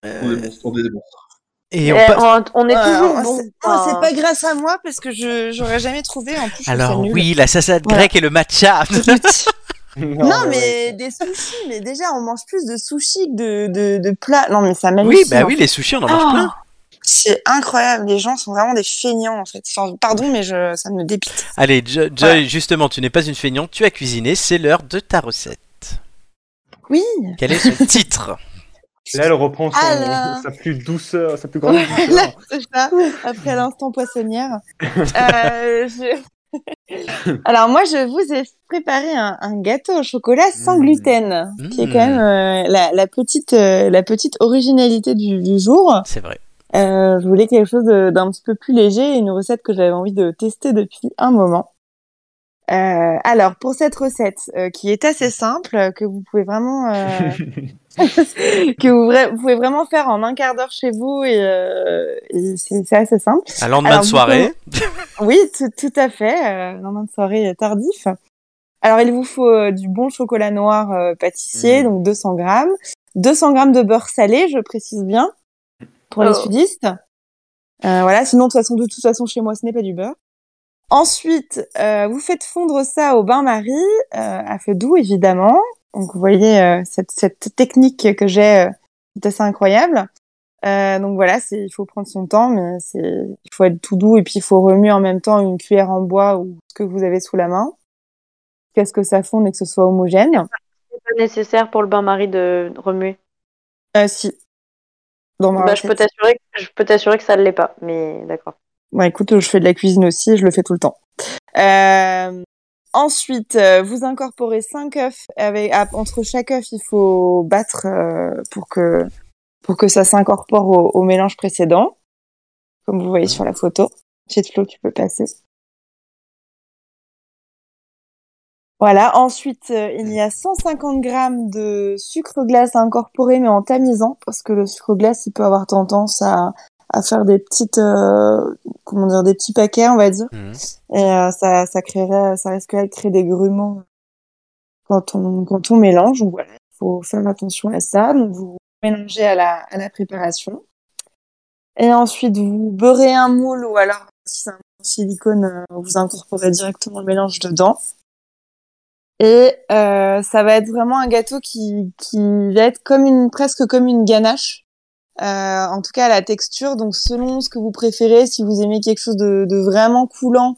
Speaker 5: On est monstres, on est des monstres.
Speaker 1: Et on
Speaker 2: Eh,
Speaker 1: passe-
Speaker 2: on, on est toujours
Speaker 4: Alors,
Speaker 2: bon.
Speaker 4: Euh, c'est-
Speaker 2: enfin,
Speaker 4: ah, c'est pas grâce à moi parce que je j'aurais jamais trouvé en plus. je trouve ça
Speaker 1: Alors
Speaker 4: nul.
Speaker 1: oui, la salade
Speaker 4: Voilà.
Speaker 1: grecque et le matcha.
Speaker 3: Non,
Speaker 4: Non mais des sushis, mais déjà on mange plus de sushis que de, de, de plats. Non mais ça
Speaker 1: oui,
Speaker 4: m'hallucine.
Speaker 1: bah
Speaker 4: en
Speaker 1: oui,
Speaker 4: fait.
Speaker 1: les sushis, on en mange
Speaker 10: Oh.
Speaker 1: plein.
Speaker 4: C'est incroyable, les gens sont vraiment des feignants en fait. Enfin, pardon mais je ça me dépite.
Speaker 1: Allez, Jo- Joy, justement, tu n'es pas une feignante, tu as cuisiné, c'est l'heure de ta recette.
Speaker 4: Oui.
Speaker 1: Quel est son titre
Speaker 3: Là, elle reprend son-
Speaker 4: Alors.
Speaker 3: sa plus douceur, sa plus grande
Speaker 1: Ah,
Speaker 3: douceur.
Speaker 4: Là, c'est ça, après l'instant poissonnière. Euh, je- Alors moi, je vous ai préparé un, un gâteau au chocolat sans
Speaker 1: Mmh.
Speaker 3: Mm.
Speaker 4: gluten, qui est
Speaker 1: Mm.
Speaker 4: quand même euh, la, la petite, euh, la petite originalité du, du jour.
Speaker 1: C'est vrai.
Speaker 4: Euh, je voulais quelque chose de- d'un petit peu plus léger, une recette que j'avais envie de tester depuis un moment. Euh, alors pour cette recette euh, qui est assez simple, euh, que vous pouvez vraiment euh, que vous, vra- vous pouvez vraiment faire en un quart d'heure chez vous et, euh, et c'est c'est assez simple.
Speaker 1: Un lendemain
Speaker 4: Alors,
Speaker 1: de
Speaker 4: vous
Speaker 1: soirée.
Speaker 4: Oui, tout, tout à fait. Euh, lendemain de soirée tardif. Alors, il vous faut euh, du bon chocolat noir euh, pâtissier,
Speaker 1: Mhm.
Speaker 4: donc 200 grammes. 200 grammes de beurre salé, je précise bien, pour les
Speaker 2: Oh.
Speaker 4: sudistes. Euh, voilà, sinon, de toute façon, de toute façon, chez moi, ce n'est pas du beurre. Ensuite, euh, vous faites fondre ça au bain-marie, euh, à feu doux, évidemment. Donc, vous voyez euh, cette, cette technique que j'ai, euh, c'est assez incroyable. Euh, donc voilà, c'est- il faut prendre son temps, mais c'est- il faut être tout doux et puis il faut remuer en même temps une cuillère en bois ou ce que vous avez sous la main, jusqu'à ce que ça fonde et que ce soit homogène.
Speaker 2: c'est pas nécessaire pour le bain-marie de remuer.
Speaker 4: Euh, si. Dans ma
Speaker 2: Bah, je peux
Speaker 4: recette.
Speaker 2: t'assurer, que- je peux t'assurer que ça ne l'est pas. Mais d'accord.
Speaker 4: Bah écoute, je fais de la cuisine aussi, je le fais tout le temps. Euh, ensuite, euh, vous incorporez 5 œufs. Avec, à- entre chaque œuf, il faut battre euh, pour, que, pour que ça s'incorpore au, au mélange précédent, comme vous voyez sur la photo. Chez Flo, tu peux passer. Voilà, ensuite, euh, il y a 150 grammes de sucre glace à incorporer, mais en tamisant, parce que le sucre glace, il peut avoir tendance à, à faire des petites, euh, comment dire, des petits paquets, on va dire.
Speaker 1: Mhm.
Speaker 4: Et euh, ça, ça créerait, ça risquerait de créer des grumeaux quand on, quand on mélange. Donc voilà, il faut faire attention à ça. Donc vous mélangez à la, à la préparation. Et ensuite, vous beurrez un moule ou alors, si c'est un moule en silicone, euh, vous incorporez directement le mélange dedans. Et euh, ça va être vraiment un gâteau qui, qui va être comme une, presque comme une ganache. Euh, en tout cas, la texture. Donc, selon ce que vous préférez, si vous aimez quelque chose de, de vraiment coulant,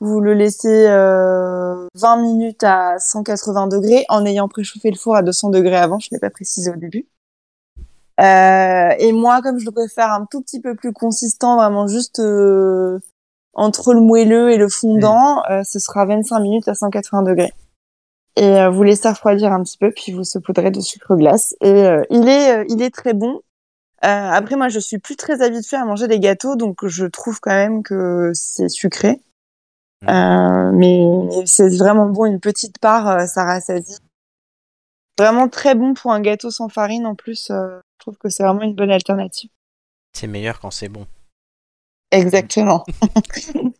Speaker 4: vous le laissez euh, 20 minutes à 180 degrés en ayant préchauffé le four à 200 degrés avant. Je ne l'ai pas précisé au début. Euh, et moi, comme je le préfère un tout petit peu plus consistant, vraiment juste euh, entre le moelleux et le fondant, euh, ce sera 25 minutes à 180 degrés. Et euh, vous laissez refroidir un petit peu, puis vous saupoudrez de sucre glace. Et euh, il est, euh, il est très bon. Euh, après, moi, je suis plus très habituée à manger des gâteaux, donc je trouve quand même que c'est sucré. Euh, mais mais c'est vraiment bon, une petite part, euh, ça rassasie. Vraiment très bon pour un gâteau sans farine en plus. euh, je trouve que c'est vraiment une bonne alternative.
Speaker 1: C'est meilleur quand c'est bon.
Speaker 4: Exactement.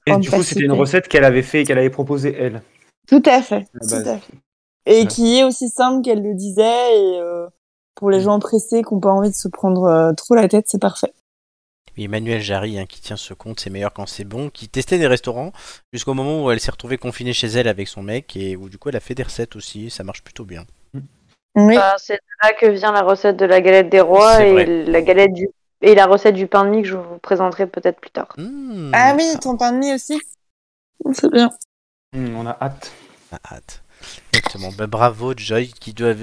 Speaker 3: Et
Speaker 4: Pour ne
Speaker 3: du
Speaker 4: pas
Speaker 3: coup, c'était une
Speaker 4: citer.
Speaker 3: recette qu'elle avait fait, qu'elle avait proposée elle.
Speaker 4: Tout à fait.
Speaker 3: la
Speaker 4: Tout
Speaker 3: base.
Speaker 4: à fait. Et
Speaker 3: Ouais.
Speaker 4: qui est aussi simple qu'elle le disait. Et euh, pour
Speaker 3: Mm.
Speaker 4: les gens pressés qui n'ont pas envie de se prendre euh, trop la tête, c'est parfait.
Speaker 1: Oui, Emmanuel Jarry, hein, qui tient ce compte, c'est meilleur quand c'est bon, qui testait des restaurants jusqu'au moment où elle s'est retrouvée confinée chez elle avec son mec et où du coup elle a fait des recettes aussi, et ça marche plutôt bien.
Speaker 4: Oui.
Speaker 2: Bah, c'est de là que vient la recette de la galette des rois
Speaker 1: C'est
Speaker 2: et
Speaker 1: vrai.
Speaker 2: la galette du et la recette du pain de mie que je vous présenterai peut-être plus tard.
Speaker 3: Mm.
Speaker 1: Hmm,
Speaker 4: Ah oui, ton pain de mie aussi. C'est bien.
Speaker 3: Hmm, on a hâte.
Speaker 1: on a ah, hâte. Exactement. Bah, bravo Joy, qui doit...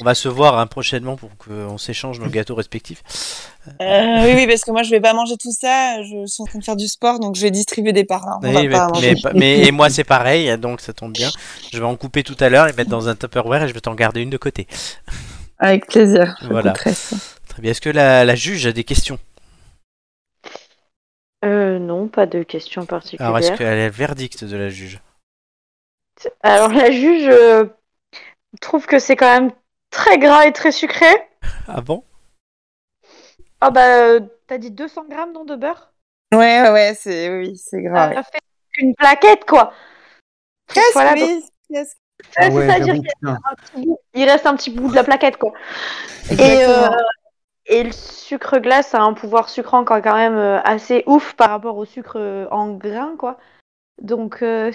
Speaker 1: on va se voir hein, prochainement pour qu'on s'échange nos gâteaux respectifs.
Speaker 4: Euh, oui, oui, parce que moi, je vais pas manger tout ça. Je suis en train de faire du sport, donc je vais distribuer des parts. hein. On
Speaker 1: Oui,
Speaker 4: va
Speaker 1: mais,
Speaker 4: pas manger.
Speaker 1: mais- mais- et moi c'est pareil, hein, donc ça tombe bien. Je vais en couper tout à l'heure et mettre dans un Tupperware et je vais t'en garder une de côté.
Speaker 4: Avec plaisir. je
Speaker 1: Voilà.
Speaker 4: goûterai ça.
Speaker 1: Très bien. Est-ce que la, la juge a des questions
Speaker 2: Euh, non, pas de questions
Speaker 1: Alors est-ce
Speaker 2: particulières.
Speaker 1: qu'elle a le verdict de la juge
Speaker 2: Alors la juge euh, trouve que c'est quand même très gras et très sucré.
Speaker 1: Ah bon
Speaker 2: Ah bah euh, t'as dit 200 grammes non de beurre
Speaker 4: Ouais, ouais, ouais, c'est oui, c'est
Speaker 10: Ah,
Speaker 2: Ça
Speaker 4: grave.
Speaker 2: fait une plaquette quoi. Donc,
Speaker 4: Presque,
Speaker 2: voilà, donc,
Speaker 4: oui, presque.
Speaker 2: euh, c'est-à-dire
Speaker 3: Ah
Speaker 2: qu'il
Speaker 3: j'avoue, putain.
Speaker 2: y a un petit bout- il reste un petit bout de la plaquette quoi. Et
Speaker 4: Exactement.
Speaker 10: euh, Et le sucre glace a un pouvoir sucrant quand quand même euh, assez ouf par rapport au sucre euh, en grain, quoi. Donc, euh,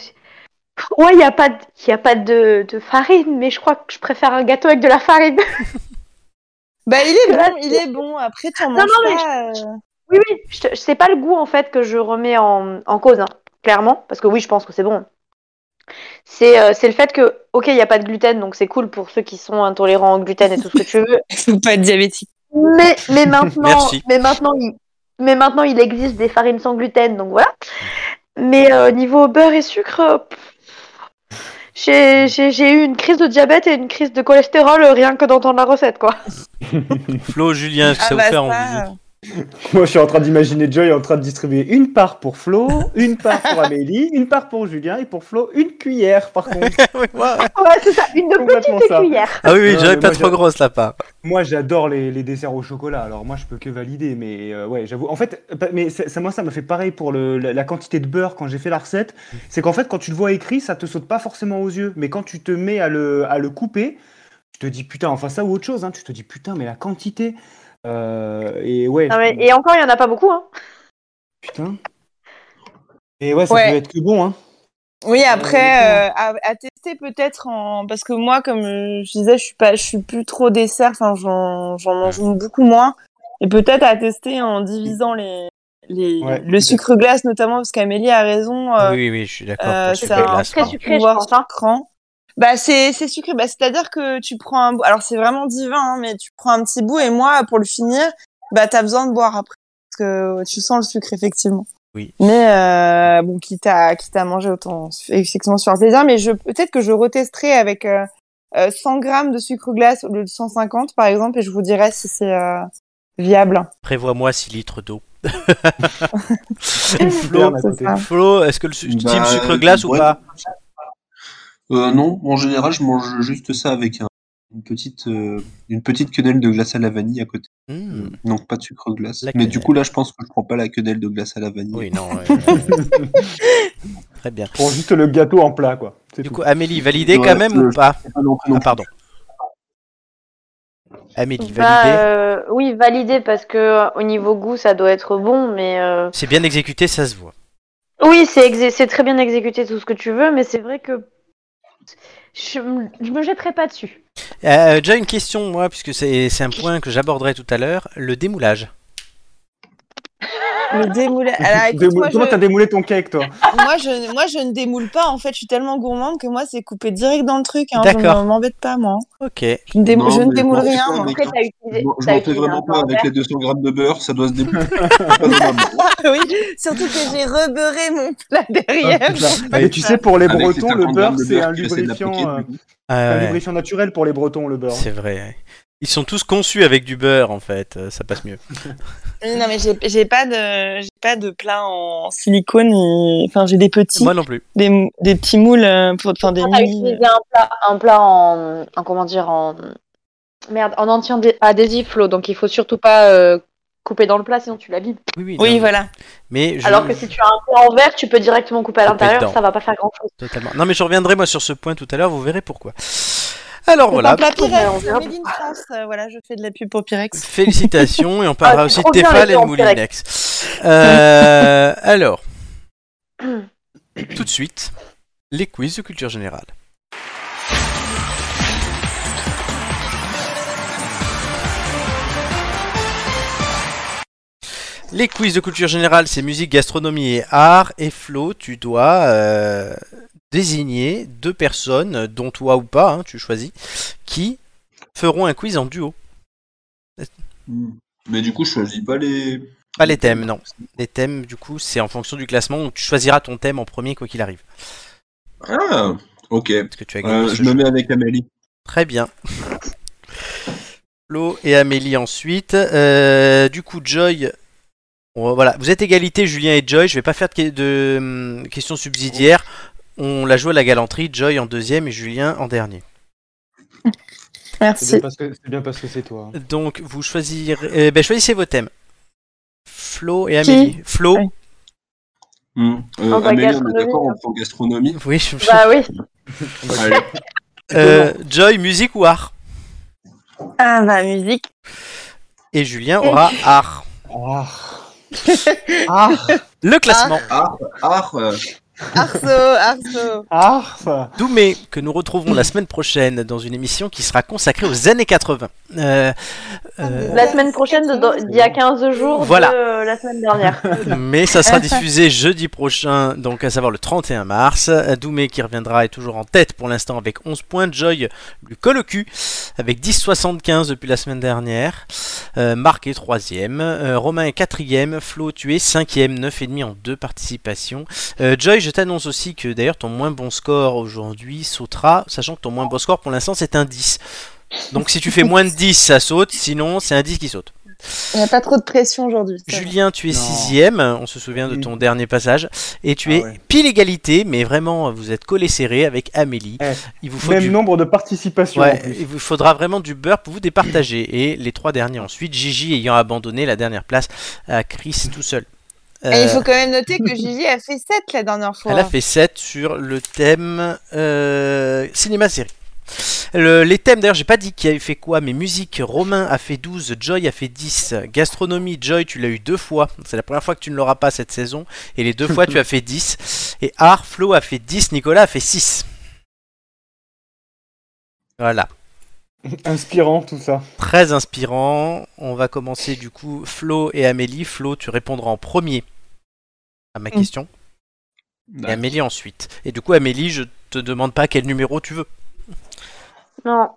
Speaker 10: ouais, il n'y a pas, de, y a pas de, de farine, mais je crois que je préfère un gâteau avec de la farine.
Speaker 4: Bah, il est bon, il est bon. Après, t'en manges
Speaker 10: non, mais
Speaker 4: pas. euh,
Speaker 10: Oui, oui, je, te- c'est pas le goût en fait que je remets en, en cause, hein, clairement, parce que oui, je pense que c'est bon. C'est euh, c'est le fait que, ok, il n'y a pas de gluten, donc c'est cool pour ceux qui sont intolérants au gluten et tout ce que tu veux,
Speaker 11: Faut pas être diabétique.
Speaker 10: mais, mais maintenant,
Speaker 1: Merci.
Speaker 10: mais maintenant, il, mais maintenant, il existe des farines sans gluten, donc voilà. Mais euh, niveau beurre et sucre, euh, pff, j'ai j'ai- j'ai eu une crise de diabète et une crise de cholestérol euh, rien que d'entendre la recette, quoi.
Speaker 1: Flo, Julien, est-ce que ça vous
Speaker 4: bah,
Speaker 1: fait
Speaker 4: ça,
Speaker 1: envie
Speaker 3: Moi, je suis en train d'imaginer Joy en train de distribuer une part pour Flo, une part pour Amélie, une part pour Julien et pour Flo, une cuillère, par contre.
Speaker 1: Oui, moi-
Speaker 10: Ouais, c'est ça, une
Speaker 3: Complètement
Speaker 10: petite
Speaker 3: ça.
Speaker 10: cuillère.
Speaker 1: Ah oui, oui,
Speaker 3: Non,
Speaker 1: j'avais
Speaker 3: mais
Speaker 1: pas
Speaker 3: moi,
Speaker 1: trop
Speaker 3: j'ai-
Speaker 1: grosse la part.
Speaker 3: Moi, j'adore les, les desserts au chocolat, alors moi, je peux que valider, mais euh, ouais, j'avoue. En fait, bah, mais ça, ça- moi, ça m'a fait pareil pour le- la, la quantité de beurre quand j'ai fait la recette. C'est qu'en fait, quand tu le vois écrit, ça te saute pas forcément aux yeux, mais quand tu te mets à le, à le couper, tu te dis putain, enfin ça ou autre chose, hein, tu te dis putain, mais la quantité. Euh, et ouais.
Speaker 10: Non, mais- Ah et encore, il n'y en a pas beaucoup, hein.
Speaker 3: Putain. Et ouais, ça
Speaker 4: Ouais.
Speaker 3: peut être que bon, hein.
Speaker 4: Oui, après, euh, à, à tester peut-être en... Parce que moi, comme euh, je disais, je suis pas, je suis plus trop dessert, enfin, j'en, j'en mange beaucoup moins. Et peut-être à tester en divisant les, les,
Speaker 3: Ouais.
Speaker 4: le sucre glace, notamment, parce qu'Amélie a raison. euh,
Speaker 1: oui, oui, oui, je suis d'accord.
Speaker 4: euh,
Speaker 1: pour
Speaker 4: c'est
Speaker 1: sucre
Speaker 4: un
Speaker 1: glace,
Speaker 10: très
Speaker 1: pardon.
Speaker 10: sucré, je
Speaker 4: pouvoir
Speaker 10: pense, hein.
Speaker 4: sucrant. Bah, c'est, c'est sucré. Bah, c'est-à-dire que tu prends un bout. Alors, c'est vraiment divin, hein, mais tu prends un petit bout et moi, pour le finir, bah, t'as besoin de boire après. Parce que tu sens le sucre, effectivement.
Speaker 1: Oui.
Speaker 4: Mais, euh, bon, quitte à, quitte à manger autant, effectivement, sur un plaisir. Mais je, peut-être que je retesterai avec, euh, euh, 100 grammes de sucre glace au lieu de 150, par exemple, et je vous dirai si c'est, euh, viable.
Speaker 1: Prévois-moi 6 litres d'eau.
Speaker 3: Super,
Speaker 1: Flo,
Speaker 3: d'un
Speaker 4: c'est
Speaker 3: côté.
Speaker 4: ça.
Speaker 1: Flo, est-ce que le su-
Speaker 5: Bah,
Speaker 1: team sucre glace ou
Speaker 5: ouais.
Speaker 1: pas
Speaker 5: Euh, non, en général, je mange juste ça avec un- une petite euh, une petite quenelle de glace à la vanille à côté.
Speaker 1: Hmm,
Speaker 5: Donc pas de sucre glace.
Speaker 1: La
Speaker 5: Mais
Speaker 1: quenelle.
Speaker 5: du coup là, je pense que je prends pas la quenelle de glace à la vanille.
Speaker 1: Oui, non. euh, euh, très bien.
Speaker 3: Prends juste le gâteau en plat, quoi. C'est
Speaker 1: Du
Speaker 3: tout.
Speaker 1: coup, Amélie, validé
Speaker 5: Ouais,
Speaker 1: quand même
Speaker 5: euh,
Speaker 1: ou pas
Speaker 5: Ah non, non.
Speaker 1: Ah, pardon. Amélie,
Speaker 10: Bah,
Speaker 1: validé.
Speaker 10: euh, oui, validé parce que euh, au niveau goût, ça doit être bon, mais euh,
Speaker 1: C'est bien exécuté, ça se voit.
Speaker 10: oui, c'est exé- c'est très bien exécuté tout ce que tu veux, mais c'est vrai que je, m- je me jetterai pas dessus.
Speaker 1: Euh, déjà une question, moi, puisque c'est c'est un point que j'aborderai tout à l'heure, le démoulage.
Speaker 4: Le démouler. Alors, écoute,
Speaker 3: Démou-
Speaker 4: moi,
Speaker 3: Comment
Speaker 4: je-
Speaker 3: t'as démoulé ton cake, toi
Speaker 4: moi, je, moi, je ne démoule pas. En fait, je suis tellement gourmande que moi, c'est coupé direct dans le truc. Hein.
Speaker 1: D'accord.
Speaker 4: Je ne m'embête pas, moi.
Speaker 1: Ok.
Speaker 4: Je ne, dé-
Speaker 5: Non,
Speaker 4: je ne
Speaker 5: mais
Speaker 4: démoule
Speaker 5: non, c'est
Speaker 4: rien.
Speaker 5: pas
Speaker 4: moi.
Speaker 5: avec-
Speaker 10: Après, t'as utilisé,
Speaker 5: Je m'en- je
Speaker 10: t'as
Speaker 5: m'en fais
Speaker 10: utilisé un
Speaker 5: vraiment pas avec
Speaker 10: camembert.
Speaker 5: les 200 grammes de beurre, ça doit se Ah, débrouiller.
Speaker 4: oui, surtout que j'ai rebeuré mon plat derrière.
Speaker 3: Ah,
Speaker 1: Bah,
Speaker 3: Mais tu sais, pour les
Speaker 5: Avec
Speaker 3: Bretons, le beurre,
Speaker 5: 50 grammes de
Speaker 3: c'est un
Speaker 5: tu essaies de
Speaker 3: lubrifiant,
Speaker 5: l'appliquer,
Speaker 3: euh,
Speaker 5: du coup.
Speaker 3: c'est
Speaker 1: Ah
Speaker 3: un
Speaker 1: ouais,
Speaker 3: lubrifiant naturel pour les Bretons, le beurre.
Speaker 1: c'est vrai. ouais. Ils sont tous conçus avec du beurre, en fait. euh, Ça passe mieux.
Speaker 4: non, mais j'ai j'ai pas de, j'ai pas de plat en silicone. et- Enfin, j'ai des petits,
Speaker 1: Moi non plus.
Speaker 4: des, mou- des petits moules, euh, pour, enfin des
Speaker 10: T'as
Speaker 4: mini. euh,
Speaker 10: utilisé un plat, un plat en, en comment dire, en merde, en anti-adhésif, Flo, donc il faut surtout pas euh, couper dans le plat, sinon tu l'abîmes.
Speaker 1: Oui, oui.
Speaker 4: Oui,
Speaker 1: non,
Speaker 4: voilà.
Speaker 1: Mais je...
Speaker 10: Alors que si tu as un plat en verre, tu peux directement couper à
Speaker 1: Couper
Speaker 10: l'intérieur,
Speaker 1: dedans.
Speaker 10: ça va pas faire grand chose.
Speaker 1: Totalement. Non, mais je reviendrai moi sur ce point tout à l'heure. Vous verrez pourquoi. Alors
Speaker 4: Voilà. Un
Speaker 1: voilà.
Speaker 4: plat Pyrex,
Speaker 10: verra.
Speaker 4: Made in France. Euh, Voilà, je fais de la pub pour Pyrex.
Speaker 1: Félicitations et on parlera
Speaker 10: Ah,
Speaker 1: aussi de
Speaker 10: trop bien, les
Speaker 1: Tefal et de
Speaker 10: gens en
Speaker 1: Moulinex. Euh, alors, tout de suite, les quiz de culture générale. Les quiz de culture générale, c'est musique, gastronomie et art. Et Flo, tu dois euh, désigner deux personnes, dont toi ou pas, hein, tu choisis, qui feront un quiz en duo.
Speaker 5: Mm. Mais du coup, je choisis pas les.
Speaker 1: Pas les thèmes, non. Les thèmes, du coup, c'est en fonction du classement. Donc, tu choisiras ton thème en premier, quoi qu'il arrive.
Speaker 5: Ah, ok.
Speaker 1: Parce que tu as gagné
Speaker 5: Euh,
Speaker 1: ce
Speaker 5: je me
Speaker 1: jeu.
Speaker 5: mets avec Amélie.
Speaker 1: Très bien. Flo et Amélie ensuite. Euh, du coup, Joy. on- voilà, vous êtes égalité, Julien et Joy. Je vais pas faire de, que- de, hum, questions subsidiaires. On la joue à la galanterie. Joy en deuxième et Julien en dernier.
Speaker 3: C'est
Speaker 4: Merci.
Speaker 3: bien parce que c'est bien parce que c'est toi. hein.
Speaker 1: Donc, vous choisirez. eh ben, choisissez vos thèmes. Flo et Amélie. Flo.
Speaker 4: Oui.
Speaker 5: Mm. Euh,
Speaker 10: Oh, bah,
Speaker 5: Amélie, on est
Speaker 10: gastronomie,
Speaker 5: d'accord,
Speaker 10: hein.
Speaker 5: on prend gastronomie.
Speaker 1: Oui, je-
Speaker 10: Bah oui.
Speaker 5: Allez.
Speaker 1: Euh, Joy, musique ou art
Speaker 4: Ah, bah, musique.
Speaker 1: et Julien aura art.
Speaker 3: Ah.
Speaker 1: Le classement.
Speaker 4: Arceau, Arceau.
Speaker 3: Ah.
Speaker 1: Doumé, que nous retrouvons la semaine prochaine dans une émission qui sera consacrée aux années 80. Euh, euh,
Speaker 10: La semaine prochaine, dedans- d'il y a 15 jours
Speaker 1: Voilà.
Speaker 10: de euh, la semaine dernière.
Speaker 1: mais ça sera diffusé jeudi prochain, donc à savoir le 31 mars. Doumé qui reviendra est toujours en tête pour l'instant avec 11 points. Joy lui colle au cul avec 10,75 depuis la semaine dernière. Euh, Marc est troisième. Euh, Romain est quatrième. Flo, tu es cinquième, 9,5 en deux participations. Euh, Joy, je t'annonce aussi que d'ailleurs ton moins bon score aujourd'hui sautera, sachant que ton moins bon score pour l'instant c'est un 10. Donc si tu fais moins de 10, ça saute, sinon c'est un 10 qui saute.
Speaker 6: Il n'y a pas trop de pression aujourd'hui. ça va.
Speaker 1: Julien, tu es sixième, on se souvient de ton dernier passage, et tu es
Speaker 3: Ah ouais.
Speaker 1: pile égalité, mais vraiment, vous êtes collé serré avec Amélie.
Speaker 3: Eh,
Speaker 1: Il vous faut
Speaker 3: Même
Speaker 1: du...
Speaker 3: nombre de participations.
Speaker 1: Ouais,
Speaker 3: en plus.
Speaker 1: il vous faudra vraiment du beurre pour vous départager. Et les trois derniers ensuite, Gigi ayant abandonné la dernière place à Chris tout seul.
Speaker 4: Et Ah,
Speaker 1: Euh,
Speaker 4: il faut quand même noter que Gigi a fait 7 la dernière fois. hein.
Speaker 1: Elle a fait 7 sur le thème euh, cinéma-série. Le- les thèmes, d'ailleurs, j'ai pas dit qui avait fait quoi, mais musique, Romain a fait 12, Joy a fait 10, gastronomie, Joy, tu l'as eu deux fois, c'est la première fois que tu ne l'auras pas cette saison, et les deux fois tu as fait 10, et Art, Flo a fait 10, Nicolas a fait 6. Voilà,
Speaker 3: Inspirant tout ça.
Speaker 1: très inspirant. On va commencer du coup, Flo et Amélie. Flo, tu répondras en premier à ma question. Et Amélie ensuite. Et du coup, Amélie, je te demande pas quel numéro tu veux.
Speaker 10: Non.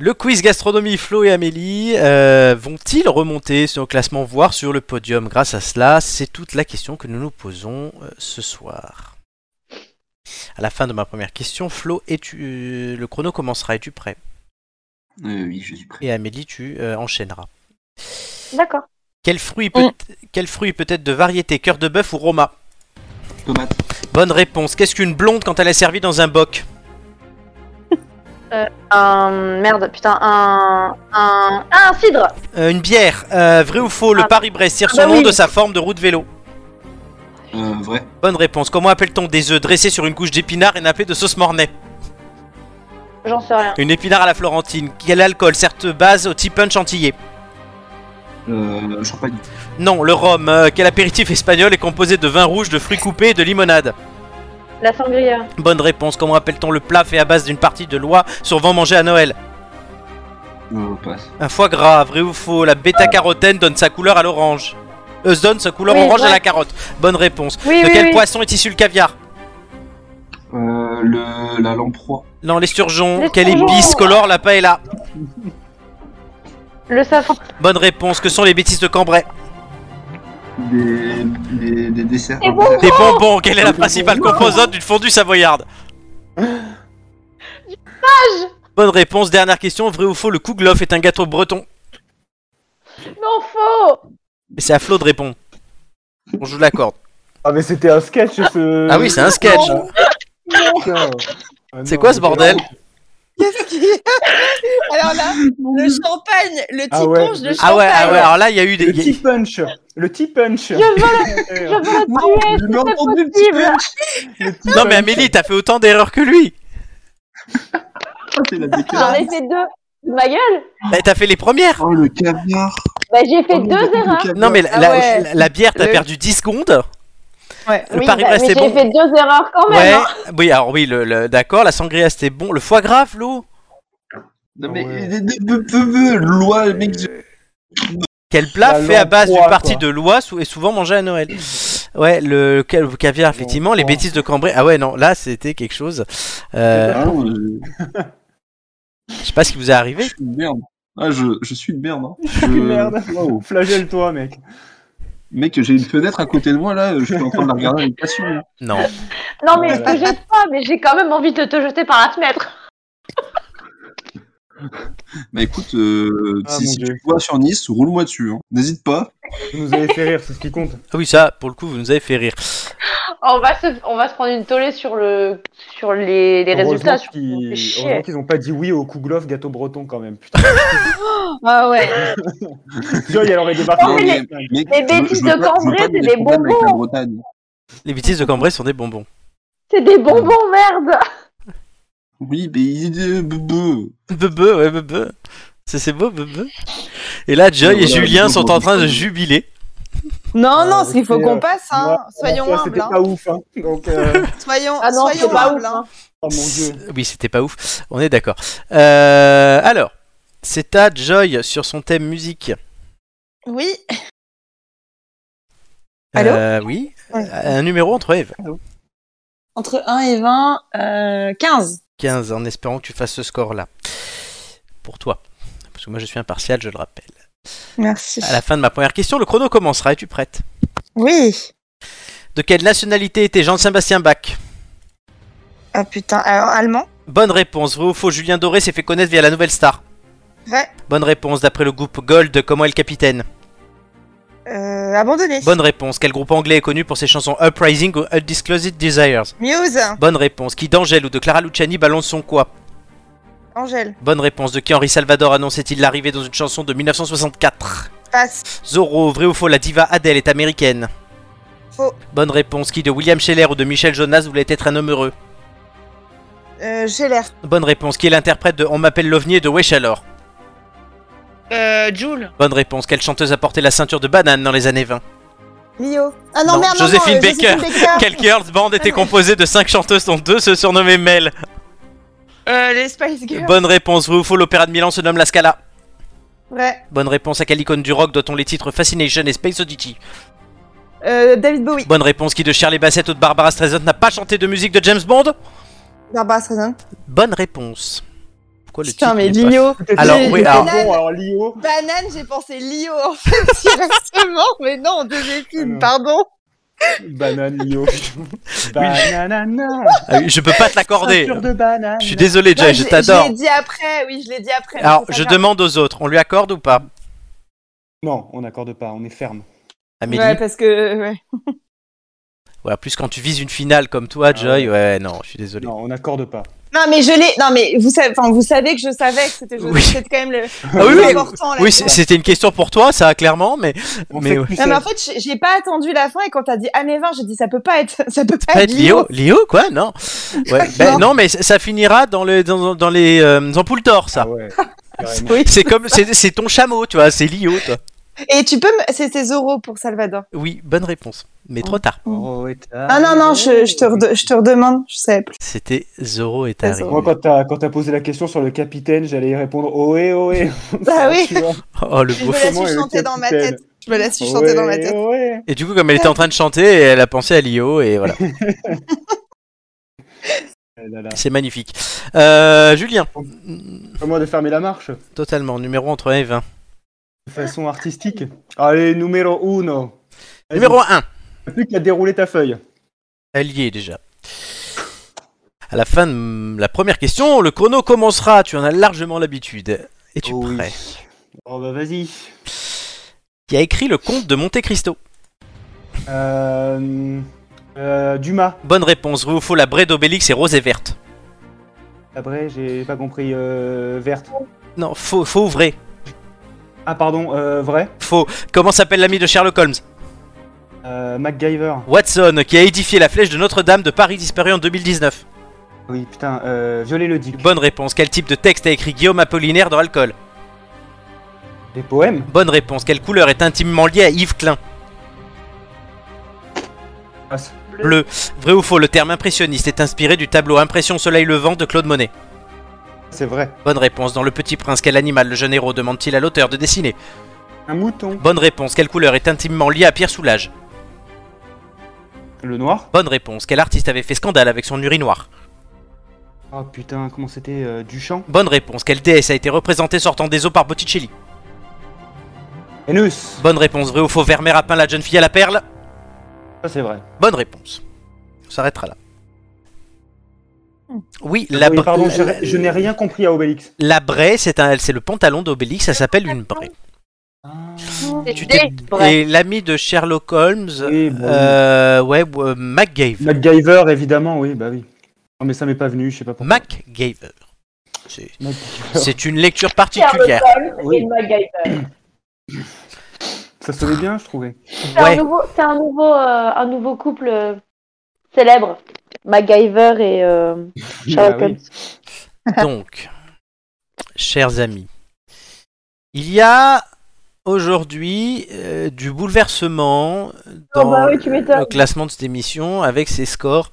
Speaker 1: Le quiz gastronomie, Flo et Amélie euh, vont-ils remonter sur le classement, voire sur le podium grâce à cela C'est toute la question que nous nous posons euh, ce soir. À la fin de ma première question, Flo, es-tu- euh, le chrono commencera. Es-tu prêt
Speaker 5: Euh, oui, je suis prêt.
Speaker 1: Et Amélie, tu euh, enchaîneras.
Speaker 10: D'accord.
Speaker 1: Quel fruit,
Speaker 10: Mm.
Speaker 1: peut... Quel fruit peut être de variété Cœur de bœuf ou Roma
Speaker 5: Tomate.
Speaker 1: Bonne réponse. Qu'est-ce qu'une blonde quand elle est servie dans un boc
Speaker 10: Un merde, putain, un un ah, un cidre.
Speaker 1: Euh, Une bière. Euh, vrai ou faux Le
Speaker 10: Ah.
Speaker 1: Paris-Brest tire
Speaker 10: Ah
Speaker 1: son
Speaker 10: bah
Speaker 1: nom
Speaker 10: oui.
Speaker 1: de sa forme de roue de vélo.
Speaker 5: Euh, vrai.
Speaker 1: Bonne réponse. Comment appelle-t-on des œufs dressés sur une couche d'épinards et nappés de sauce mornay
Speaker 10: J'en sais rien.
Speaker 1: Une épinard à la florentine. Quel alcool certes base au tea punch antillais
Speaker 5: Euh, champagne.
Speaker 1: Non, le rhum. Euh, quel apéritif espagnol est composé de vin rouge, de fruits coupés et de limonade
Speaker 10: La sangria.
Speaker 1: Bonne réponse. Comment appelle-t-on le plat fait à base d'une partie de lois souvent mangée à Noël
Speaker 5: Euh, passe.
Speaker 1: Un foie gras. Vrai ou faux La bêta-carotène donne sa couleur à l'orange. Euh, donne sa couleur
Speaker 10: Oui,
Speaker 1: orange à
Speaker 10: ouais.
Speaker 1: la carotte. Bonne réponse.
Speaker 10: Oui,
Speaker 1: de
Speaker 10: oui,
Speaker 1: quel
Speaker 10: oui.
Speaker 1: poisson est issu le caviar
Speaker 5: Euh, le, la lamproie.
Speaker 1: Non, l'esturgeon. Quelle
Speaker 10: L'esturgeon.
Speaker 1: épice colore la paella
Speaker 10: Le safran.
Speaker 1: Bonne réponse, que sont les bêtises de Cambrai
Speaker 5: Des, des, des desserts.
Speaker 10: Des
Speaker 5: un dessert.
Speaker 1: Des bonbons, quelle est la
Speaker 5: Des
Speaker 1: principale
Speaker 5: bonbons.
Speaker 1: composante d'une fondue savoyarde Bonne réponse, dernière question, vrai ou faux, le kouglof est un gâteau breton
Speaker 10: Non faux.
Speaker 1: Mais c'est à Flo de répondre. On joue la corde.
Speaker 3: Ah mais c'était un sketch ce.
Speaker 1: Ah oui, c'est un sketch.
Speaker 4: Euh,
Speaker 3: Putain. Ah
Speaker 1: C'est
Speaker 3: non,
Speaker 1: quoi ce bordel
Speaker 4: Qu'est-ce qu'il y a Alors là, le champagne, le petit
Speaker 3: Ah ouais.
Speaker 4: punch de champagne.
Speaker 1: Ah ouais, ah ouais, alors là, il y a eu
Speaker 3: Le
Speaker 1: des... il y a-
Speaker 3: petit punch. Le petit punch.
Speaker 10: Je veux le, je veux le tuer.
Speaker 5: Non,
Speaker 10: c'est
Speaker 5: on dit-
Speaker 10: Possible.
Speaker 1: Non mais Amélie, t'as fait autant d'erreurs que lui
Speaker 5: c'est la déclaration.
Speaker 10: J'en ai fait deux. Ma gueule.
Speaker 1: Bah, T'as fait les premières
Speaker 5: Oh, le caviar.
Speaker 10: Bah j'ai fait
Speaker 5: Oh, le
Speaker 10: deux erreurs.
Speaker 5: caviar.
Speaker 1: Non mais la,
Speaker 4: Ah
Speaker 1: la-
Speaker 4: ouais.
Speaker 1: la- la bière, t'as
Speaker 4: Le-
Speaker 1: perdu 10 secondes Le
Speaker 10: oui,
Speaker 1: Paris
Speaker 10: bah,
Speaker 1: Brest
Speaker 10: mais
Speaker 1: c'est
Speaker 10: j'ai
Speaker 1: bon
Speaker 10: fait deux erreurs quand même.
Speaker 1: Ouais,
Speaker 10: hein.
Speaker 1: oui, alors oui, le, le- d'accord, la sangria c'était bon, le foie gras, Flo
Speaker 5: Non, mais.
Speaker 3: Ouais.
Speaker 5: des- des- peu- peu- peu- Loi, mec. je-
Speaker 1: Quel plat
Speaker 3: La
Speaker 1: fait à base d'une
Speaker 3: lamproie,
Speaker 1: partie
Speaker 3: quoi.
Speaker 1: de lois sou- est souvent mangé à Noël Ouais, le, ca- le caviar, effectivement, les
Speaker 3: lamproie.
Speaker 1: bêtises de Cambrai. Ah ouais, non, là, c'était quelque chose. Euh,
Speaker 5: Ah, non, euh,
Speaker 1: je sais pas ce qui vous est arrivé.
Speaker 5: je suis une merde. Ah, je, je suis une merde. Hein. Je...
Speaker 3: une merde.
Speaker 5: Waouh.
Speaker 3: Flagelle-toi, mec.
Speaker 5: Mec, j'ai une fenêtre à côté de moi là, je suis en train de la regarder avec passion. hein. là.
Speaker 1: Non.
Speaker 10: Non mais
Speaker 3: Voilà.
Speaker 10: te jette pas. Mais j'ai quand même envie de te jeter par la fenêtre.
Speaker 5: Bah écoute, euh,
Speaker 3: Ah,
Speaker 5: si,
Speaker 3: mon
Speaker 5: si
Speaker 3: Dieu.
Speaker 5: tu vois sur Nice, roule-moi dessus. hein. N'hésite pas.
Speaker 3: Vous nous avez fait rire, c'est ce qui compte.
Speaker 1: Ah oui, ça, pour le coup, vous nous avez fait rire.
Speaker 10: On va se, on va se prendre une tollée sur le, sur les, les
Speaker 3: Heureusement
Speaker 10: résultats. Sur... on fait
Speaker 3: qu'ils
Speaker 10: chier.
Speaker 3: heureusement qu'ils ont pas dit oui au Kouglof gâteau breton quand même. Putain,
Speaker 4: Ah ouais.
Speaker 3: Joy, elle aurait débarqué.
Speaker 10: Non, mais
Speaker 5: Mec,
Speaker 10: les
Speaker 5: je veux-
Speaker 10: bêtises
Speaker 5: je veux
Speaker 10: de
Speaker 5: pas- je veux
Speaker 10: Cambrai,
Speaker 5: pas
Speaker 10: c'est
Speaker 5: des
Speaker 10: des
Speaker 5: problèmes avec la
Speaker 10: bonbons.
Speaker 5: Bretagne.
Speaker 1: Les bêtises de Cambrai sont des bonbons.
Speaker 10: C'est des bonbons merde.
Speaker 5: Oui, mais il est. euh, beu- beu.
Speaker 1: Bebe, ouais, bebe. C'est c'est beau, beau, beau. Et là, Joy
Speaker 5: Voilà,
Speaker 1: et Julien
Speaker 5: beau,
Speaker 1: sont
Speaker 5: beau,
Speaker 1: en train
Speaker 5: beau.
Speaker 1: de jubiler.
Speaker 4: Non, non,
Speaker 3: Euh,
Speaker 4: il faut
Speaker 3: écoutez,
Speaker 4: qu'on
Speaker 3: euh,
Speaker 4: passe, hein.
Speaker 3: moi,
Speaker 4: soyons
Speaker 3: ça, C'était
Speaker 4: humbles. hein.
Speaker 3: pas ouf, hein. Donc, euh,
Speaker 4: Soyons,
Speaker 10: Ah non,
Speaker 4: soyons
Speaker 10: c'est pas
Speaker 4: humbles.
Speaker 10: ouf,
Speaker 4: hein.
Speaker 3: oh mon dieu.
Speaker 1: Oui, c'était pas ouf. On est d'accord. Euh, alors, c'est à Joy sur son thème musique.
Speaker 12: Oui.
Speaker 4: Allô
Speaker 1: Euh, Oui.
Speaker 4: Ouais.
Speaker 1: Un numéro entre Eve.
Speaker 4: Entre 1 et 20, euh, 15.
Speaker 1: 15 en espérant que tu fasses ce score là. Pour toi. Parce que moi je suis impartial, je le rappelle.
Speaker 4: Merci.
Speaker 1: À la fin de ma première question, le chrono commencera. Es-tu prête
Speaker 4: Oui.
Speaker 1: De quelle nationalité était Jean-Sébastien Bach
Speaker 4: Ah putain, alors allemand
Speaker 1: Bonne réponse. Vrai ou faux Julien Doré s'est fait connaître via la nouvelle star.
Speaker 4: Vrai.
Speaker 1: Bonne réponse. D'après le groupe Gold, comment est le capitaine
Speaker 4: Euh, abandonné.
Speaker 1: Bonne réponse. Quel groupe anglais est connu pour ses chansons Uprising ou Undisclosed Desires
Speaker 4: Muse,
Speaker 1: Bonne réponse. Qui d'Angèle ou de Clara Luciani balance son quoi
Speaker 4: Angèle,
Speaker 1: Bonne réponse. De qui Henri Salvador annonçait-il l'arrivée dans une chanson de 1964
Speaker 4: passe.
Speaker 1: Zorro, vrai ou faux, la diva Adele est américaine
Speaker 4: Faux.
Speaker 1: Bonne réponse. Qui de William Scheller ou de Michel Jonas voulait être un homme heureux
Speaker 4: Euh, Scheller,
Speaker 1: Bonne réponse. Qui est l'interprète de On m'appelle Lovni et de Wesh alors
Speaker 4: euh, Joule,
Speaker 1: Bonne réponse. Quelle chanteuse a porté la ceinture de banane dans les années 20
Speaker 4: Mio. Ah non,
Speaker 1: Non,
Speaker 4: merde,
Speaker 1: Joséphine
Speaker 4: non, non, euh,
Speaker 1: Baker.
Speaker 4: Joséphine Baker.
Speaker 1: Quelle girls band était composée de 5 chanteuses dont 2 se surnommaient Mel
Speaker 4: Euh, les Spice Girls.
Speaker 1: Bonne réponse. Vrai ou faux, l'opéra de Milan se nomme La Scala
Speaker 4: Vrai.
Speaker 1: Bonne réponse. À quelle icône du rock doit-on les titres Fascination et Space Oddity
Speaker 4: Euh, David Bowie,
Speaker 1: Bonne réponse. Qui de Shirley Bassett ou de Barbara Streisand n'a pas chanté de musique de James Bond
Speaker 4: Barbara Streisand.
Speaker 1: Bonne réponse. Pourquoi le
Speaker 4: Putain,
Speaker 1: titre
Speaker 4: mais
Speaker 1: n'est pas-
Speaker 4: Lio.
Speaker 1: Alors, oui, alors-
Speaker 3: Bon, alors, Lio.
Speaker 4: Banane, j'ai pensé Lio, en fait, directement. Mais non, Joséphine,
Speaker 3: Ah non.
Speaker 4: pardon.
Speaker 3: Banane, Lio. Bananana.
Speaker 1: Ah oui, Je peux pas te l'accorder.
Speaker 3: Ceinture de banane.
Speaker 1: Je suis désolé, Jay,
Speaker 4: Ouais,
Speaker 1: je
Speaker 4: l'ai-
Speaker 1: t'adore.
Speaker 4: Je l'ai dit après, oui, je l'ai dit après. mais
Speaker 1: Alors,
Speaker 4: c'est pas
Speaker 1: je
Speaker 4: grave.
Speaker 1: demande aux autres, on lui accorde ou pas
Speaker 3: Non, on n'accorde pas, on est ferme.
Speaker 1: Amélie
Speaker 4: Ouais,
Speaker 1: ouais.
Speaker 4: parce que. ouais.
Speaker 1: En plus, quand tu vises une finale comme toi, Joy, ouais, non, je suis désolé.
Speaker 3: Ah Non, on n'accorde pas.
Speaker 4: Non, mais je l'ai. Non, mais vous savez, enfin, vous savez que je savais que c'était
Speaker 1: Oui.
Speaker 4: Joséphine. C'était quand même le.
Speaker 1: Ah oui,
Speaker 4: le
Speaker 1: oui,
Speaker 4: important, là.
Speaker 1: oui, c- c'était une question pour toi, ça, clairement, mais
Speaker 3: On
Speaker 1: Mais
Speaker 3: sait que
Speaker 1: ouais.
Speaker 3: tu
Speaker 4: Non, mais en
Speaker 3: sais.
Speaker 4: fait, j'ai- j'ai pas attendu la fin et quand t'as dit ah mais 20, j'ai dit ça peut pas être, ça peut pas
Speaker 1: pas
Speaker 4: être
Speaker 1: Lio,
Speaker 4: Lio.
Speaker 1: Lio, quoi, non ouais, ben, Non, mais c- ça finira dans, le, dans, dans les euh, ampoules d'or, ça.
Speaker 3: Ah ouais, carrément.
Speaker 4: Oui.
Speaker 1: C'est comme, c'est c'est ton chameau, tu vois, c'est Lio, toi.
Speaker 4: Et tu peux, me- c'était Zoro pour Salvador.
Speaker 1: Oui, bonne réponse, mais trop tard.
Speaker 3: Oh, et t'as-
Speaker 4: Ah non non, je, je te rede- je te redemande, je sais plus.
Speaker 1: C'était Zoro et
Speaker 4: C'est
Speaker 1: Tari.
Speaker 4: Zorro.
Speaker 3: Moi, quand t'as quand t'as posé la question sur le capitaine, j'allais y répondre ohé, ohé.
Speaker 4: Bah oui.
Speaker 3: Tu vois,
Speaker 1: Oh, le
Speaker 4: Je
Speaker 1: beau.
Speaker 4: me la
Speaker 3: comment est
Speaker 4: suis
Speaker 3: le
Speaker 4: chantée dans ma
Speaker 3: capitaine
Speaker 4: tête. Je me la suis chantée dans ma
Speaker 3: Ohé,
Speaker 4: tête.
Speaker 3: ohé.
Speaker 1: Et du coup, comme elle était en train de chanter, elle a pensé à Lio, et voilà.
Speaker 3: Eh là là.
Speaker 1: C'est magnifique. Euh, Julien,
Speaker 3: Comment de fermer la marche
Speaker 1: totalement, numéro entre 1 et 20.
Speaker 3: De façon artistique. Allez, numéro uno. Vas-y,
Speaker 1: Numéro 1,
Speaker 3: t'as plus qu'à dérouler ta feuille.
Speaker 1: allié déjà. À la fin de mm, la première question, le chrono commencera, tu en as largement l'habitude. Es-tu
Speaker 3: Oh oui.
Speaker 1: prêt
Speaker 3: Oh bah vas-y.
Speaker 1: Qui a écrit le conte de Monte Cristo
Speaker 3: Euh, euh, Dumas.
Speaker 1: Bonne réponse, vrai ou faux, la braie d'Obélix est rose et verte
Speaker 3: Après, j'ai pas compris. Euh, verte.
Speaker 1: Non, faux, faux ou vrai
Speaker 3: Ah pardon, euh, vrai.
Speaker 1: Faux. Comment s'appelle l'ami de Sherlock Holmes
Speaker 3: Euh, MacGyver.
Speaker 1: Watson, qui a édifié la flèche de Notre-Dame de Paris disparue en 2019.
Speaker 3: Oui putain. Euh, Violet le Duc.
Speaker 1: Bonne réponse, quel type de texte a écrit Guillaume Apollinaire dans Alcool
Speaker 3: Des poèmes.
Speaker 1: Bonne réponse, quelle couleur est intimement liée à Yves Klein
Speaker 3: Passe.
Speaker 1: Bleu. Vrai ou faux, le terme impressionniste est inspiré du tableau Impression Soleil Levant de Claude Monet.
Speaker 3: C'est vrai.
Speaker 1: Bonne réponse. Dans Le Petit Prince, quel animal le jeune héros demande-t-il à l'auteur de dessiner
Speaker 3: Un mouton.
Speaker 1: Bonne réponse. Quelle couleur est intimement liée à Pierre Soulages
Speaker 3: Le noir.
Speaker 1: Bonne réponse. Quel artiste avait fait scandale avec son urinoir
Speaker 3: Oh putain, comment c'était euh, Duchamp.
Speaker 1: Bonne réponse. Quelle déesse a été représentée sortant des eaux par Botticelli
Speaker 3: Vénus.
Speaker 1: Bonne réponse. Vrai ou faux, Vermeer a peint la jeune fille à la perle
Speaker 3: Ça c'est vrai.
Speaker 1: Bonne réponse. On s'arrêtera là. Oui, la,
Speaker 3: Ah oui,
Speaker 1: bra-
Speaker 3: pardon,
Speaker 1: la,
Speaker 3: j'ai- je n'ai rien compris à Obélix.
Speaker 1: la braie, c'est un- c'est le pantalon d'Obélix, ça s'appelle une braie.
Speaker 10: C'est
Speaker 1: Tu
Speaker 10: des vrais.
Speaker 1: Et l'ami de Sherlock Holmes,
Speaker 3: Oui, bon,
Speaker 1: euh, ouais, euh, MacGyver.
Speaker 3: MacGyver, évidemment, oui, bah oui. Non, mais ça m'est pas venu, je sais pas pourquoi.
Speaker 1: MacGyver. C'est-
Speaker 3: MacGyver.
Speaker 1: C'est une lecture particulière.
Speaker 10: C'est MacGyver.
Speaker 3: Ça sonnait bien, je trouvais.
Speaker 10: C'est un nouveau, c'est un nouveau, euh, un nouveau couple euh, célèbre. MacGyver et euh, Sherlock
Speaker 3: Bah oui.
Speaker 10: Holmes.
Speaker 1: Donc, chers amis, Il y a aujourd'hui euh, du bouleversement dans
Speaker 10: bah oui, tu m'étonnes.
Speaker 1: le classement de cette émission avec ses scores.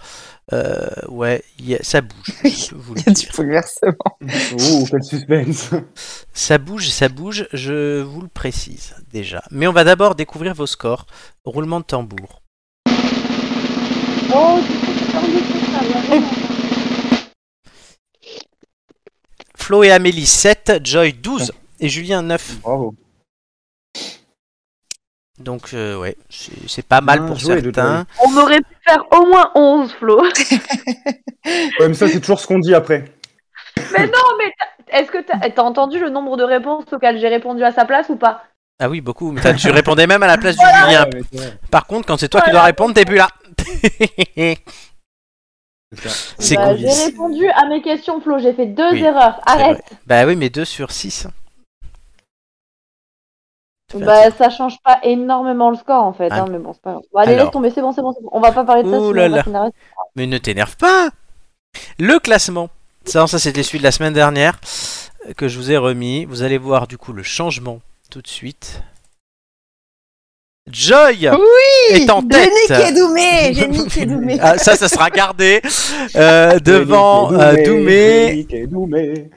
Speaker 1: Euh, ouais, il y a- ça bouge. je peux vous le
Speaker 6: Il y a
Speaker 1: dire.
Speaker 6: du bouleversement.
Speaker 3: Oh, quel suspense.
Speaker 1: Ça bouge, ça bouge, je vous le précise déjà. Mais on va d'abord découvrir vos scores. Roulement de tambour. euh,
Speaker 10: Oh, tu sais, c'est pas un défi, ça, vraiment.
Speaker 1: Flo et Amélie 7, Joy 12 et Julien 9.
Speaker 3: Bravo.
Speaker 1: Donc euh, ouais, c'est c'est pas mal
Speaker 3: Bien
Speaker 1: pour
Speaker 3: joué,
Speaker 1: certains.
Speaker 10: On aurait pu faire au moins 11, Flo.
Speaker 3: Ouais, mais ça, c'est toujours ce qu'on dit après.
Speaker 10: mais non, mais t'as- est-ce que t'as t'as entendu le nombre de réponses auxquelles j'ai répondu à sa place ou pas
Speaker 1: Ah oui, beaucoup. Mais t'as- tu répondais même à la place du Julien.
Speaker 3: Ouais, mais c'est vrai.
Speaker 1: Par contre, quand Ah, c'est toi qui dois répondre, t'es plus là.
Speaker 3: C'est ça.
Speaker 1: c'est
Speaker 10: Bah,
Speaker 1: cool.
Speaker 10: J'ai répondu à mes questions, Flo. J'ai fait deux
Speaker 1: Oui,
Speaker 10: erreurs. Arrête.
Speaker 1: Bah oui, mais 2 sur 6.
Speaker 10: Bah, ça change pas énormément le score en fait.
Speaker 1: Ah.
Speaker 10: hein, mais bon, c'est pas grave. Bon, allez,
Speaker 1: Alors.
Speaker 10: laisse tomber. C'est bon, c'est bon, c'est bon. On va pas parler de ça.
Speaker 1: Ouh
Speaker 10: sinon
Speaker 1: là
Speaker 10: on va
Speaker 1: là.
Speaker 10: s'énerver.
Speaker 1: Mais ne t'énerve pas Le classement. Ça, ça c'était celui de la semaine dernière euh, que je vous ai remis. Vous allez voir du coup le changement tout de suite. Joy est en tête.
Speaker 6: J'ai niqué Doumé, j'ai niqué Doumé.
Speaker 1: Ah, ça, ça sera gardé. Euh, devant
Speaker 3: Dominique
Speaker 1: euh,
Speaker 3: et
Speaker 1: Doumé,
Speaker 3: Dominique et Doumé.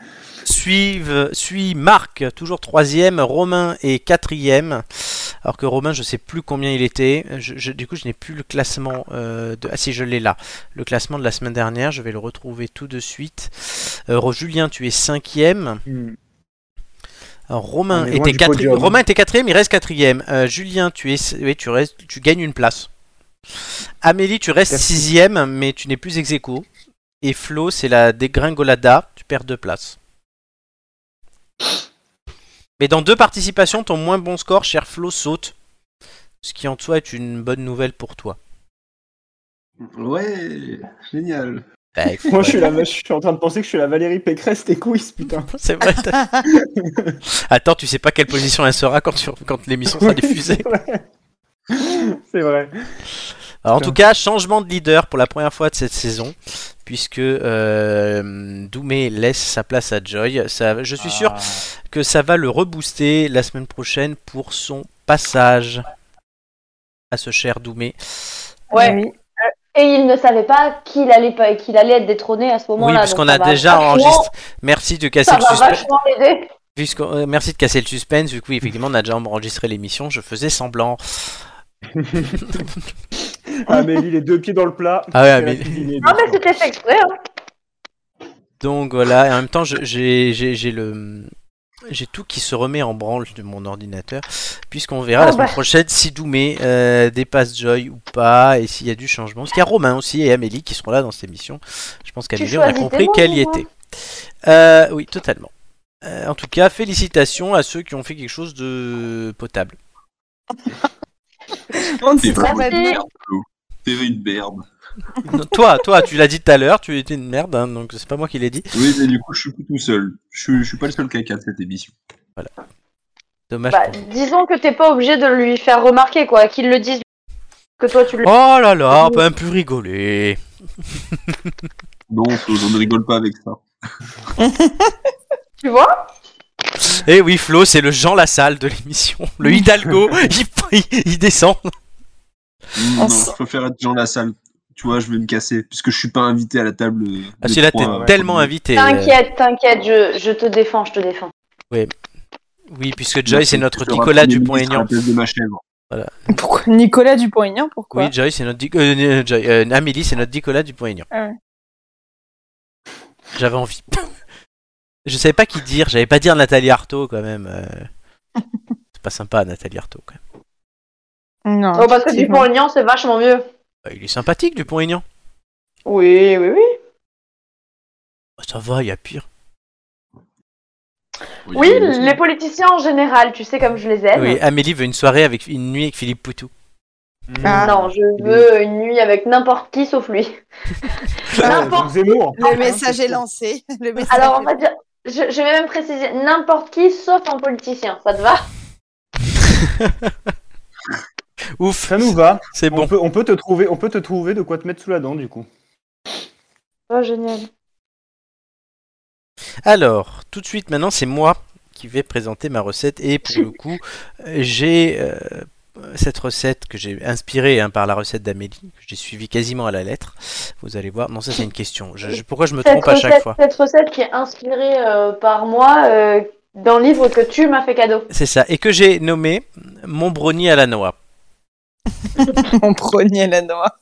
Speaker 1: suivent, suit Marc, toujours troisième, Romain est quatrième. Alors que Romain, je sais plus combien il était. Je- je- du coup, je n'ai plus le classement. euh, de... Ah si, je l'ai là. Le classement de la semaine dernière, je vais le retrouver tout de suite. Euh, Ro- Julien, tu es cinquième.
Speaker 3: Hmm.
Speaker 1: Alors, Romain
Speaker 3: On est loin
Speaker 1: était
Speaker 3: du
Speaker 1: quatri-
Speaker 3: podium.
Speaker 1: Romain était quatrième, il reste quatrième. Euh, Julien, tu es, oui, tu restes, tu gagnes une place. Amélie, tu restes
Speaker 3: Merci.
Speaker 1: sixième, mais tu n'es plus ex aequo. Et Flo, c'est la dégringolada, tu perds deux places. Mais dans deux participations, ton moins bon score, cher Flo, saute. Ce qui en soi est une bonne nouvelle pour toi.
Speaker 5: Ouais, génial.
Speaker 1: Bah, écoute,
Speaker 3: Moi, je suis, la... je suis en train de penser que je suis la Valérie Pécresse, tes couilles, putain.
Speaker 1: c'est vrai. t'as- Attends, tu sais pas quelle position elle sera quand, tu- quand l'émission sera diffusée.
Speaker 3: C'est vrai. C'est vrai.
Speaker 1: Alors, en
Speaker 3: Putain.
Speaker 1: tout cas, changement de leader pour la première fois de cette saison, puisque euh, Doumé laisse sa place à Joy. Ça, je suis sûr que ça va le rebooster la semaine prochaine pour son passage à ce cher Doumé.
Speaker 10: Ouais. Euh,
Speaker 6: Oui.
Speaker 10: Et il ne savait pas qu'il allait pas, qu'il allait être détrôné à ce
Speaker 1: Oui,
Speaker 10: moment-là.
Speaker 1: puisqu'on
Speaker 10: donc ça
Speaker 1: a
Speaker 10: va
Speaker 1: déjà
Speaker 10: vachement-
Speaker 1: enregistré. Merci de casser
Speaker 10: Ça
Speaker 1: le
Speaker 10: va
Speaker 1: suspense.
Speaker 10: vachement l'aider.
Speaker 1: Puisqu'on- euh, Merci de casser le suspense, vu que oui, effectivement, on a déjà enregistré l'émission. Je faisais semblant.
Speaker 3: Amélie, les deux pieds dans le plat.
Speaker 1: Ah ouais,
Speaker 3: C'est la
Speaker 1: Amélie.
Speaker 3: cuisinière.
Speaker 10: Non, mais c'était fait exprès. hein.
Speaker 1: Donc voilà, et en même temps, je- j'ai j'ai- j'ai le. J'ai tout qui se remet en branle de mon ordinateur, puisqu'on verra
Speaker 10: Oh
Speaker 1: la semaine
Speaker 10: bah.
Speaker 1: prochaine si Doumé euh, dépasse Joy ou pas, et s'il y a du changement. Parce qu'il y a Romain aussi et Amélie qui seront là dans cette émission. Je pense qu'Amélie, on a
Speaker 10: choisis tes
Speaker 1: compris
Speaker 10: mots,
Speaker 1: qu'elle y
Speaker 10: moi.
Speaker 1: était. Euh, oui, totalement. Euh, en tout cas, félicitations à ceux qui ont fait quelque chose de potable.
Speaker 6: On ne
Speaker 5: T'es
Speaker 6: s'y sera
Speaker 5: vraiment
Speaker 6: pas
Speaker 5: une
Speaker 6: dit.
Speaker 5: merde, Flo. T'es une merde.
Speaker 1: Non, toi, toi, tu l'as dit tout à l'heure, tu étais une merde, hein, donc c'est pas moi qui l'ai dit.
Speaker 5: Oui, mais du coup, je suis plus tout seul. Je suis, je suis pas le seul caca de cette émission.
Speaker 1: Dommage
Speaker 10: Bah,
Speaker 1: pour vous.
Speaker 10: disons que t'es pas obligé de lui faire remarquer quoi, qu'il le dise. Que toi tu le.
Speaker 1: Oh là là, on peut un peu rigoler.
Speaker 5: Non, Flo, je ne rigole pas avec ça.
Speaker 10: Tu vois
Speaker 1: Eh oui, Flo, c'est le Jean Lassalle de l'émission. Le Hidalgo, il, il- il descend. Ah,
Speaker 5: Mm,
Speaker 6: On
Speaker 5: Non,
Speaker 6: sent-
Speaker 5: je préfère être dans la salle. Tu vois, je vais me casser, puisque je suis pas invité à la table. euh,
Speaker 1: Ah,
Speaker 5: des
Speaker 1: celui-là, t'es
Speaker 5: trois, euh,
Speaker 1: tellement
Speaker 5: premiers.
Speaker 1: invité. euh,
Speaker 10: T'inquiète, t'inquiète, je, je te défends, je te défends.
Speaker 1: Oui, puisque Joy, c'est notre
Speaker 5: Je serai
Speaker 1: Nicolas
Speaker 5: premier ministre à
Speaker 1: Dupont-Aignan.
Speaker 5: la place de ma chèvre.
Speaker 6: Pourquoi Nicolas Dupont-Aignan, pourquoi
Speaker 1: Oui, Joy, c'est notre. Di- euh, euh, Joy, euh, Amélie, c'est notre Nicolas Dupont-Aignan.
Speaker 6: Ah ouais.
Speaker 1: J'avais envie. Je savais pas qui dire. J'avais pas dire Nathalie Arthaud, quand même. euh. C'est pas sympa, Nathalie Arthaud, quand même.
Speaker 6: Non.
Speaker 10: Oh, parce que du
Speaker 6: effectivement.
Speaker 10: Dupont-Aignan, c'est vachement mieux.
Speaker 1: Bah, il est sympathique, Dupont-Aignan.
Speaker 10: Oui, oui, oui.
Speaker 1: Bah, ça va, il y a pire.
Speaker 10: Oui, les politiciens en général, tu sais comme je les aime.
Speaker 1: Oui, Amélie veut une soirée avec une nuit avec Philippe Poutou. Hmm.
Speaker 6: Ah.
Speaker 10: Non, je veux une nuit avec n'importe qui sauf lui.
Speaker 3: Ah,
Speaker 10: n'importe- hein,
Speaker 3: Jacques Zemmour.
Speaker 6: Euh, Le message est lancé. Le message
Speaker 10: Alors, on
Speaker 6: est-
Speaker 10: va dire, je, je vais même préciser, n'importe qui sauf un politicien, ça te va
Speaker 1: Ouf,
Speaker 3: Ça nous va.
Speaker 1: c'est bon.
Speaker 3: On, peut, on peut te trouver, on peut te trouver de quoi te mettre sous la dent, du coup.
Speaker 10: Oh, génial.
Speaker 1: Alors, tout de suite maintenant, c'est moi qui vais présenter ma recette. Et pour le coup, euh, j'ai euh, cette recette que j'ai inspirée hein, par la recette d'Amélie, que j'ai suivie quasiment à la lettre. Vous allez voir. Non, ça c'est une question. Je- je- pourquoi je me trompe à
Speaker 10: recette,
Speaker 1: chaque fois
Speaker 10: cette recette qui est inspirée euh, par moi euh, d'un livre que tu m'as fait cadeau.
Speaker 1: C'est ça. Et que j'ai nommé mon brownie à la noix.
Speaker 6: On prenait la noix.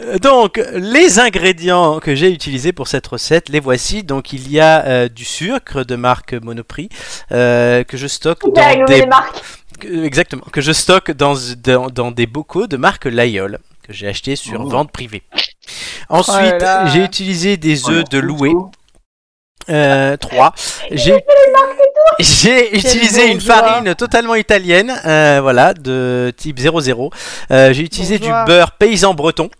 Speaker 1: Euh, Donc, les ingrédients que j'ai utilisés pour cette recette, les voici. Donc, il y a euh, du sucre de marque Monoprix euh, que je stocke
Speaker 10: T'as
Speaker 1: dans
Speaker 10: nommé
Speaker 1: des
Speaker 10: les marques.
Speaker 1: que- exactement que je stocke dans, dans, dans des bocaux de marque Layol que j'ai acheté sur
Speaker 5: Oh.
Speaker 1: vente privée. Ensuite,
Speaker 6: Oh là.
Speaker 1: j'ai utilisé
Speaker 5: Oh,
Speaker 1: des œufs de louer. Euh, 3. J'ai j'ai utilisé une
Speaker 6: bourgeois.
Speaker 1: farine totalement italienne, euh, voilà, de type 00. Euh, j'ai utilisé
Speaker 6: Bourgeois.
Speaker 1: du beurre paysan breton.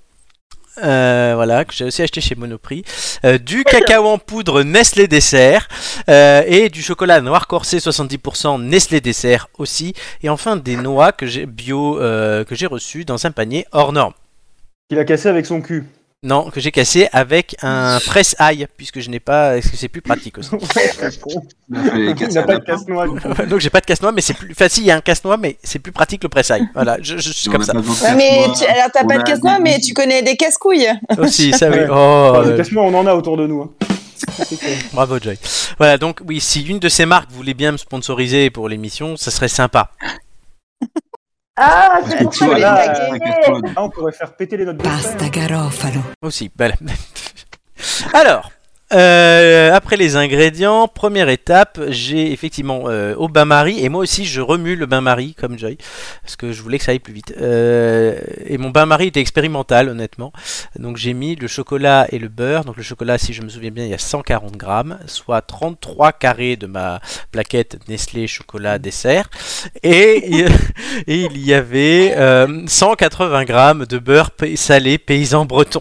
Speaker 1: euh, voilà, que j'ai aussi acheté chez Monoprix. Euh, du cacao en poudre Nestlé Dessert. euh, et du chocolat noir corsé 70% Nestlé Dessert aussi. Et enfin des noix que j'ai bio euh, que j'ai reçues dans un panier hors norme.
Speaker 3: Qu'il a cassé avec son cul.
Speaker 1: Non, que j'ai cassé avec un presse-ail, puisque je n'ai pas. Est-ce que c'est plus pratique aussi
Speaker 5: Il a fait les
Speaker 3: Il
Speaker 5: quatre
Speaker 3: n'a
Speaker 5: salades.
Speaker 3: pas de casse-noix. du coup.
Speaker 1: Donc j'ai pas de casse-noix, mais c'est plus. Enfin, si, il y a un casse-noix, mais c'est plus pratique le pressail. Voilà, je, je suis
Speaker 5: On
Speaker 1: comme
Speaker 5: a
Speaker 1: ça.
Speaker 5: pas besoin
Speaker 6: Ouais,
Speaker 5: de
Speaker 6: mais
Speaker 5: casse-noix.
Speaker 6: tu- alors t'as
Speaker 5: On
Speaker 6: pas de
Speaker 5: a
Speaker 6: casse-noix,
Speaker 5: des-
Speaker 6: mais tu connais des casse-couilles.
Speaker 1: Aussi, ça oui.
Speaker 3: Ouais.
Speaker 1: Oh,
Speaker 3: Enfin, des
Speaker 1: euh,
Speaker 3: casse-noix, on en a autour de nous. hein. C'est clair.
Speaker 1: bravo Joy. Voilà, donc oui, si une de ces marques voulait bien me sponsoriser pour l'émission, ça serait sympa.
Speaker 10: Ah,
Speaker 5: Parce
Speaker 10: c'est
Speaker 5: que
Speaker 10: pour
Speaker 5: tu
Speaker 10: ça que
Speaker 5: vois,
Speaker 10: j'ai
Speaker 3: là,
Speaker 5: là,
Speaker 10: pas
Speaker 5: la
Speaker 3: euh,
Speaker 10: gagné.
Speaker 5: casse-noix,
Speaker 3: Ah, on pourrait faire péter les notes de hein.
Speaker 8: Pasta garofalo.
Speaker 1: Aussi, voilà. Alors, euh, après les ingrédients, première étape, j'ai effectivement euh, au bain-marie, et moi aussi je remue le bain-marie comme Joy, parce que je voulais que ça aille plus vite. Euh, et mon bain-marie était expérimental, honnêtement. Donc j'ai mis le chocolat et le beurre. Donc le chocolat, si je me souviens bien, il y a 140 grammes, soit 33 carrés de ma plaquette Nestlé chocolat dessert. Et, il- et il y avait euh, 180 grammes de beurre pa- salé paysan breton.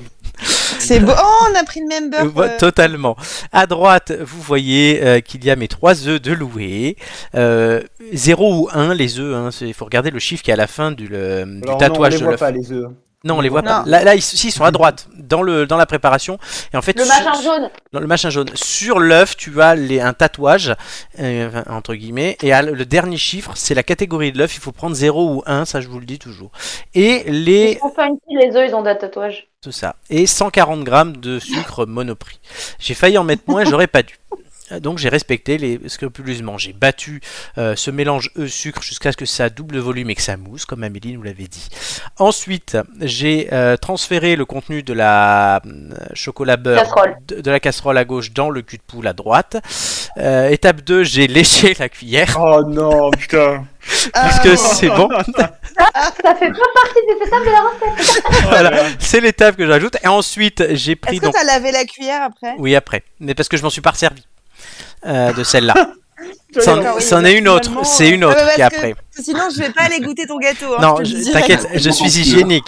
Speaker 6: C'est beau. Oh, on a pris le même
Speaker 1: Euh,
Speaker 6: beurre.
Speaker 1: vo-
Speaker 6: euh,
Speaker 1: Totalement. À droite, vous voyez euh, qu'il y a mes trois œufs de louer. Euh, 0 ou 1, les œufs. hein, c'est- Il faut regarder le chiffre qui est à la fin du, le- du
Speaker 3: Alors, non, on
Speaker 1: tatouage
Speaker 3: les
Speaker 1: de
Speaker 3: voit
Speaker 1: l'œuf.
Speaker 3: pas, les œufs.
Speaker 1: Non, on les voit
Speaker 6: Non.
Speaker 1: pas. Là, là, ils, si, ils sont à droite, dans, le, dans la préparation. Et en fait,
Speaker 10: Le
Speaker 1: sur-
Speaker 10: machin jaune.
Speaker 1: dans le machin jaune. Sur l'œuf, tu as les, un tatouage, euh, enfin, entre guillemets, et à- le dernier chiffre, c'est la catégorie de l'œuf. Il faut prendre 0 ou 1, ça je vous le dis toujours. Et les
Speaker 10: Ils sont funky, les œufs, ils ont des tatouages.
Speaker 1: tout ça. Et 140 grammes de sucre monoprix. J'ai failli en mettre moins, j'aurais pas dû. Euh, Donc j'ai respecté les scrupuleusement. J'ai battu euh, ce mélange œuf-sucre jusqu'à ce que ça double volume et que ça mousse, comme Amélie nous l'avait dit. Ensuite, j'ai euh, transféré le contenu de la euh, chocolat beurre
Speaker 10: Casserole.
Speaker 1: De, de la casserole à gauche dans le cul de poule à droite. Euh, étape 2, j'ai léché la cuillère.
Speaker 3: Oh non, putain.
Speaker 1: Parce
Speaker 6: ah,
Speaker 1: que c'est bon.
Speaker 10: Ça fait pas partie des étapes de la recette.
Speaker 1: Voilà. C'est l'étape que j'ajoute. Et ensuite, j'ai pris
Speaker 6: Est-ce que
Speaker 1: donc...
Speaker 6: t'as lavé la cuillère après
Speaker 1: Oui, après. Mais parce que je m'en suis pas servi de celle-là.
Speaker 3: Putain,
Speaker 1: C'en
Speaker 3: non.
Speaker 6: oui,
Speaker 1: c'en est une autre,
Speaker 6: finalement,
Speaker 1: c'est une
Speaker 6: euh,
Speaker 1: autre
Speaker 6: ouais,
Speaker 1: qui est
Speaker 6: parce que
Speaker 1: après.
Speaker 6: Sinon, je vais pas aller goûter ton gâteau. hein,
Speaker 1: Non,
Speaker 6: je te le
Speaker 1: je-
Speaker 6: dis
Speaker 1: t'inquiète, je
Speaker 5: Bon,
Speaker 1: suis
Speaker 5: tu
Speaker 1: hygiénique.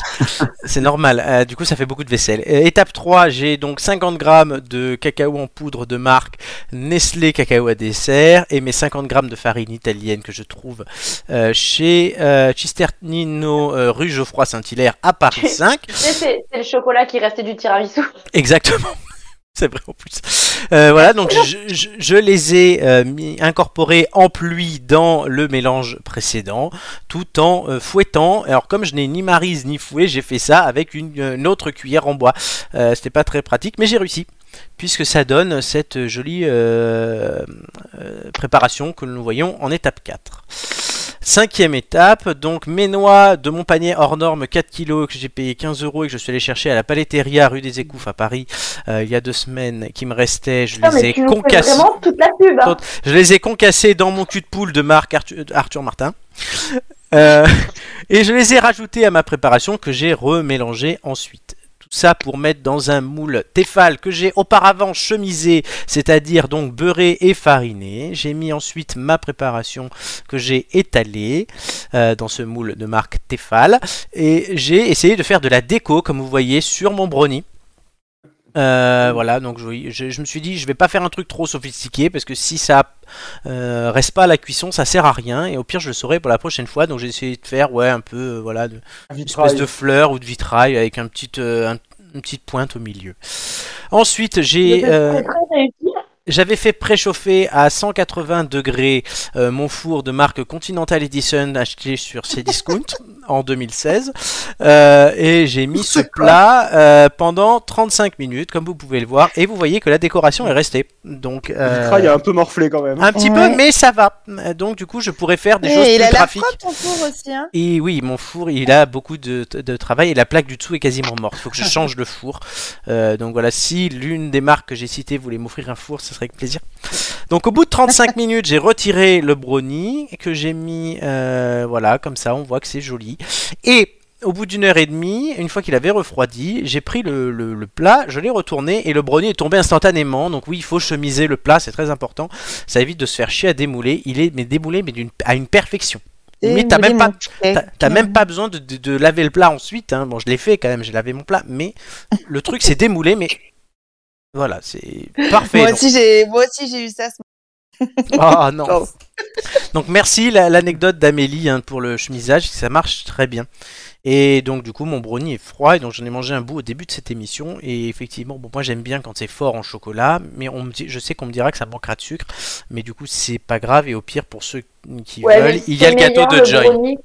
Speaker 1: C'est normal, euh, du coup ça fait beaucoup de vaisselle. Euh, étape 3, j'ai donc 50 grammes de cacao en poudre de marque Nestlé Cacao à dessert et mes 50 grammes de farine italienne que je trouve euh, chez euh, Cisternino euh, rue Geoffroy Saint-Hilaire à Paris 5.
Speaker 10: Tu sais, c'est c'est le chocolat qui restait du tiramisu.
Speaker 1: Exactement. C'est vrai en plus. Euh, voilà, donc je, je- je les ai euh, mis, incorporés en pluie dans le mélange précédent, tout en euh, fouettant. Alors comme je n'ai ni marise ni fouet, j'ai fait ça avec une, une autre cuillère en bois. Euh, C'était pas très pratique, mais j'ai réussi, puisque ça donne cette jolie euh, euh, préparation que nous voyons en étape 4. Cinquième étape, donc mes noix de mon panier hors norme 4 kg que j'ai payé 15 euros et que je suis allé chercher à la paletteria rue des Écouffes à Paris euh, il y a deux semaines qui me restaient, je
Speaker 10: Non,
Speaker 1: les ai
Speaker 10: mais tu nous fais
Speaker 1: concassés.
Speaker 10: vraiment toute la pub. hein.
Speaker 1: Je les ai concassés dans mon cul de poule de marque Arthur, Arthur Martin. Euh, et je les ai rajoutés à ma préparation que j'ai remélangé ensuite. Tout ça pour mettre dans un moule Tefal que j'ai auparavant chemisé, c'est-à-dire donc beurré et fariné. J'ai mis ensuite ma préparation que j'ai étalée euh, dans ce moule de marque Tefal. Et j'ai essayé de faire de la déco, comme vous voyez, sur mon brownie. Euh, voilà, donc je, je- je me suis dit, je vais pas faire un truc trop sophistiqué parce que si ça euh, reste pas à la cuisson, ça sert à rien et au pire je le saurai pour la prochaine fois. Donc j'ai essayé de faire, ouais, un peu, euh, voilà, de- une espèce
Speaker 3: Vitrail.
Speaker 1: de fleur ou de vitrail avec un petit, euh, un- une petite pointe au milieu. Ensuite, j'ai. euh,
Speaker 10: C'est très réussi.
Speaker 1: J'avais fait préchauffer à 180 degrés euh, mon four de marque Continental Edition acheté sur Cdiscount en 2016 Euh, et j'ai mis ce plat euh, pendant 35 minutes comme vous pouvez le voir et vous voyez que la décoration est restée. Donc euh,
Speaker 3: Vitra, il a un peu morflé quand même. hein.
Speaker 1: un petit peu mais ça va. Euh, Donc du coup je pourrais faire des
Speaker 6: Eh,
Speaker 1: choses
Speaker 6: il
Speaker 1: plus
Speaker 6: a la
Speaker 1: graphiques.
Speaker 6: propre ton four aussi, hein.
Speaker 1: Et oui, mon four, il a beaucoup de, de travail et la plaque du dessous est quasiment morte. Il faut que je change le four. Euh, donc voilà, si l'une des marques que j'ai citées voulait m'offrir un four, ce serait avec plaisir. Donc au bout de 35 minutes, j'ai retiré le brownie que j'ai mis, euh, voilà, comme ça, on voit que c'est joli. Et au bout d'une heure et demie, une fois qu'il avait refroidi, j'ai pris le, le- le plat, je l'ai retourné et le brownie est tombé instantanément. Donc oui, il faut chemiser le plat, c'est très important. Ça évite de se faire chier à démouler. Il est mais démoulé mais d'une à une perfection. Mais t'as même pas, T'as- T'as même pas besoin de, de- de laver le plat ensuite. hein. Bon, je l'ai fait quand même, j'ai lavé mon plat, mais le truc c'est démoulé, mais voilà, c'est parfait.
Speaker 6: Moi
Speaker 1: donc.
Speaker 6: aussi, j'ai, moi aussi, j'ai eu ça. ce
Speaker 1: Ah non. Donc merci la- l'anecdote d'Amélie hein, pour le chemisage, ça marche très bien. Et donc du coup mon brownie est froid et donc j'en ai mangé un bout au début de cette émission et effectivement bon moi j'aime bien quand c'est fort en chocolat mais on me dit, je sais qu'on me dira que ça manquera de sucre mais du coup c'est pas grave et au pire pour ceux qui
Speaker 10: Ouais, mais
Speaker 1: veulent il y a
Speaker 10: c'est
Speaker 1: le gâteau
Speaker 10: meilleur,
Speaker 1: de
Speaker 10: le
Speaker 1: Joy.
Speaker 10: brownie.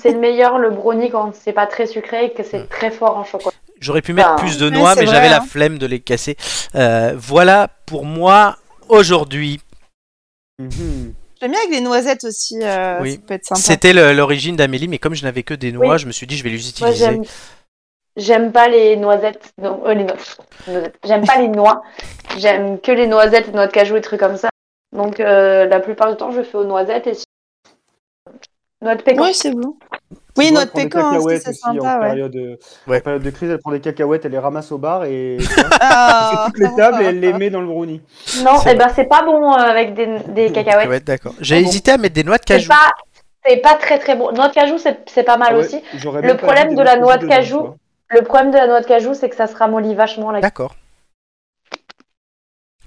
Speaker 10: C'est le meilleur le brownie quand c'est pas très sucré et que
Speaker 1: Hmm.
Speaker 10: c'est très fort en chocolat.
Speaker 1: J'aurais pu mettre
Speaker 10: Ah.
Speaker 1: plus de
Speaker 10: Ouais,
Speaker 1: noix,
Speaker 10: c'est
Speaker 1: mais
Speaker 10: vrai,
Speaker 1: j'avais la
Speaker 10: hein.
Speaker 1: flemme de les casser. Euh, voilà pour moi aujourd'hui.
Speaker 3: Mhm.
Speaker 6: J'aime bien avec les noisettes aussi, euh,
Speaker 1: Oui.
Speaker 6: ça peut être sympa.
Speaker 1: C'était le- l'origine d'Amélie, mais comme je n'avais que des noix,
Speaker 10: Oui.
Speaker 1: je me suis dit je vais les
Speaker 10: Moi
Speaker 1: utiliser.
Speaker 10: j'aime j'aime pas les noisettes, non, euh, les noix- les noisettes. J'aime pas les noix. J'aime que les noisettes, les noix de cajou et trucs comme ça. Donc euh, la plupart du temps je fais aux noisettes et noix de pécan.
Speaker 6: Oui, c'est bon. Oui, noix de pécan, hein, ça, c'est sympa.
Speaker 3: en,
Speaker 6: ouais.
Speaker 3: période, euh, en période de crise, elle prend des cacahuètes, elle les ramasse au bar et
Speaker 6: Ah.
Speaker 3: toutes les tables et elle les met dans le brownie.
Speaker 10: Non,
Speaker 1: C'est
Speaker 10: eh ben c'est pas bon euh, avec des, des cacahuètes.
Speaker 1: Ouais, d'accord. J'ai hésité à mettre des noix de
Speaker 10: Ah C'est
Speaker 1: cajou.
Speaker 10: pas c'est pas très très bon. Noix de cajou c'est c'est pas mal
Speaker 1: Ah ouais,
Speaker 10: aussi.
Speaker 1: j'aurais
Speaker 10: Le
Speaker 1: même pas
Speaker 10: problème
Speaker 1: mis
Speaker 10: de
Speaker 1: des
Speaker 10: la
Speaker 1: noix
Speaker 10: noix
Speaker 1: de
Speaker 10: de
Speaker 1: cajou
Speaker 10: cajou, le problème de la noix de cajou c'est que ça se ramollit vachement la
Speaker 1: D'accord.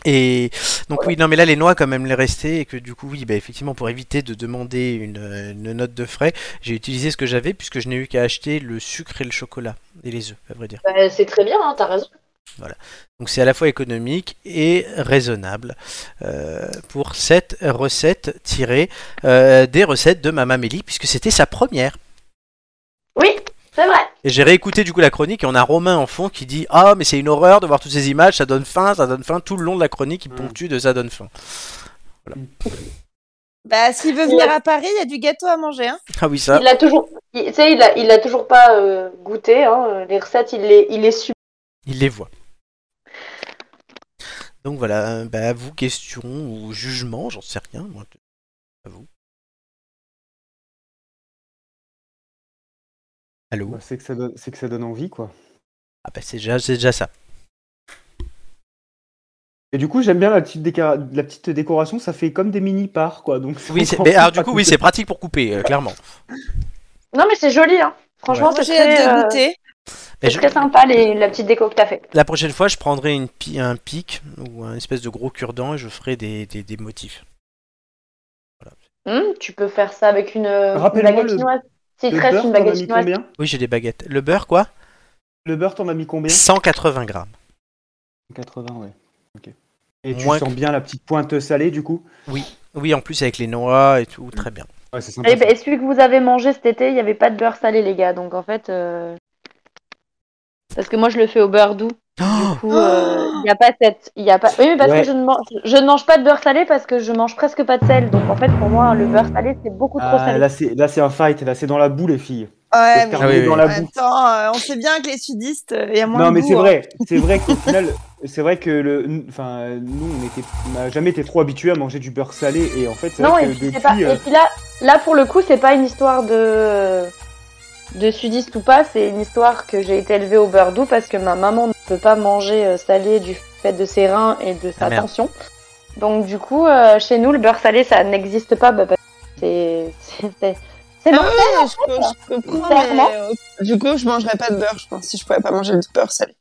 Speaker 1: Et donc oui, non mais là les noix quand même les rester et que du coup oui, bah, effectivement pour éviter de demander une, euh, une note de frais, j'ai utilisé ce que j'avais puisque je n'ai eu qu'à acheter le sucre et le chocolat et les œufs, à vrai dire.
Speaker 10: Bah, c'est très bien, hein, t'as raison.
Speaker 1: Voilà. Donc c'est à la fois économique et raisonnable euh, pour cette recette tirée euh, des recettes de Maman Mélie, puisque c'était sa première.
Speaker 10: Oui, c'est vrai.
Speaker 1: Et j'ai réécouté du coup la chronique et on a Romain en fond qui dit Ah mais c'est une horreur de voir toutes ces images, ça donne faim, ça donne faim, tout le long de la chronique il ponctue de ça donne faim. Voilà.
Speaker 6: Bah, s'il veut venir à Paris, il y a du gâteau à manger. Hein.
Speaker 1: Ah oui ça.
Speaker 10: Il a toujours, il- tu sais, il a, il a toujours pas euh, goûté. hein, euh, les recettes, il les, il les subit.
Speaker 1: Il les voit. Donc voilà, euh, bah, vous, questions ou jugements, j'en sais rien. Moi, à vous. Allô
Speaker 3: Bah, C'est que, ça donne- c'est que ça donne envie, quoi.
Speaker 1: Ah bah c'est déjà, c'est déjà ça.
Speaker 3: Et du coup, j'aime bien la petite, déca- la petite décoration, ça fait comme des mini-parts, quoi. Donc,
Speaker 1: Oui, c'est-
Speaker 3: encore
Speaker 1: mais alors
Speaker 3: plus
Speaker 1: du coup, oui,
Speaker 3: pratique.
Speaker 1: c'est pratique pour couper, euh, clairement.
Speaker 10: Non, mais c'est joli. Hein. Franchement,
Speaker 1: Ouais.
Speaker 10: c'est
Speaker 6: J'ai hâte
Speaker 10: très,
Speaker 6: de
Speaker 10: euh,
Speaker 6: goûter.
Speaker 1: Mais
Speaker 10: c'est
Speaker 1: je-
Speaker 10: très sympa les, la petite déco que t'as fait.
Speaker 1: La prochaine fois, je prendrai une pi- un pic ou un espèce de gros cure-dent et je ferai des, des- des motifs.
Speaker 10: Hum, tu peux faire ça avec une, euh, une
Speaker 3: Rappelle-moi
Speaker 10: baguette
Speaker 3: le-
Speaker 10: chinoise. S'il te
Speaker 3: le
Speaker 10: reste
Speaker 3: beurre,
Speaker 10: une
Speaker 3: t'en as
Speaker 10: baguette
Speaker 3: mis
Speaker 10: chinoise.
Speaker 3: combien
Speaker 1: Oui, j'ai des baguettes. Le beurre, quoi
Speaker 3: Le beurre, t'en as mis combien
Speaker 1: 180 grammes.
Speaker 3: 80, ouais. Ok. Et tu
Speaker 1: Moins
Speaker 3: sens bien la petite pointe salée, du coup
Speaker 1: Oui. Oui, en plus avec les noix et tout, très bien.
Speaker 3: Ouais, c'est
Speaker 10: Eh ben, et celui que vous avez mangé cet été, il n'y avait pas de beurre salé, les gars. Donc en fait, euh, parce que moi, je le fais au beurre doux.
Speaker 1: Oh
Speaker 10: Du coup, euh, il n'y a pas cette, il y a pas. Oui, mais parce
Speaker 3: Ouais.
Speaker 10: que je ne, mange, je ne mange pas de beurre salé parce que je mange presque pas de sel. Donc en fait, pour moi, le beurre salé, c'est beaucoup trop
Speaker 3: Ah,
Speaker 10: salé.
Speaker 3: là, c'est là, c'est un fight, là, c'est dans la boue, les filles.
Speaker 6: Ouais,
Speaker 3: Faut
Speaker 6: mais
Speaker 3: faire aller dans
Speaker 6: en
Speaker 3: la
Speaker 6: même
Speaker 3: boue.
Speaker 6: temps, euh, on sait bien que les sudistes, euh, il y a moins
Speaker 3: Non,
Speaker 6: de
Speaker 3: mais
Speaker 6: goût,
Speaker 3: c'est
Speaker 6: hein.
Speaker 3: vrai, c'est vrai qu'au final, c'est vrai que le, enfin, nous, on était, on n'a jamais été trop habitués à manger du beurre salé, et en fait, c'est
Speaker 10: Non,
Speaker 3: vrai
Speaker 10: et
Speaker 3: que
Speaker 10: puis, c'est
Speaker 3: depuis,
Speaker 10: pas...
Speaker 3: euh,
Speaker 10: et puis là, là, pour le coup, c'est pas une histoire de... de sudiste ou pas, c'est une histoire que j'ai été élevée au beurre doux parce que ma maman ne peut pas manger euh, salé du fait de ses reins et de sa
Speaker 1: Ah, merde.
Speaker 10: tension. Donc, du coup, euh, chez nous, le beurre salé, ça n'existe pas. bah, parce que c'est. c'est- c'est- C'est
Speaker 6: Ah
Speaker 10: mortel,
Speaker 6: ouais,
Speaker 10: en fait.
Speaker 6: je, je comprends,
Speaker 10: Clairement.
Speaker 6: mais, euh, du coup, je mangerais pas de beurre, je pense, si je pouvais pas manger de beurre salé.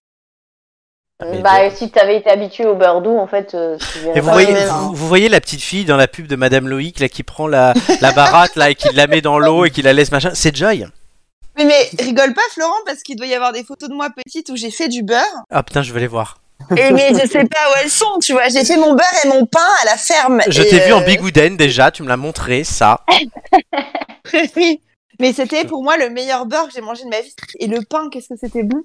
Speaker 1: Ah, mais
Speaker 10: Bah, si t'avais été habitué au beurre doux, en fait. euh, tu verrais
Speaker 1: Et vous
Speaker 10: pas
Speaker 1: voyez,
Speaker 10: le même, hein.
Speaker 3: Ah.
Speaker 1: vous, vous voyez la petite fille dans la pub de Madame Loïc là qui prend la, la baratte là et qui la met dans l'eau et qui la laisse machin. C'est Joy.
Speaker 6: Mais, mais rigole pas, Florent, parce qu'il doit y avoir des photos de moi petite où j'ai fait du beurre.
Speaker 1: Ah putain, je vais les voir.
Speaker 4: Et mais je sais pas où elles sont, tu vois. J'ai fait mon beurre et mon pain à la ferme.
Speaker 1: Je
Speaker 4: et,
Speaker 1: t'ai vu en
Speaker 4: euh,
Speaker 1: bigouden déjà, tu me l'as montré, ça.
Speaker 4: oui. Mais c'était pour moi le meilleur beurre que j'ai mangé de ma vie. Et le pain, qu'est-ce que c'était bon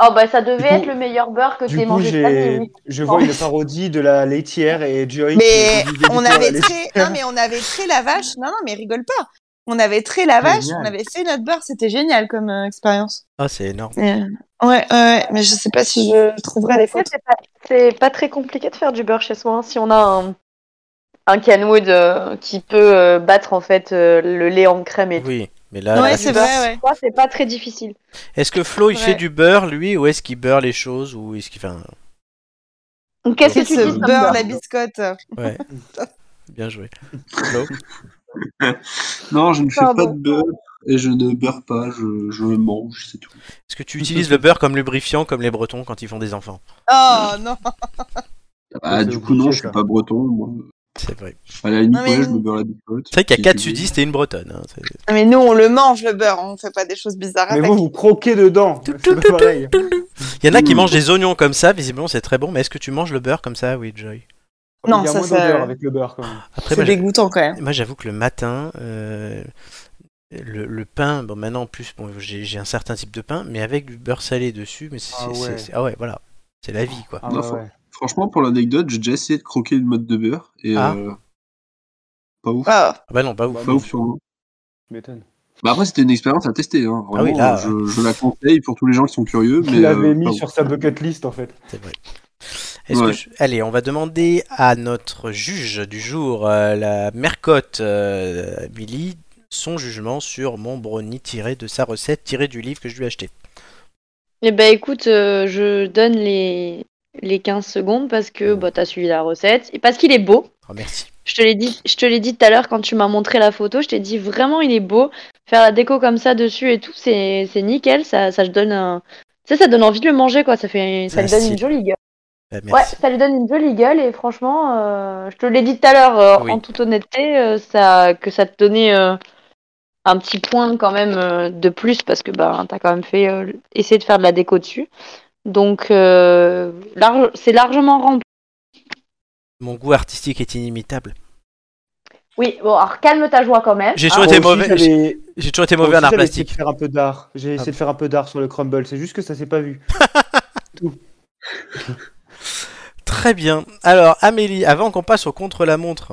Speaker 10: Oh bah ça devait
Speaker 3: Du
Speaker 10: être
Speaker 3: coup-
Speaker 10: le meilleur beurre que
Speaker 3: Du
Speaker 10: t'aies
Speaker 3: coup,
Speaker 10: mangé de ta vie.
Speaker 3: j'ai-
Speaker 10: oui.
Speaker 3: je vois une parodie de la laitière et Joy. qui
Speaker 4: Mais
Speaker 3: disait du
Speaker 4: on
Speaker 3: coup,
Speaker 4: avait
Speaker 3: allez-
Speaker 4: très, non mais on avait très la vache. Non non, mais rigole pas. On avait très la vache.
Speaker 3: Génial.
Speaker 4: On avait fait notre beurre. C'était génial comme euh, expérience.
Speaker 1: Ah, c'est énorme.
Speaker 4: Et, euh, Ouais, ouais, ouais, mais je sais pas si je trouverai les
Speaker 10: Après,
Speaker 4: photos.
Speaker 10: C'est pas, c'est pas très compliqué de faire du beurre chez soi. hein. Si on a un, un canwood euh, qui peut euh, battre en fait euh, le lait en crème et tout.
Speaker 1: Oui, mais
Speaker 3: Euh,
Speaker 1: là,
Speaker 4: ouais,
Speaker 1: là,
Speaker 4: c'est
Speaker 1: tu-
Speaker 4: vrai, ouais.
Speaker 10: Moi, c'est pas très difficile.
Speaker 1: est-ce que Flo il
Speaker 4: Ouais.
Speaker 1: fait du beurre lui ou est-ce qu'il beurre les choses ou est-ce qu'il fait un...
Speaker 10: Donc, Qu'est-ce que
Speaker 4: C'est
Speaker 10: tu
Speaker 4: ce
Speaker 10: dis
Speaker 4: beurre,
Speaker 10: comme beurre
Speaker 4: la biscotte.
Speaker 1: Ouais. Bien joué. Flo
Speaker 5: Non, je ne fais
Speaker 4: Pardon.
Speaker 5: pas de beurre et je ne beurre pas, je, je mange, c'est
Speaker 3: Ah
Speaker 5: tout.
Speaker 1: Est-ce que tu utilises le beurre comme lubrifiant comme les Bretons quand ils font des enfants
Speaker 4: Oh non.
Speaker 5: Ah,
Speaker 3: bah, c'est
Speaker 5: du
Speaker 3: obligé,
Speaker 5: coup, non, je
Speaker 3: ça.
Speaker 5: suis pas breton, moi.
Speaker 1: C'est vrai.
Speaker 5: À la limite,
Speaker 4: Non, mais-
Speaker 5: ouais, je me beurre la biscotte.
Speaker 1: C'est vrai qu'il y a
Speaker 5: Qui-
Speaker 1: 4
Speaker 5: qui-
Speaker 1: sudistes et une Bretonne. hein, c'est-
Speaker 4: Mais nous, on le mange le beurre. On fait pas des choses bizarres
Speaker 3: Mais
Speaker 4: avec.
Speaker 3: vous, vous croquez dedans. C'est pas pareil.
Speaker 1: Il y en a qui
Speaker 5: Mm.
Speaker 1: mangent des oignons comme ça, visiblement c'est très bon, mais est-ce que tu manges le beurre comme ça, oui, Joy
Speaker 4: Non,
Speaker 3: Il y a
Speaker 4: ça,
Speaker 3: moins
Speaker 4: ça-
Speaker 3: d'odeur avec le beurre quand même.
Speaker 1: Après,
Speaker 4: C'est
Speaker 1: moi, j'a-
Speaker 4: dégoûtant quand même.
Speaker 1: moi, j'avoue que le matin, euh, le, le pain, bon maintenant en plus, bon, j'ai j'ai un certain type de pain, mais avec du beurre salé dessus, mais c'est.
Speaker 3: Ah
Speaker 1: c'est-
Speaker 3: ouais.
Speaker 1: c'est- Ah ouais, voilà. C'est la vie, quoi.
Speaker 3: Ah,
Speaker 5: Non,
Speaker 3: ouais,
Speaker 5: faut-
Speaker 3: ouais.
Speaker 5: Franchement, pour l'anecdote, j'ai déjà essayé de croquer une mode de beurre et.
Speaker 1: Ah.
Speaker 5: euh, Pas ouf.
Speaker 4: Oh.
Speaker 1: Ah bah non, pas ouf.
Speaker 5: Pas ouf sur moi.
Speaker 3: Tu m'étonnes.
Speaker 5: Bah après, c'était une expérience à tester. Hein. Vraiment,
Speaker 1: Ah oui, là,
Speaker 5: je, je la conseille pour tous les gens qui sont curieux. Mais,
Speaker 3: Il l'avait
Speaker 5: euh,
Speaker 3: mis
Speaker 5: pas
Speaker 3: sur
Speaker 5: ouf.
Speaker 3: sa bucket list en fait.
Speaker 1: C'est vrai. Est-ce que
Speaker 5: Ouais.
Speaker 1: je- Allez, on va demander à notre juge du jour, euh, la mercotte euh, Billy, son jugement sur mon brownie tiré de sa recette, tiré du livre que je lui ai acheté.
Speaker 10: Eh ben écoute, euh, je donne les, les 15 secondes parce que bah, t'as suivi la recette et parce qu'il est beau.
Speaker 1: Oh, merci.
Speaker 10: Je te l'ai dit, je te l'ai dit tout à l'heure quand tu m'as montré la photo, je t'ai dit vraiment il est beau. Faire la déco comme ça dessus et tout, c'est c'est nickel, ça, ça je donne un... Tu sais, ça donne envie de le manger quoi, ça, fait, ça lui donne
Speaker 1: Merci.
Speaker 10: une jolie gueule.
Speaker 1: Bah,
Speaker 10: Ouais,
Speaker 1: merci.
Speaker 10: ça lui donne une jolie gueule et franchement, euh, je te l'ai dit tout à l'heure, euh,
Speaker 1: Oui.
Speaker 10: en toute honnêteté, euh, ça, que ça te donnait euh, un petit point quand même euh, de plus parce que bah, t'as quand même fait euh, essayer de faire de la déco dessus. Donc euh, large- c'est largement rempli.
Speaker 1: Mon goût artistique est inimitable.
Speaker 10: Oui, bon, alors calme ta joie quand même.
Speaker 1: J'ai
Speaker 10: hein.
Speaker 4: Ah,
Speaker 1: toujours été
Speaker 3: Moi aussi,
Speaker 1: mauvais. J'ai
Speaker 3: j'avais-
Speaker 1: j'ai toujours été
Speaker 3: moi
Speaker 1: mauvais en
Speaker 3: aussi,
Speaker 1: art
Speaker 3: j'avais essayé de
Speaker 1: plastique.
Speaker 3: faire un peu d'art. J'ai essayé
Speaker 1: Ah.
Speaker 3: de faire un peu d'art sur le crumble. C'est juste que ça s'est pas vu.
Speaker 1: Très bien. Alors, Amélie, avant qu'on passe au contre-la-montre,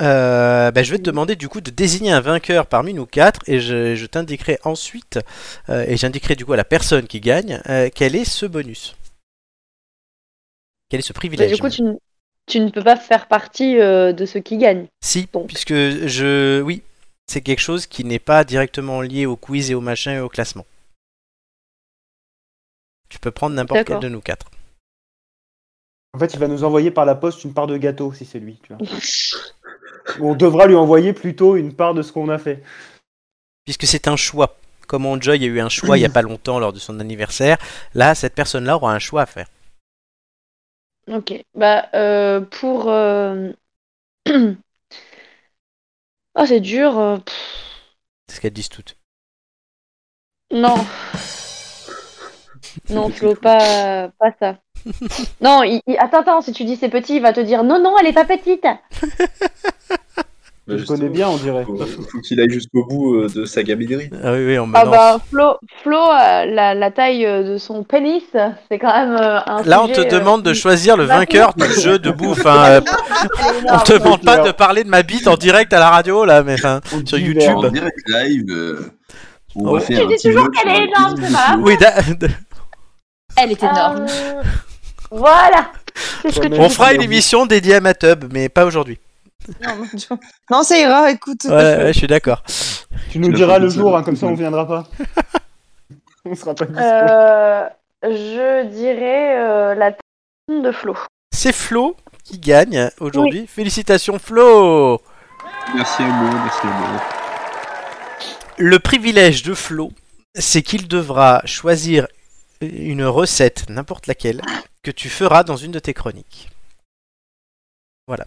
Speaker 1: euh, bah, je vais te demander du coup de désigner un vainqueur parmi nous quatre et je, je t'indiquerai ensuite, euh, et j'indiquerai du coup à la personne qui gagne, euh, quel est ce bonus. Quel est ce
Speaker 10: Mais
Speaker 1: privilège
Speaker 10: Bah, du coup, tu, ne- tu ne peux pas faire partie euh, de ceux qui gagnent.
Speaker 1: Si,
Speaker 10: Donc.
Speaker 1: puisque je. Oui, c'est quelque chose qui n'est pas directement lié au quiz et au machin et au classement. Tu peux prendre n'importe quel
Speaker 10: D'accord.
Speaker 1: de nous quatre.
Speaker 3: En fait, il va nous envoyer par la poste une part de gâteau si c'est lui. Tu vois. On devra lui envoyer plutôt une part de ce qu'on a fait.
Speaker 1: puisque c'est un choix. Comme on Joy a eu un choix il n'y a pas longtemps lors de son anniversaire, là, cette personne-là aura un choix à faire.
Speaker 10: Ok. Bah, euh, pour. euh, Oh, c'est dur. euh, pff,
Speaker 1: C'est ce qu'elles disent toutes.
Speaker 10: Non. Non, Flo, pas, pas ça. Non, il- il- attends, attends, si tu dis c'est petit, il va te dire non, non, elle est pas petite.
Speaker 5: Bah,
Speaker 3: je connais bien, on dirait.
Speaker 5: Faut, faut qu'il aille jusqu'au bout euh, de sa gabinerie.
Speaker 1: Ah oui, oui, on me
Speaker 10: Ah
Speaker 1: lance.
Speaker 10: bah, Flo, Flo euh, la, la taille euh, de son pénis, c'est quand même euh, un.
Speaker 1: Là, on
Speaker 10: sujet,
Speaker 1: te
Speaker 10: euh, Ah,
Speaker 1: demande de choisir le
Speaker 10: bah,
Speaker 1: vainqueur du jeu de bouffe. hein. Euh,
Speaker 10: c'est
Speaker 1: On
Speaker 10: énorme.
Speaker 1: te demande pas de parler de ma bite en direct à la radio, là, mais enfin,
Speaker 3: On
Speaker 1: sur
Speaker 3: divers.
Speaker 1: YouTube.
Speaker 5: En direct live, euh, on
Speaker 1: Oh.
Speaker 5: va faire
Speaker 10: Tu
Speaker 5: un
Speaker 10: dis
Speaker 5: petit
Speaker 10: toujours
Speaker 5: vlog
Speaker 10: qu'elle
Speaker 5: sur
Speaker 10: est
Speaker 5: la
Speaker 10: énorme,
Speaker 5: cuisine
Speaker 10: c'est pas
Speaker 5: du Flo.
Speaker 1: Oui, da-
Speaker 8: Elle est énorme.
Speaker 10: Euh, Voilà. Qu'est-ce que
Speaker 3: Ouais,
Speaker 10: tu
Speaker 1: on
Speaker 3: mais-
Speaker 1: fera une émission dédiée à ma tub, mais pas aujourd'hui.
Speaker 4: Non, mon Dieu. Non, ça ira, écoute.
Speaker 1: Ouais, ouais, je suis d'accord.
Speaker 3: Tu nous
Speaker 5: l'as
Speaker 3: diras
Speaker 5: pas
Speaker 3: le
Speaker 5: dit ça,
Speaker 3: jour,
Speaker 5: le
Speaker 3: hein, comme ça on
Speaker 5: truc.
Speaker 3: viendra pas. on sera pas dispo.
Speaker 10: Euh, je dirais euh, la tante de Flo.
Speaker 1: C'est Flo qui gagne aujourd'hui. Félicitations, Flo!
Speaker 5: Merci à moi, merci à moi.
Speaker 1: Le privilège de Flo, c'est qu'il devra choisir une recette, n'importe laquelle, que tu feras dans une de tes chroniques. Voilà.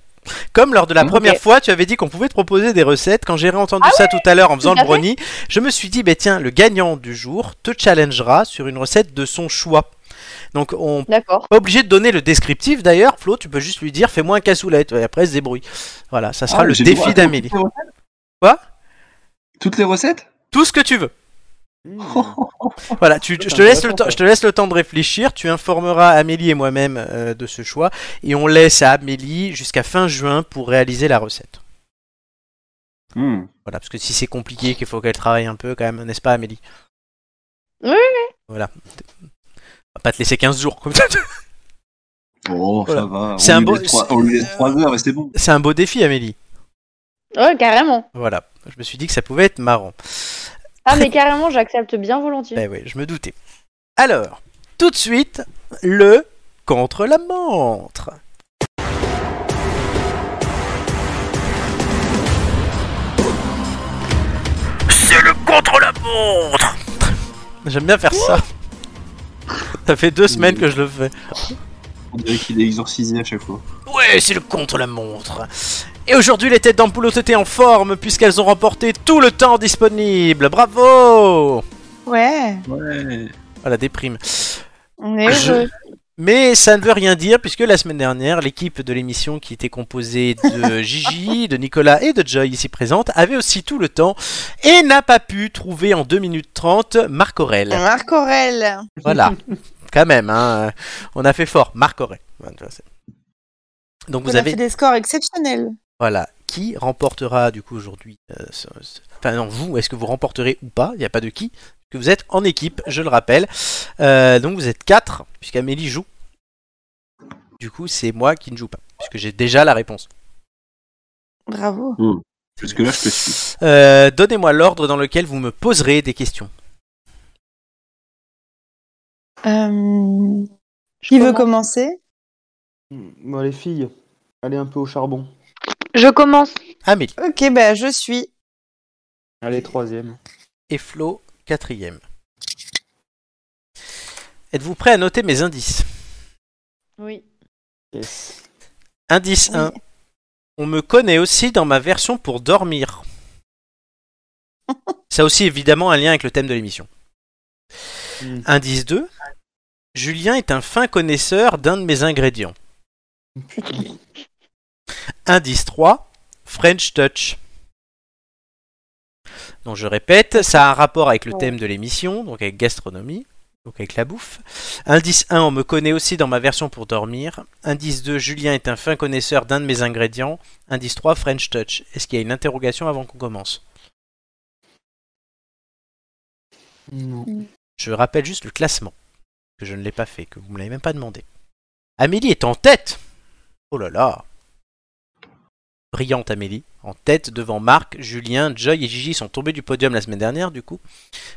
Speaker 1: Comme lors de la
Speaker 5: Ok.
Speaker 1: première fois, tu avais dit qu'on pouvait te proposer des recettes. Quand j'ai réentendu ça tout à l'heure en faisant
Speaker 10: Ah tout
Speaker 1: le
Speaker 10: à fait.
Speaker 1: brownie, je me suis dit, bah, tiens, le gagnant du jour te challengera sur une recette de son choix. Donc on
Speaker 10: D'accord.
Speaker 1: pas obligé de donner le descriptif d'ailleurs, Flo, tu peux juste lui dire fais-moi un cassoulet et après elle se débrouille. Voilà, ça sera
Speaker 5: Ah,
Speaker 1: le
Speaker 5: j'ai le droit
Speaker 1: défi
Speaker 5: à tout.
Speaker 1: d'Amélie. Quoi
Speaker 5: Toutes les recettes
Speaker 1: Tout ce que tu veux. Voilà, tu- tu- je, te laisse le temps, je te laisse le temps de réfléchir, tu informeras Amélie et moi-même euh, de ce choix, et on laisse à Amélie jusqu'à fin juin pour réaliser la recette. Voilà, parce que si c'est compliqué, qu'il faut qu'elle travaille un peu quand même, n'est-ce pas Amélie
Speaker 10: Oui, oui.
Speaker 1: Voilà. On va pas te laisser 15 jours comme ça.
Speaker 5: Oh,
Speaker 1: Voilà.
Speaker 5: ça va.
Speaker 1: C'est
Speaker 5: on
Speaker 1: un
Speaker 5: lui
Speaker 1: beau-
Speaker 5: laisse trois- On lui laisse 3 heures et c'est bon.
Speaker 1: C'est un beau défi Amélie.
Speaker 10: Ouais, carrément.
Speaker 1: Voilà, je me suis dit que ça pouvait être marrant.
Speaker 10: Ah, mais carrément, j'accepte bien volontiers.
Speaker 1: Ben oui, je me doutais. Alors, tout de suite, le contre la montre. C'est le contre la montre. J'aime bien faire ça. Ça fait deux semaines que je le fais.
Speaker 5: On dirait qu'il est exorcisé à chaque fois.
Speaker 1: Ouais, c'est le contre la montre. Et aujourd'hui, les têtes d'ampoule ont été en forme puisqu'elles ont remporté tout le temps disponible. Bravo
Speaker 6: Ouais.
Speaker 5: Ouais.
Speaker 1: Ah, la déprime.
Speaker 6: On est
Speaker 1: Je-
Speaker 6: heureux.
Speaker 1: Mais ça ne veut rien dire puisque la semaine dernière, l'équipe de l'émission qui était composée de Gigi, de Nicolas et de Joy ici présente avait aussi tout le temps et n'a pas pu trouver en 2 minutes 30 Marc Aurel.
Speaker 4: Ah.
Speaker 6: Marc Aurel.
Speaker 1: Voilà, quand même, hein. on a fait fort, Marc Aurel. Ouais, tu vois, c'est- Donc
Speaker 6: On
Speaker 1: vous
Speaker 6: a
Speaker 1: avez
Speaker 6: fait des scores exceptionnels.
Speaker 1: voilà, qui remportera du coup aujourd'hui euh, ce- ce- Enfin non, vous, est-ce que vous remporterez ou pas Il n'y a pas de qui. parce Que vous êtes en équipe, je le rappelle. Euh, donc vous êtes 4, puisqu'Amélie joue. Du coup, c'est moi qui ne joue pas, puisque j'ai déjà la réponse.
Speaker 6: Bravo.
Speaker 5: Jusque là, je te suis.
Speaker 1: Euh, Donnez-moi l'ordre dans lequel vous me poserez des questions.
Speaker 6: Euh, Qui veut commencer
Speaker 3: Bon, les filles, allez un peu au charbon.
Speaker 10: Je commence.
Speaker 1: Amélie
Speaker 6: Ok, ben je suis.
Speaker 3: Allez, troisième.
Speaker 1: et Flo, quatrième. Êtes-vous prêt à noter mes indices
Speaker 10: Oui.
Speaker 3: Yes.
Speaker 1: Indice 1. On me connaît aussi dans ma version pour dormir. Ça aussi, évidemment, un lien avec le thème de l'émission.
Speaker 3: Mm.
Speaker 1: Indice 2. Julien est un fin connaisseur d'un de mes ingrédients. Indice 3. French Touch. Donc je répète, ça a un rapport avec le thème de l'émission, donc avec gastronomie, donc avec la bouffe. Indice 1, on me connaît aussi dans ma version pour dormir. Indice 2, Julien est un fin connaisseur d'un de mes ingrédients. Indice 3, French Touch. Est-ce qu'il y a une interrogation avant qu'on commence
Speaker 3: Non.
Speaker 1: Je rappelle juste le classement, que je ne l'ai pas fait, que vous ne me l'avez même pas demandé. Amélie est en tête Oh là là Brillante Amélie, en tête devant Marc, Julien, Joy et Gigi sont tombés du podium la semaine dernière du coup.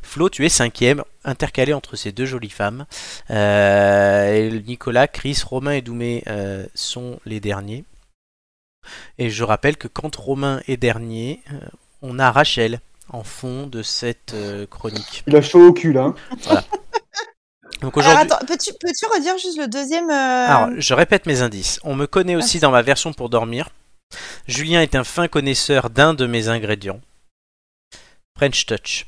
Speaker 1: Flo, tu es cinquième, intercalé entre ces deux jolies femmes. Euh, et Nicolas, Chris, Romain et Doumé euh, sont les derniers. Et je rappelle que quand Romain est dernier, euh, on a Rachel en fond de cette euh, chronique.
Speaker 3: Il a chaud au cul, là. hein.
Speaker 1: Donc
Speaker 6: Alors
Speaker 1: aujourd'hui,
Speaker 6: attends, peux-tu peux-tu redire juste le deuxième euh, Ah.
Speaker 1: Alors, je répète mes indices. On me connaît aussi dans ma version pour dormir. Julien est un fin connaisseur d'un de mes ingrédients. French Touch.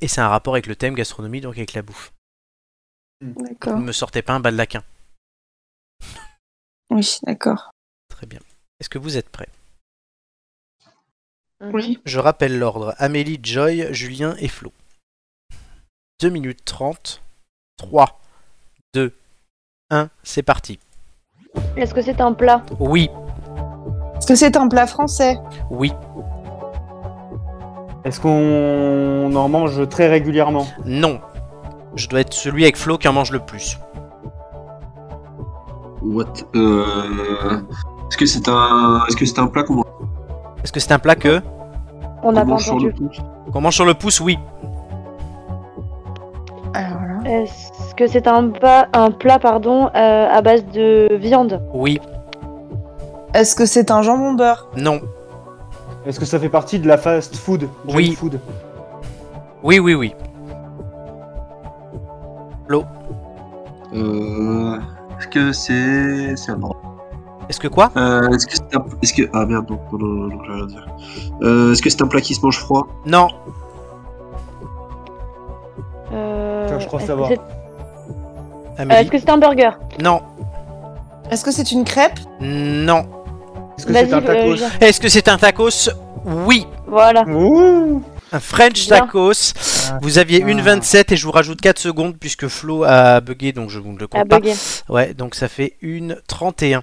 Speaker 1: Et c'est un rapport avec le thème gastronomie, donc avec la bouffe.
Speaker 6: D'accord.
Speaker 1: Ne me sortez pas un bas de laquin.
Speaker 6: Oui, d'accord.
Speaker 1: Très bien. Est-ce que vous êtes prêts
Speaker 10: Mhm.
Speaker 6: Oui.
Speaker 1: Je rappelle l'ordre. Amélie, Joy, Julien et Flo. 2 minutes 30. 3, 2, 1, c'est parti.
Speaker 10: Est-ce que c'est un plat
Speaker 1: Oui,
Speaker 6: Est-ce que c'est un plat français
Speaker 1: oui,
Speaker 3: Est-ce qu'on en mange très régulièrement
Speaker 1: non. Je dois être celui avec Flo qui en mange le plus.
Speaker 5: What euh... Est-ce que c'est un, est-ce que c'est un plat qu'on mange
Speaker 1: Est-ce que c'est un plat que
Speaker 10: On n'a pas
Speaker 5: sur le
Speaker 10: entendu.
Speaker 5: pouce
Speaker 1: Qu'on mange sur le pouce Oui.
Speaker 6: Alors là.
Speaker 10: Est-ce que c'est un, pa- un plat pardon, euh, à base de viande
Speaker 1: Oui,
Speaker 6: Est-ce que c'est un jambon beurre
Speaker 1: non,
Speaker 3: Est-ce que ça fait partie de la fast food junk
Speaker 1: Oui.
Speaker 3: food
Speaker 1: oui, oui, oui.
Speaker 5: Euh... Est-ce que c'est, c'est un
Speaker 1: Est-ce que quoi
Speaker 5: Euh, est-ce que c'est un... Est-ce que... Ah merde, non, non, non, non, non, j'ai rien à dire. Euh, est-ce que c'est un plat qui se mange froid
Speaker 1: Non,
Speaker 10: Euh,
Speaker 3: Tiens, je crois
Speaker 10: est-ce que
Speaker 3: savoir.
Speaker 10: c'est- Euh, Est-ce que c'est un burger
Speaker 1: Non.
Speaker 6: Est-ce que c'est une crêpe
Speaker 1: Non.
Speaker 10: Est-ce que Vas-y, c'est un tacos euh, Jean.
Speaker 1: Est-ce que c'est un tacos Oui.
Speaker 10: Voilà.
Speaker 1: Un French
Speaker 10: Bien.
Speaker 1: tacos.
Speaker 3: Ah.
Speaker 1: Vous aviez une 27 et je vous rajoute 4 secondes puisque Flo a bugué donc je vous ne le compte
Speaker 10: A
Speaker 1: pas.
Speaker 10: bugué.
Speaker 1: Ouais, donc ça fait une 31.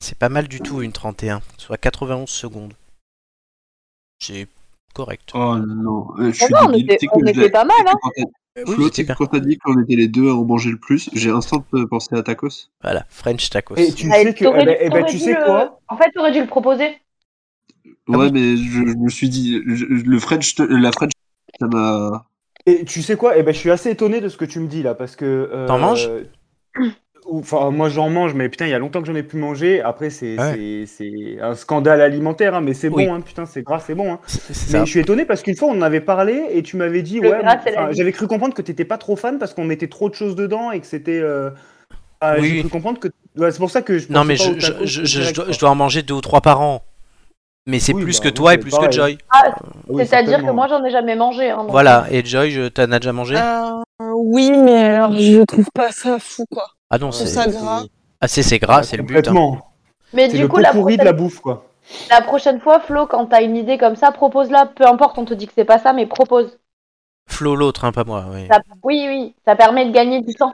Speaker 1: C'est pas mal du tout une 31, soit 91 secondes. C'est correct.
Speaker 5: Oh non, euh, je suis
Speaker 10: Oh non, on
Speaker 5: débile.
Speaker 10: était-
Speaker 5: Tu sais
Speaker 10: on
Speaker 5: que
Speaker 10: était
Speaker 5: j'ai-
Speaker 10: pas mal,
Speaker 5: tu sais
Speaker 10: hein.
Speaker 5: quand t'as-
Speaker 1: Oui,
Speaker 5: Flo,
Speaker 1: c'était
Speaker 5: tu sais
Speaker 1: bien.
Speaker 5: quand t'as dit qu'on était les deux à en manger le plus, j'ai instant euh, pensé à tacos.
Speaker 1: Voilà, French tacos.
Speaker 3: Et tu
Speaker 10: Ah,
Speaker 3: sais que.
Speaker 10: t'aurais
Speaker 3: eh ben-
Speaker 10: dû-
Speaker 3: eh ben,
Speaker 10: t'aurais
Speaker 3: tu
Speaker 10: dû
Speaker 3: sais
Speaker 10: le-
Speaker 3: quoi
Speaker 10: En fait, t'aurais dû le proposer.
Speaker 1: Ah
Speaker 5: Ouais, mais je, je me suis dit, je- le French, la French, ça m'a.
Speaker 3: Et tu sais quoi Eh ben, je suis assez étonné de ce que tu me dis là, parce que. euh,
Speaker 1: T'en manges
Speaker 3: ou- Enfin, moi j'en mange, mais putain, il y a longtemps que j'en ai plus mangé. Après, c'est
Speaker 1: Ah
Speaker 3: c'est- c'est un scandale alimentaire, hein, mais c'est
Speaker 1: Oui.
Speaker 3: bon, hein, putain, c'est gras, c'est bon. hein.
Speaker 1: C'est
Speaker 3: Mais
Speaker 1: ça.
Speaker 3: je suis étonné parce qu'une fois on en avait parlé et tu m'avais dit,
Speaker 10: Le
Speaker 3: ouais,
Speaker 10: gras, c'est la
Speaker 3: enfin,
Speaker 10: vie.
Speaker 3: j'avais cru comprendre que t'étais pas trop fan parce qu'on mettait trop de choses dedans et que c'était. euh, ah,
Speaker 1: Oui.
Speaker 3: J'ai cru comprendre que. ouais, c'est pour ça que je.
Speaker 1: Non
Speaker 3: pensais
Speaker 1: mais
Speaker 3: pas
Speaker 1: je,
Speaker 3: au
Speaker 1: je-
Speaker 3: tacos
Speaker 1: je- je-
Speaker 3: direct,
Speaker 1: je dois,
Speaker 3: quoi.
Speaker 1: je dois en manger deux ou trois par an. Mais c'est
Speaker 3: Oui,
Speaker 1: plus
Speaker 3: bah
Speaker 1: que
Speaker 3: oui,
Speaker 1: toi et
Speaker 3: c'est
Speaker 1: plus que
Speaker 3: pareil.
Speaker 1: Joy.
Speaker 10: C'est-à-dire
Speaker 3: Oui,
Speaker 10: que
Speaker 3: certainement.
Speaker 10: moi, j'en ai jamais mangé. hein, donc-
Speaker 1: Voilà, et Joy, je- t'en as déjà mangé
Speaker 6: Euh, Oui, mais alors je trouve pas ça fou quoi.
Speaker 1: Ah
Speaker 3: Euh,
Speaker 1: non,
Speaker 6: Je trouve
Speaker 1: c'est
Speaker 6: ça gras.
Speaker 1: ah, c'est- c'est gras, c'est le but. hein.
Speaker 3: Complètement.
Speaker 10: Mais
Speaker 3: C'est
Speaker 10: du
Speaker 3: le
Speaker 10: coup, la
Speaker 3: pot-pourri
Speaker 10: prochaine,
Speaker 3: de la bouffe, quoi.
Speaker 10: la prochaine fois, Flo, quand t'as une idée comme ça, propose-la. Peu importe, on te dit que c'est pas ça, mais propose.
Speaker 1: Flo l'autre, hein, pas moi. oui.
Speaker 10: Ça- Oui, oui, ça permet de gagner du temps.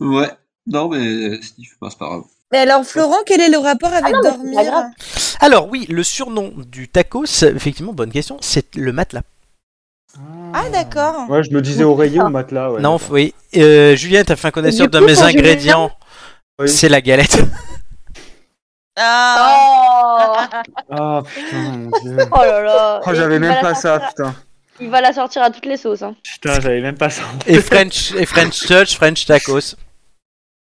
Speaker 5: Ouais, non, mais Steve, bah, c'est pas grave.
Speaker 6: Mais alors, Florent, quel est le rapport avec
Speaker 10: Ah non, mais c'est pas grave.
Speaker 6: dormir
Speaker 1: Alors oui, le surnom du tacos, effectivement, bonne question, c'est le matelas.
Speaker 6: Ah, d'accord.
Speaker 3: Ouais, je me disais oreiller ou matelas. Ouais,
Speaker 1: non, oui. Euh, Julien, t'as fait un connaisseur
Speaker 10: Du
Speaker 1: de
Speaker 10: coup,
Speaker 1: mes
Speaker 10: pour
Speaker 1: ingrédients.
Speaker 3: Oui.
Speaker 1: C'est la galette.
Speaker 6: Ah,
Speaker 10: Oh,
Speaker 3: Ah putain, mon dieu.
Speaker 10: oh là là.
Speaker 3: Oh,
Speaker 10: Et
Speaker 3: j'avais
Speaker 10: il va
Speaker 3: même
Speaker 10: la
Speaker 3: pas ça,
Speaker 10: sortir-
Speaker 3: putain.
Speaker 10: Il va la sortir à toutes les sauces. hein.
Speaker 3: Putain, j'avais même pas ça.
Speaker 1: Et French, et French touch, French tacos.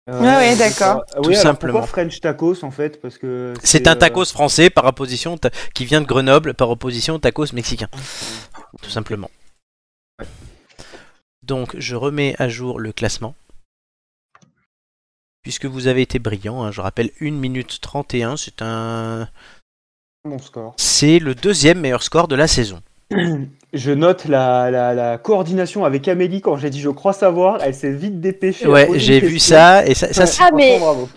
Speaker 3: Euh,
Speaker 6: Ouais, ouais, d'accord.
Speaker 3: Tout
Speaker 1: simplement.
Speaker 3: Pourquoi French tacos en fait Parce que.
Speaker 1: C'est un
Speaker 3: euh,
Speaker 1: tacos français par opposition, ta- qui vient de Grenoble, par opposition au tacos mexicain. Tout simplement. Donc, je remets à jour le classement. Puisque vous avez été brillant, hein, je rappelle 1 minute 31, c'est un...
Speaker 3: Mon score.
Speaker 1: C'est le deuxième meilleur score de la saison.
Speaker 3: Je note la, la, la coordination avec Amélie quand j'ai dit je crois savoir. Elle s'est vite dépêchée. à
Speaker 1: Ouais,
Speaker 3: poser une
Speaker 1: j'ai vu
Speaker 3: question.
Speaker 1: ça, et ça, ça,
Speaker 3: Ouais,
Speaker 1: c'est-
Speaker 10: Ah, mais-
Speaker 3: franchement, bravo.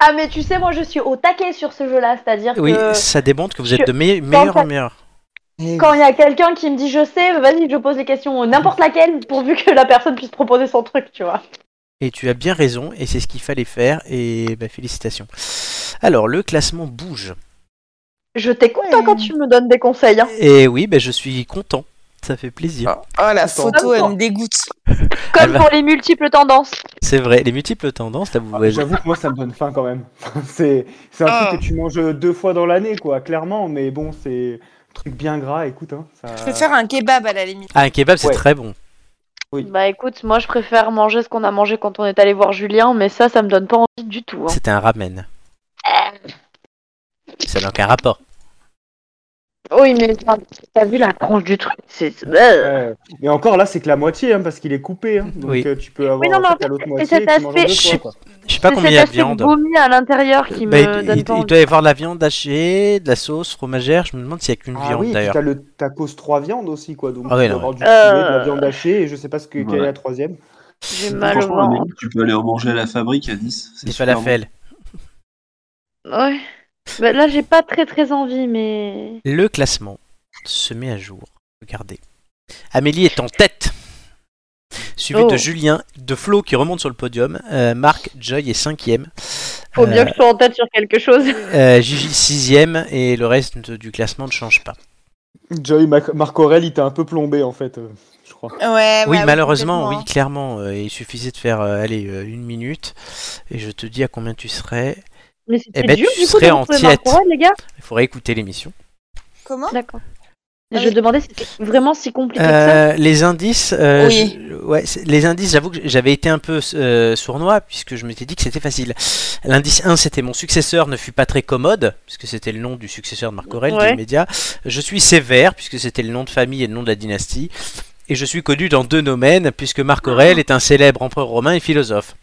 Speaker 10: Ah, mais tu sais, moi, je suis au taquet sur ce jeu-là. C'est-à-dire
Speaker 1: Oui,
Speaker 10: que
Speaker 1: ça démontre que vous êtes
Speaker 10: que-
Speaker 1: de me- meilleurs en
Speaker 10: t'as-
Speaker 1: meilleurs.
Speaker 10: quand il y a quelqu'un qui me dit je sais, vas-y, je pose les questions, n'importe laquelle, pourvu que la personne puisse proposer son truc, tu vois.
Speaker 1: Et tu as bien raison, et c'est ce qu'il fallait faire, et bah, félicitations. Alors, le classement bouge.
Speaker 10: Je t'écoute hein,
Speaker 6: Ouais.
Speaker 10: quand tu me donnes des conseils. hein.
Speaker 1: Et oui, bah, je suis content, ça fait plaisir.
Speaker 3: Ah.
Speaker 6: Oh,
Speaker 10: Ah,
Speaker 6: la photo, elle me dégoûte.
Speaker 1: Elle
Speaker 10: Comme
Speaker 1: va-
Speaker 10: pour les multiples tendances.
Speaker 1: C'est vrai, les multiples tendances, là, vous
Speaker 3: Ah,
Speaker 1: voyez.
Speaker 3: J'avoue que moi ça me donne faim quand même. c'est c'est un
Speaker 6: Ah.
Speaker 3: truc que tu manges deux fois dans l'année, quoi, clairement. Mais bon, c'est un truc bien gras, écoute. Hein, ça...
Speaker 6: Je vais faire un kebab à la limite.
Speaker 1: Ah, un kebab, c'est
Speaker 3: Ouais.
Speaker 1: très bon.
Speaker 3: Oui.
Speaker 10: Bah écoute, moi je préfère manger ce qu'on a mangé quand on est allé voir Julien, mais ça, ça me donne pas envie du tout. hein.
Speaker 1: C'était un ramen.
Speaker 10: Euh,
Speaker 1: Ça n'a aucun rapport.
Speaker 10: Oui, mais t'as- t'as vu la tranche du truc C'est. Euh.
Speaker 3: Ouais. Et encore là, c'est que la moitié, hein, parce qu'il est coupé. hein. Donc
Speaker 1: Oui.
Speaker 3: euh, tu peux avoir
Speaker 10: Oui, non, mais
Speaker 3: en
Speaker 10: en
Speaker 3: fait, la l'autre moitié.
Speaker 10: cet
Speaker 3: et tu manges en
Speaker 10: aspect-
Speaker 3: deux fois,
Speaker 1: Chut.
Speaker 3: quoi.
Speaker 1: Je sais pas
Speaker 10: c'est
Speaker 1: combien il y
Speaker 10: cet
Speaker 1: a de
Speaker 10: aspect de
Speaker 1: viande.
Speaker 10: vomi à l'intérieur qui
Speaker 1: Bah,
Speaker 10: me
Speaker 1: il,
Speaker 10: donne
Speaker 1: il-
Speaker 10: pas
Speaker 1: il
Speaker 10: envie.
Speaker 1: doit y avoir de la viande hachée, de la sauce fromagère. Je me demande s'il y a qu'une
Speaker 3: Ah
Speaker 1: viande
Speaker 3: oui, et puis
Speaker 1: d'ailleurs.
Speaker 3: t'as le tacos trois viandes aussi, quoi. Donc
Speaker 1: Ah ouais,
Speaker 3: tu
Speaker 1: non,
Speaker 3: vas avoir du
Speaker 10: ouais.
Speaker 3: poulet, de la
Speaker 10: Euh.
Speaker 3: viande hachée, et je sais pas ce que, quelle
Speaker 5: Ouais.
Speaker 3: est la troisième.
Speaker 10: J'ai mal au
Speaker 5: Franchement,
Speaker 10: ventre.
Speaker 5: Amélie, tu peux aller en manger à la fabrique à Nice. c'est
Speaker 1: Des
Speaker 5: super
Speaker 1: falafels.
Speaker 10: Ouais. Bah, là, j'ai pas très très envie, mais.
Speaker 1: Le classement se met à jour. Regardez. Amélie est en tête. Suivi
Speaker 10: Oh.
Speaker 1: de Julien, de Flo qui remonte sur le podium. Euh, Marc, Joy est cinquième.
Speaker 10: Faut bien
Speaker 1: Euh,
Speaker 10: que je sois en tête sur quelque chose.
Speaker 1: euh, Gigi sixième et le reste du classement ne change pas.
Speaker 3: Joey Mac- Marc Aurel, il t'a un peu plombé, en fait, euh, je crois.
Speaker 4: Ah
Speaker 6: Ouais,
Speaker 1: oui,
Speaker 6: bah
Speaker 1: malheureusement, oui,
Speaker 6: complètement.
Speaker 1: clairement. euh, il suffisait de faire euh, allez, euh, une minute et je te dis à combien tu serais.
Speaker 10: Mais c'était
Speaker 1: Eh ben,
Speaker 10: dur
Speaker 1: tu
Speaker 10: du coup
Speaker 1: serais
Speaker 10: de
Speaker 1: en
Speaker 10: retrouver
Speaker 1: tiède.
Speaker 10: Marc Aurèle, les gars.
Speaker 1: Il faudrait écouter l'émission.
Speaker 6: Comment
Speaker 10: D'accord.
Speaker 6: Hein Ah
Speaker 10: Je
Speaker 6: oui.
Speaker 10: demandais si c'était vraiment si compliqué que ça.
Speaker 1: Euh, les indices, euh,
Speaker 6: Oui.
Speaker 1: je- ouais, c'est- les indices, j'avoue que j'avais été un peu euh, sournois puisque je m'étais dit que c'était facile. L'indice 1, c'était mon successeur ne fut pas très commode, puisque c'était le nom du successeur de Marc Aurèle,
Speaker 10: Ouais.
Speaker 1: des médias. Je suis sévère, puisque c'était le nom de famille et le nom de la dynastie. Et je suis connu dans deux domaines, puisque Marc Aurèle est un célèbre empereur romain et philosophe.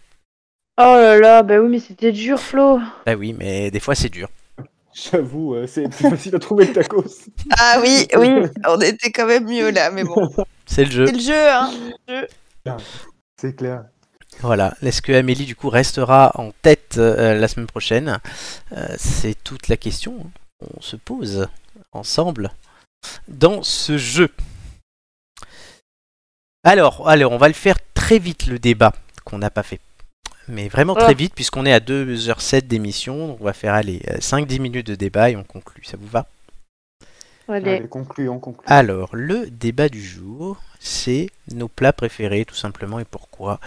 Speaker 10: Oh là là, bah oui, mais c'était dur, Flo.
Speaker 1: Bah oui, mais des fois c'est dur.
Speaker 3: J'avoue, euh, c'est plus facile à trouver le tacos.
Speaker 6: Ah oui, oui, on était quand même mieux là, mais bon.
Speaker 1: C'est le jeu.
Speaker 6: C'est le jeu, hein.
Speaker 3: C'est clair.
Speaker 1: Voilà. Est-ce que Amélie, du coup, restera en tête euh, la semaine prochaine Euh, C'est toute la question qu'on se pose ensemble dans ce jeu. Alors, alors, on va le faire très vite, le débat qu'on n'a pas fait. Mais vraiment très
Speaker 10: Ah.
Speaker 1: vite, puisqu'on est à 2h07 d'émission. donc On va faire aller 5-10 minutes de débat et on conclut. Ça vous va Ah
Speaker 3: Allez, concluons, concluons.
Speaker 1: alors, le débat du jour, c'est nos plats préférés, tout simplement, et pourquoi.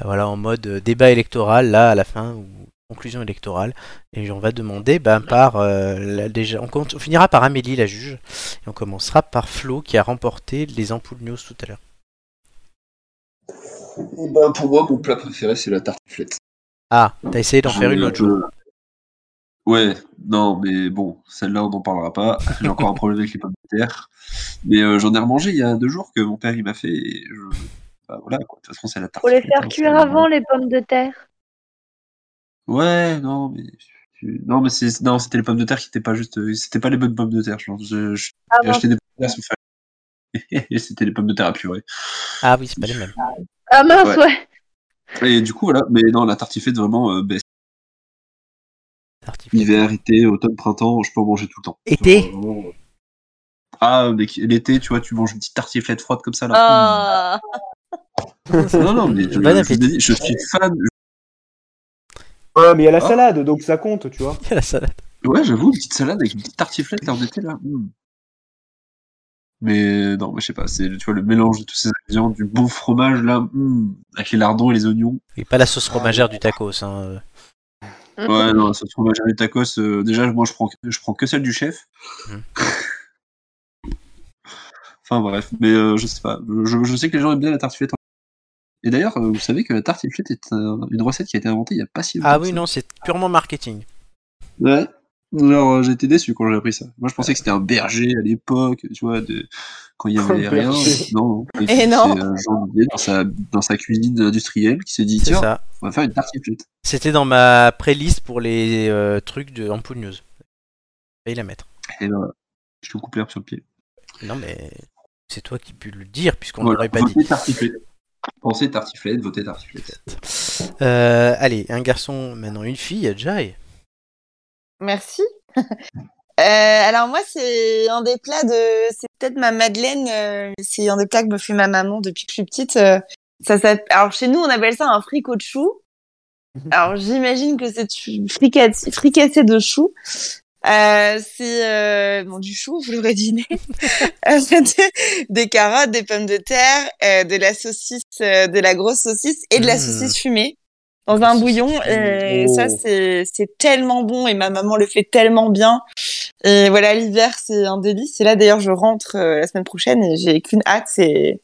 Speaker 1: Euh, Voilà, en mode euh, débat électoral, là, à la fin, ou conclusion électorale. Et on va demander, ben, par. euh, la- déjà, on, compte- on finira par Amélie, la juge, et on commencera par Flo, qui a remporté les ampoules news tout à l'heure.
Speaker 5: Eh ben, pour moi, mon plat préféré, c'est la tartiflette.
Speaker 1: Ah, t'as essayé d'en faire une l'autre jour.
Speaker 5: Euh, Ouais, non, mais bon, celle-là, on n'en parlera pas. J'ai encore un problème avec les pommes de terre. Mais euh, j'en ai remangé il y a deux jours que mon père il m'a fait. Et je... bah, voilà, quoi. De toute façon, c'est la
Speaker 10: Faut
Speaker 5: tartiflette.
Speaker 10: les faire cuire avant les pommes de terre.
Speaker 5: Ouais, non, mais. Non, mais c'est... Non, c'était les pommes de terre qui n'étaient pas juste. euh, C'était pas les bonnes pommes de terre. Je... je- je-
Speaker 10: Ah,
Speaker 5: J'ai
Speaker 10: mince.
Speaker 5: acheté des pommes de terre sous farine. Et c'était les pommes de terre à purée.
Speaker 1: Ah oui, c'est pas les mêmes.
Speaker 10: Ah mince,
Speaker 5: Ouais.
Speaker 10: ouais.
Speaker 5: Et du coup, voilà, mais non, la tartiflette vraiment euh, baisse.
Speaker 1: Tartiflette.
Speaker 5: Hiver, été, automne, printemps, je peux en manger tout le temps.
Speaker 1: Été
Speaker 5: Genre, vraiment, euh, Ah, mais qui- l'été, tu vois, tu manges une petite tartiflette froide comme ça là.
Speaker 4: Ah.
Speaker 5: Non, non, mais je,
Speaker 1: Bon
Speaker 5: je
Speaker 1: appétit.
Speaker 5: vous ai dit, je suis fan.
Speaker 3: Ouais, mais il y a la
Speaker 5: Ah.
Speaker 3: salade, donc ça compte, tu vois.
Speaker 1: La salade.
Speaker 5: Ouais, j'avoue, une petite salade avec une petite tartiflette là en été là. mm. Mais non, mais je sais pas, c'est tu vois le mélange de tous ces ingrédients, du bon fromage là, mm, avec les lardons et les oignons.
Speaker 1: Et pas la sauce fromagère du tacos. hein, euh.
Speaker 5: Ouais, non, ça fromage et les tacos. euh, déjà, moi, je prends, je prends que celle du chef.
Speaker 1: Mhm. Mmh.
Speaker 5: enfin bref, mais euh, je sais pas. Je, je sais que les gens aiment bien la tartiflette. Et d'ailleurs, euh, vous savez que la tartiflette est euh, une recette qui a été inventée il y a pas si longtemps.
Speaker 1: Ah
Speaker 5: que
Speaker 1: oui,
Speaker 5: ça.
Speaker 1: non, c'est purement marketing.
Speaker 5: Ouais. Genre, euh, j'ai été déçu quand j'ai appris ça. Moi, je pensais que c'était un berger à l'époque, tu vois, de... quand il y avait
Speaker 3: Un
Speaker 5: rien.
Speaker 3: berger.
Speaker 5: Non, non.
Speaker 6: Eh non.
Speaker 5: C'est un genre d'idée dans sa, dans sa cuisine industrielle qui s'est dit,
Speaker 1: C'est
Speaker 5: tiens,
Speaker 1: ça.
Speaker 5: on va faire une tartiflette.
Speaker 1: C'était dans ma playlist pour les euh, trucs de Ampoule News. Je vais la mettre.
Speaker 5: Et là, je te coupe l'herbe sur le pied.
Speaker 1: Non, mais c'est toi qui pu le dire, puisqu'on ne
Speaker 5: Voilà,
Speaker 1: l'aurait pas dit.
Speaker 5: votez tartiflette. Pensez tartiflette, votez tartiflette.
Speaker 1: Euh, allez, un garçon, maintenant une fille, Jai.
Speaker 4: Merci. Euh, alors moi, c'est un des plats de, c'est peut-être ma madeleine. euh, c'est un des plats que me fait ma maman depuis que je suis petite. euh, ça s'appelle- Alors chez nous, on appelle ça un fricot de chou.
Speaker 1: Mhm.
Speaker 4: Alors j'imagine que c'est du fricat- fricassé de chou. Euh, c'est euh, bon, du chou, vous l'aurez deviné. Euh, des carottes, des pommes de terre, euh, de la saucisse, euh, de la grosse saucisse et de la
Speaker 1: Mm.
Speaker 4: saucisse fumée dans un bouillon. euh, Et
Speaker 3: Oh.
Speaker 4: ça, c'est c'est tellement bon et ma maman le fait tellement bien. Et voilà, l'hiver, c'est un délice. Et là, d'ailleurs, je rentre euh, la semaine prochaine et j'ai qu'une hâte, c'est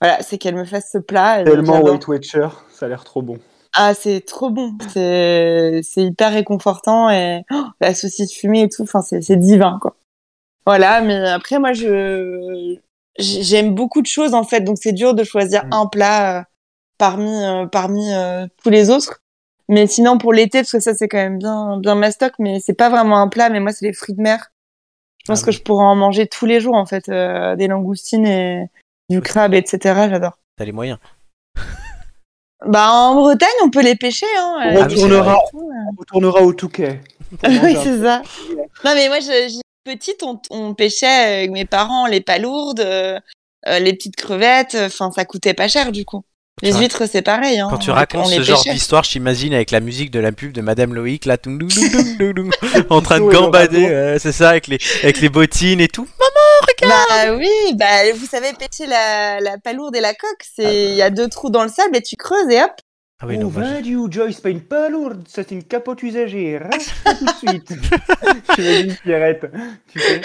Speaker 4: voilà, c'est qu'elle me fasse ce plat. Et
Speaker 3: Tellement
Speaker 4: j'adore.
Speaker 3: Weight Watcher, ça a l'air trop bon.
Speaker 4: Ah, c'est trop bon. C'est c'est hyper réconfortant et oh, la saucisse fumée et tout. Enfin, c'est c'est divin, quoi. Voilà, mais après, moi, je j'ai- j'aime beaucoup de choses en fait, donc c'est dur de choisir
Speaker 3: Mm.
Speaker 4: un plat euh, parmi euh, parmi euh, tous les autres. Mais sinon, pour l'été, parce que ça, c'est quand même bien bien ma stock, mais c'est pas vraiment un plat. Mais moi, c'est les fruits de mer. Je pense
Speaker 1: Ah
Speaker 4: que
Speaker 1: oui.
Speaker 4: je pourrais en manger tous les jours en fait, euh, des langoustines et du crabe, etc. J'adore.
Speaker 1: T'as les moyens.
Speaker 4: Bah, en Bretagne, on peut les pêcher. Hein,
Speaker 3: On
Speaker 1: Ah
Speaker 4: euh,
Speaker 3: retournera,
Speaker 4: et tout, euh.
Speaker 3: on retournera au Touquet. pour manger
Speaker 4: oui,
Speaker 3: un-
Speaker 4: c'est ça. Non, mais moi, je- j'ai- petite, on, on pêchait avec mes parents les palourdes, euh, euh, les petites crevettes. Enfin, ça coûtait pas cher, du coup. Les
Speaker 1: tu
Speaker 4: huîtres, c'est pareil. Hein.
Speaker 1: Quand tu
Speaker 4: On-
Speaker 1: racontes
Speaker 4: on les
Speaker 1: ce genre
Speaker 4: pêchait.
Speaker 1: d'histoire, j'imagine avec la musique de la pub de Madame Loïc, là, tout doux, doux, doux, doux, doux, en train de
Speaker 3: Bisous et le
Speaker 1: gambader,
Speaker 3: radeau.
Speaker 1: euh, c'est ça, avec les, avec les bottines et tout.
Speaker 4: Bah oui, bah, vous savez, pêcher la, la palourde et la coque, c'est il y a deux trous dans le sable et tu creuses et hop.
Speaker 1: Ah oui,
Speaker 3: oh,
Speaker 1: non, moi, je-
Speaker 3: value, Joyce, pas une pas lourde, ça c'est une capote usagée, rachète tout de suite. J'imagine Pierrette, tu sais,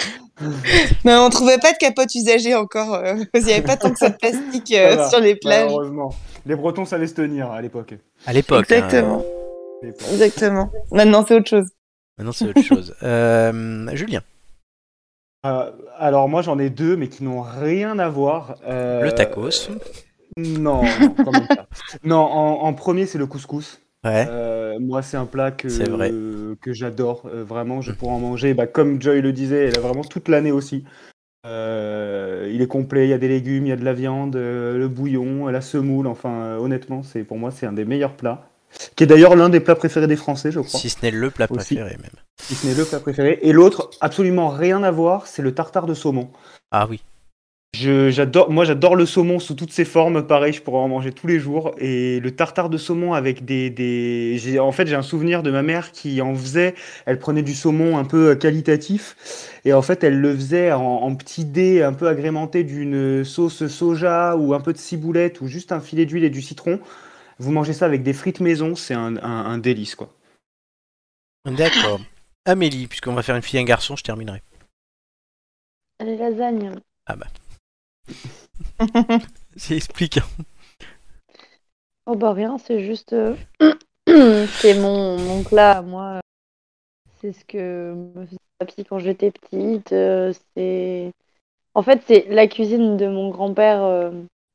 Speaker 4: Mais on trouvait pas de capote usagée encore. euh, Il y avait pas tant que ça de plastique euh,
Speaker 3: Ça va,
Speaker 4: sur les plages.
Speaker 3: malheureusement. Les Bretons savaient se tenir à l'époque. Euh,
Speaker 1: à l'époque. hein.
Speaker 4: Exactement.
Speaker 3: À l'époque.
Speaker 4: Exactement. Maintenant, c'est autre chose.
Speaker 1: maintenant, c'est autre chose. Euh, Julien,
Speaker 3: Euh, alors moi j'en ai deux, mais qui n'ont rien à voir. Euh,
Speaker 1: le tacos.
Speaker 3: Non, non, quand même pas. Non, en, en premier c'est le couscous.
Speaker 1: Ouais.
Speaker 3: Euh, moi, c'est un plat que,
Speaker 1: C'est vrai.
Speaker 3: que j'adore, euh, vraiment. Je
Speaker 1: Mm.
Speaker 3: pourrais en manger, bah, comme Joy le disait, elle a vraiment toute l'année aussi. Euh, il est complet, il y a des légumes, il y a de la viande, euh, le bouillon, la semoule. Enfin, euh, honnêtement, c'est pour moi, c'est un des meilleurs plats. Qui est d'ailleurs l'un des plats préférés des Français, je crois.
Speaker 1: Si ce n'est le plat
Speaker 3: Aussi.
Speaker 1: préféré même.
Speaker 3: Si ce n'est le plat préféré. Et l'autre, absolument rien à voir, c'est le tartare de saumon.
Speaker 1: Ah oui.
Speaker 3: Je- j'adore, moi, j'adore le saumon sous toutes ses formes. Pareil, je pourrais en manger tous les jours. Et le tartare de saumon avec des, des... j'ai- en fait, j'ai un souvenir de ma mère qui en faisait. Elle prenait du saumon un peu euh, qualitatif et en fait, elle le faisait en, en petits dés, un peu agrémentés d'une sauce soja ou un peu de ciboulette ou juste un filet d'huile et du citron. Vous mangez ça avec des frites maison, c'est un, un- un délice, quoi.
Speaker 1: D'accord. Amélie, puisqu'on va faire une fille et un garçon, je terminerai.
Speaker 10: Les lasagnes.
Speaker 1: Ah bah. C'est expliqué.
Speaker 10: Oh bah rien, c'est juste. euh, c'est mon, mon plat à moi. C'est ce que me faisait papy quand j'étais petite. euh, C'est. En fait, c'est la cuisine de mon grand-père, euh,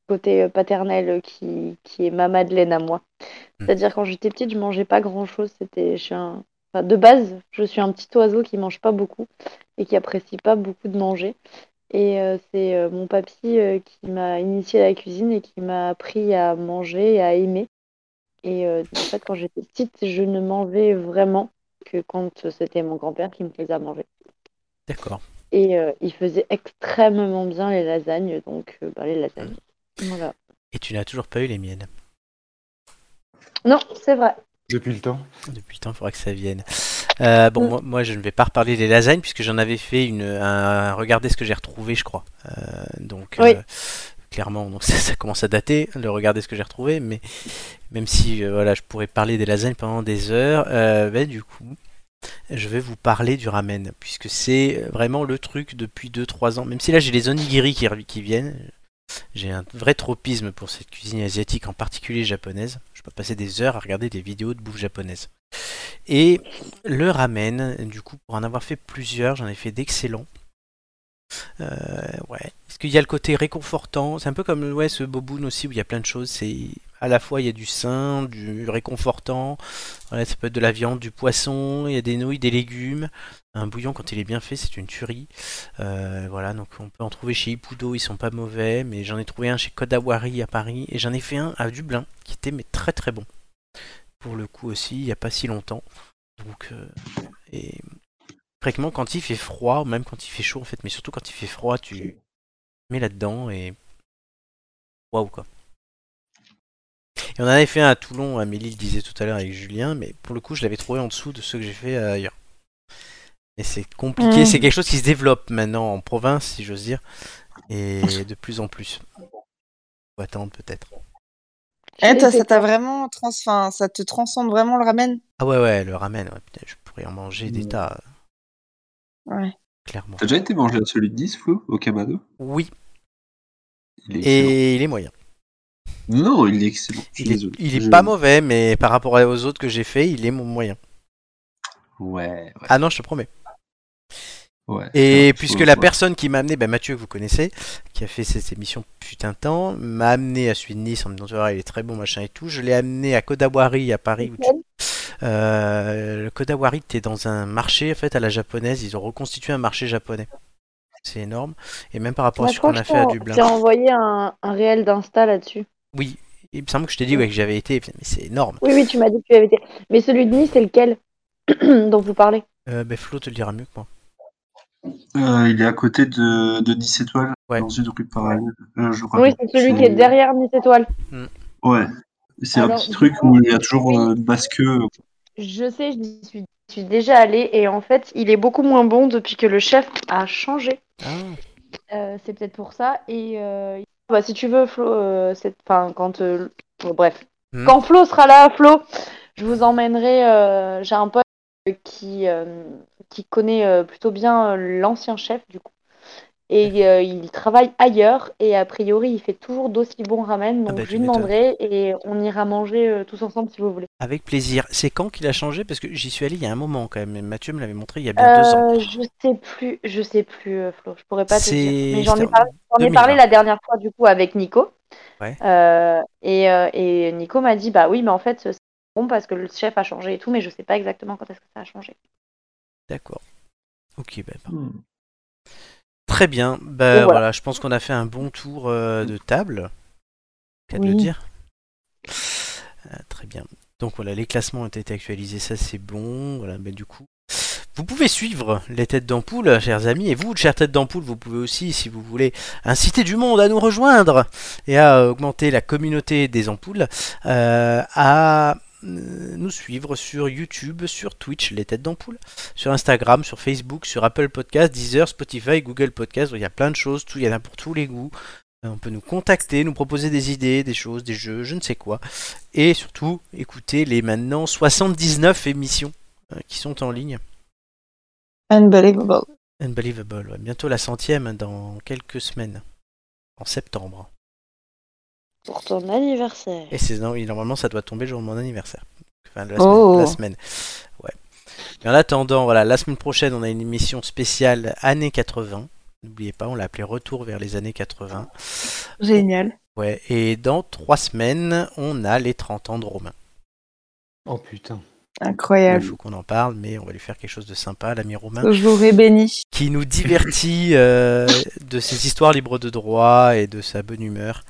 Speaker 10: côté paternel, euh, qui, qui est ma Madeleine à moi. C'est-à-dire, quand j'étais petite, je mangeais pas grand-chose. C'était. je suis un- enfin, de base, je suis un petit oiseau qui mange pas beaucoup et qui apprécie pas beaucoup de manger. Et euh, c'est euh, mon papy euh, qui m'a initié à la cuisine et qui m'a appris à manger et à aimer. Et euh, en fait, quand j'étais petite, je ne mangeais vraiment que quand euh, c'était mon grand-père qui me faisait à manger.
Speaker 1: D'accord.
Speaker 10: Et euh, il faisait extrêmement bien les lasagnes, donc euh, bah, les lasagnes. Voilà.
Speaker 1: Et tu n'as toujours pas eu les miennes.
Speaker 10: Non, c'est vrai.
Speaker 3: Depuis le temps.
Speaker 1: Depuis le temps, il faudra que ça vienne. Euh, bon,
Speaker 10: Mm.
Speaker 1: moi, moi, je ne vais pas reparler des lasagnes puisque j'en avais fait une. un- regardez ce que j'ai retrouvé, je crois. Euh, donc,
Speaker 10: Oui.
Speaker 1: euh, clairement, donc ça, ça commence à dater. Le regardez ce que j'ai retrouvé, mais même si euh, voilà, je pourrais parler des lasagnes pendant des heures, euh, ben, du coup, je vais vous parler du ramen puisque c'est vraiment le truc depuis 2-3 ans. Même si là, j'ai les onigiri qui, revi- qui viennent. J'ai un vrai tropisme pour cette cuisine asiatique, en particulier japonaise. Je peux passer des heures à regarder des vidéos de bouffe japonaise. Et le ramen, du coup, pour en avoir fait plusieurs, j'en ai fait d'excellents. Euh, ouais. Parce qu'il y a le côté réconfortant. C'est un peu comme ouais, ce boboon aussi où il y a plein de choses. C'est à la fois il y a du sain, du réconfortant. Voilà, ça peut être de la viande, du poisson. Il y a des nouilles, des légumes. Un bouillon quand il est bien fait, c'est une tuerie. Euh, voilà, donc on peut en trouver chez Ipudo, ils sont pas mauvais, mais j'en ai trouvé un chez Kodawari à Paris et j'en ai fait un à Dublin qui était mais très très bon. Pour le coup aussi, il n'y a pas si longtemps. Donc, euh, et fréquemment, quand il fait froid, ou même quand il fait chaud en fait, mais surtout quand il fait froid, tu mets là-dedans et waouh quoi. Et on en avait fait un à Toulon, Amélie le disait tout à l'heure avec Julien, mais pour le coup, je l'avais trouvé en dessous de ceux que j'ai fait euh, ailleurs. Et c'est compliqué,
Speaker 13: Mm.
Speaker 1: c'est quelque chose qui se développe maintenant en province, si j'ose dire, et de plus en plus. Faut attendre peut-être.
Speaker 6: Eh, t'as- ça t'a vraiment trans... enfin, ça te transcende vraiment le ramen.
Speaker 1: Ah ouais, ouais, le ramen, ouais, putain, je pourrais en manger des tas, euh,
Speaker 6: Ouais.
Speaker 1: clairement.
Speaker 5: T'as déjà été mangé à celui de 10, Flo, au Kamado
Speaker 1: Oui.
Speaker 5: Il est
Speaker 1: Et il est moyen.
Speaker 5: Non, il est excellent. Je suis
Speaker 1: Il est,
Speaker 5: désolé.
Speaker 1: il est
Speaker 5: Je-
Speaker 1: pas mauvais, mais par rapport aux autres que j'ai fait, il est mon moyen.
Speaker 5: Ouais, ouais.
Speaker 1: Ah non, je te promets.
Speaker 5: ouais.
Speaker 1: Et
Speaker 5: Ouais,
Speaker 1: puisque
Speaker 5: faut-
Speaker 1: la
Speaker 5: faut-
Speaker 1: personne qui m'a amené, ben Mathieu que vous connaissez, qui a fait cette émission putain de temps, m'a amené à celui de Nice en me disant Ah, il est très bon machin et tout. Je l'ai amené à Kodawari à Paris. Où
Speaker 5: Mmh.
Speaker 1: tu- Euh, le Kodawari, t'es dans un marché en fait à la japonaise. Ils ont reconstitué un marché japonais. C'est énorme. Et même par rapport à
Speaker 10: Bah,
Speaker 1: ce qu'on a
Speaker 10: je
Speaker 1: fait à
Speaker 10: t'en-
Speaker 1: Dublin.
Speaker 10: J'ai envoyé un, un réel d'Insta là-dessus.
Speaker 1: Oui, il me semble que je t'ai dit ouais, que j'avais été. Mais c'est énorme.
Speaker 10: Oui, oui, tu m'as dit que tu avais été. Mais celui de Nice, c'est lequel dont vous parlez
Speaker 1: Euh, ben Flo te le dira mieux que moi.
Speaker 5: Euh, il est à côté de, de 10 étoiles,
Speaker 1: Ouais.
Speaker 5: dans une rue parallèle. Euh, je crois
Speaker 10: Oui,
Speaker 5: que
Speaker 10: c'est celui qui est derrière Nice Étoile.
Speaker 5: Ouais. C'est un
Speaker 10: Alors,
Speaker 5: petit truc où il y a toujours euh, une basse queue.
Speaker 10: Je sais, je suis, j'y suis déjà allée et en fait, il est beaucoup moins bon depuis que le chef a changé.
Speaker 5: Ah.
Speaker 10: Euh, c'est peut-être pour ça. Et euh, bah, si tu veux, Flo, euh, c'est- enfin, quand euh, bon, bref,
Speaker 2: Hmm.
Speaker 10: quand Flo sera là, Flo, je vous emmènerai. euh, J'ai un pote qui euh, qui connaît euh, plutôt bien euh, l'ancien chef du coup. Et euh, il travaille ailleurs et a priori il fait toujours d'aussi bons ramen donc
Speaker 1: bah,
Speaker 10: je
Speaker 1: tu
Speaker 10: lui
Speaker 1: m'étonnes.
Speaker 10: demanderai et on ira manger euh, tous ensemble si vous voulez.
Speaker 1: Avec plaisir. C'est quand qu'il a changé Parce que j'y suis allé il y a un moment quand même. et Mathieu me l'avait montré il y a bien deux ans.
Speaker 10: Euh, Je sais plus, je sais plus, euh, Flo. Je pourrais pas te
Speaker 1: C'est-
Speaker 10: dire. Mais j'en ai,
Speaker 1: c'était en
Speaker 10: parlé, j'en ai
Speaker 1: 2020.
Speaker 10: parlé la dernière fois du coup avec Nico.
Speaker 1: Ouais.
Speaker 10: Euh, et, euh, et Nico m'a dit bah oui, mais en fait c'est bon parce que le chef a changé et tout, mais je sais pas exactement quand est-ce que ça a changé.
Speaker 1: D'accord. Ok, ben. parfait. ben. Très bien.
Speaker 10: Et
Speaker 1: Bah,
Speaker 10: voilà.
Speaker 1: voilà. je pense qu'on a fait un bon tour euh, de table. Qu'à de le
Speaker 10: Oui.
Speaker 1: dire. Euh, très bien. Donc voilà, les classements ont été actualisés, ça c'est bon. Voilà, mais du coup, vous pouvez suivre les têtes d'ampoule, chers amis, et vous, chers têtes d'ampoule, vous pouvez aussi, si vous voulez, inciter du monde à nous rejoindre et à euh, augmenter la communauté des ampoules, euh, à euh, nous suivre sur YouTube, sur Twitch, les têtes d'ampoule, sur Instagram, sur Facebook, sur Apple Podcast, Deezer, Spotify, Google Podcast, il y a plein de choses, tout, il y en a pour tous les goûts. Euh, On peut nous contacter, nous proposer des idées, des choses, des jeux, je ne sais quoi. Et surtout, écoutez les maintenant 79 émissions euh, qui sont en ligne.
Speaker 6: Unbelievable.
Speaker 1: Unbelievable. ouais. Bientôt la centième hein, dans quelques semaines. En septembre.
Speaker 10: Pour ton anniversaire.
Speaker 1: Et c'est non, oui, normalement ça doit tomber le jour de mon anniversaire. Enfin, la semaine.
Speaker 10: Oh.
Speaker 1: la semaine. Ouais. Mais en attendant, voilà, la semaine prochaine, on a une émission spéciale années 80. N'oubliez pas, on l'a appelée Retour vers les années 80.
Speaker 6: Génial.
Speaker 1: Ouais, et dans trois semaines, on a les 30 ans de Romain.
Speaker 3: Oh putain.
Speaker 1: Il
Speaker 6: Incroyable.
Speaker 1: faut qu'on en parle, mais on va lui faire quelque chose de sympa, l'ami Romain.
Speaker 6: Je vous aurais béni.
Speaker 1: qui nous divertit euh, de ses histoires libres de droit et de sa bonne humeur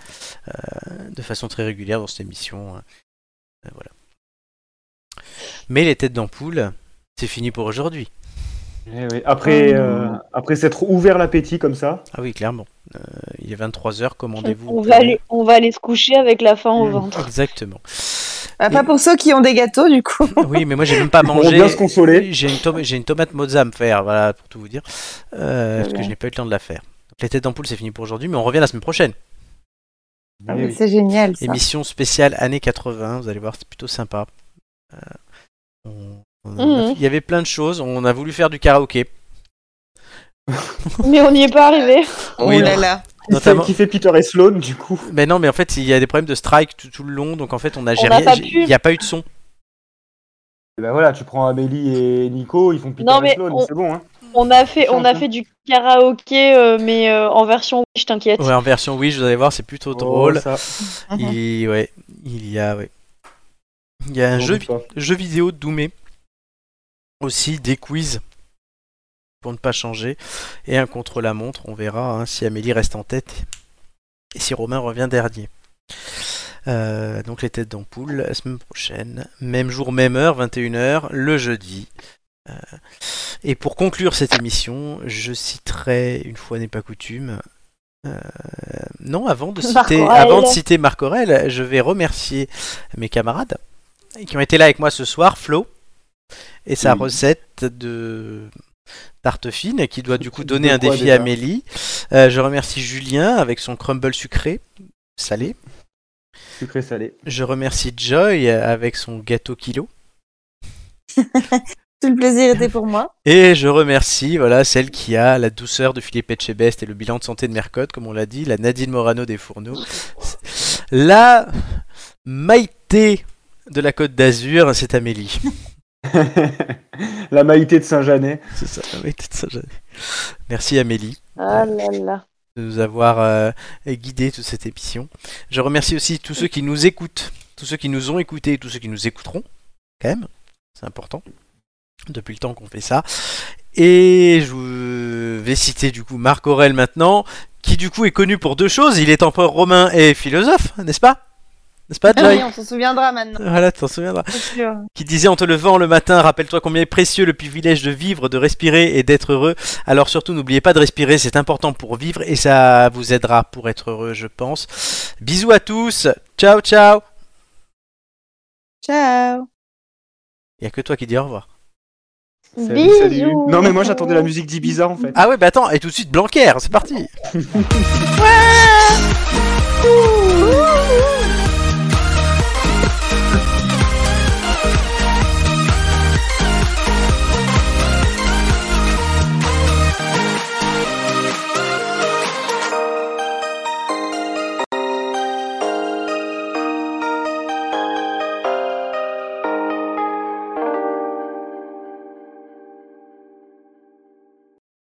Speaker 1: euh, de façon très régulière dans cette émission. Euh, voilà. Mais les têtes d'ampoule, c'est fini pour aujourd'hui.
Speaker 3: Eh oui, Après, euh, après s'être ouvert l'appétit comme ça.
Speaker 1: Ah oui, clairement. Euh, il est 23h, commandez-vous.
Speaker 10: On va, aller, on va aller se coucher avec la faim
Speaker 1: Mm.
Speaker 10: au ventre.
Speaker 1: Exactement.
Speaker 6: Ah, pas pour ceux qui ont des gâteaux, du coup.
Speaker 1: Oui, mais moi j'ai même pas
Speaker 3: On va
Speaker 1: mangé.
Speaker 3: bien se consoler.
Speaker 1: J'ai une, tom- j'ai une tomate mozza à me faire, voilà, pour tout vous dire. Euh, parce que
Speaker 6: bien.
Speaker 1: je n'ai pas eu le temps de la faire. Donc, les têtes d'ampoule, c'est fini pour aujourd'hui, mais on revient la semaine prochaine.
Speaker 6: Ah,
Speaker 3: Eh
Speaker 6: mais
Speaker 3: oui.
Speaker 6: C'est génial. Ça.
Speaker 1: Émission spéciale années 80, vous allez voir, c'est plutôt sympa. Euh, on- on a-
Speaker 10: Mhm.
Speaker 1: Il y avait plein de choses, on a voulu faire du karaoké.
Speaker 10: Mais on n'y est pas arrivé.
Speaker 6: Oh
Speaker 1: Oui,
Speaker 6: là
Speaker 1: non.
Speaker 6: là.
Speaker 3: Qui,
Speaker 1: Notamment-
Speaker 3: fait, qui fait Peter et Sloan du coup.
Speaker 1: Mais non, mais en fait, il y a des problèmes de strike tout, tout le long, donc en fait, on a
Speaker 10: On
Speaker 1: j'ai
Speaker 10: n'a
Speaker 1: rien-
Speaker 10: pas
Speaker 1: j'ai-
Speaker 10: pu.
Speaker 1: il n'y a pas eu de son.
Speaker 3: Eh ben voilà, tu prends Amélie et Nico, ils font Peter
Speaker 10: Non,
Speaker 3: et
Speaker 10: mais
Speaker 3: Sloan,
Speaker 10: on-
Speaker 3: c'est bon hein.
Speaker 10: On a fait, on a
Speaker 3: Chante, hein.
Speaker 10: fait du karaoké, euh, mais euh, en version je t'inquiète.
Speaker 1: Ouais, en version Wish, vous allez voir, c'est plutôt drôle.
Speaker 3: Oh, ça,
Speaker 10: Mhm.
Speaker 1: il, ouais, il y a, ouais. Il y a un
Speaker 3: on
Speaker 1: jeu,
Speaker 3: doute pas.
Speaker 1: jeu vidéo de Doomé. Aussi des quiz pour ne pas changer. Et un contre-la-montre. On verra hein, si Amélie reste en tête et si Romain revient dernier. Euh, donc les têtes d'ampoule la semaine prochaine. Même jour, même heure, 21h, le jeudi. Euh, et pour conclure cette émission, je citerai, une fois n'est pas coutume, euh, non, avant de,
Speaker 10: Marc
Speaker 1: citer,
Speaker 10: Aurèle.
Speaker 1: avant de citer Marc Aurel, je vais remercier mes camarades qui ont été là avec moi ce soir, Flo, et sa
Speaker 5: Oui.
Speaker 1: recette de tarte fine qui doit du coup
Speaker 3: De
Speaker 1: donner un
Speaker 3: quoi,
Speaker 1: défi
Speaker 3: déjà
Speaker 1: à Amélie. Euh, je remercie Julien avec son crumble sucré, salé.
Speaker 3: Sucré salé.
Speaker 1: Je remercie Joy avec son gâteau kilo.
Speaker 6: Tout le plaisir était pour moi.
Speaker 1: Et je remercie voilà celle qui a la douceur de Philippe Etchebest et le bilan de santé de Mercotte, comme on l'a dit, la Nadine Morano des Fourneaux, la Maïté de la Côte d'Azur, c'est Amélie.
Speaker 3: La Maïté de Saint-Janet.
Speaker 1: C'est ça, la Maïté de Saint-Jean. Merci Amélie.
Speaker 10: Ah là là.
Speaker 1: de nous avoir euh, guidé toute cette émission. Je remercie aussi tous ceux qui nous écoutent, tous ceux qui nous ont écoutés et tous ceux qui nous écouteront, quand même. C'est important. Depuis le temps qu'on fait ça. Et je vais citer du coup Marc Aurel maintenant, qui du coup est connu pour deux choses. Il est empereur romain et philosophe, n'est-ce pas N'est-ce pas,
Speaker 6: Ah oui,
Speaker 1: Joy
Speaker 6: on s'en souviendra maintenant.
Speaker 1: Voilà, tu t'en souviendras.
Speaker 6: c'est sûr.
Speaker 1: Qui disait en te levant le matin, rappelle-toi combien est précieux le privilège de vivre, de respirer et d'être heureux. Alors surtout, n'oubliez pas de respirer, c'est important pour vivre et ça vous aidera pour être heureux, je pense. Bisous à tous, ciao ciao.
Speaker 6: Ciao.
Speaker 1: Il y a que toi qui dis au revoir.
Speaker 10: Bisous.
Speaker 3: Non mais moi j'attendais la musique d'Ibiza en fait.
Speaker 1: Ah ouais, bah attends, et tout de suite Blanquer, c'est parti.
Speaker 10: Ah Ouh.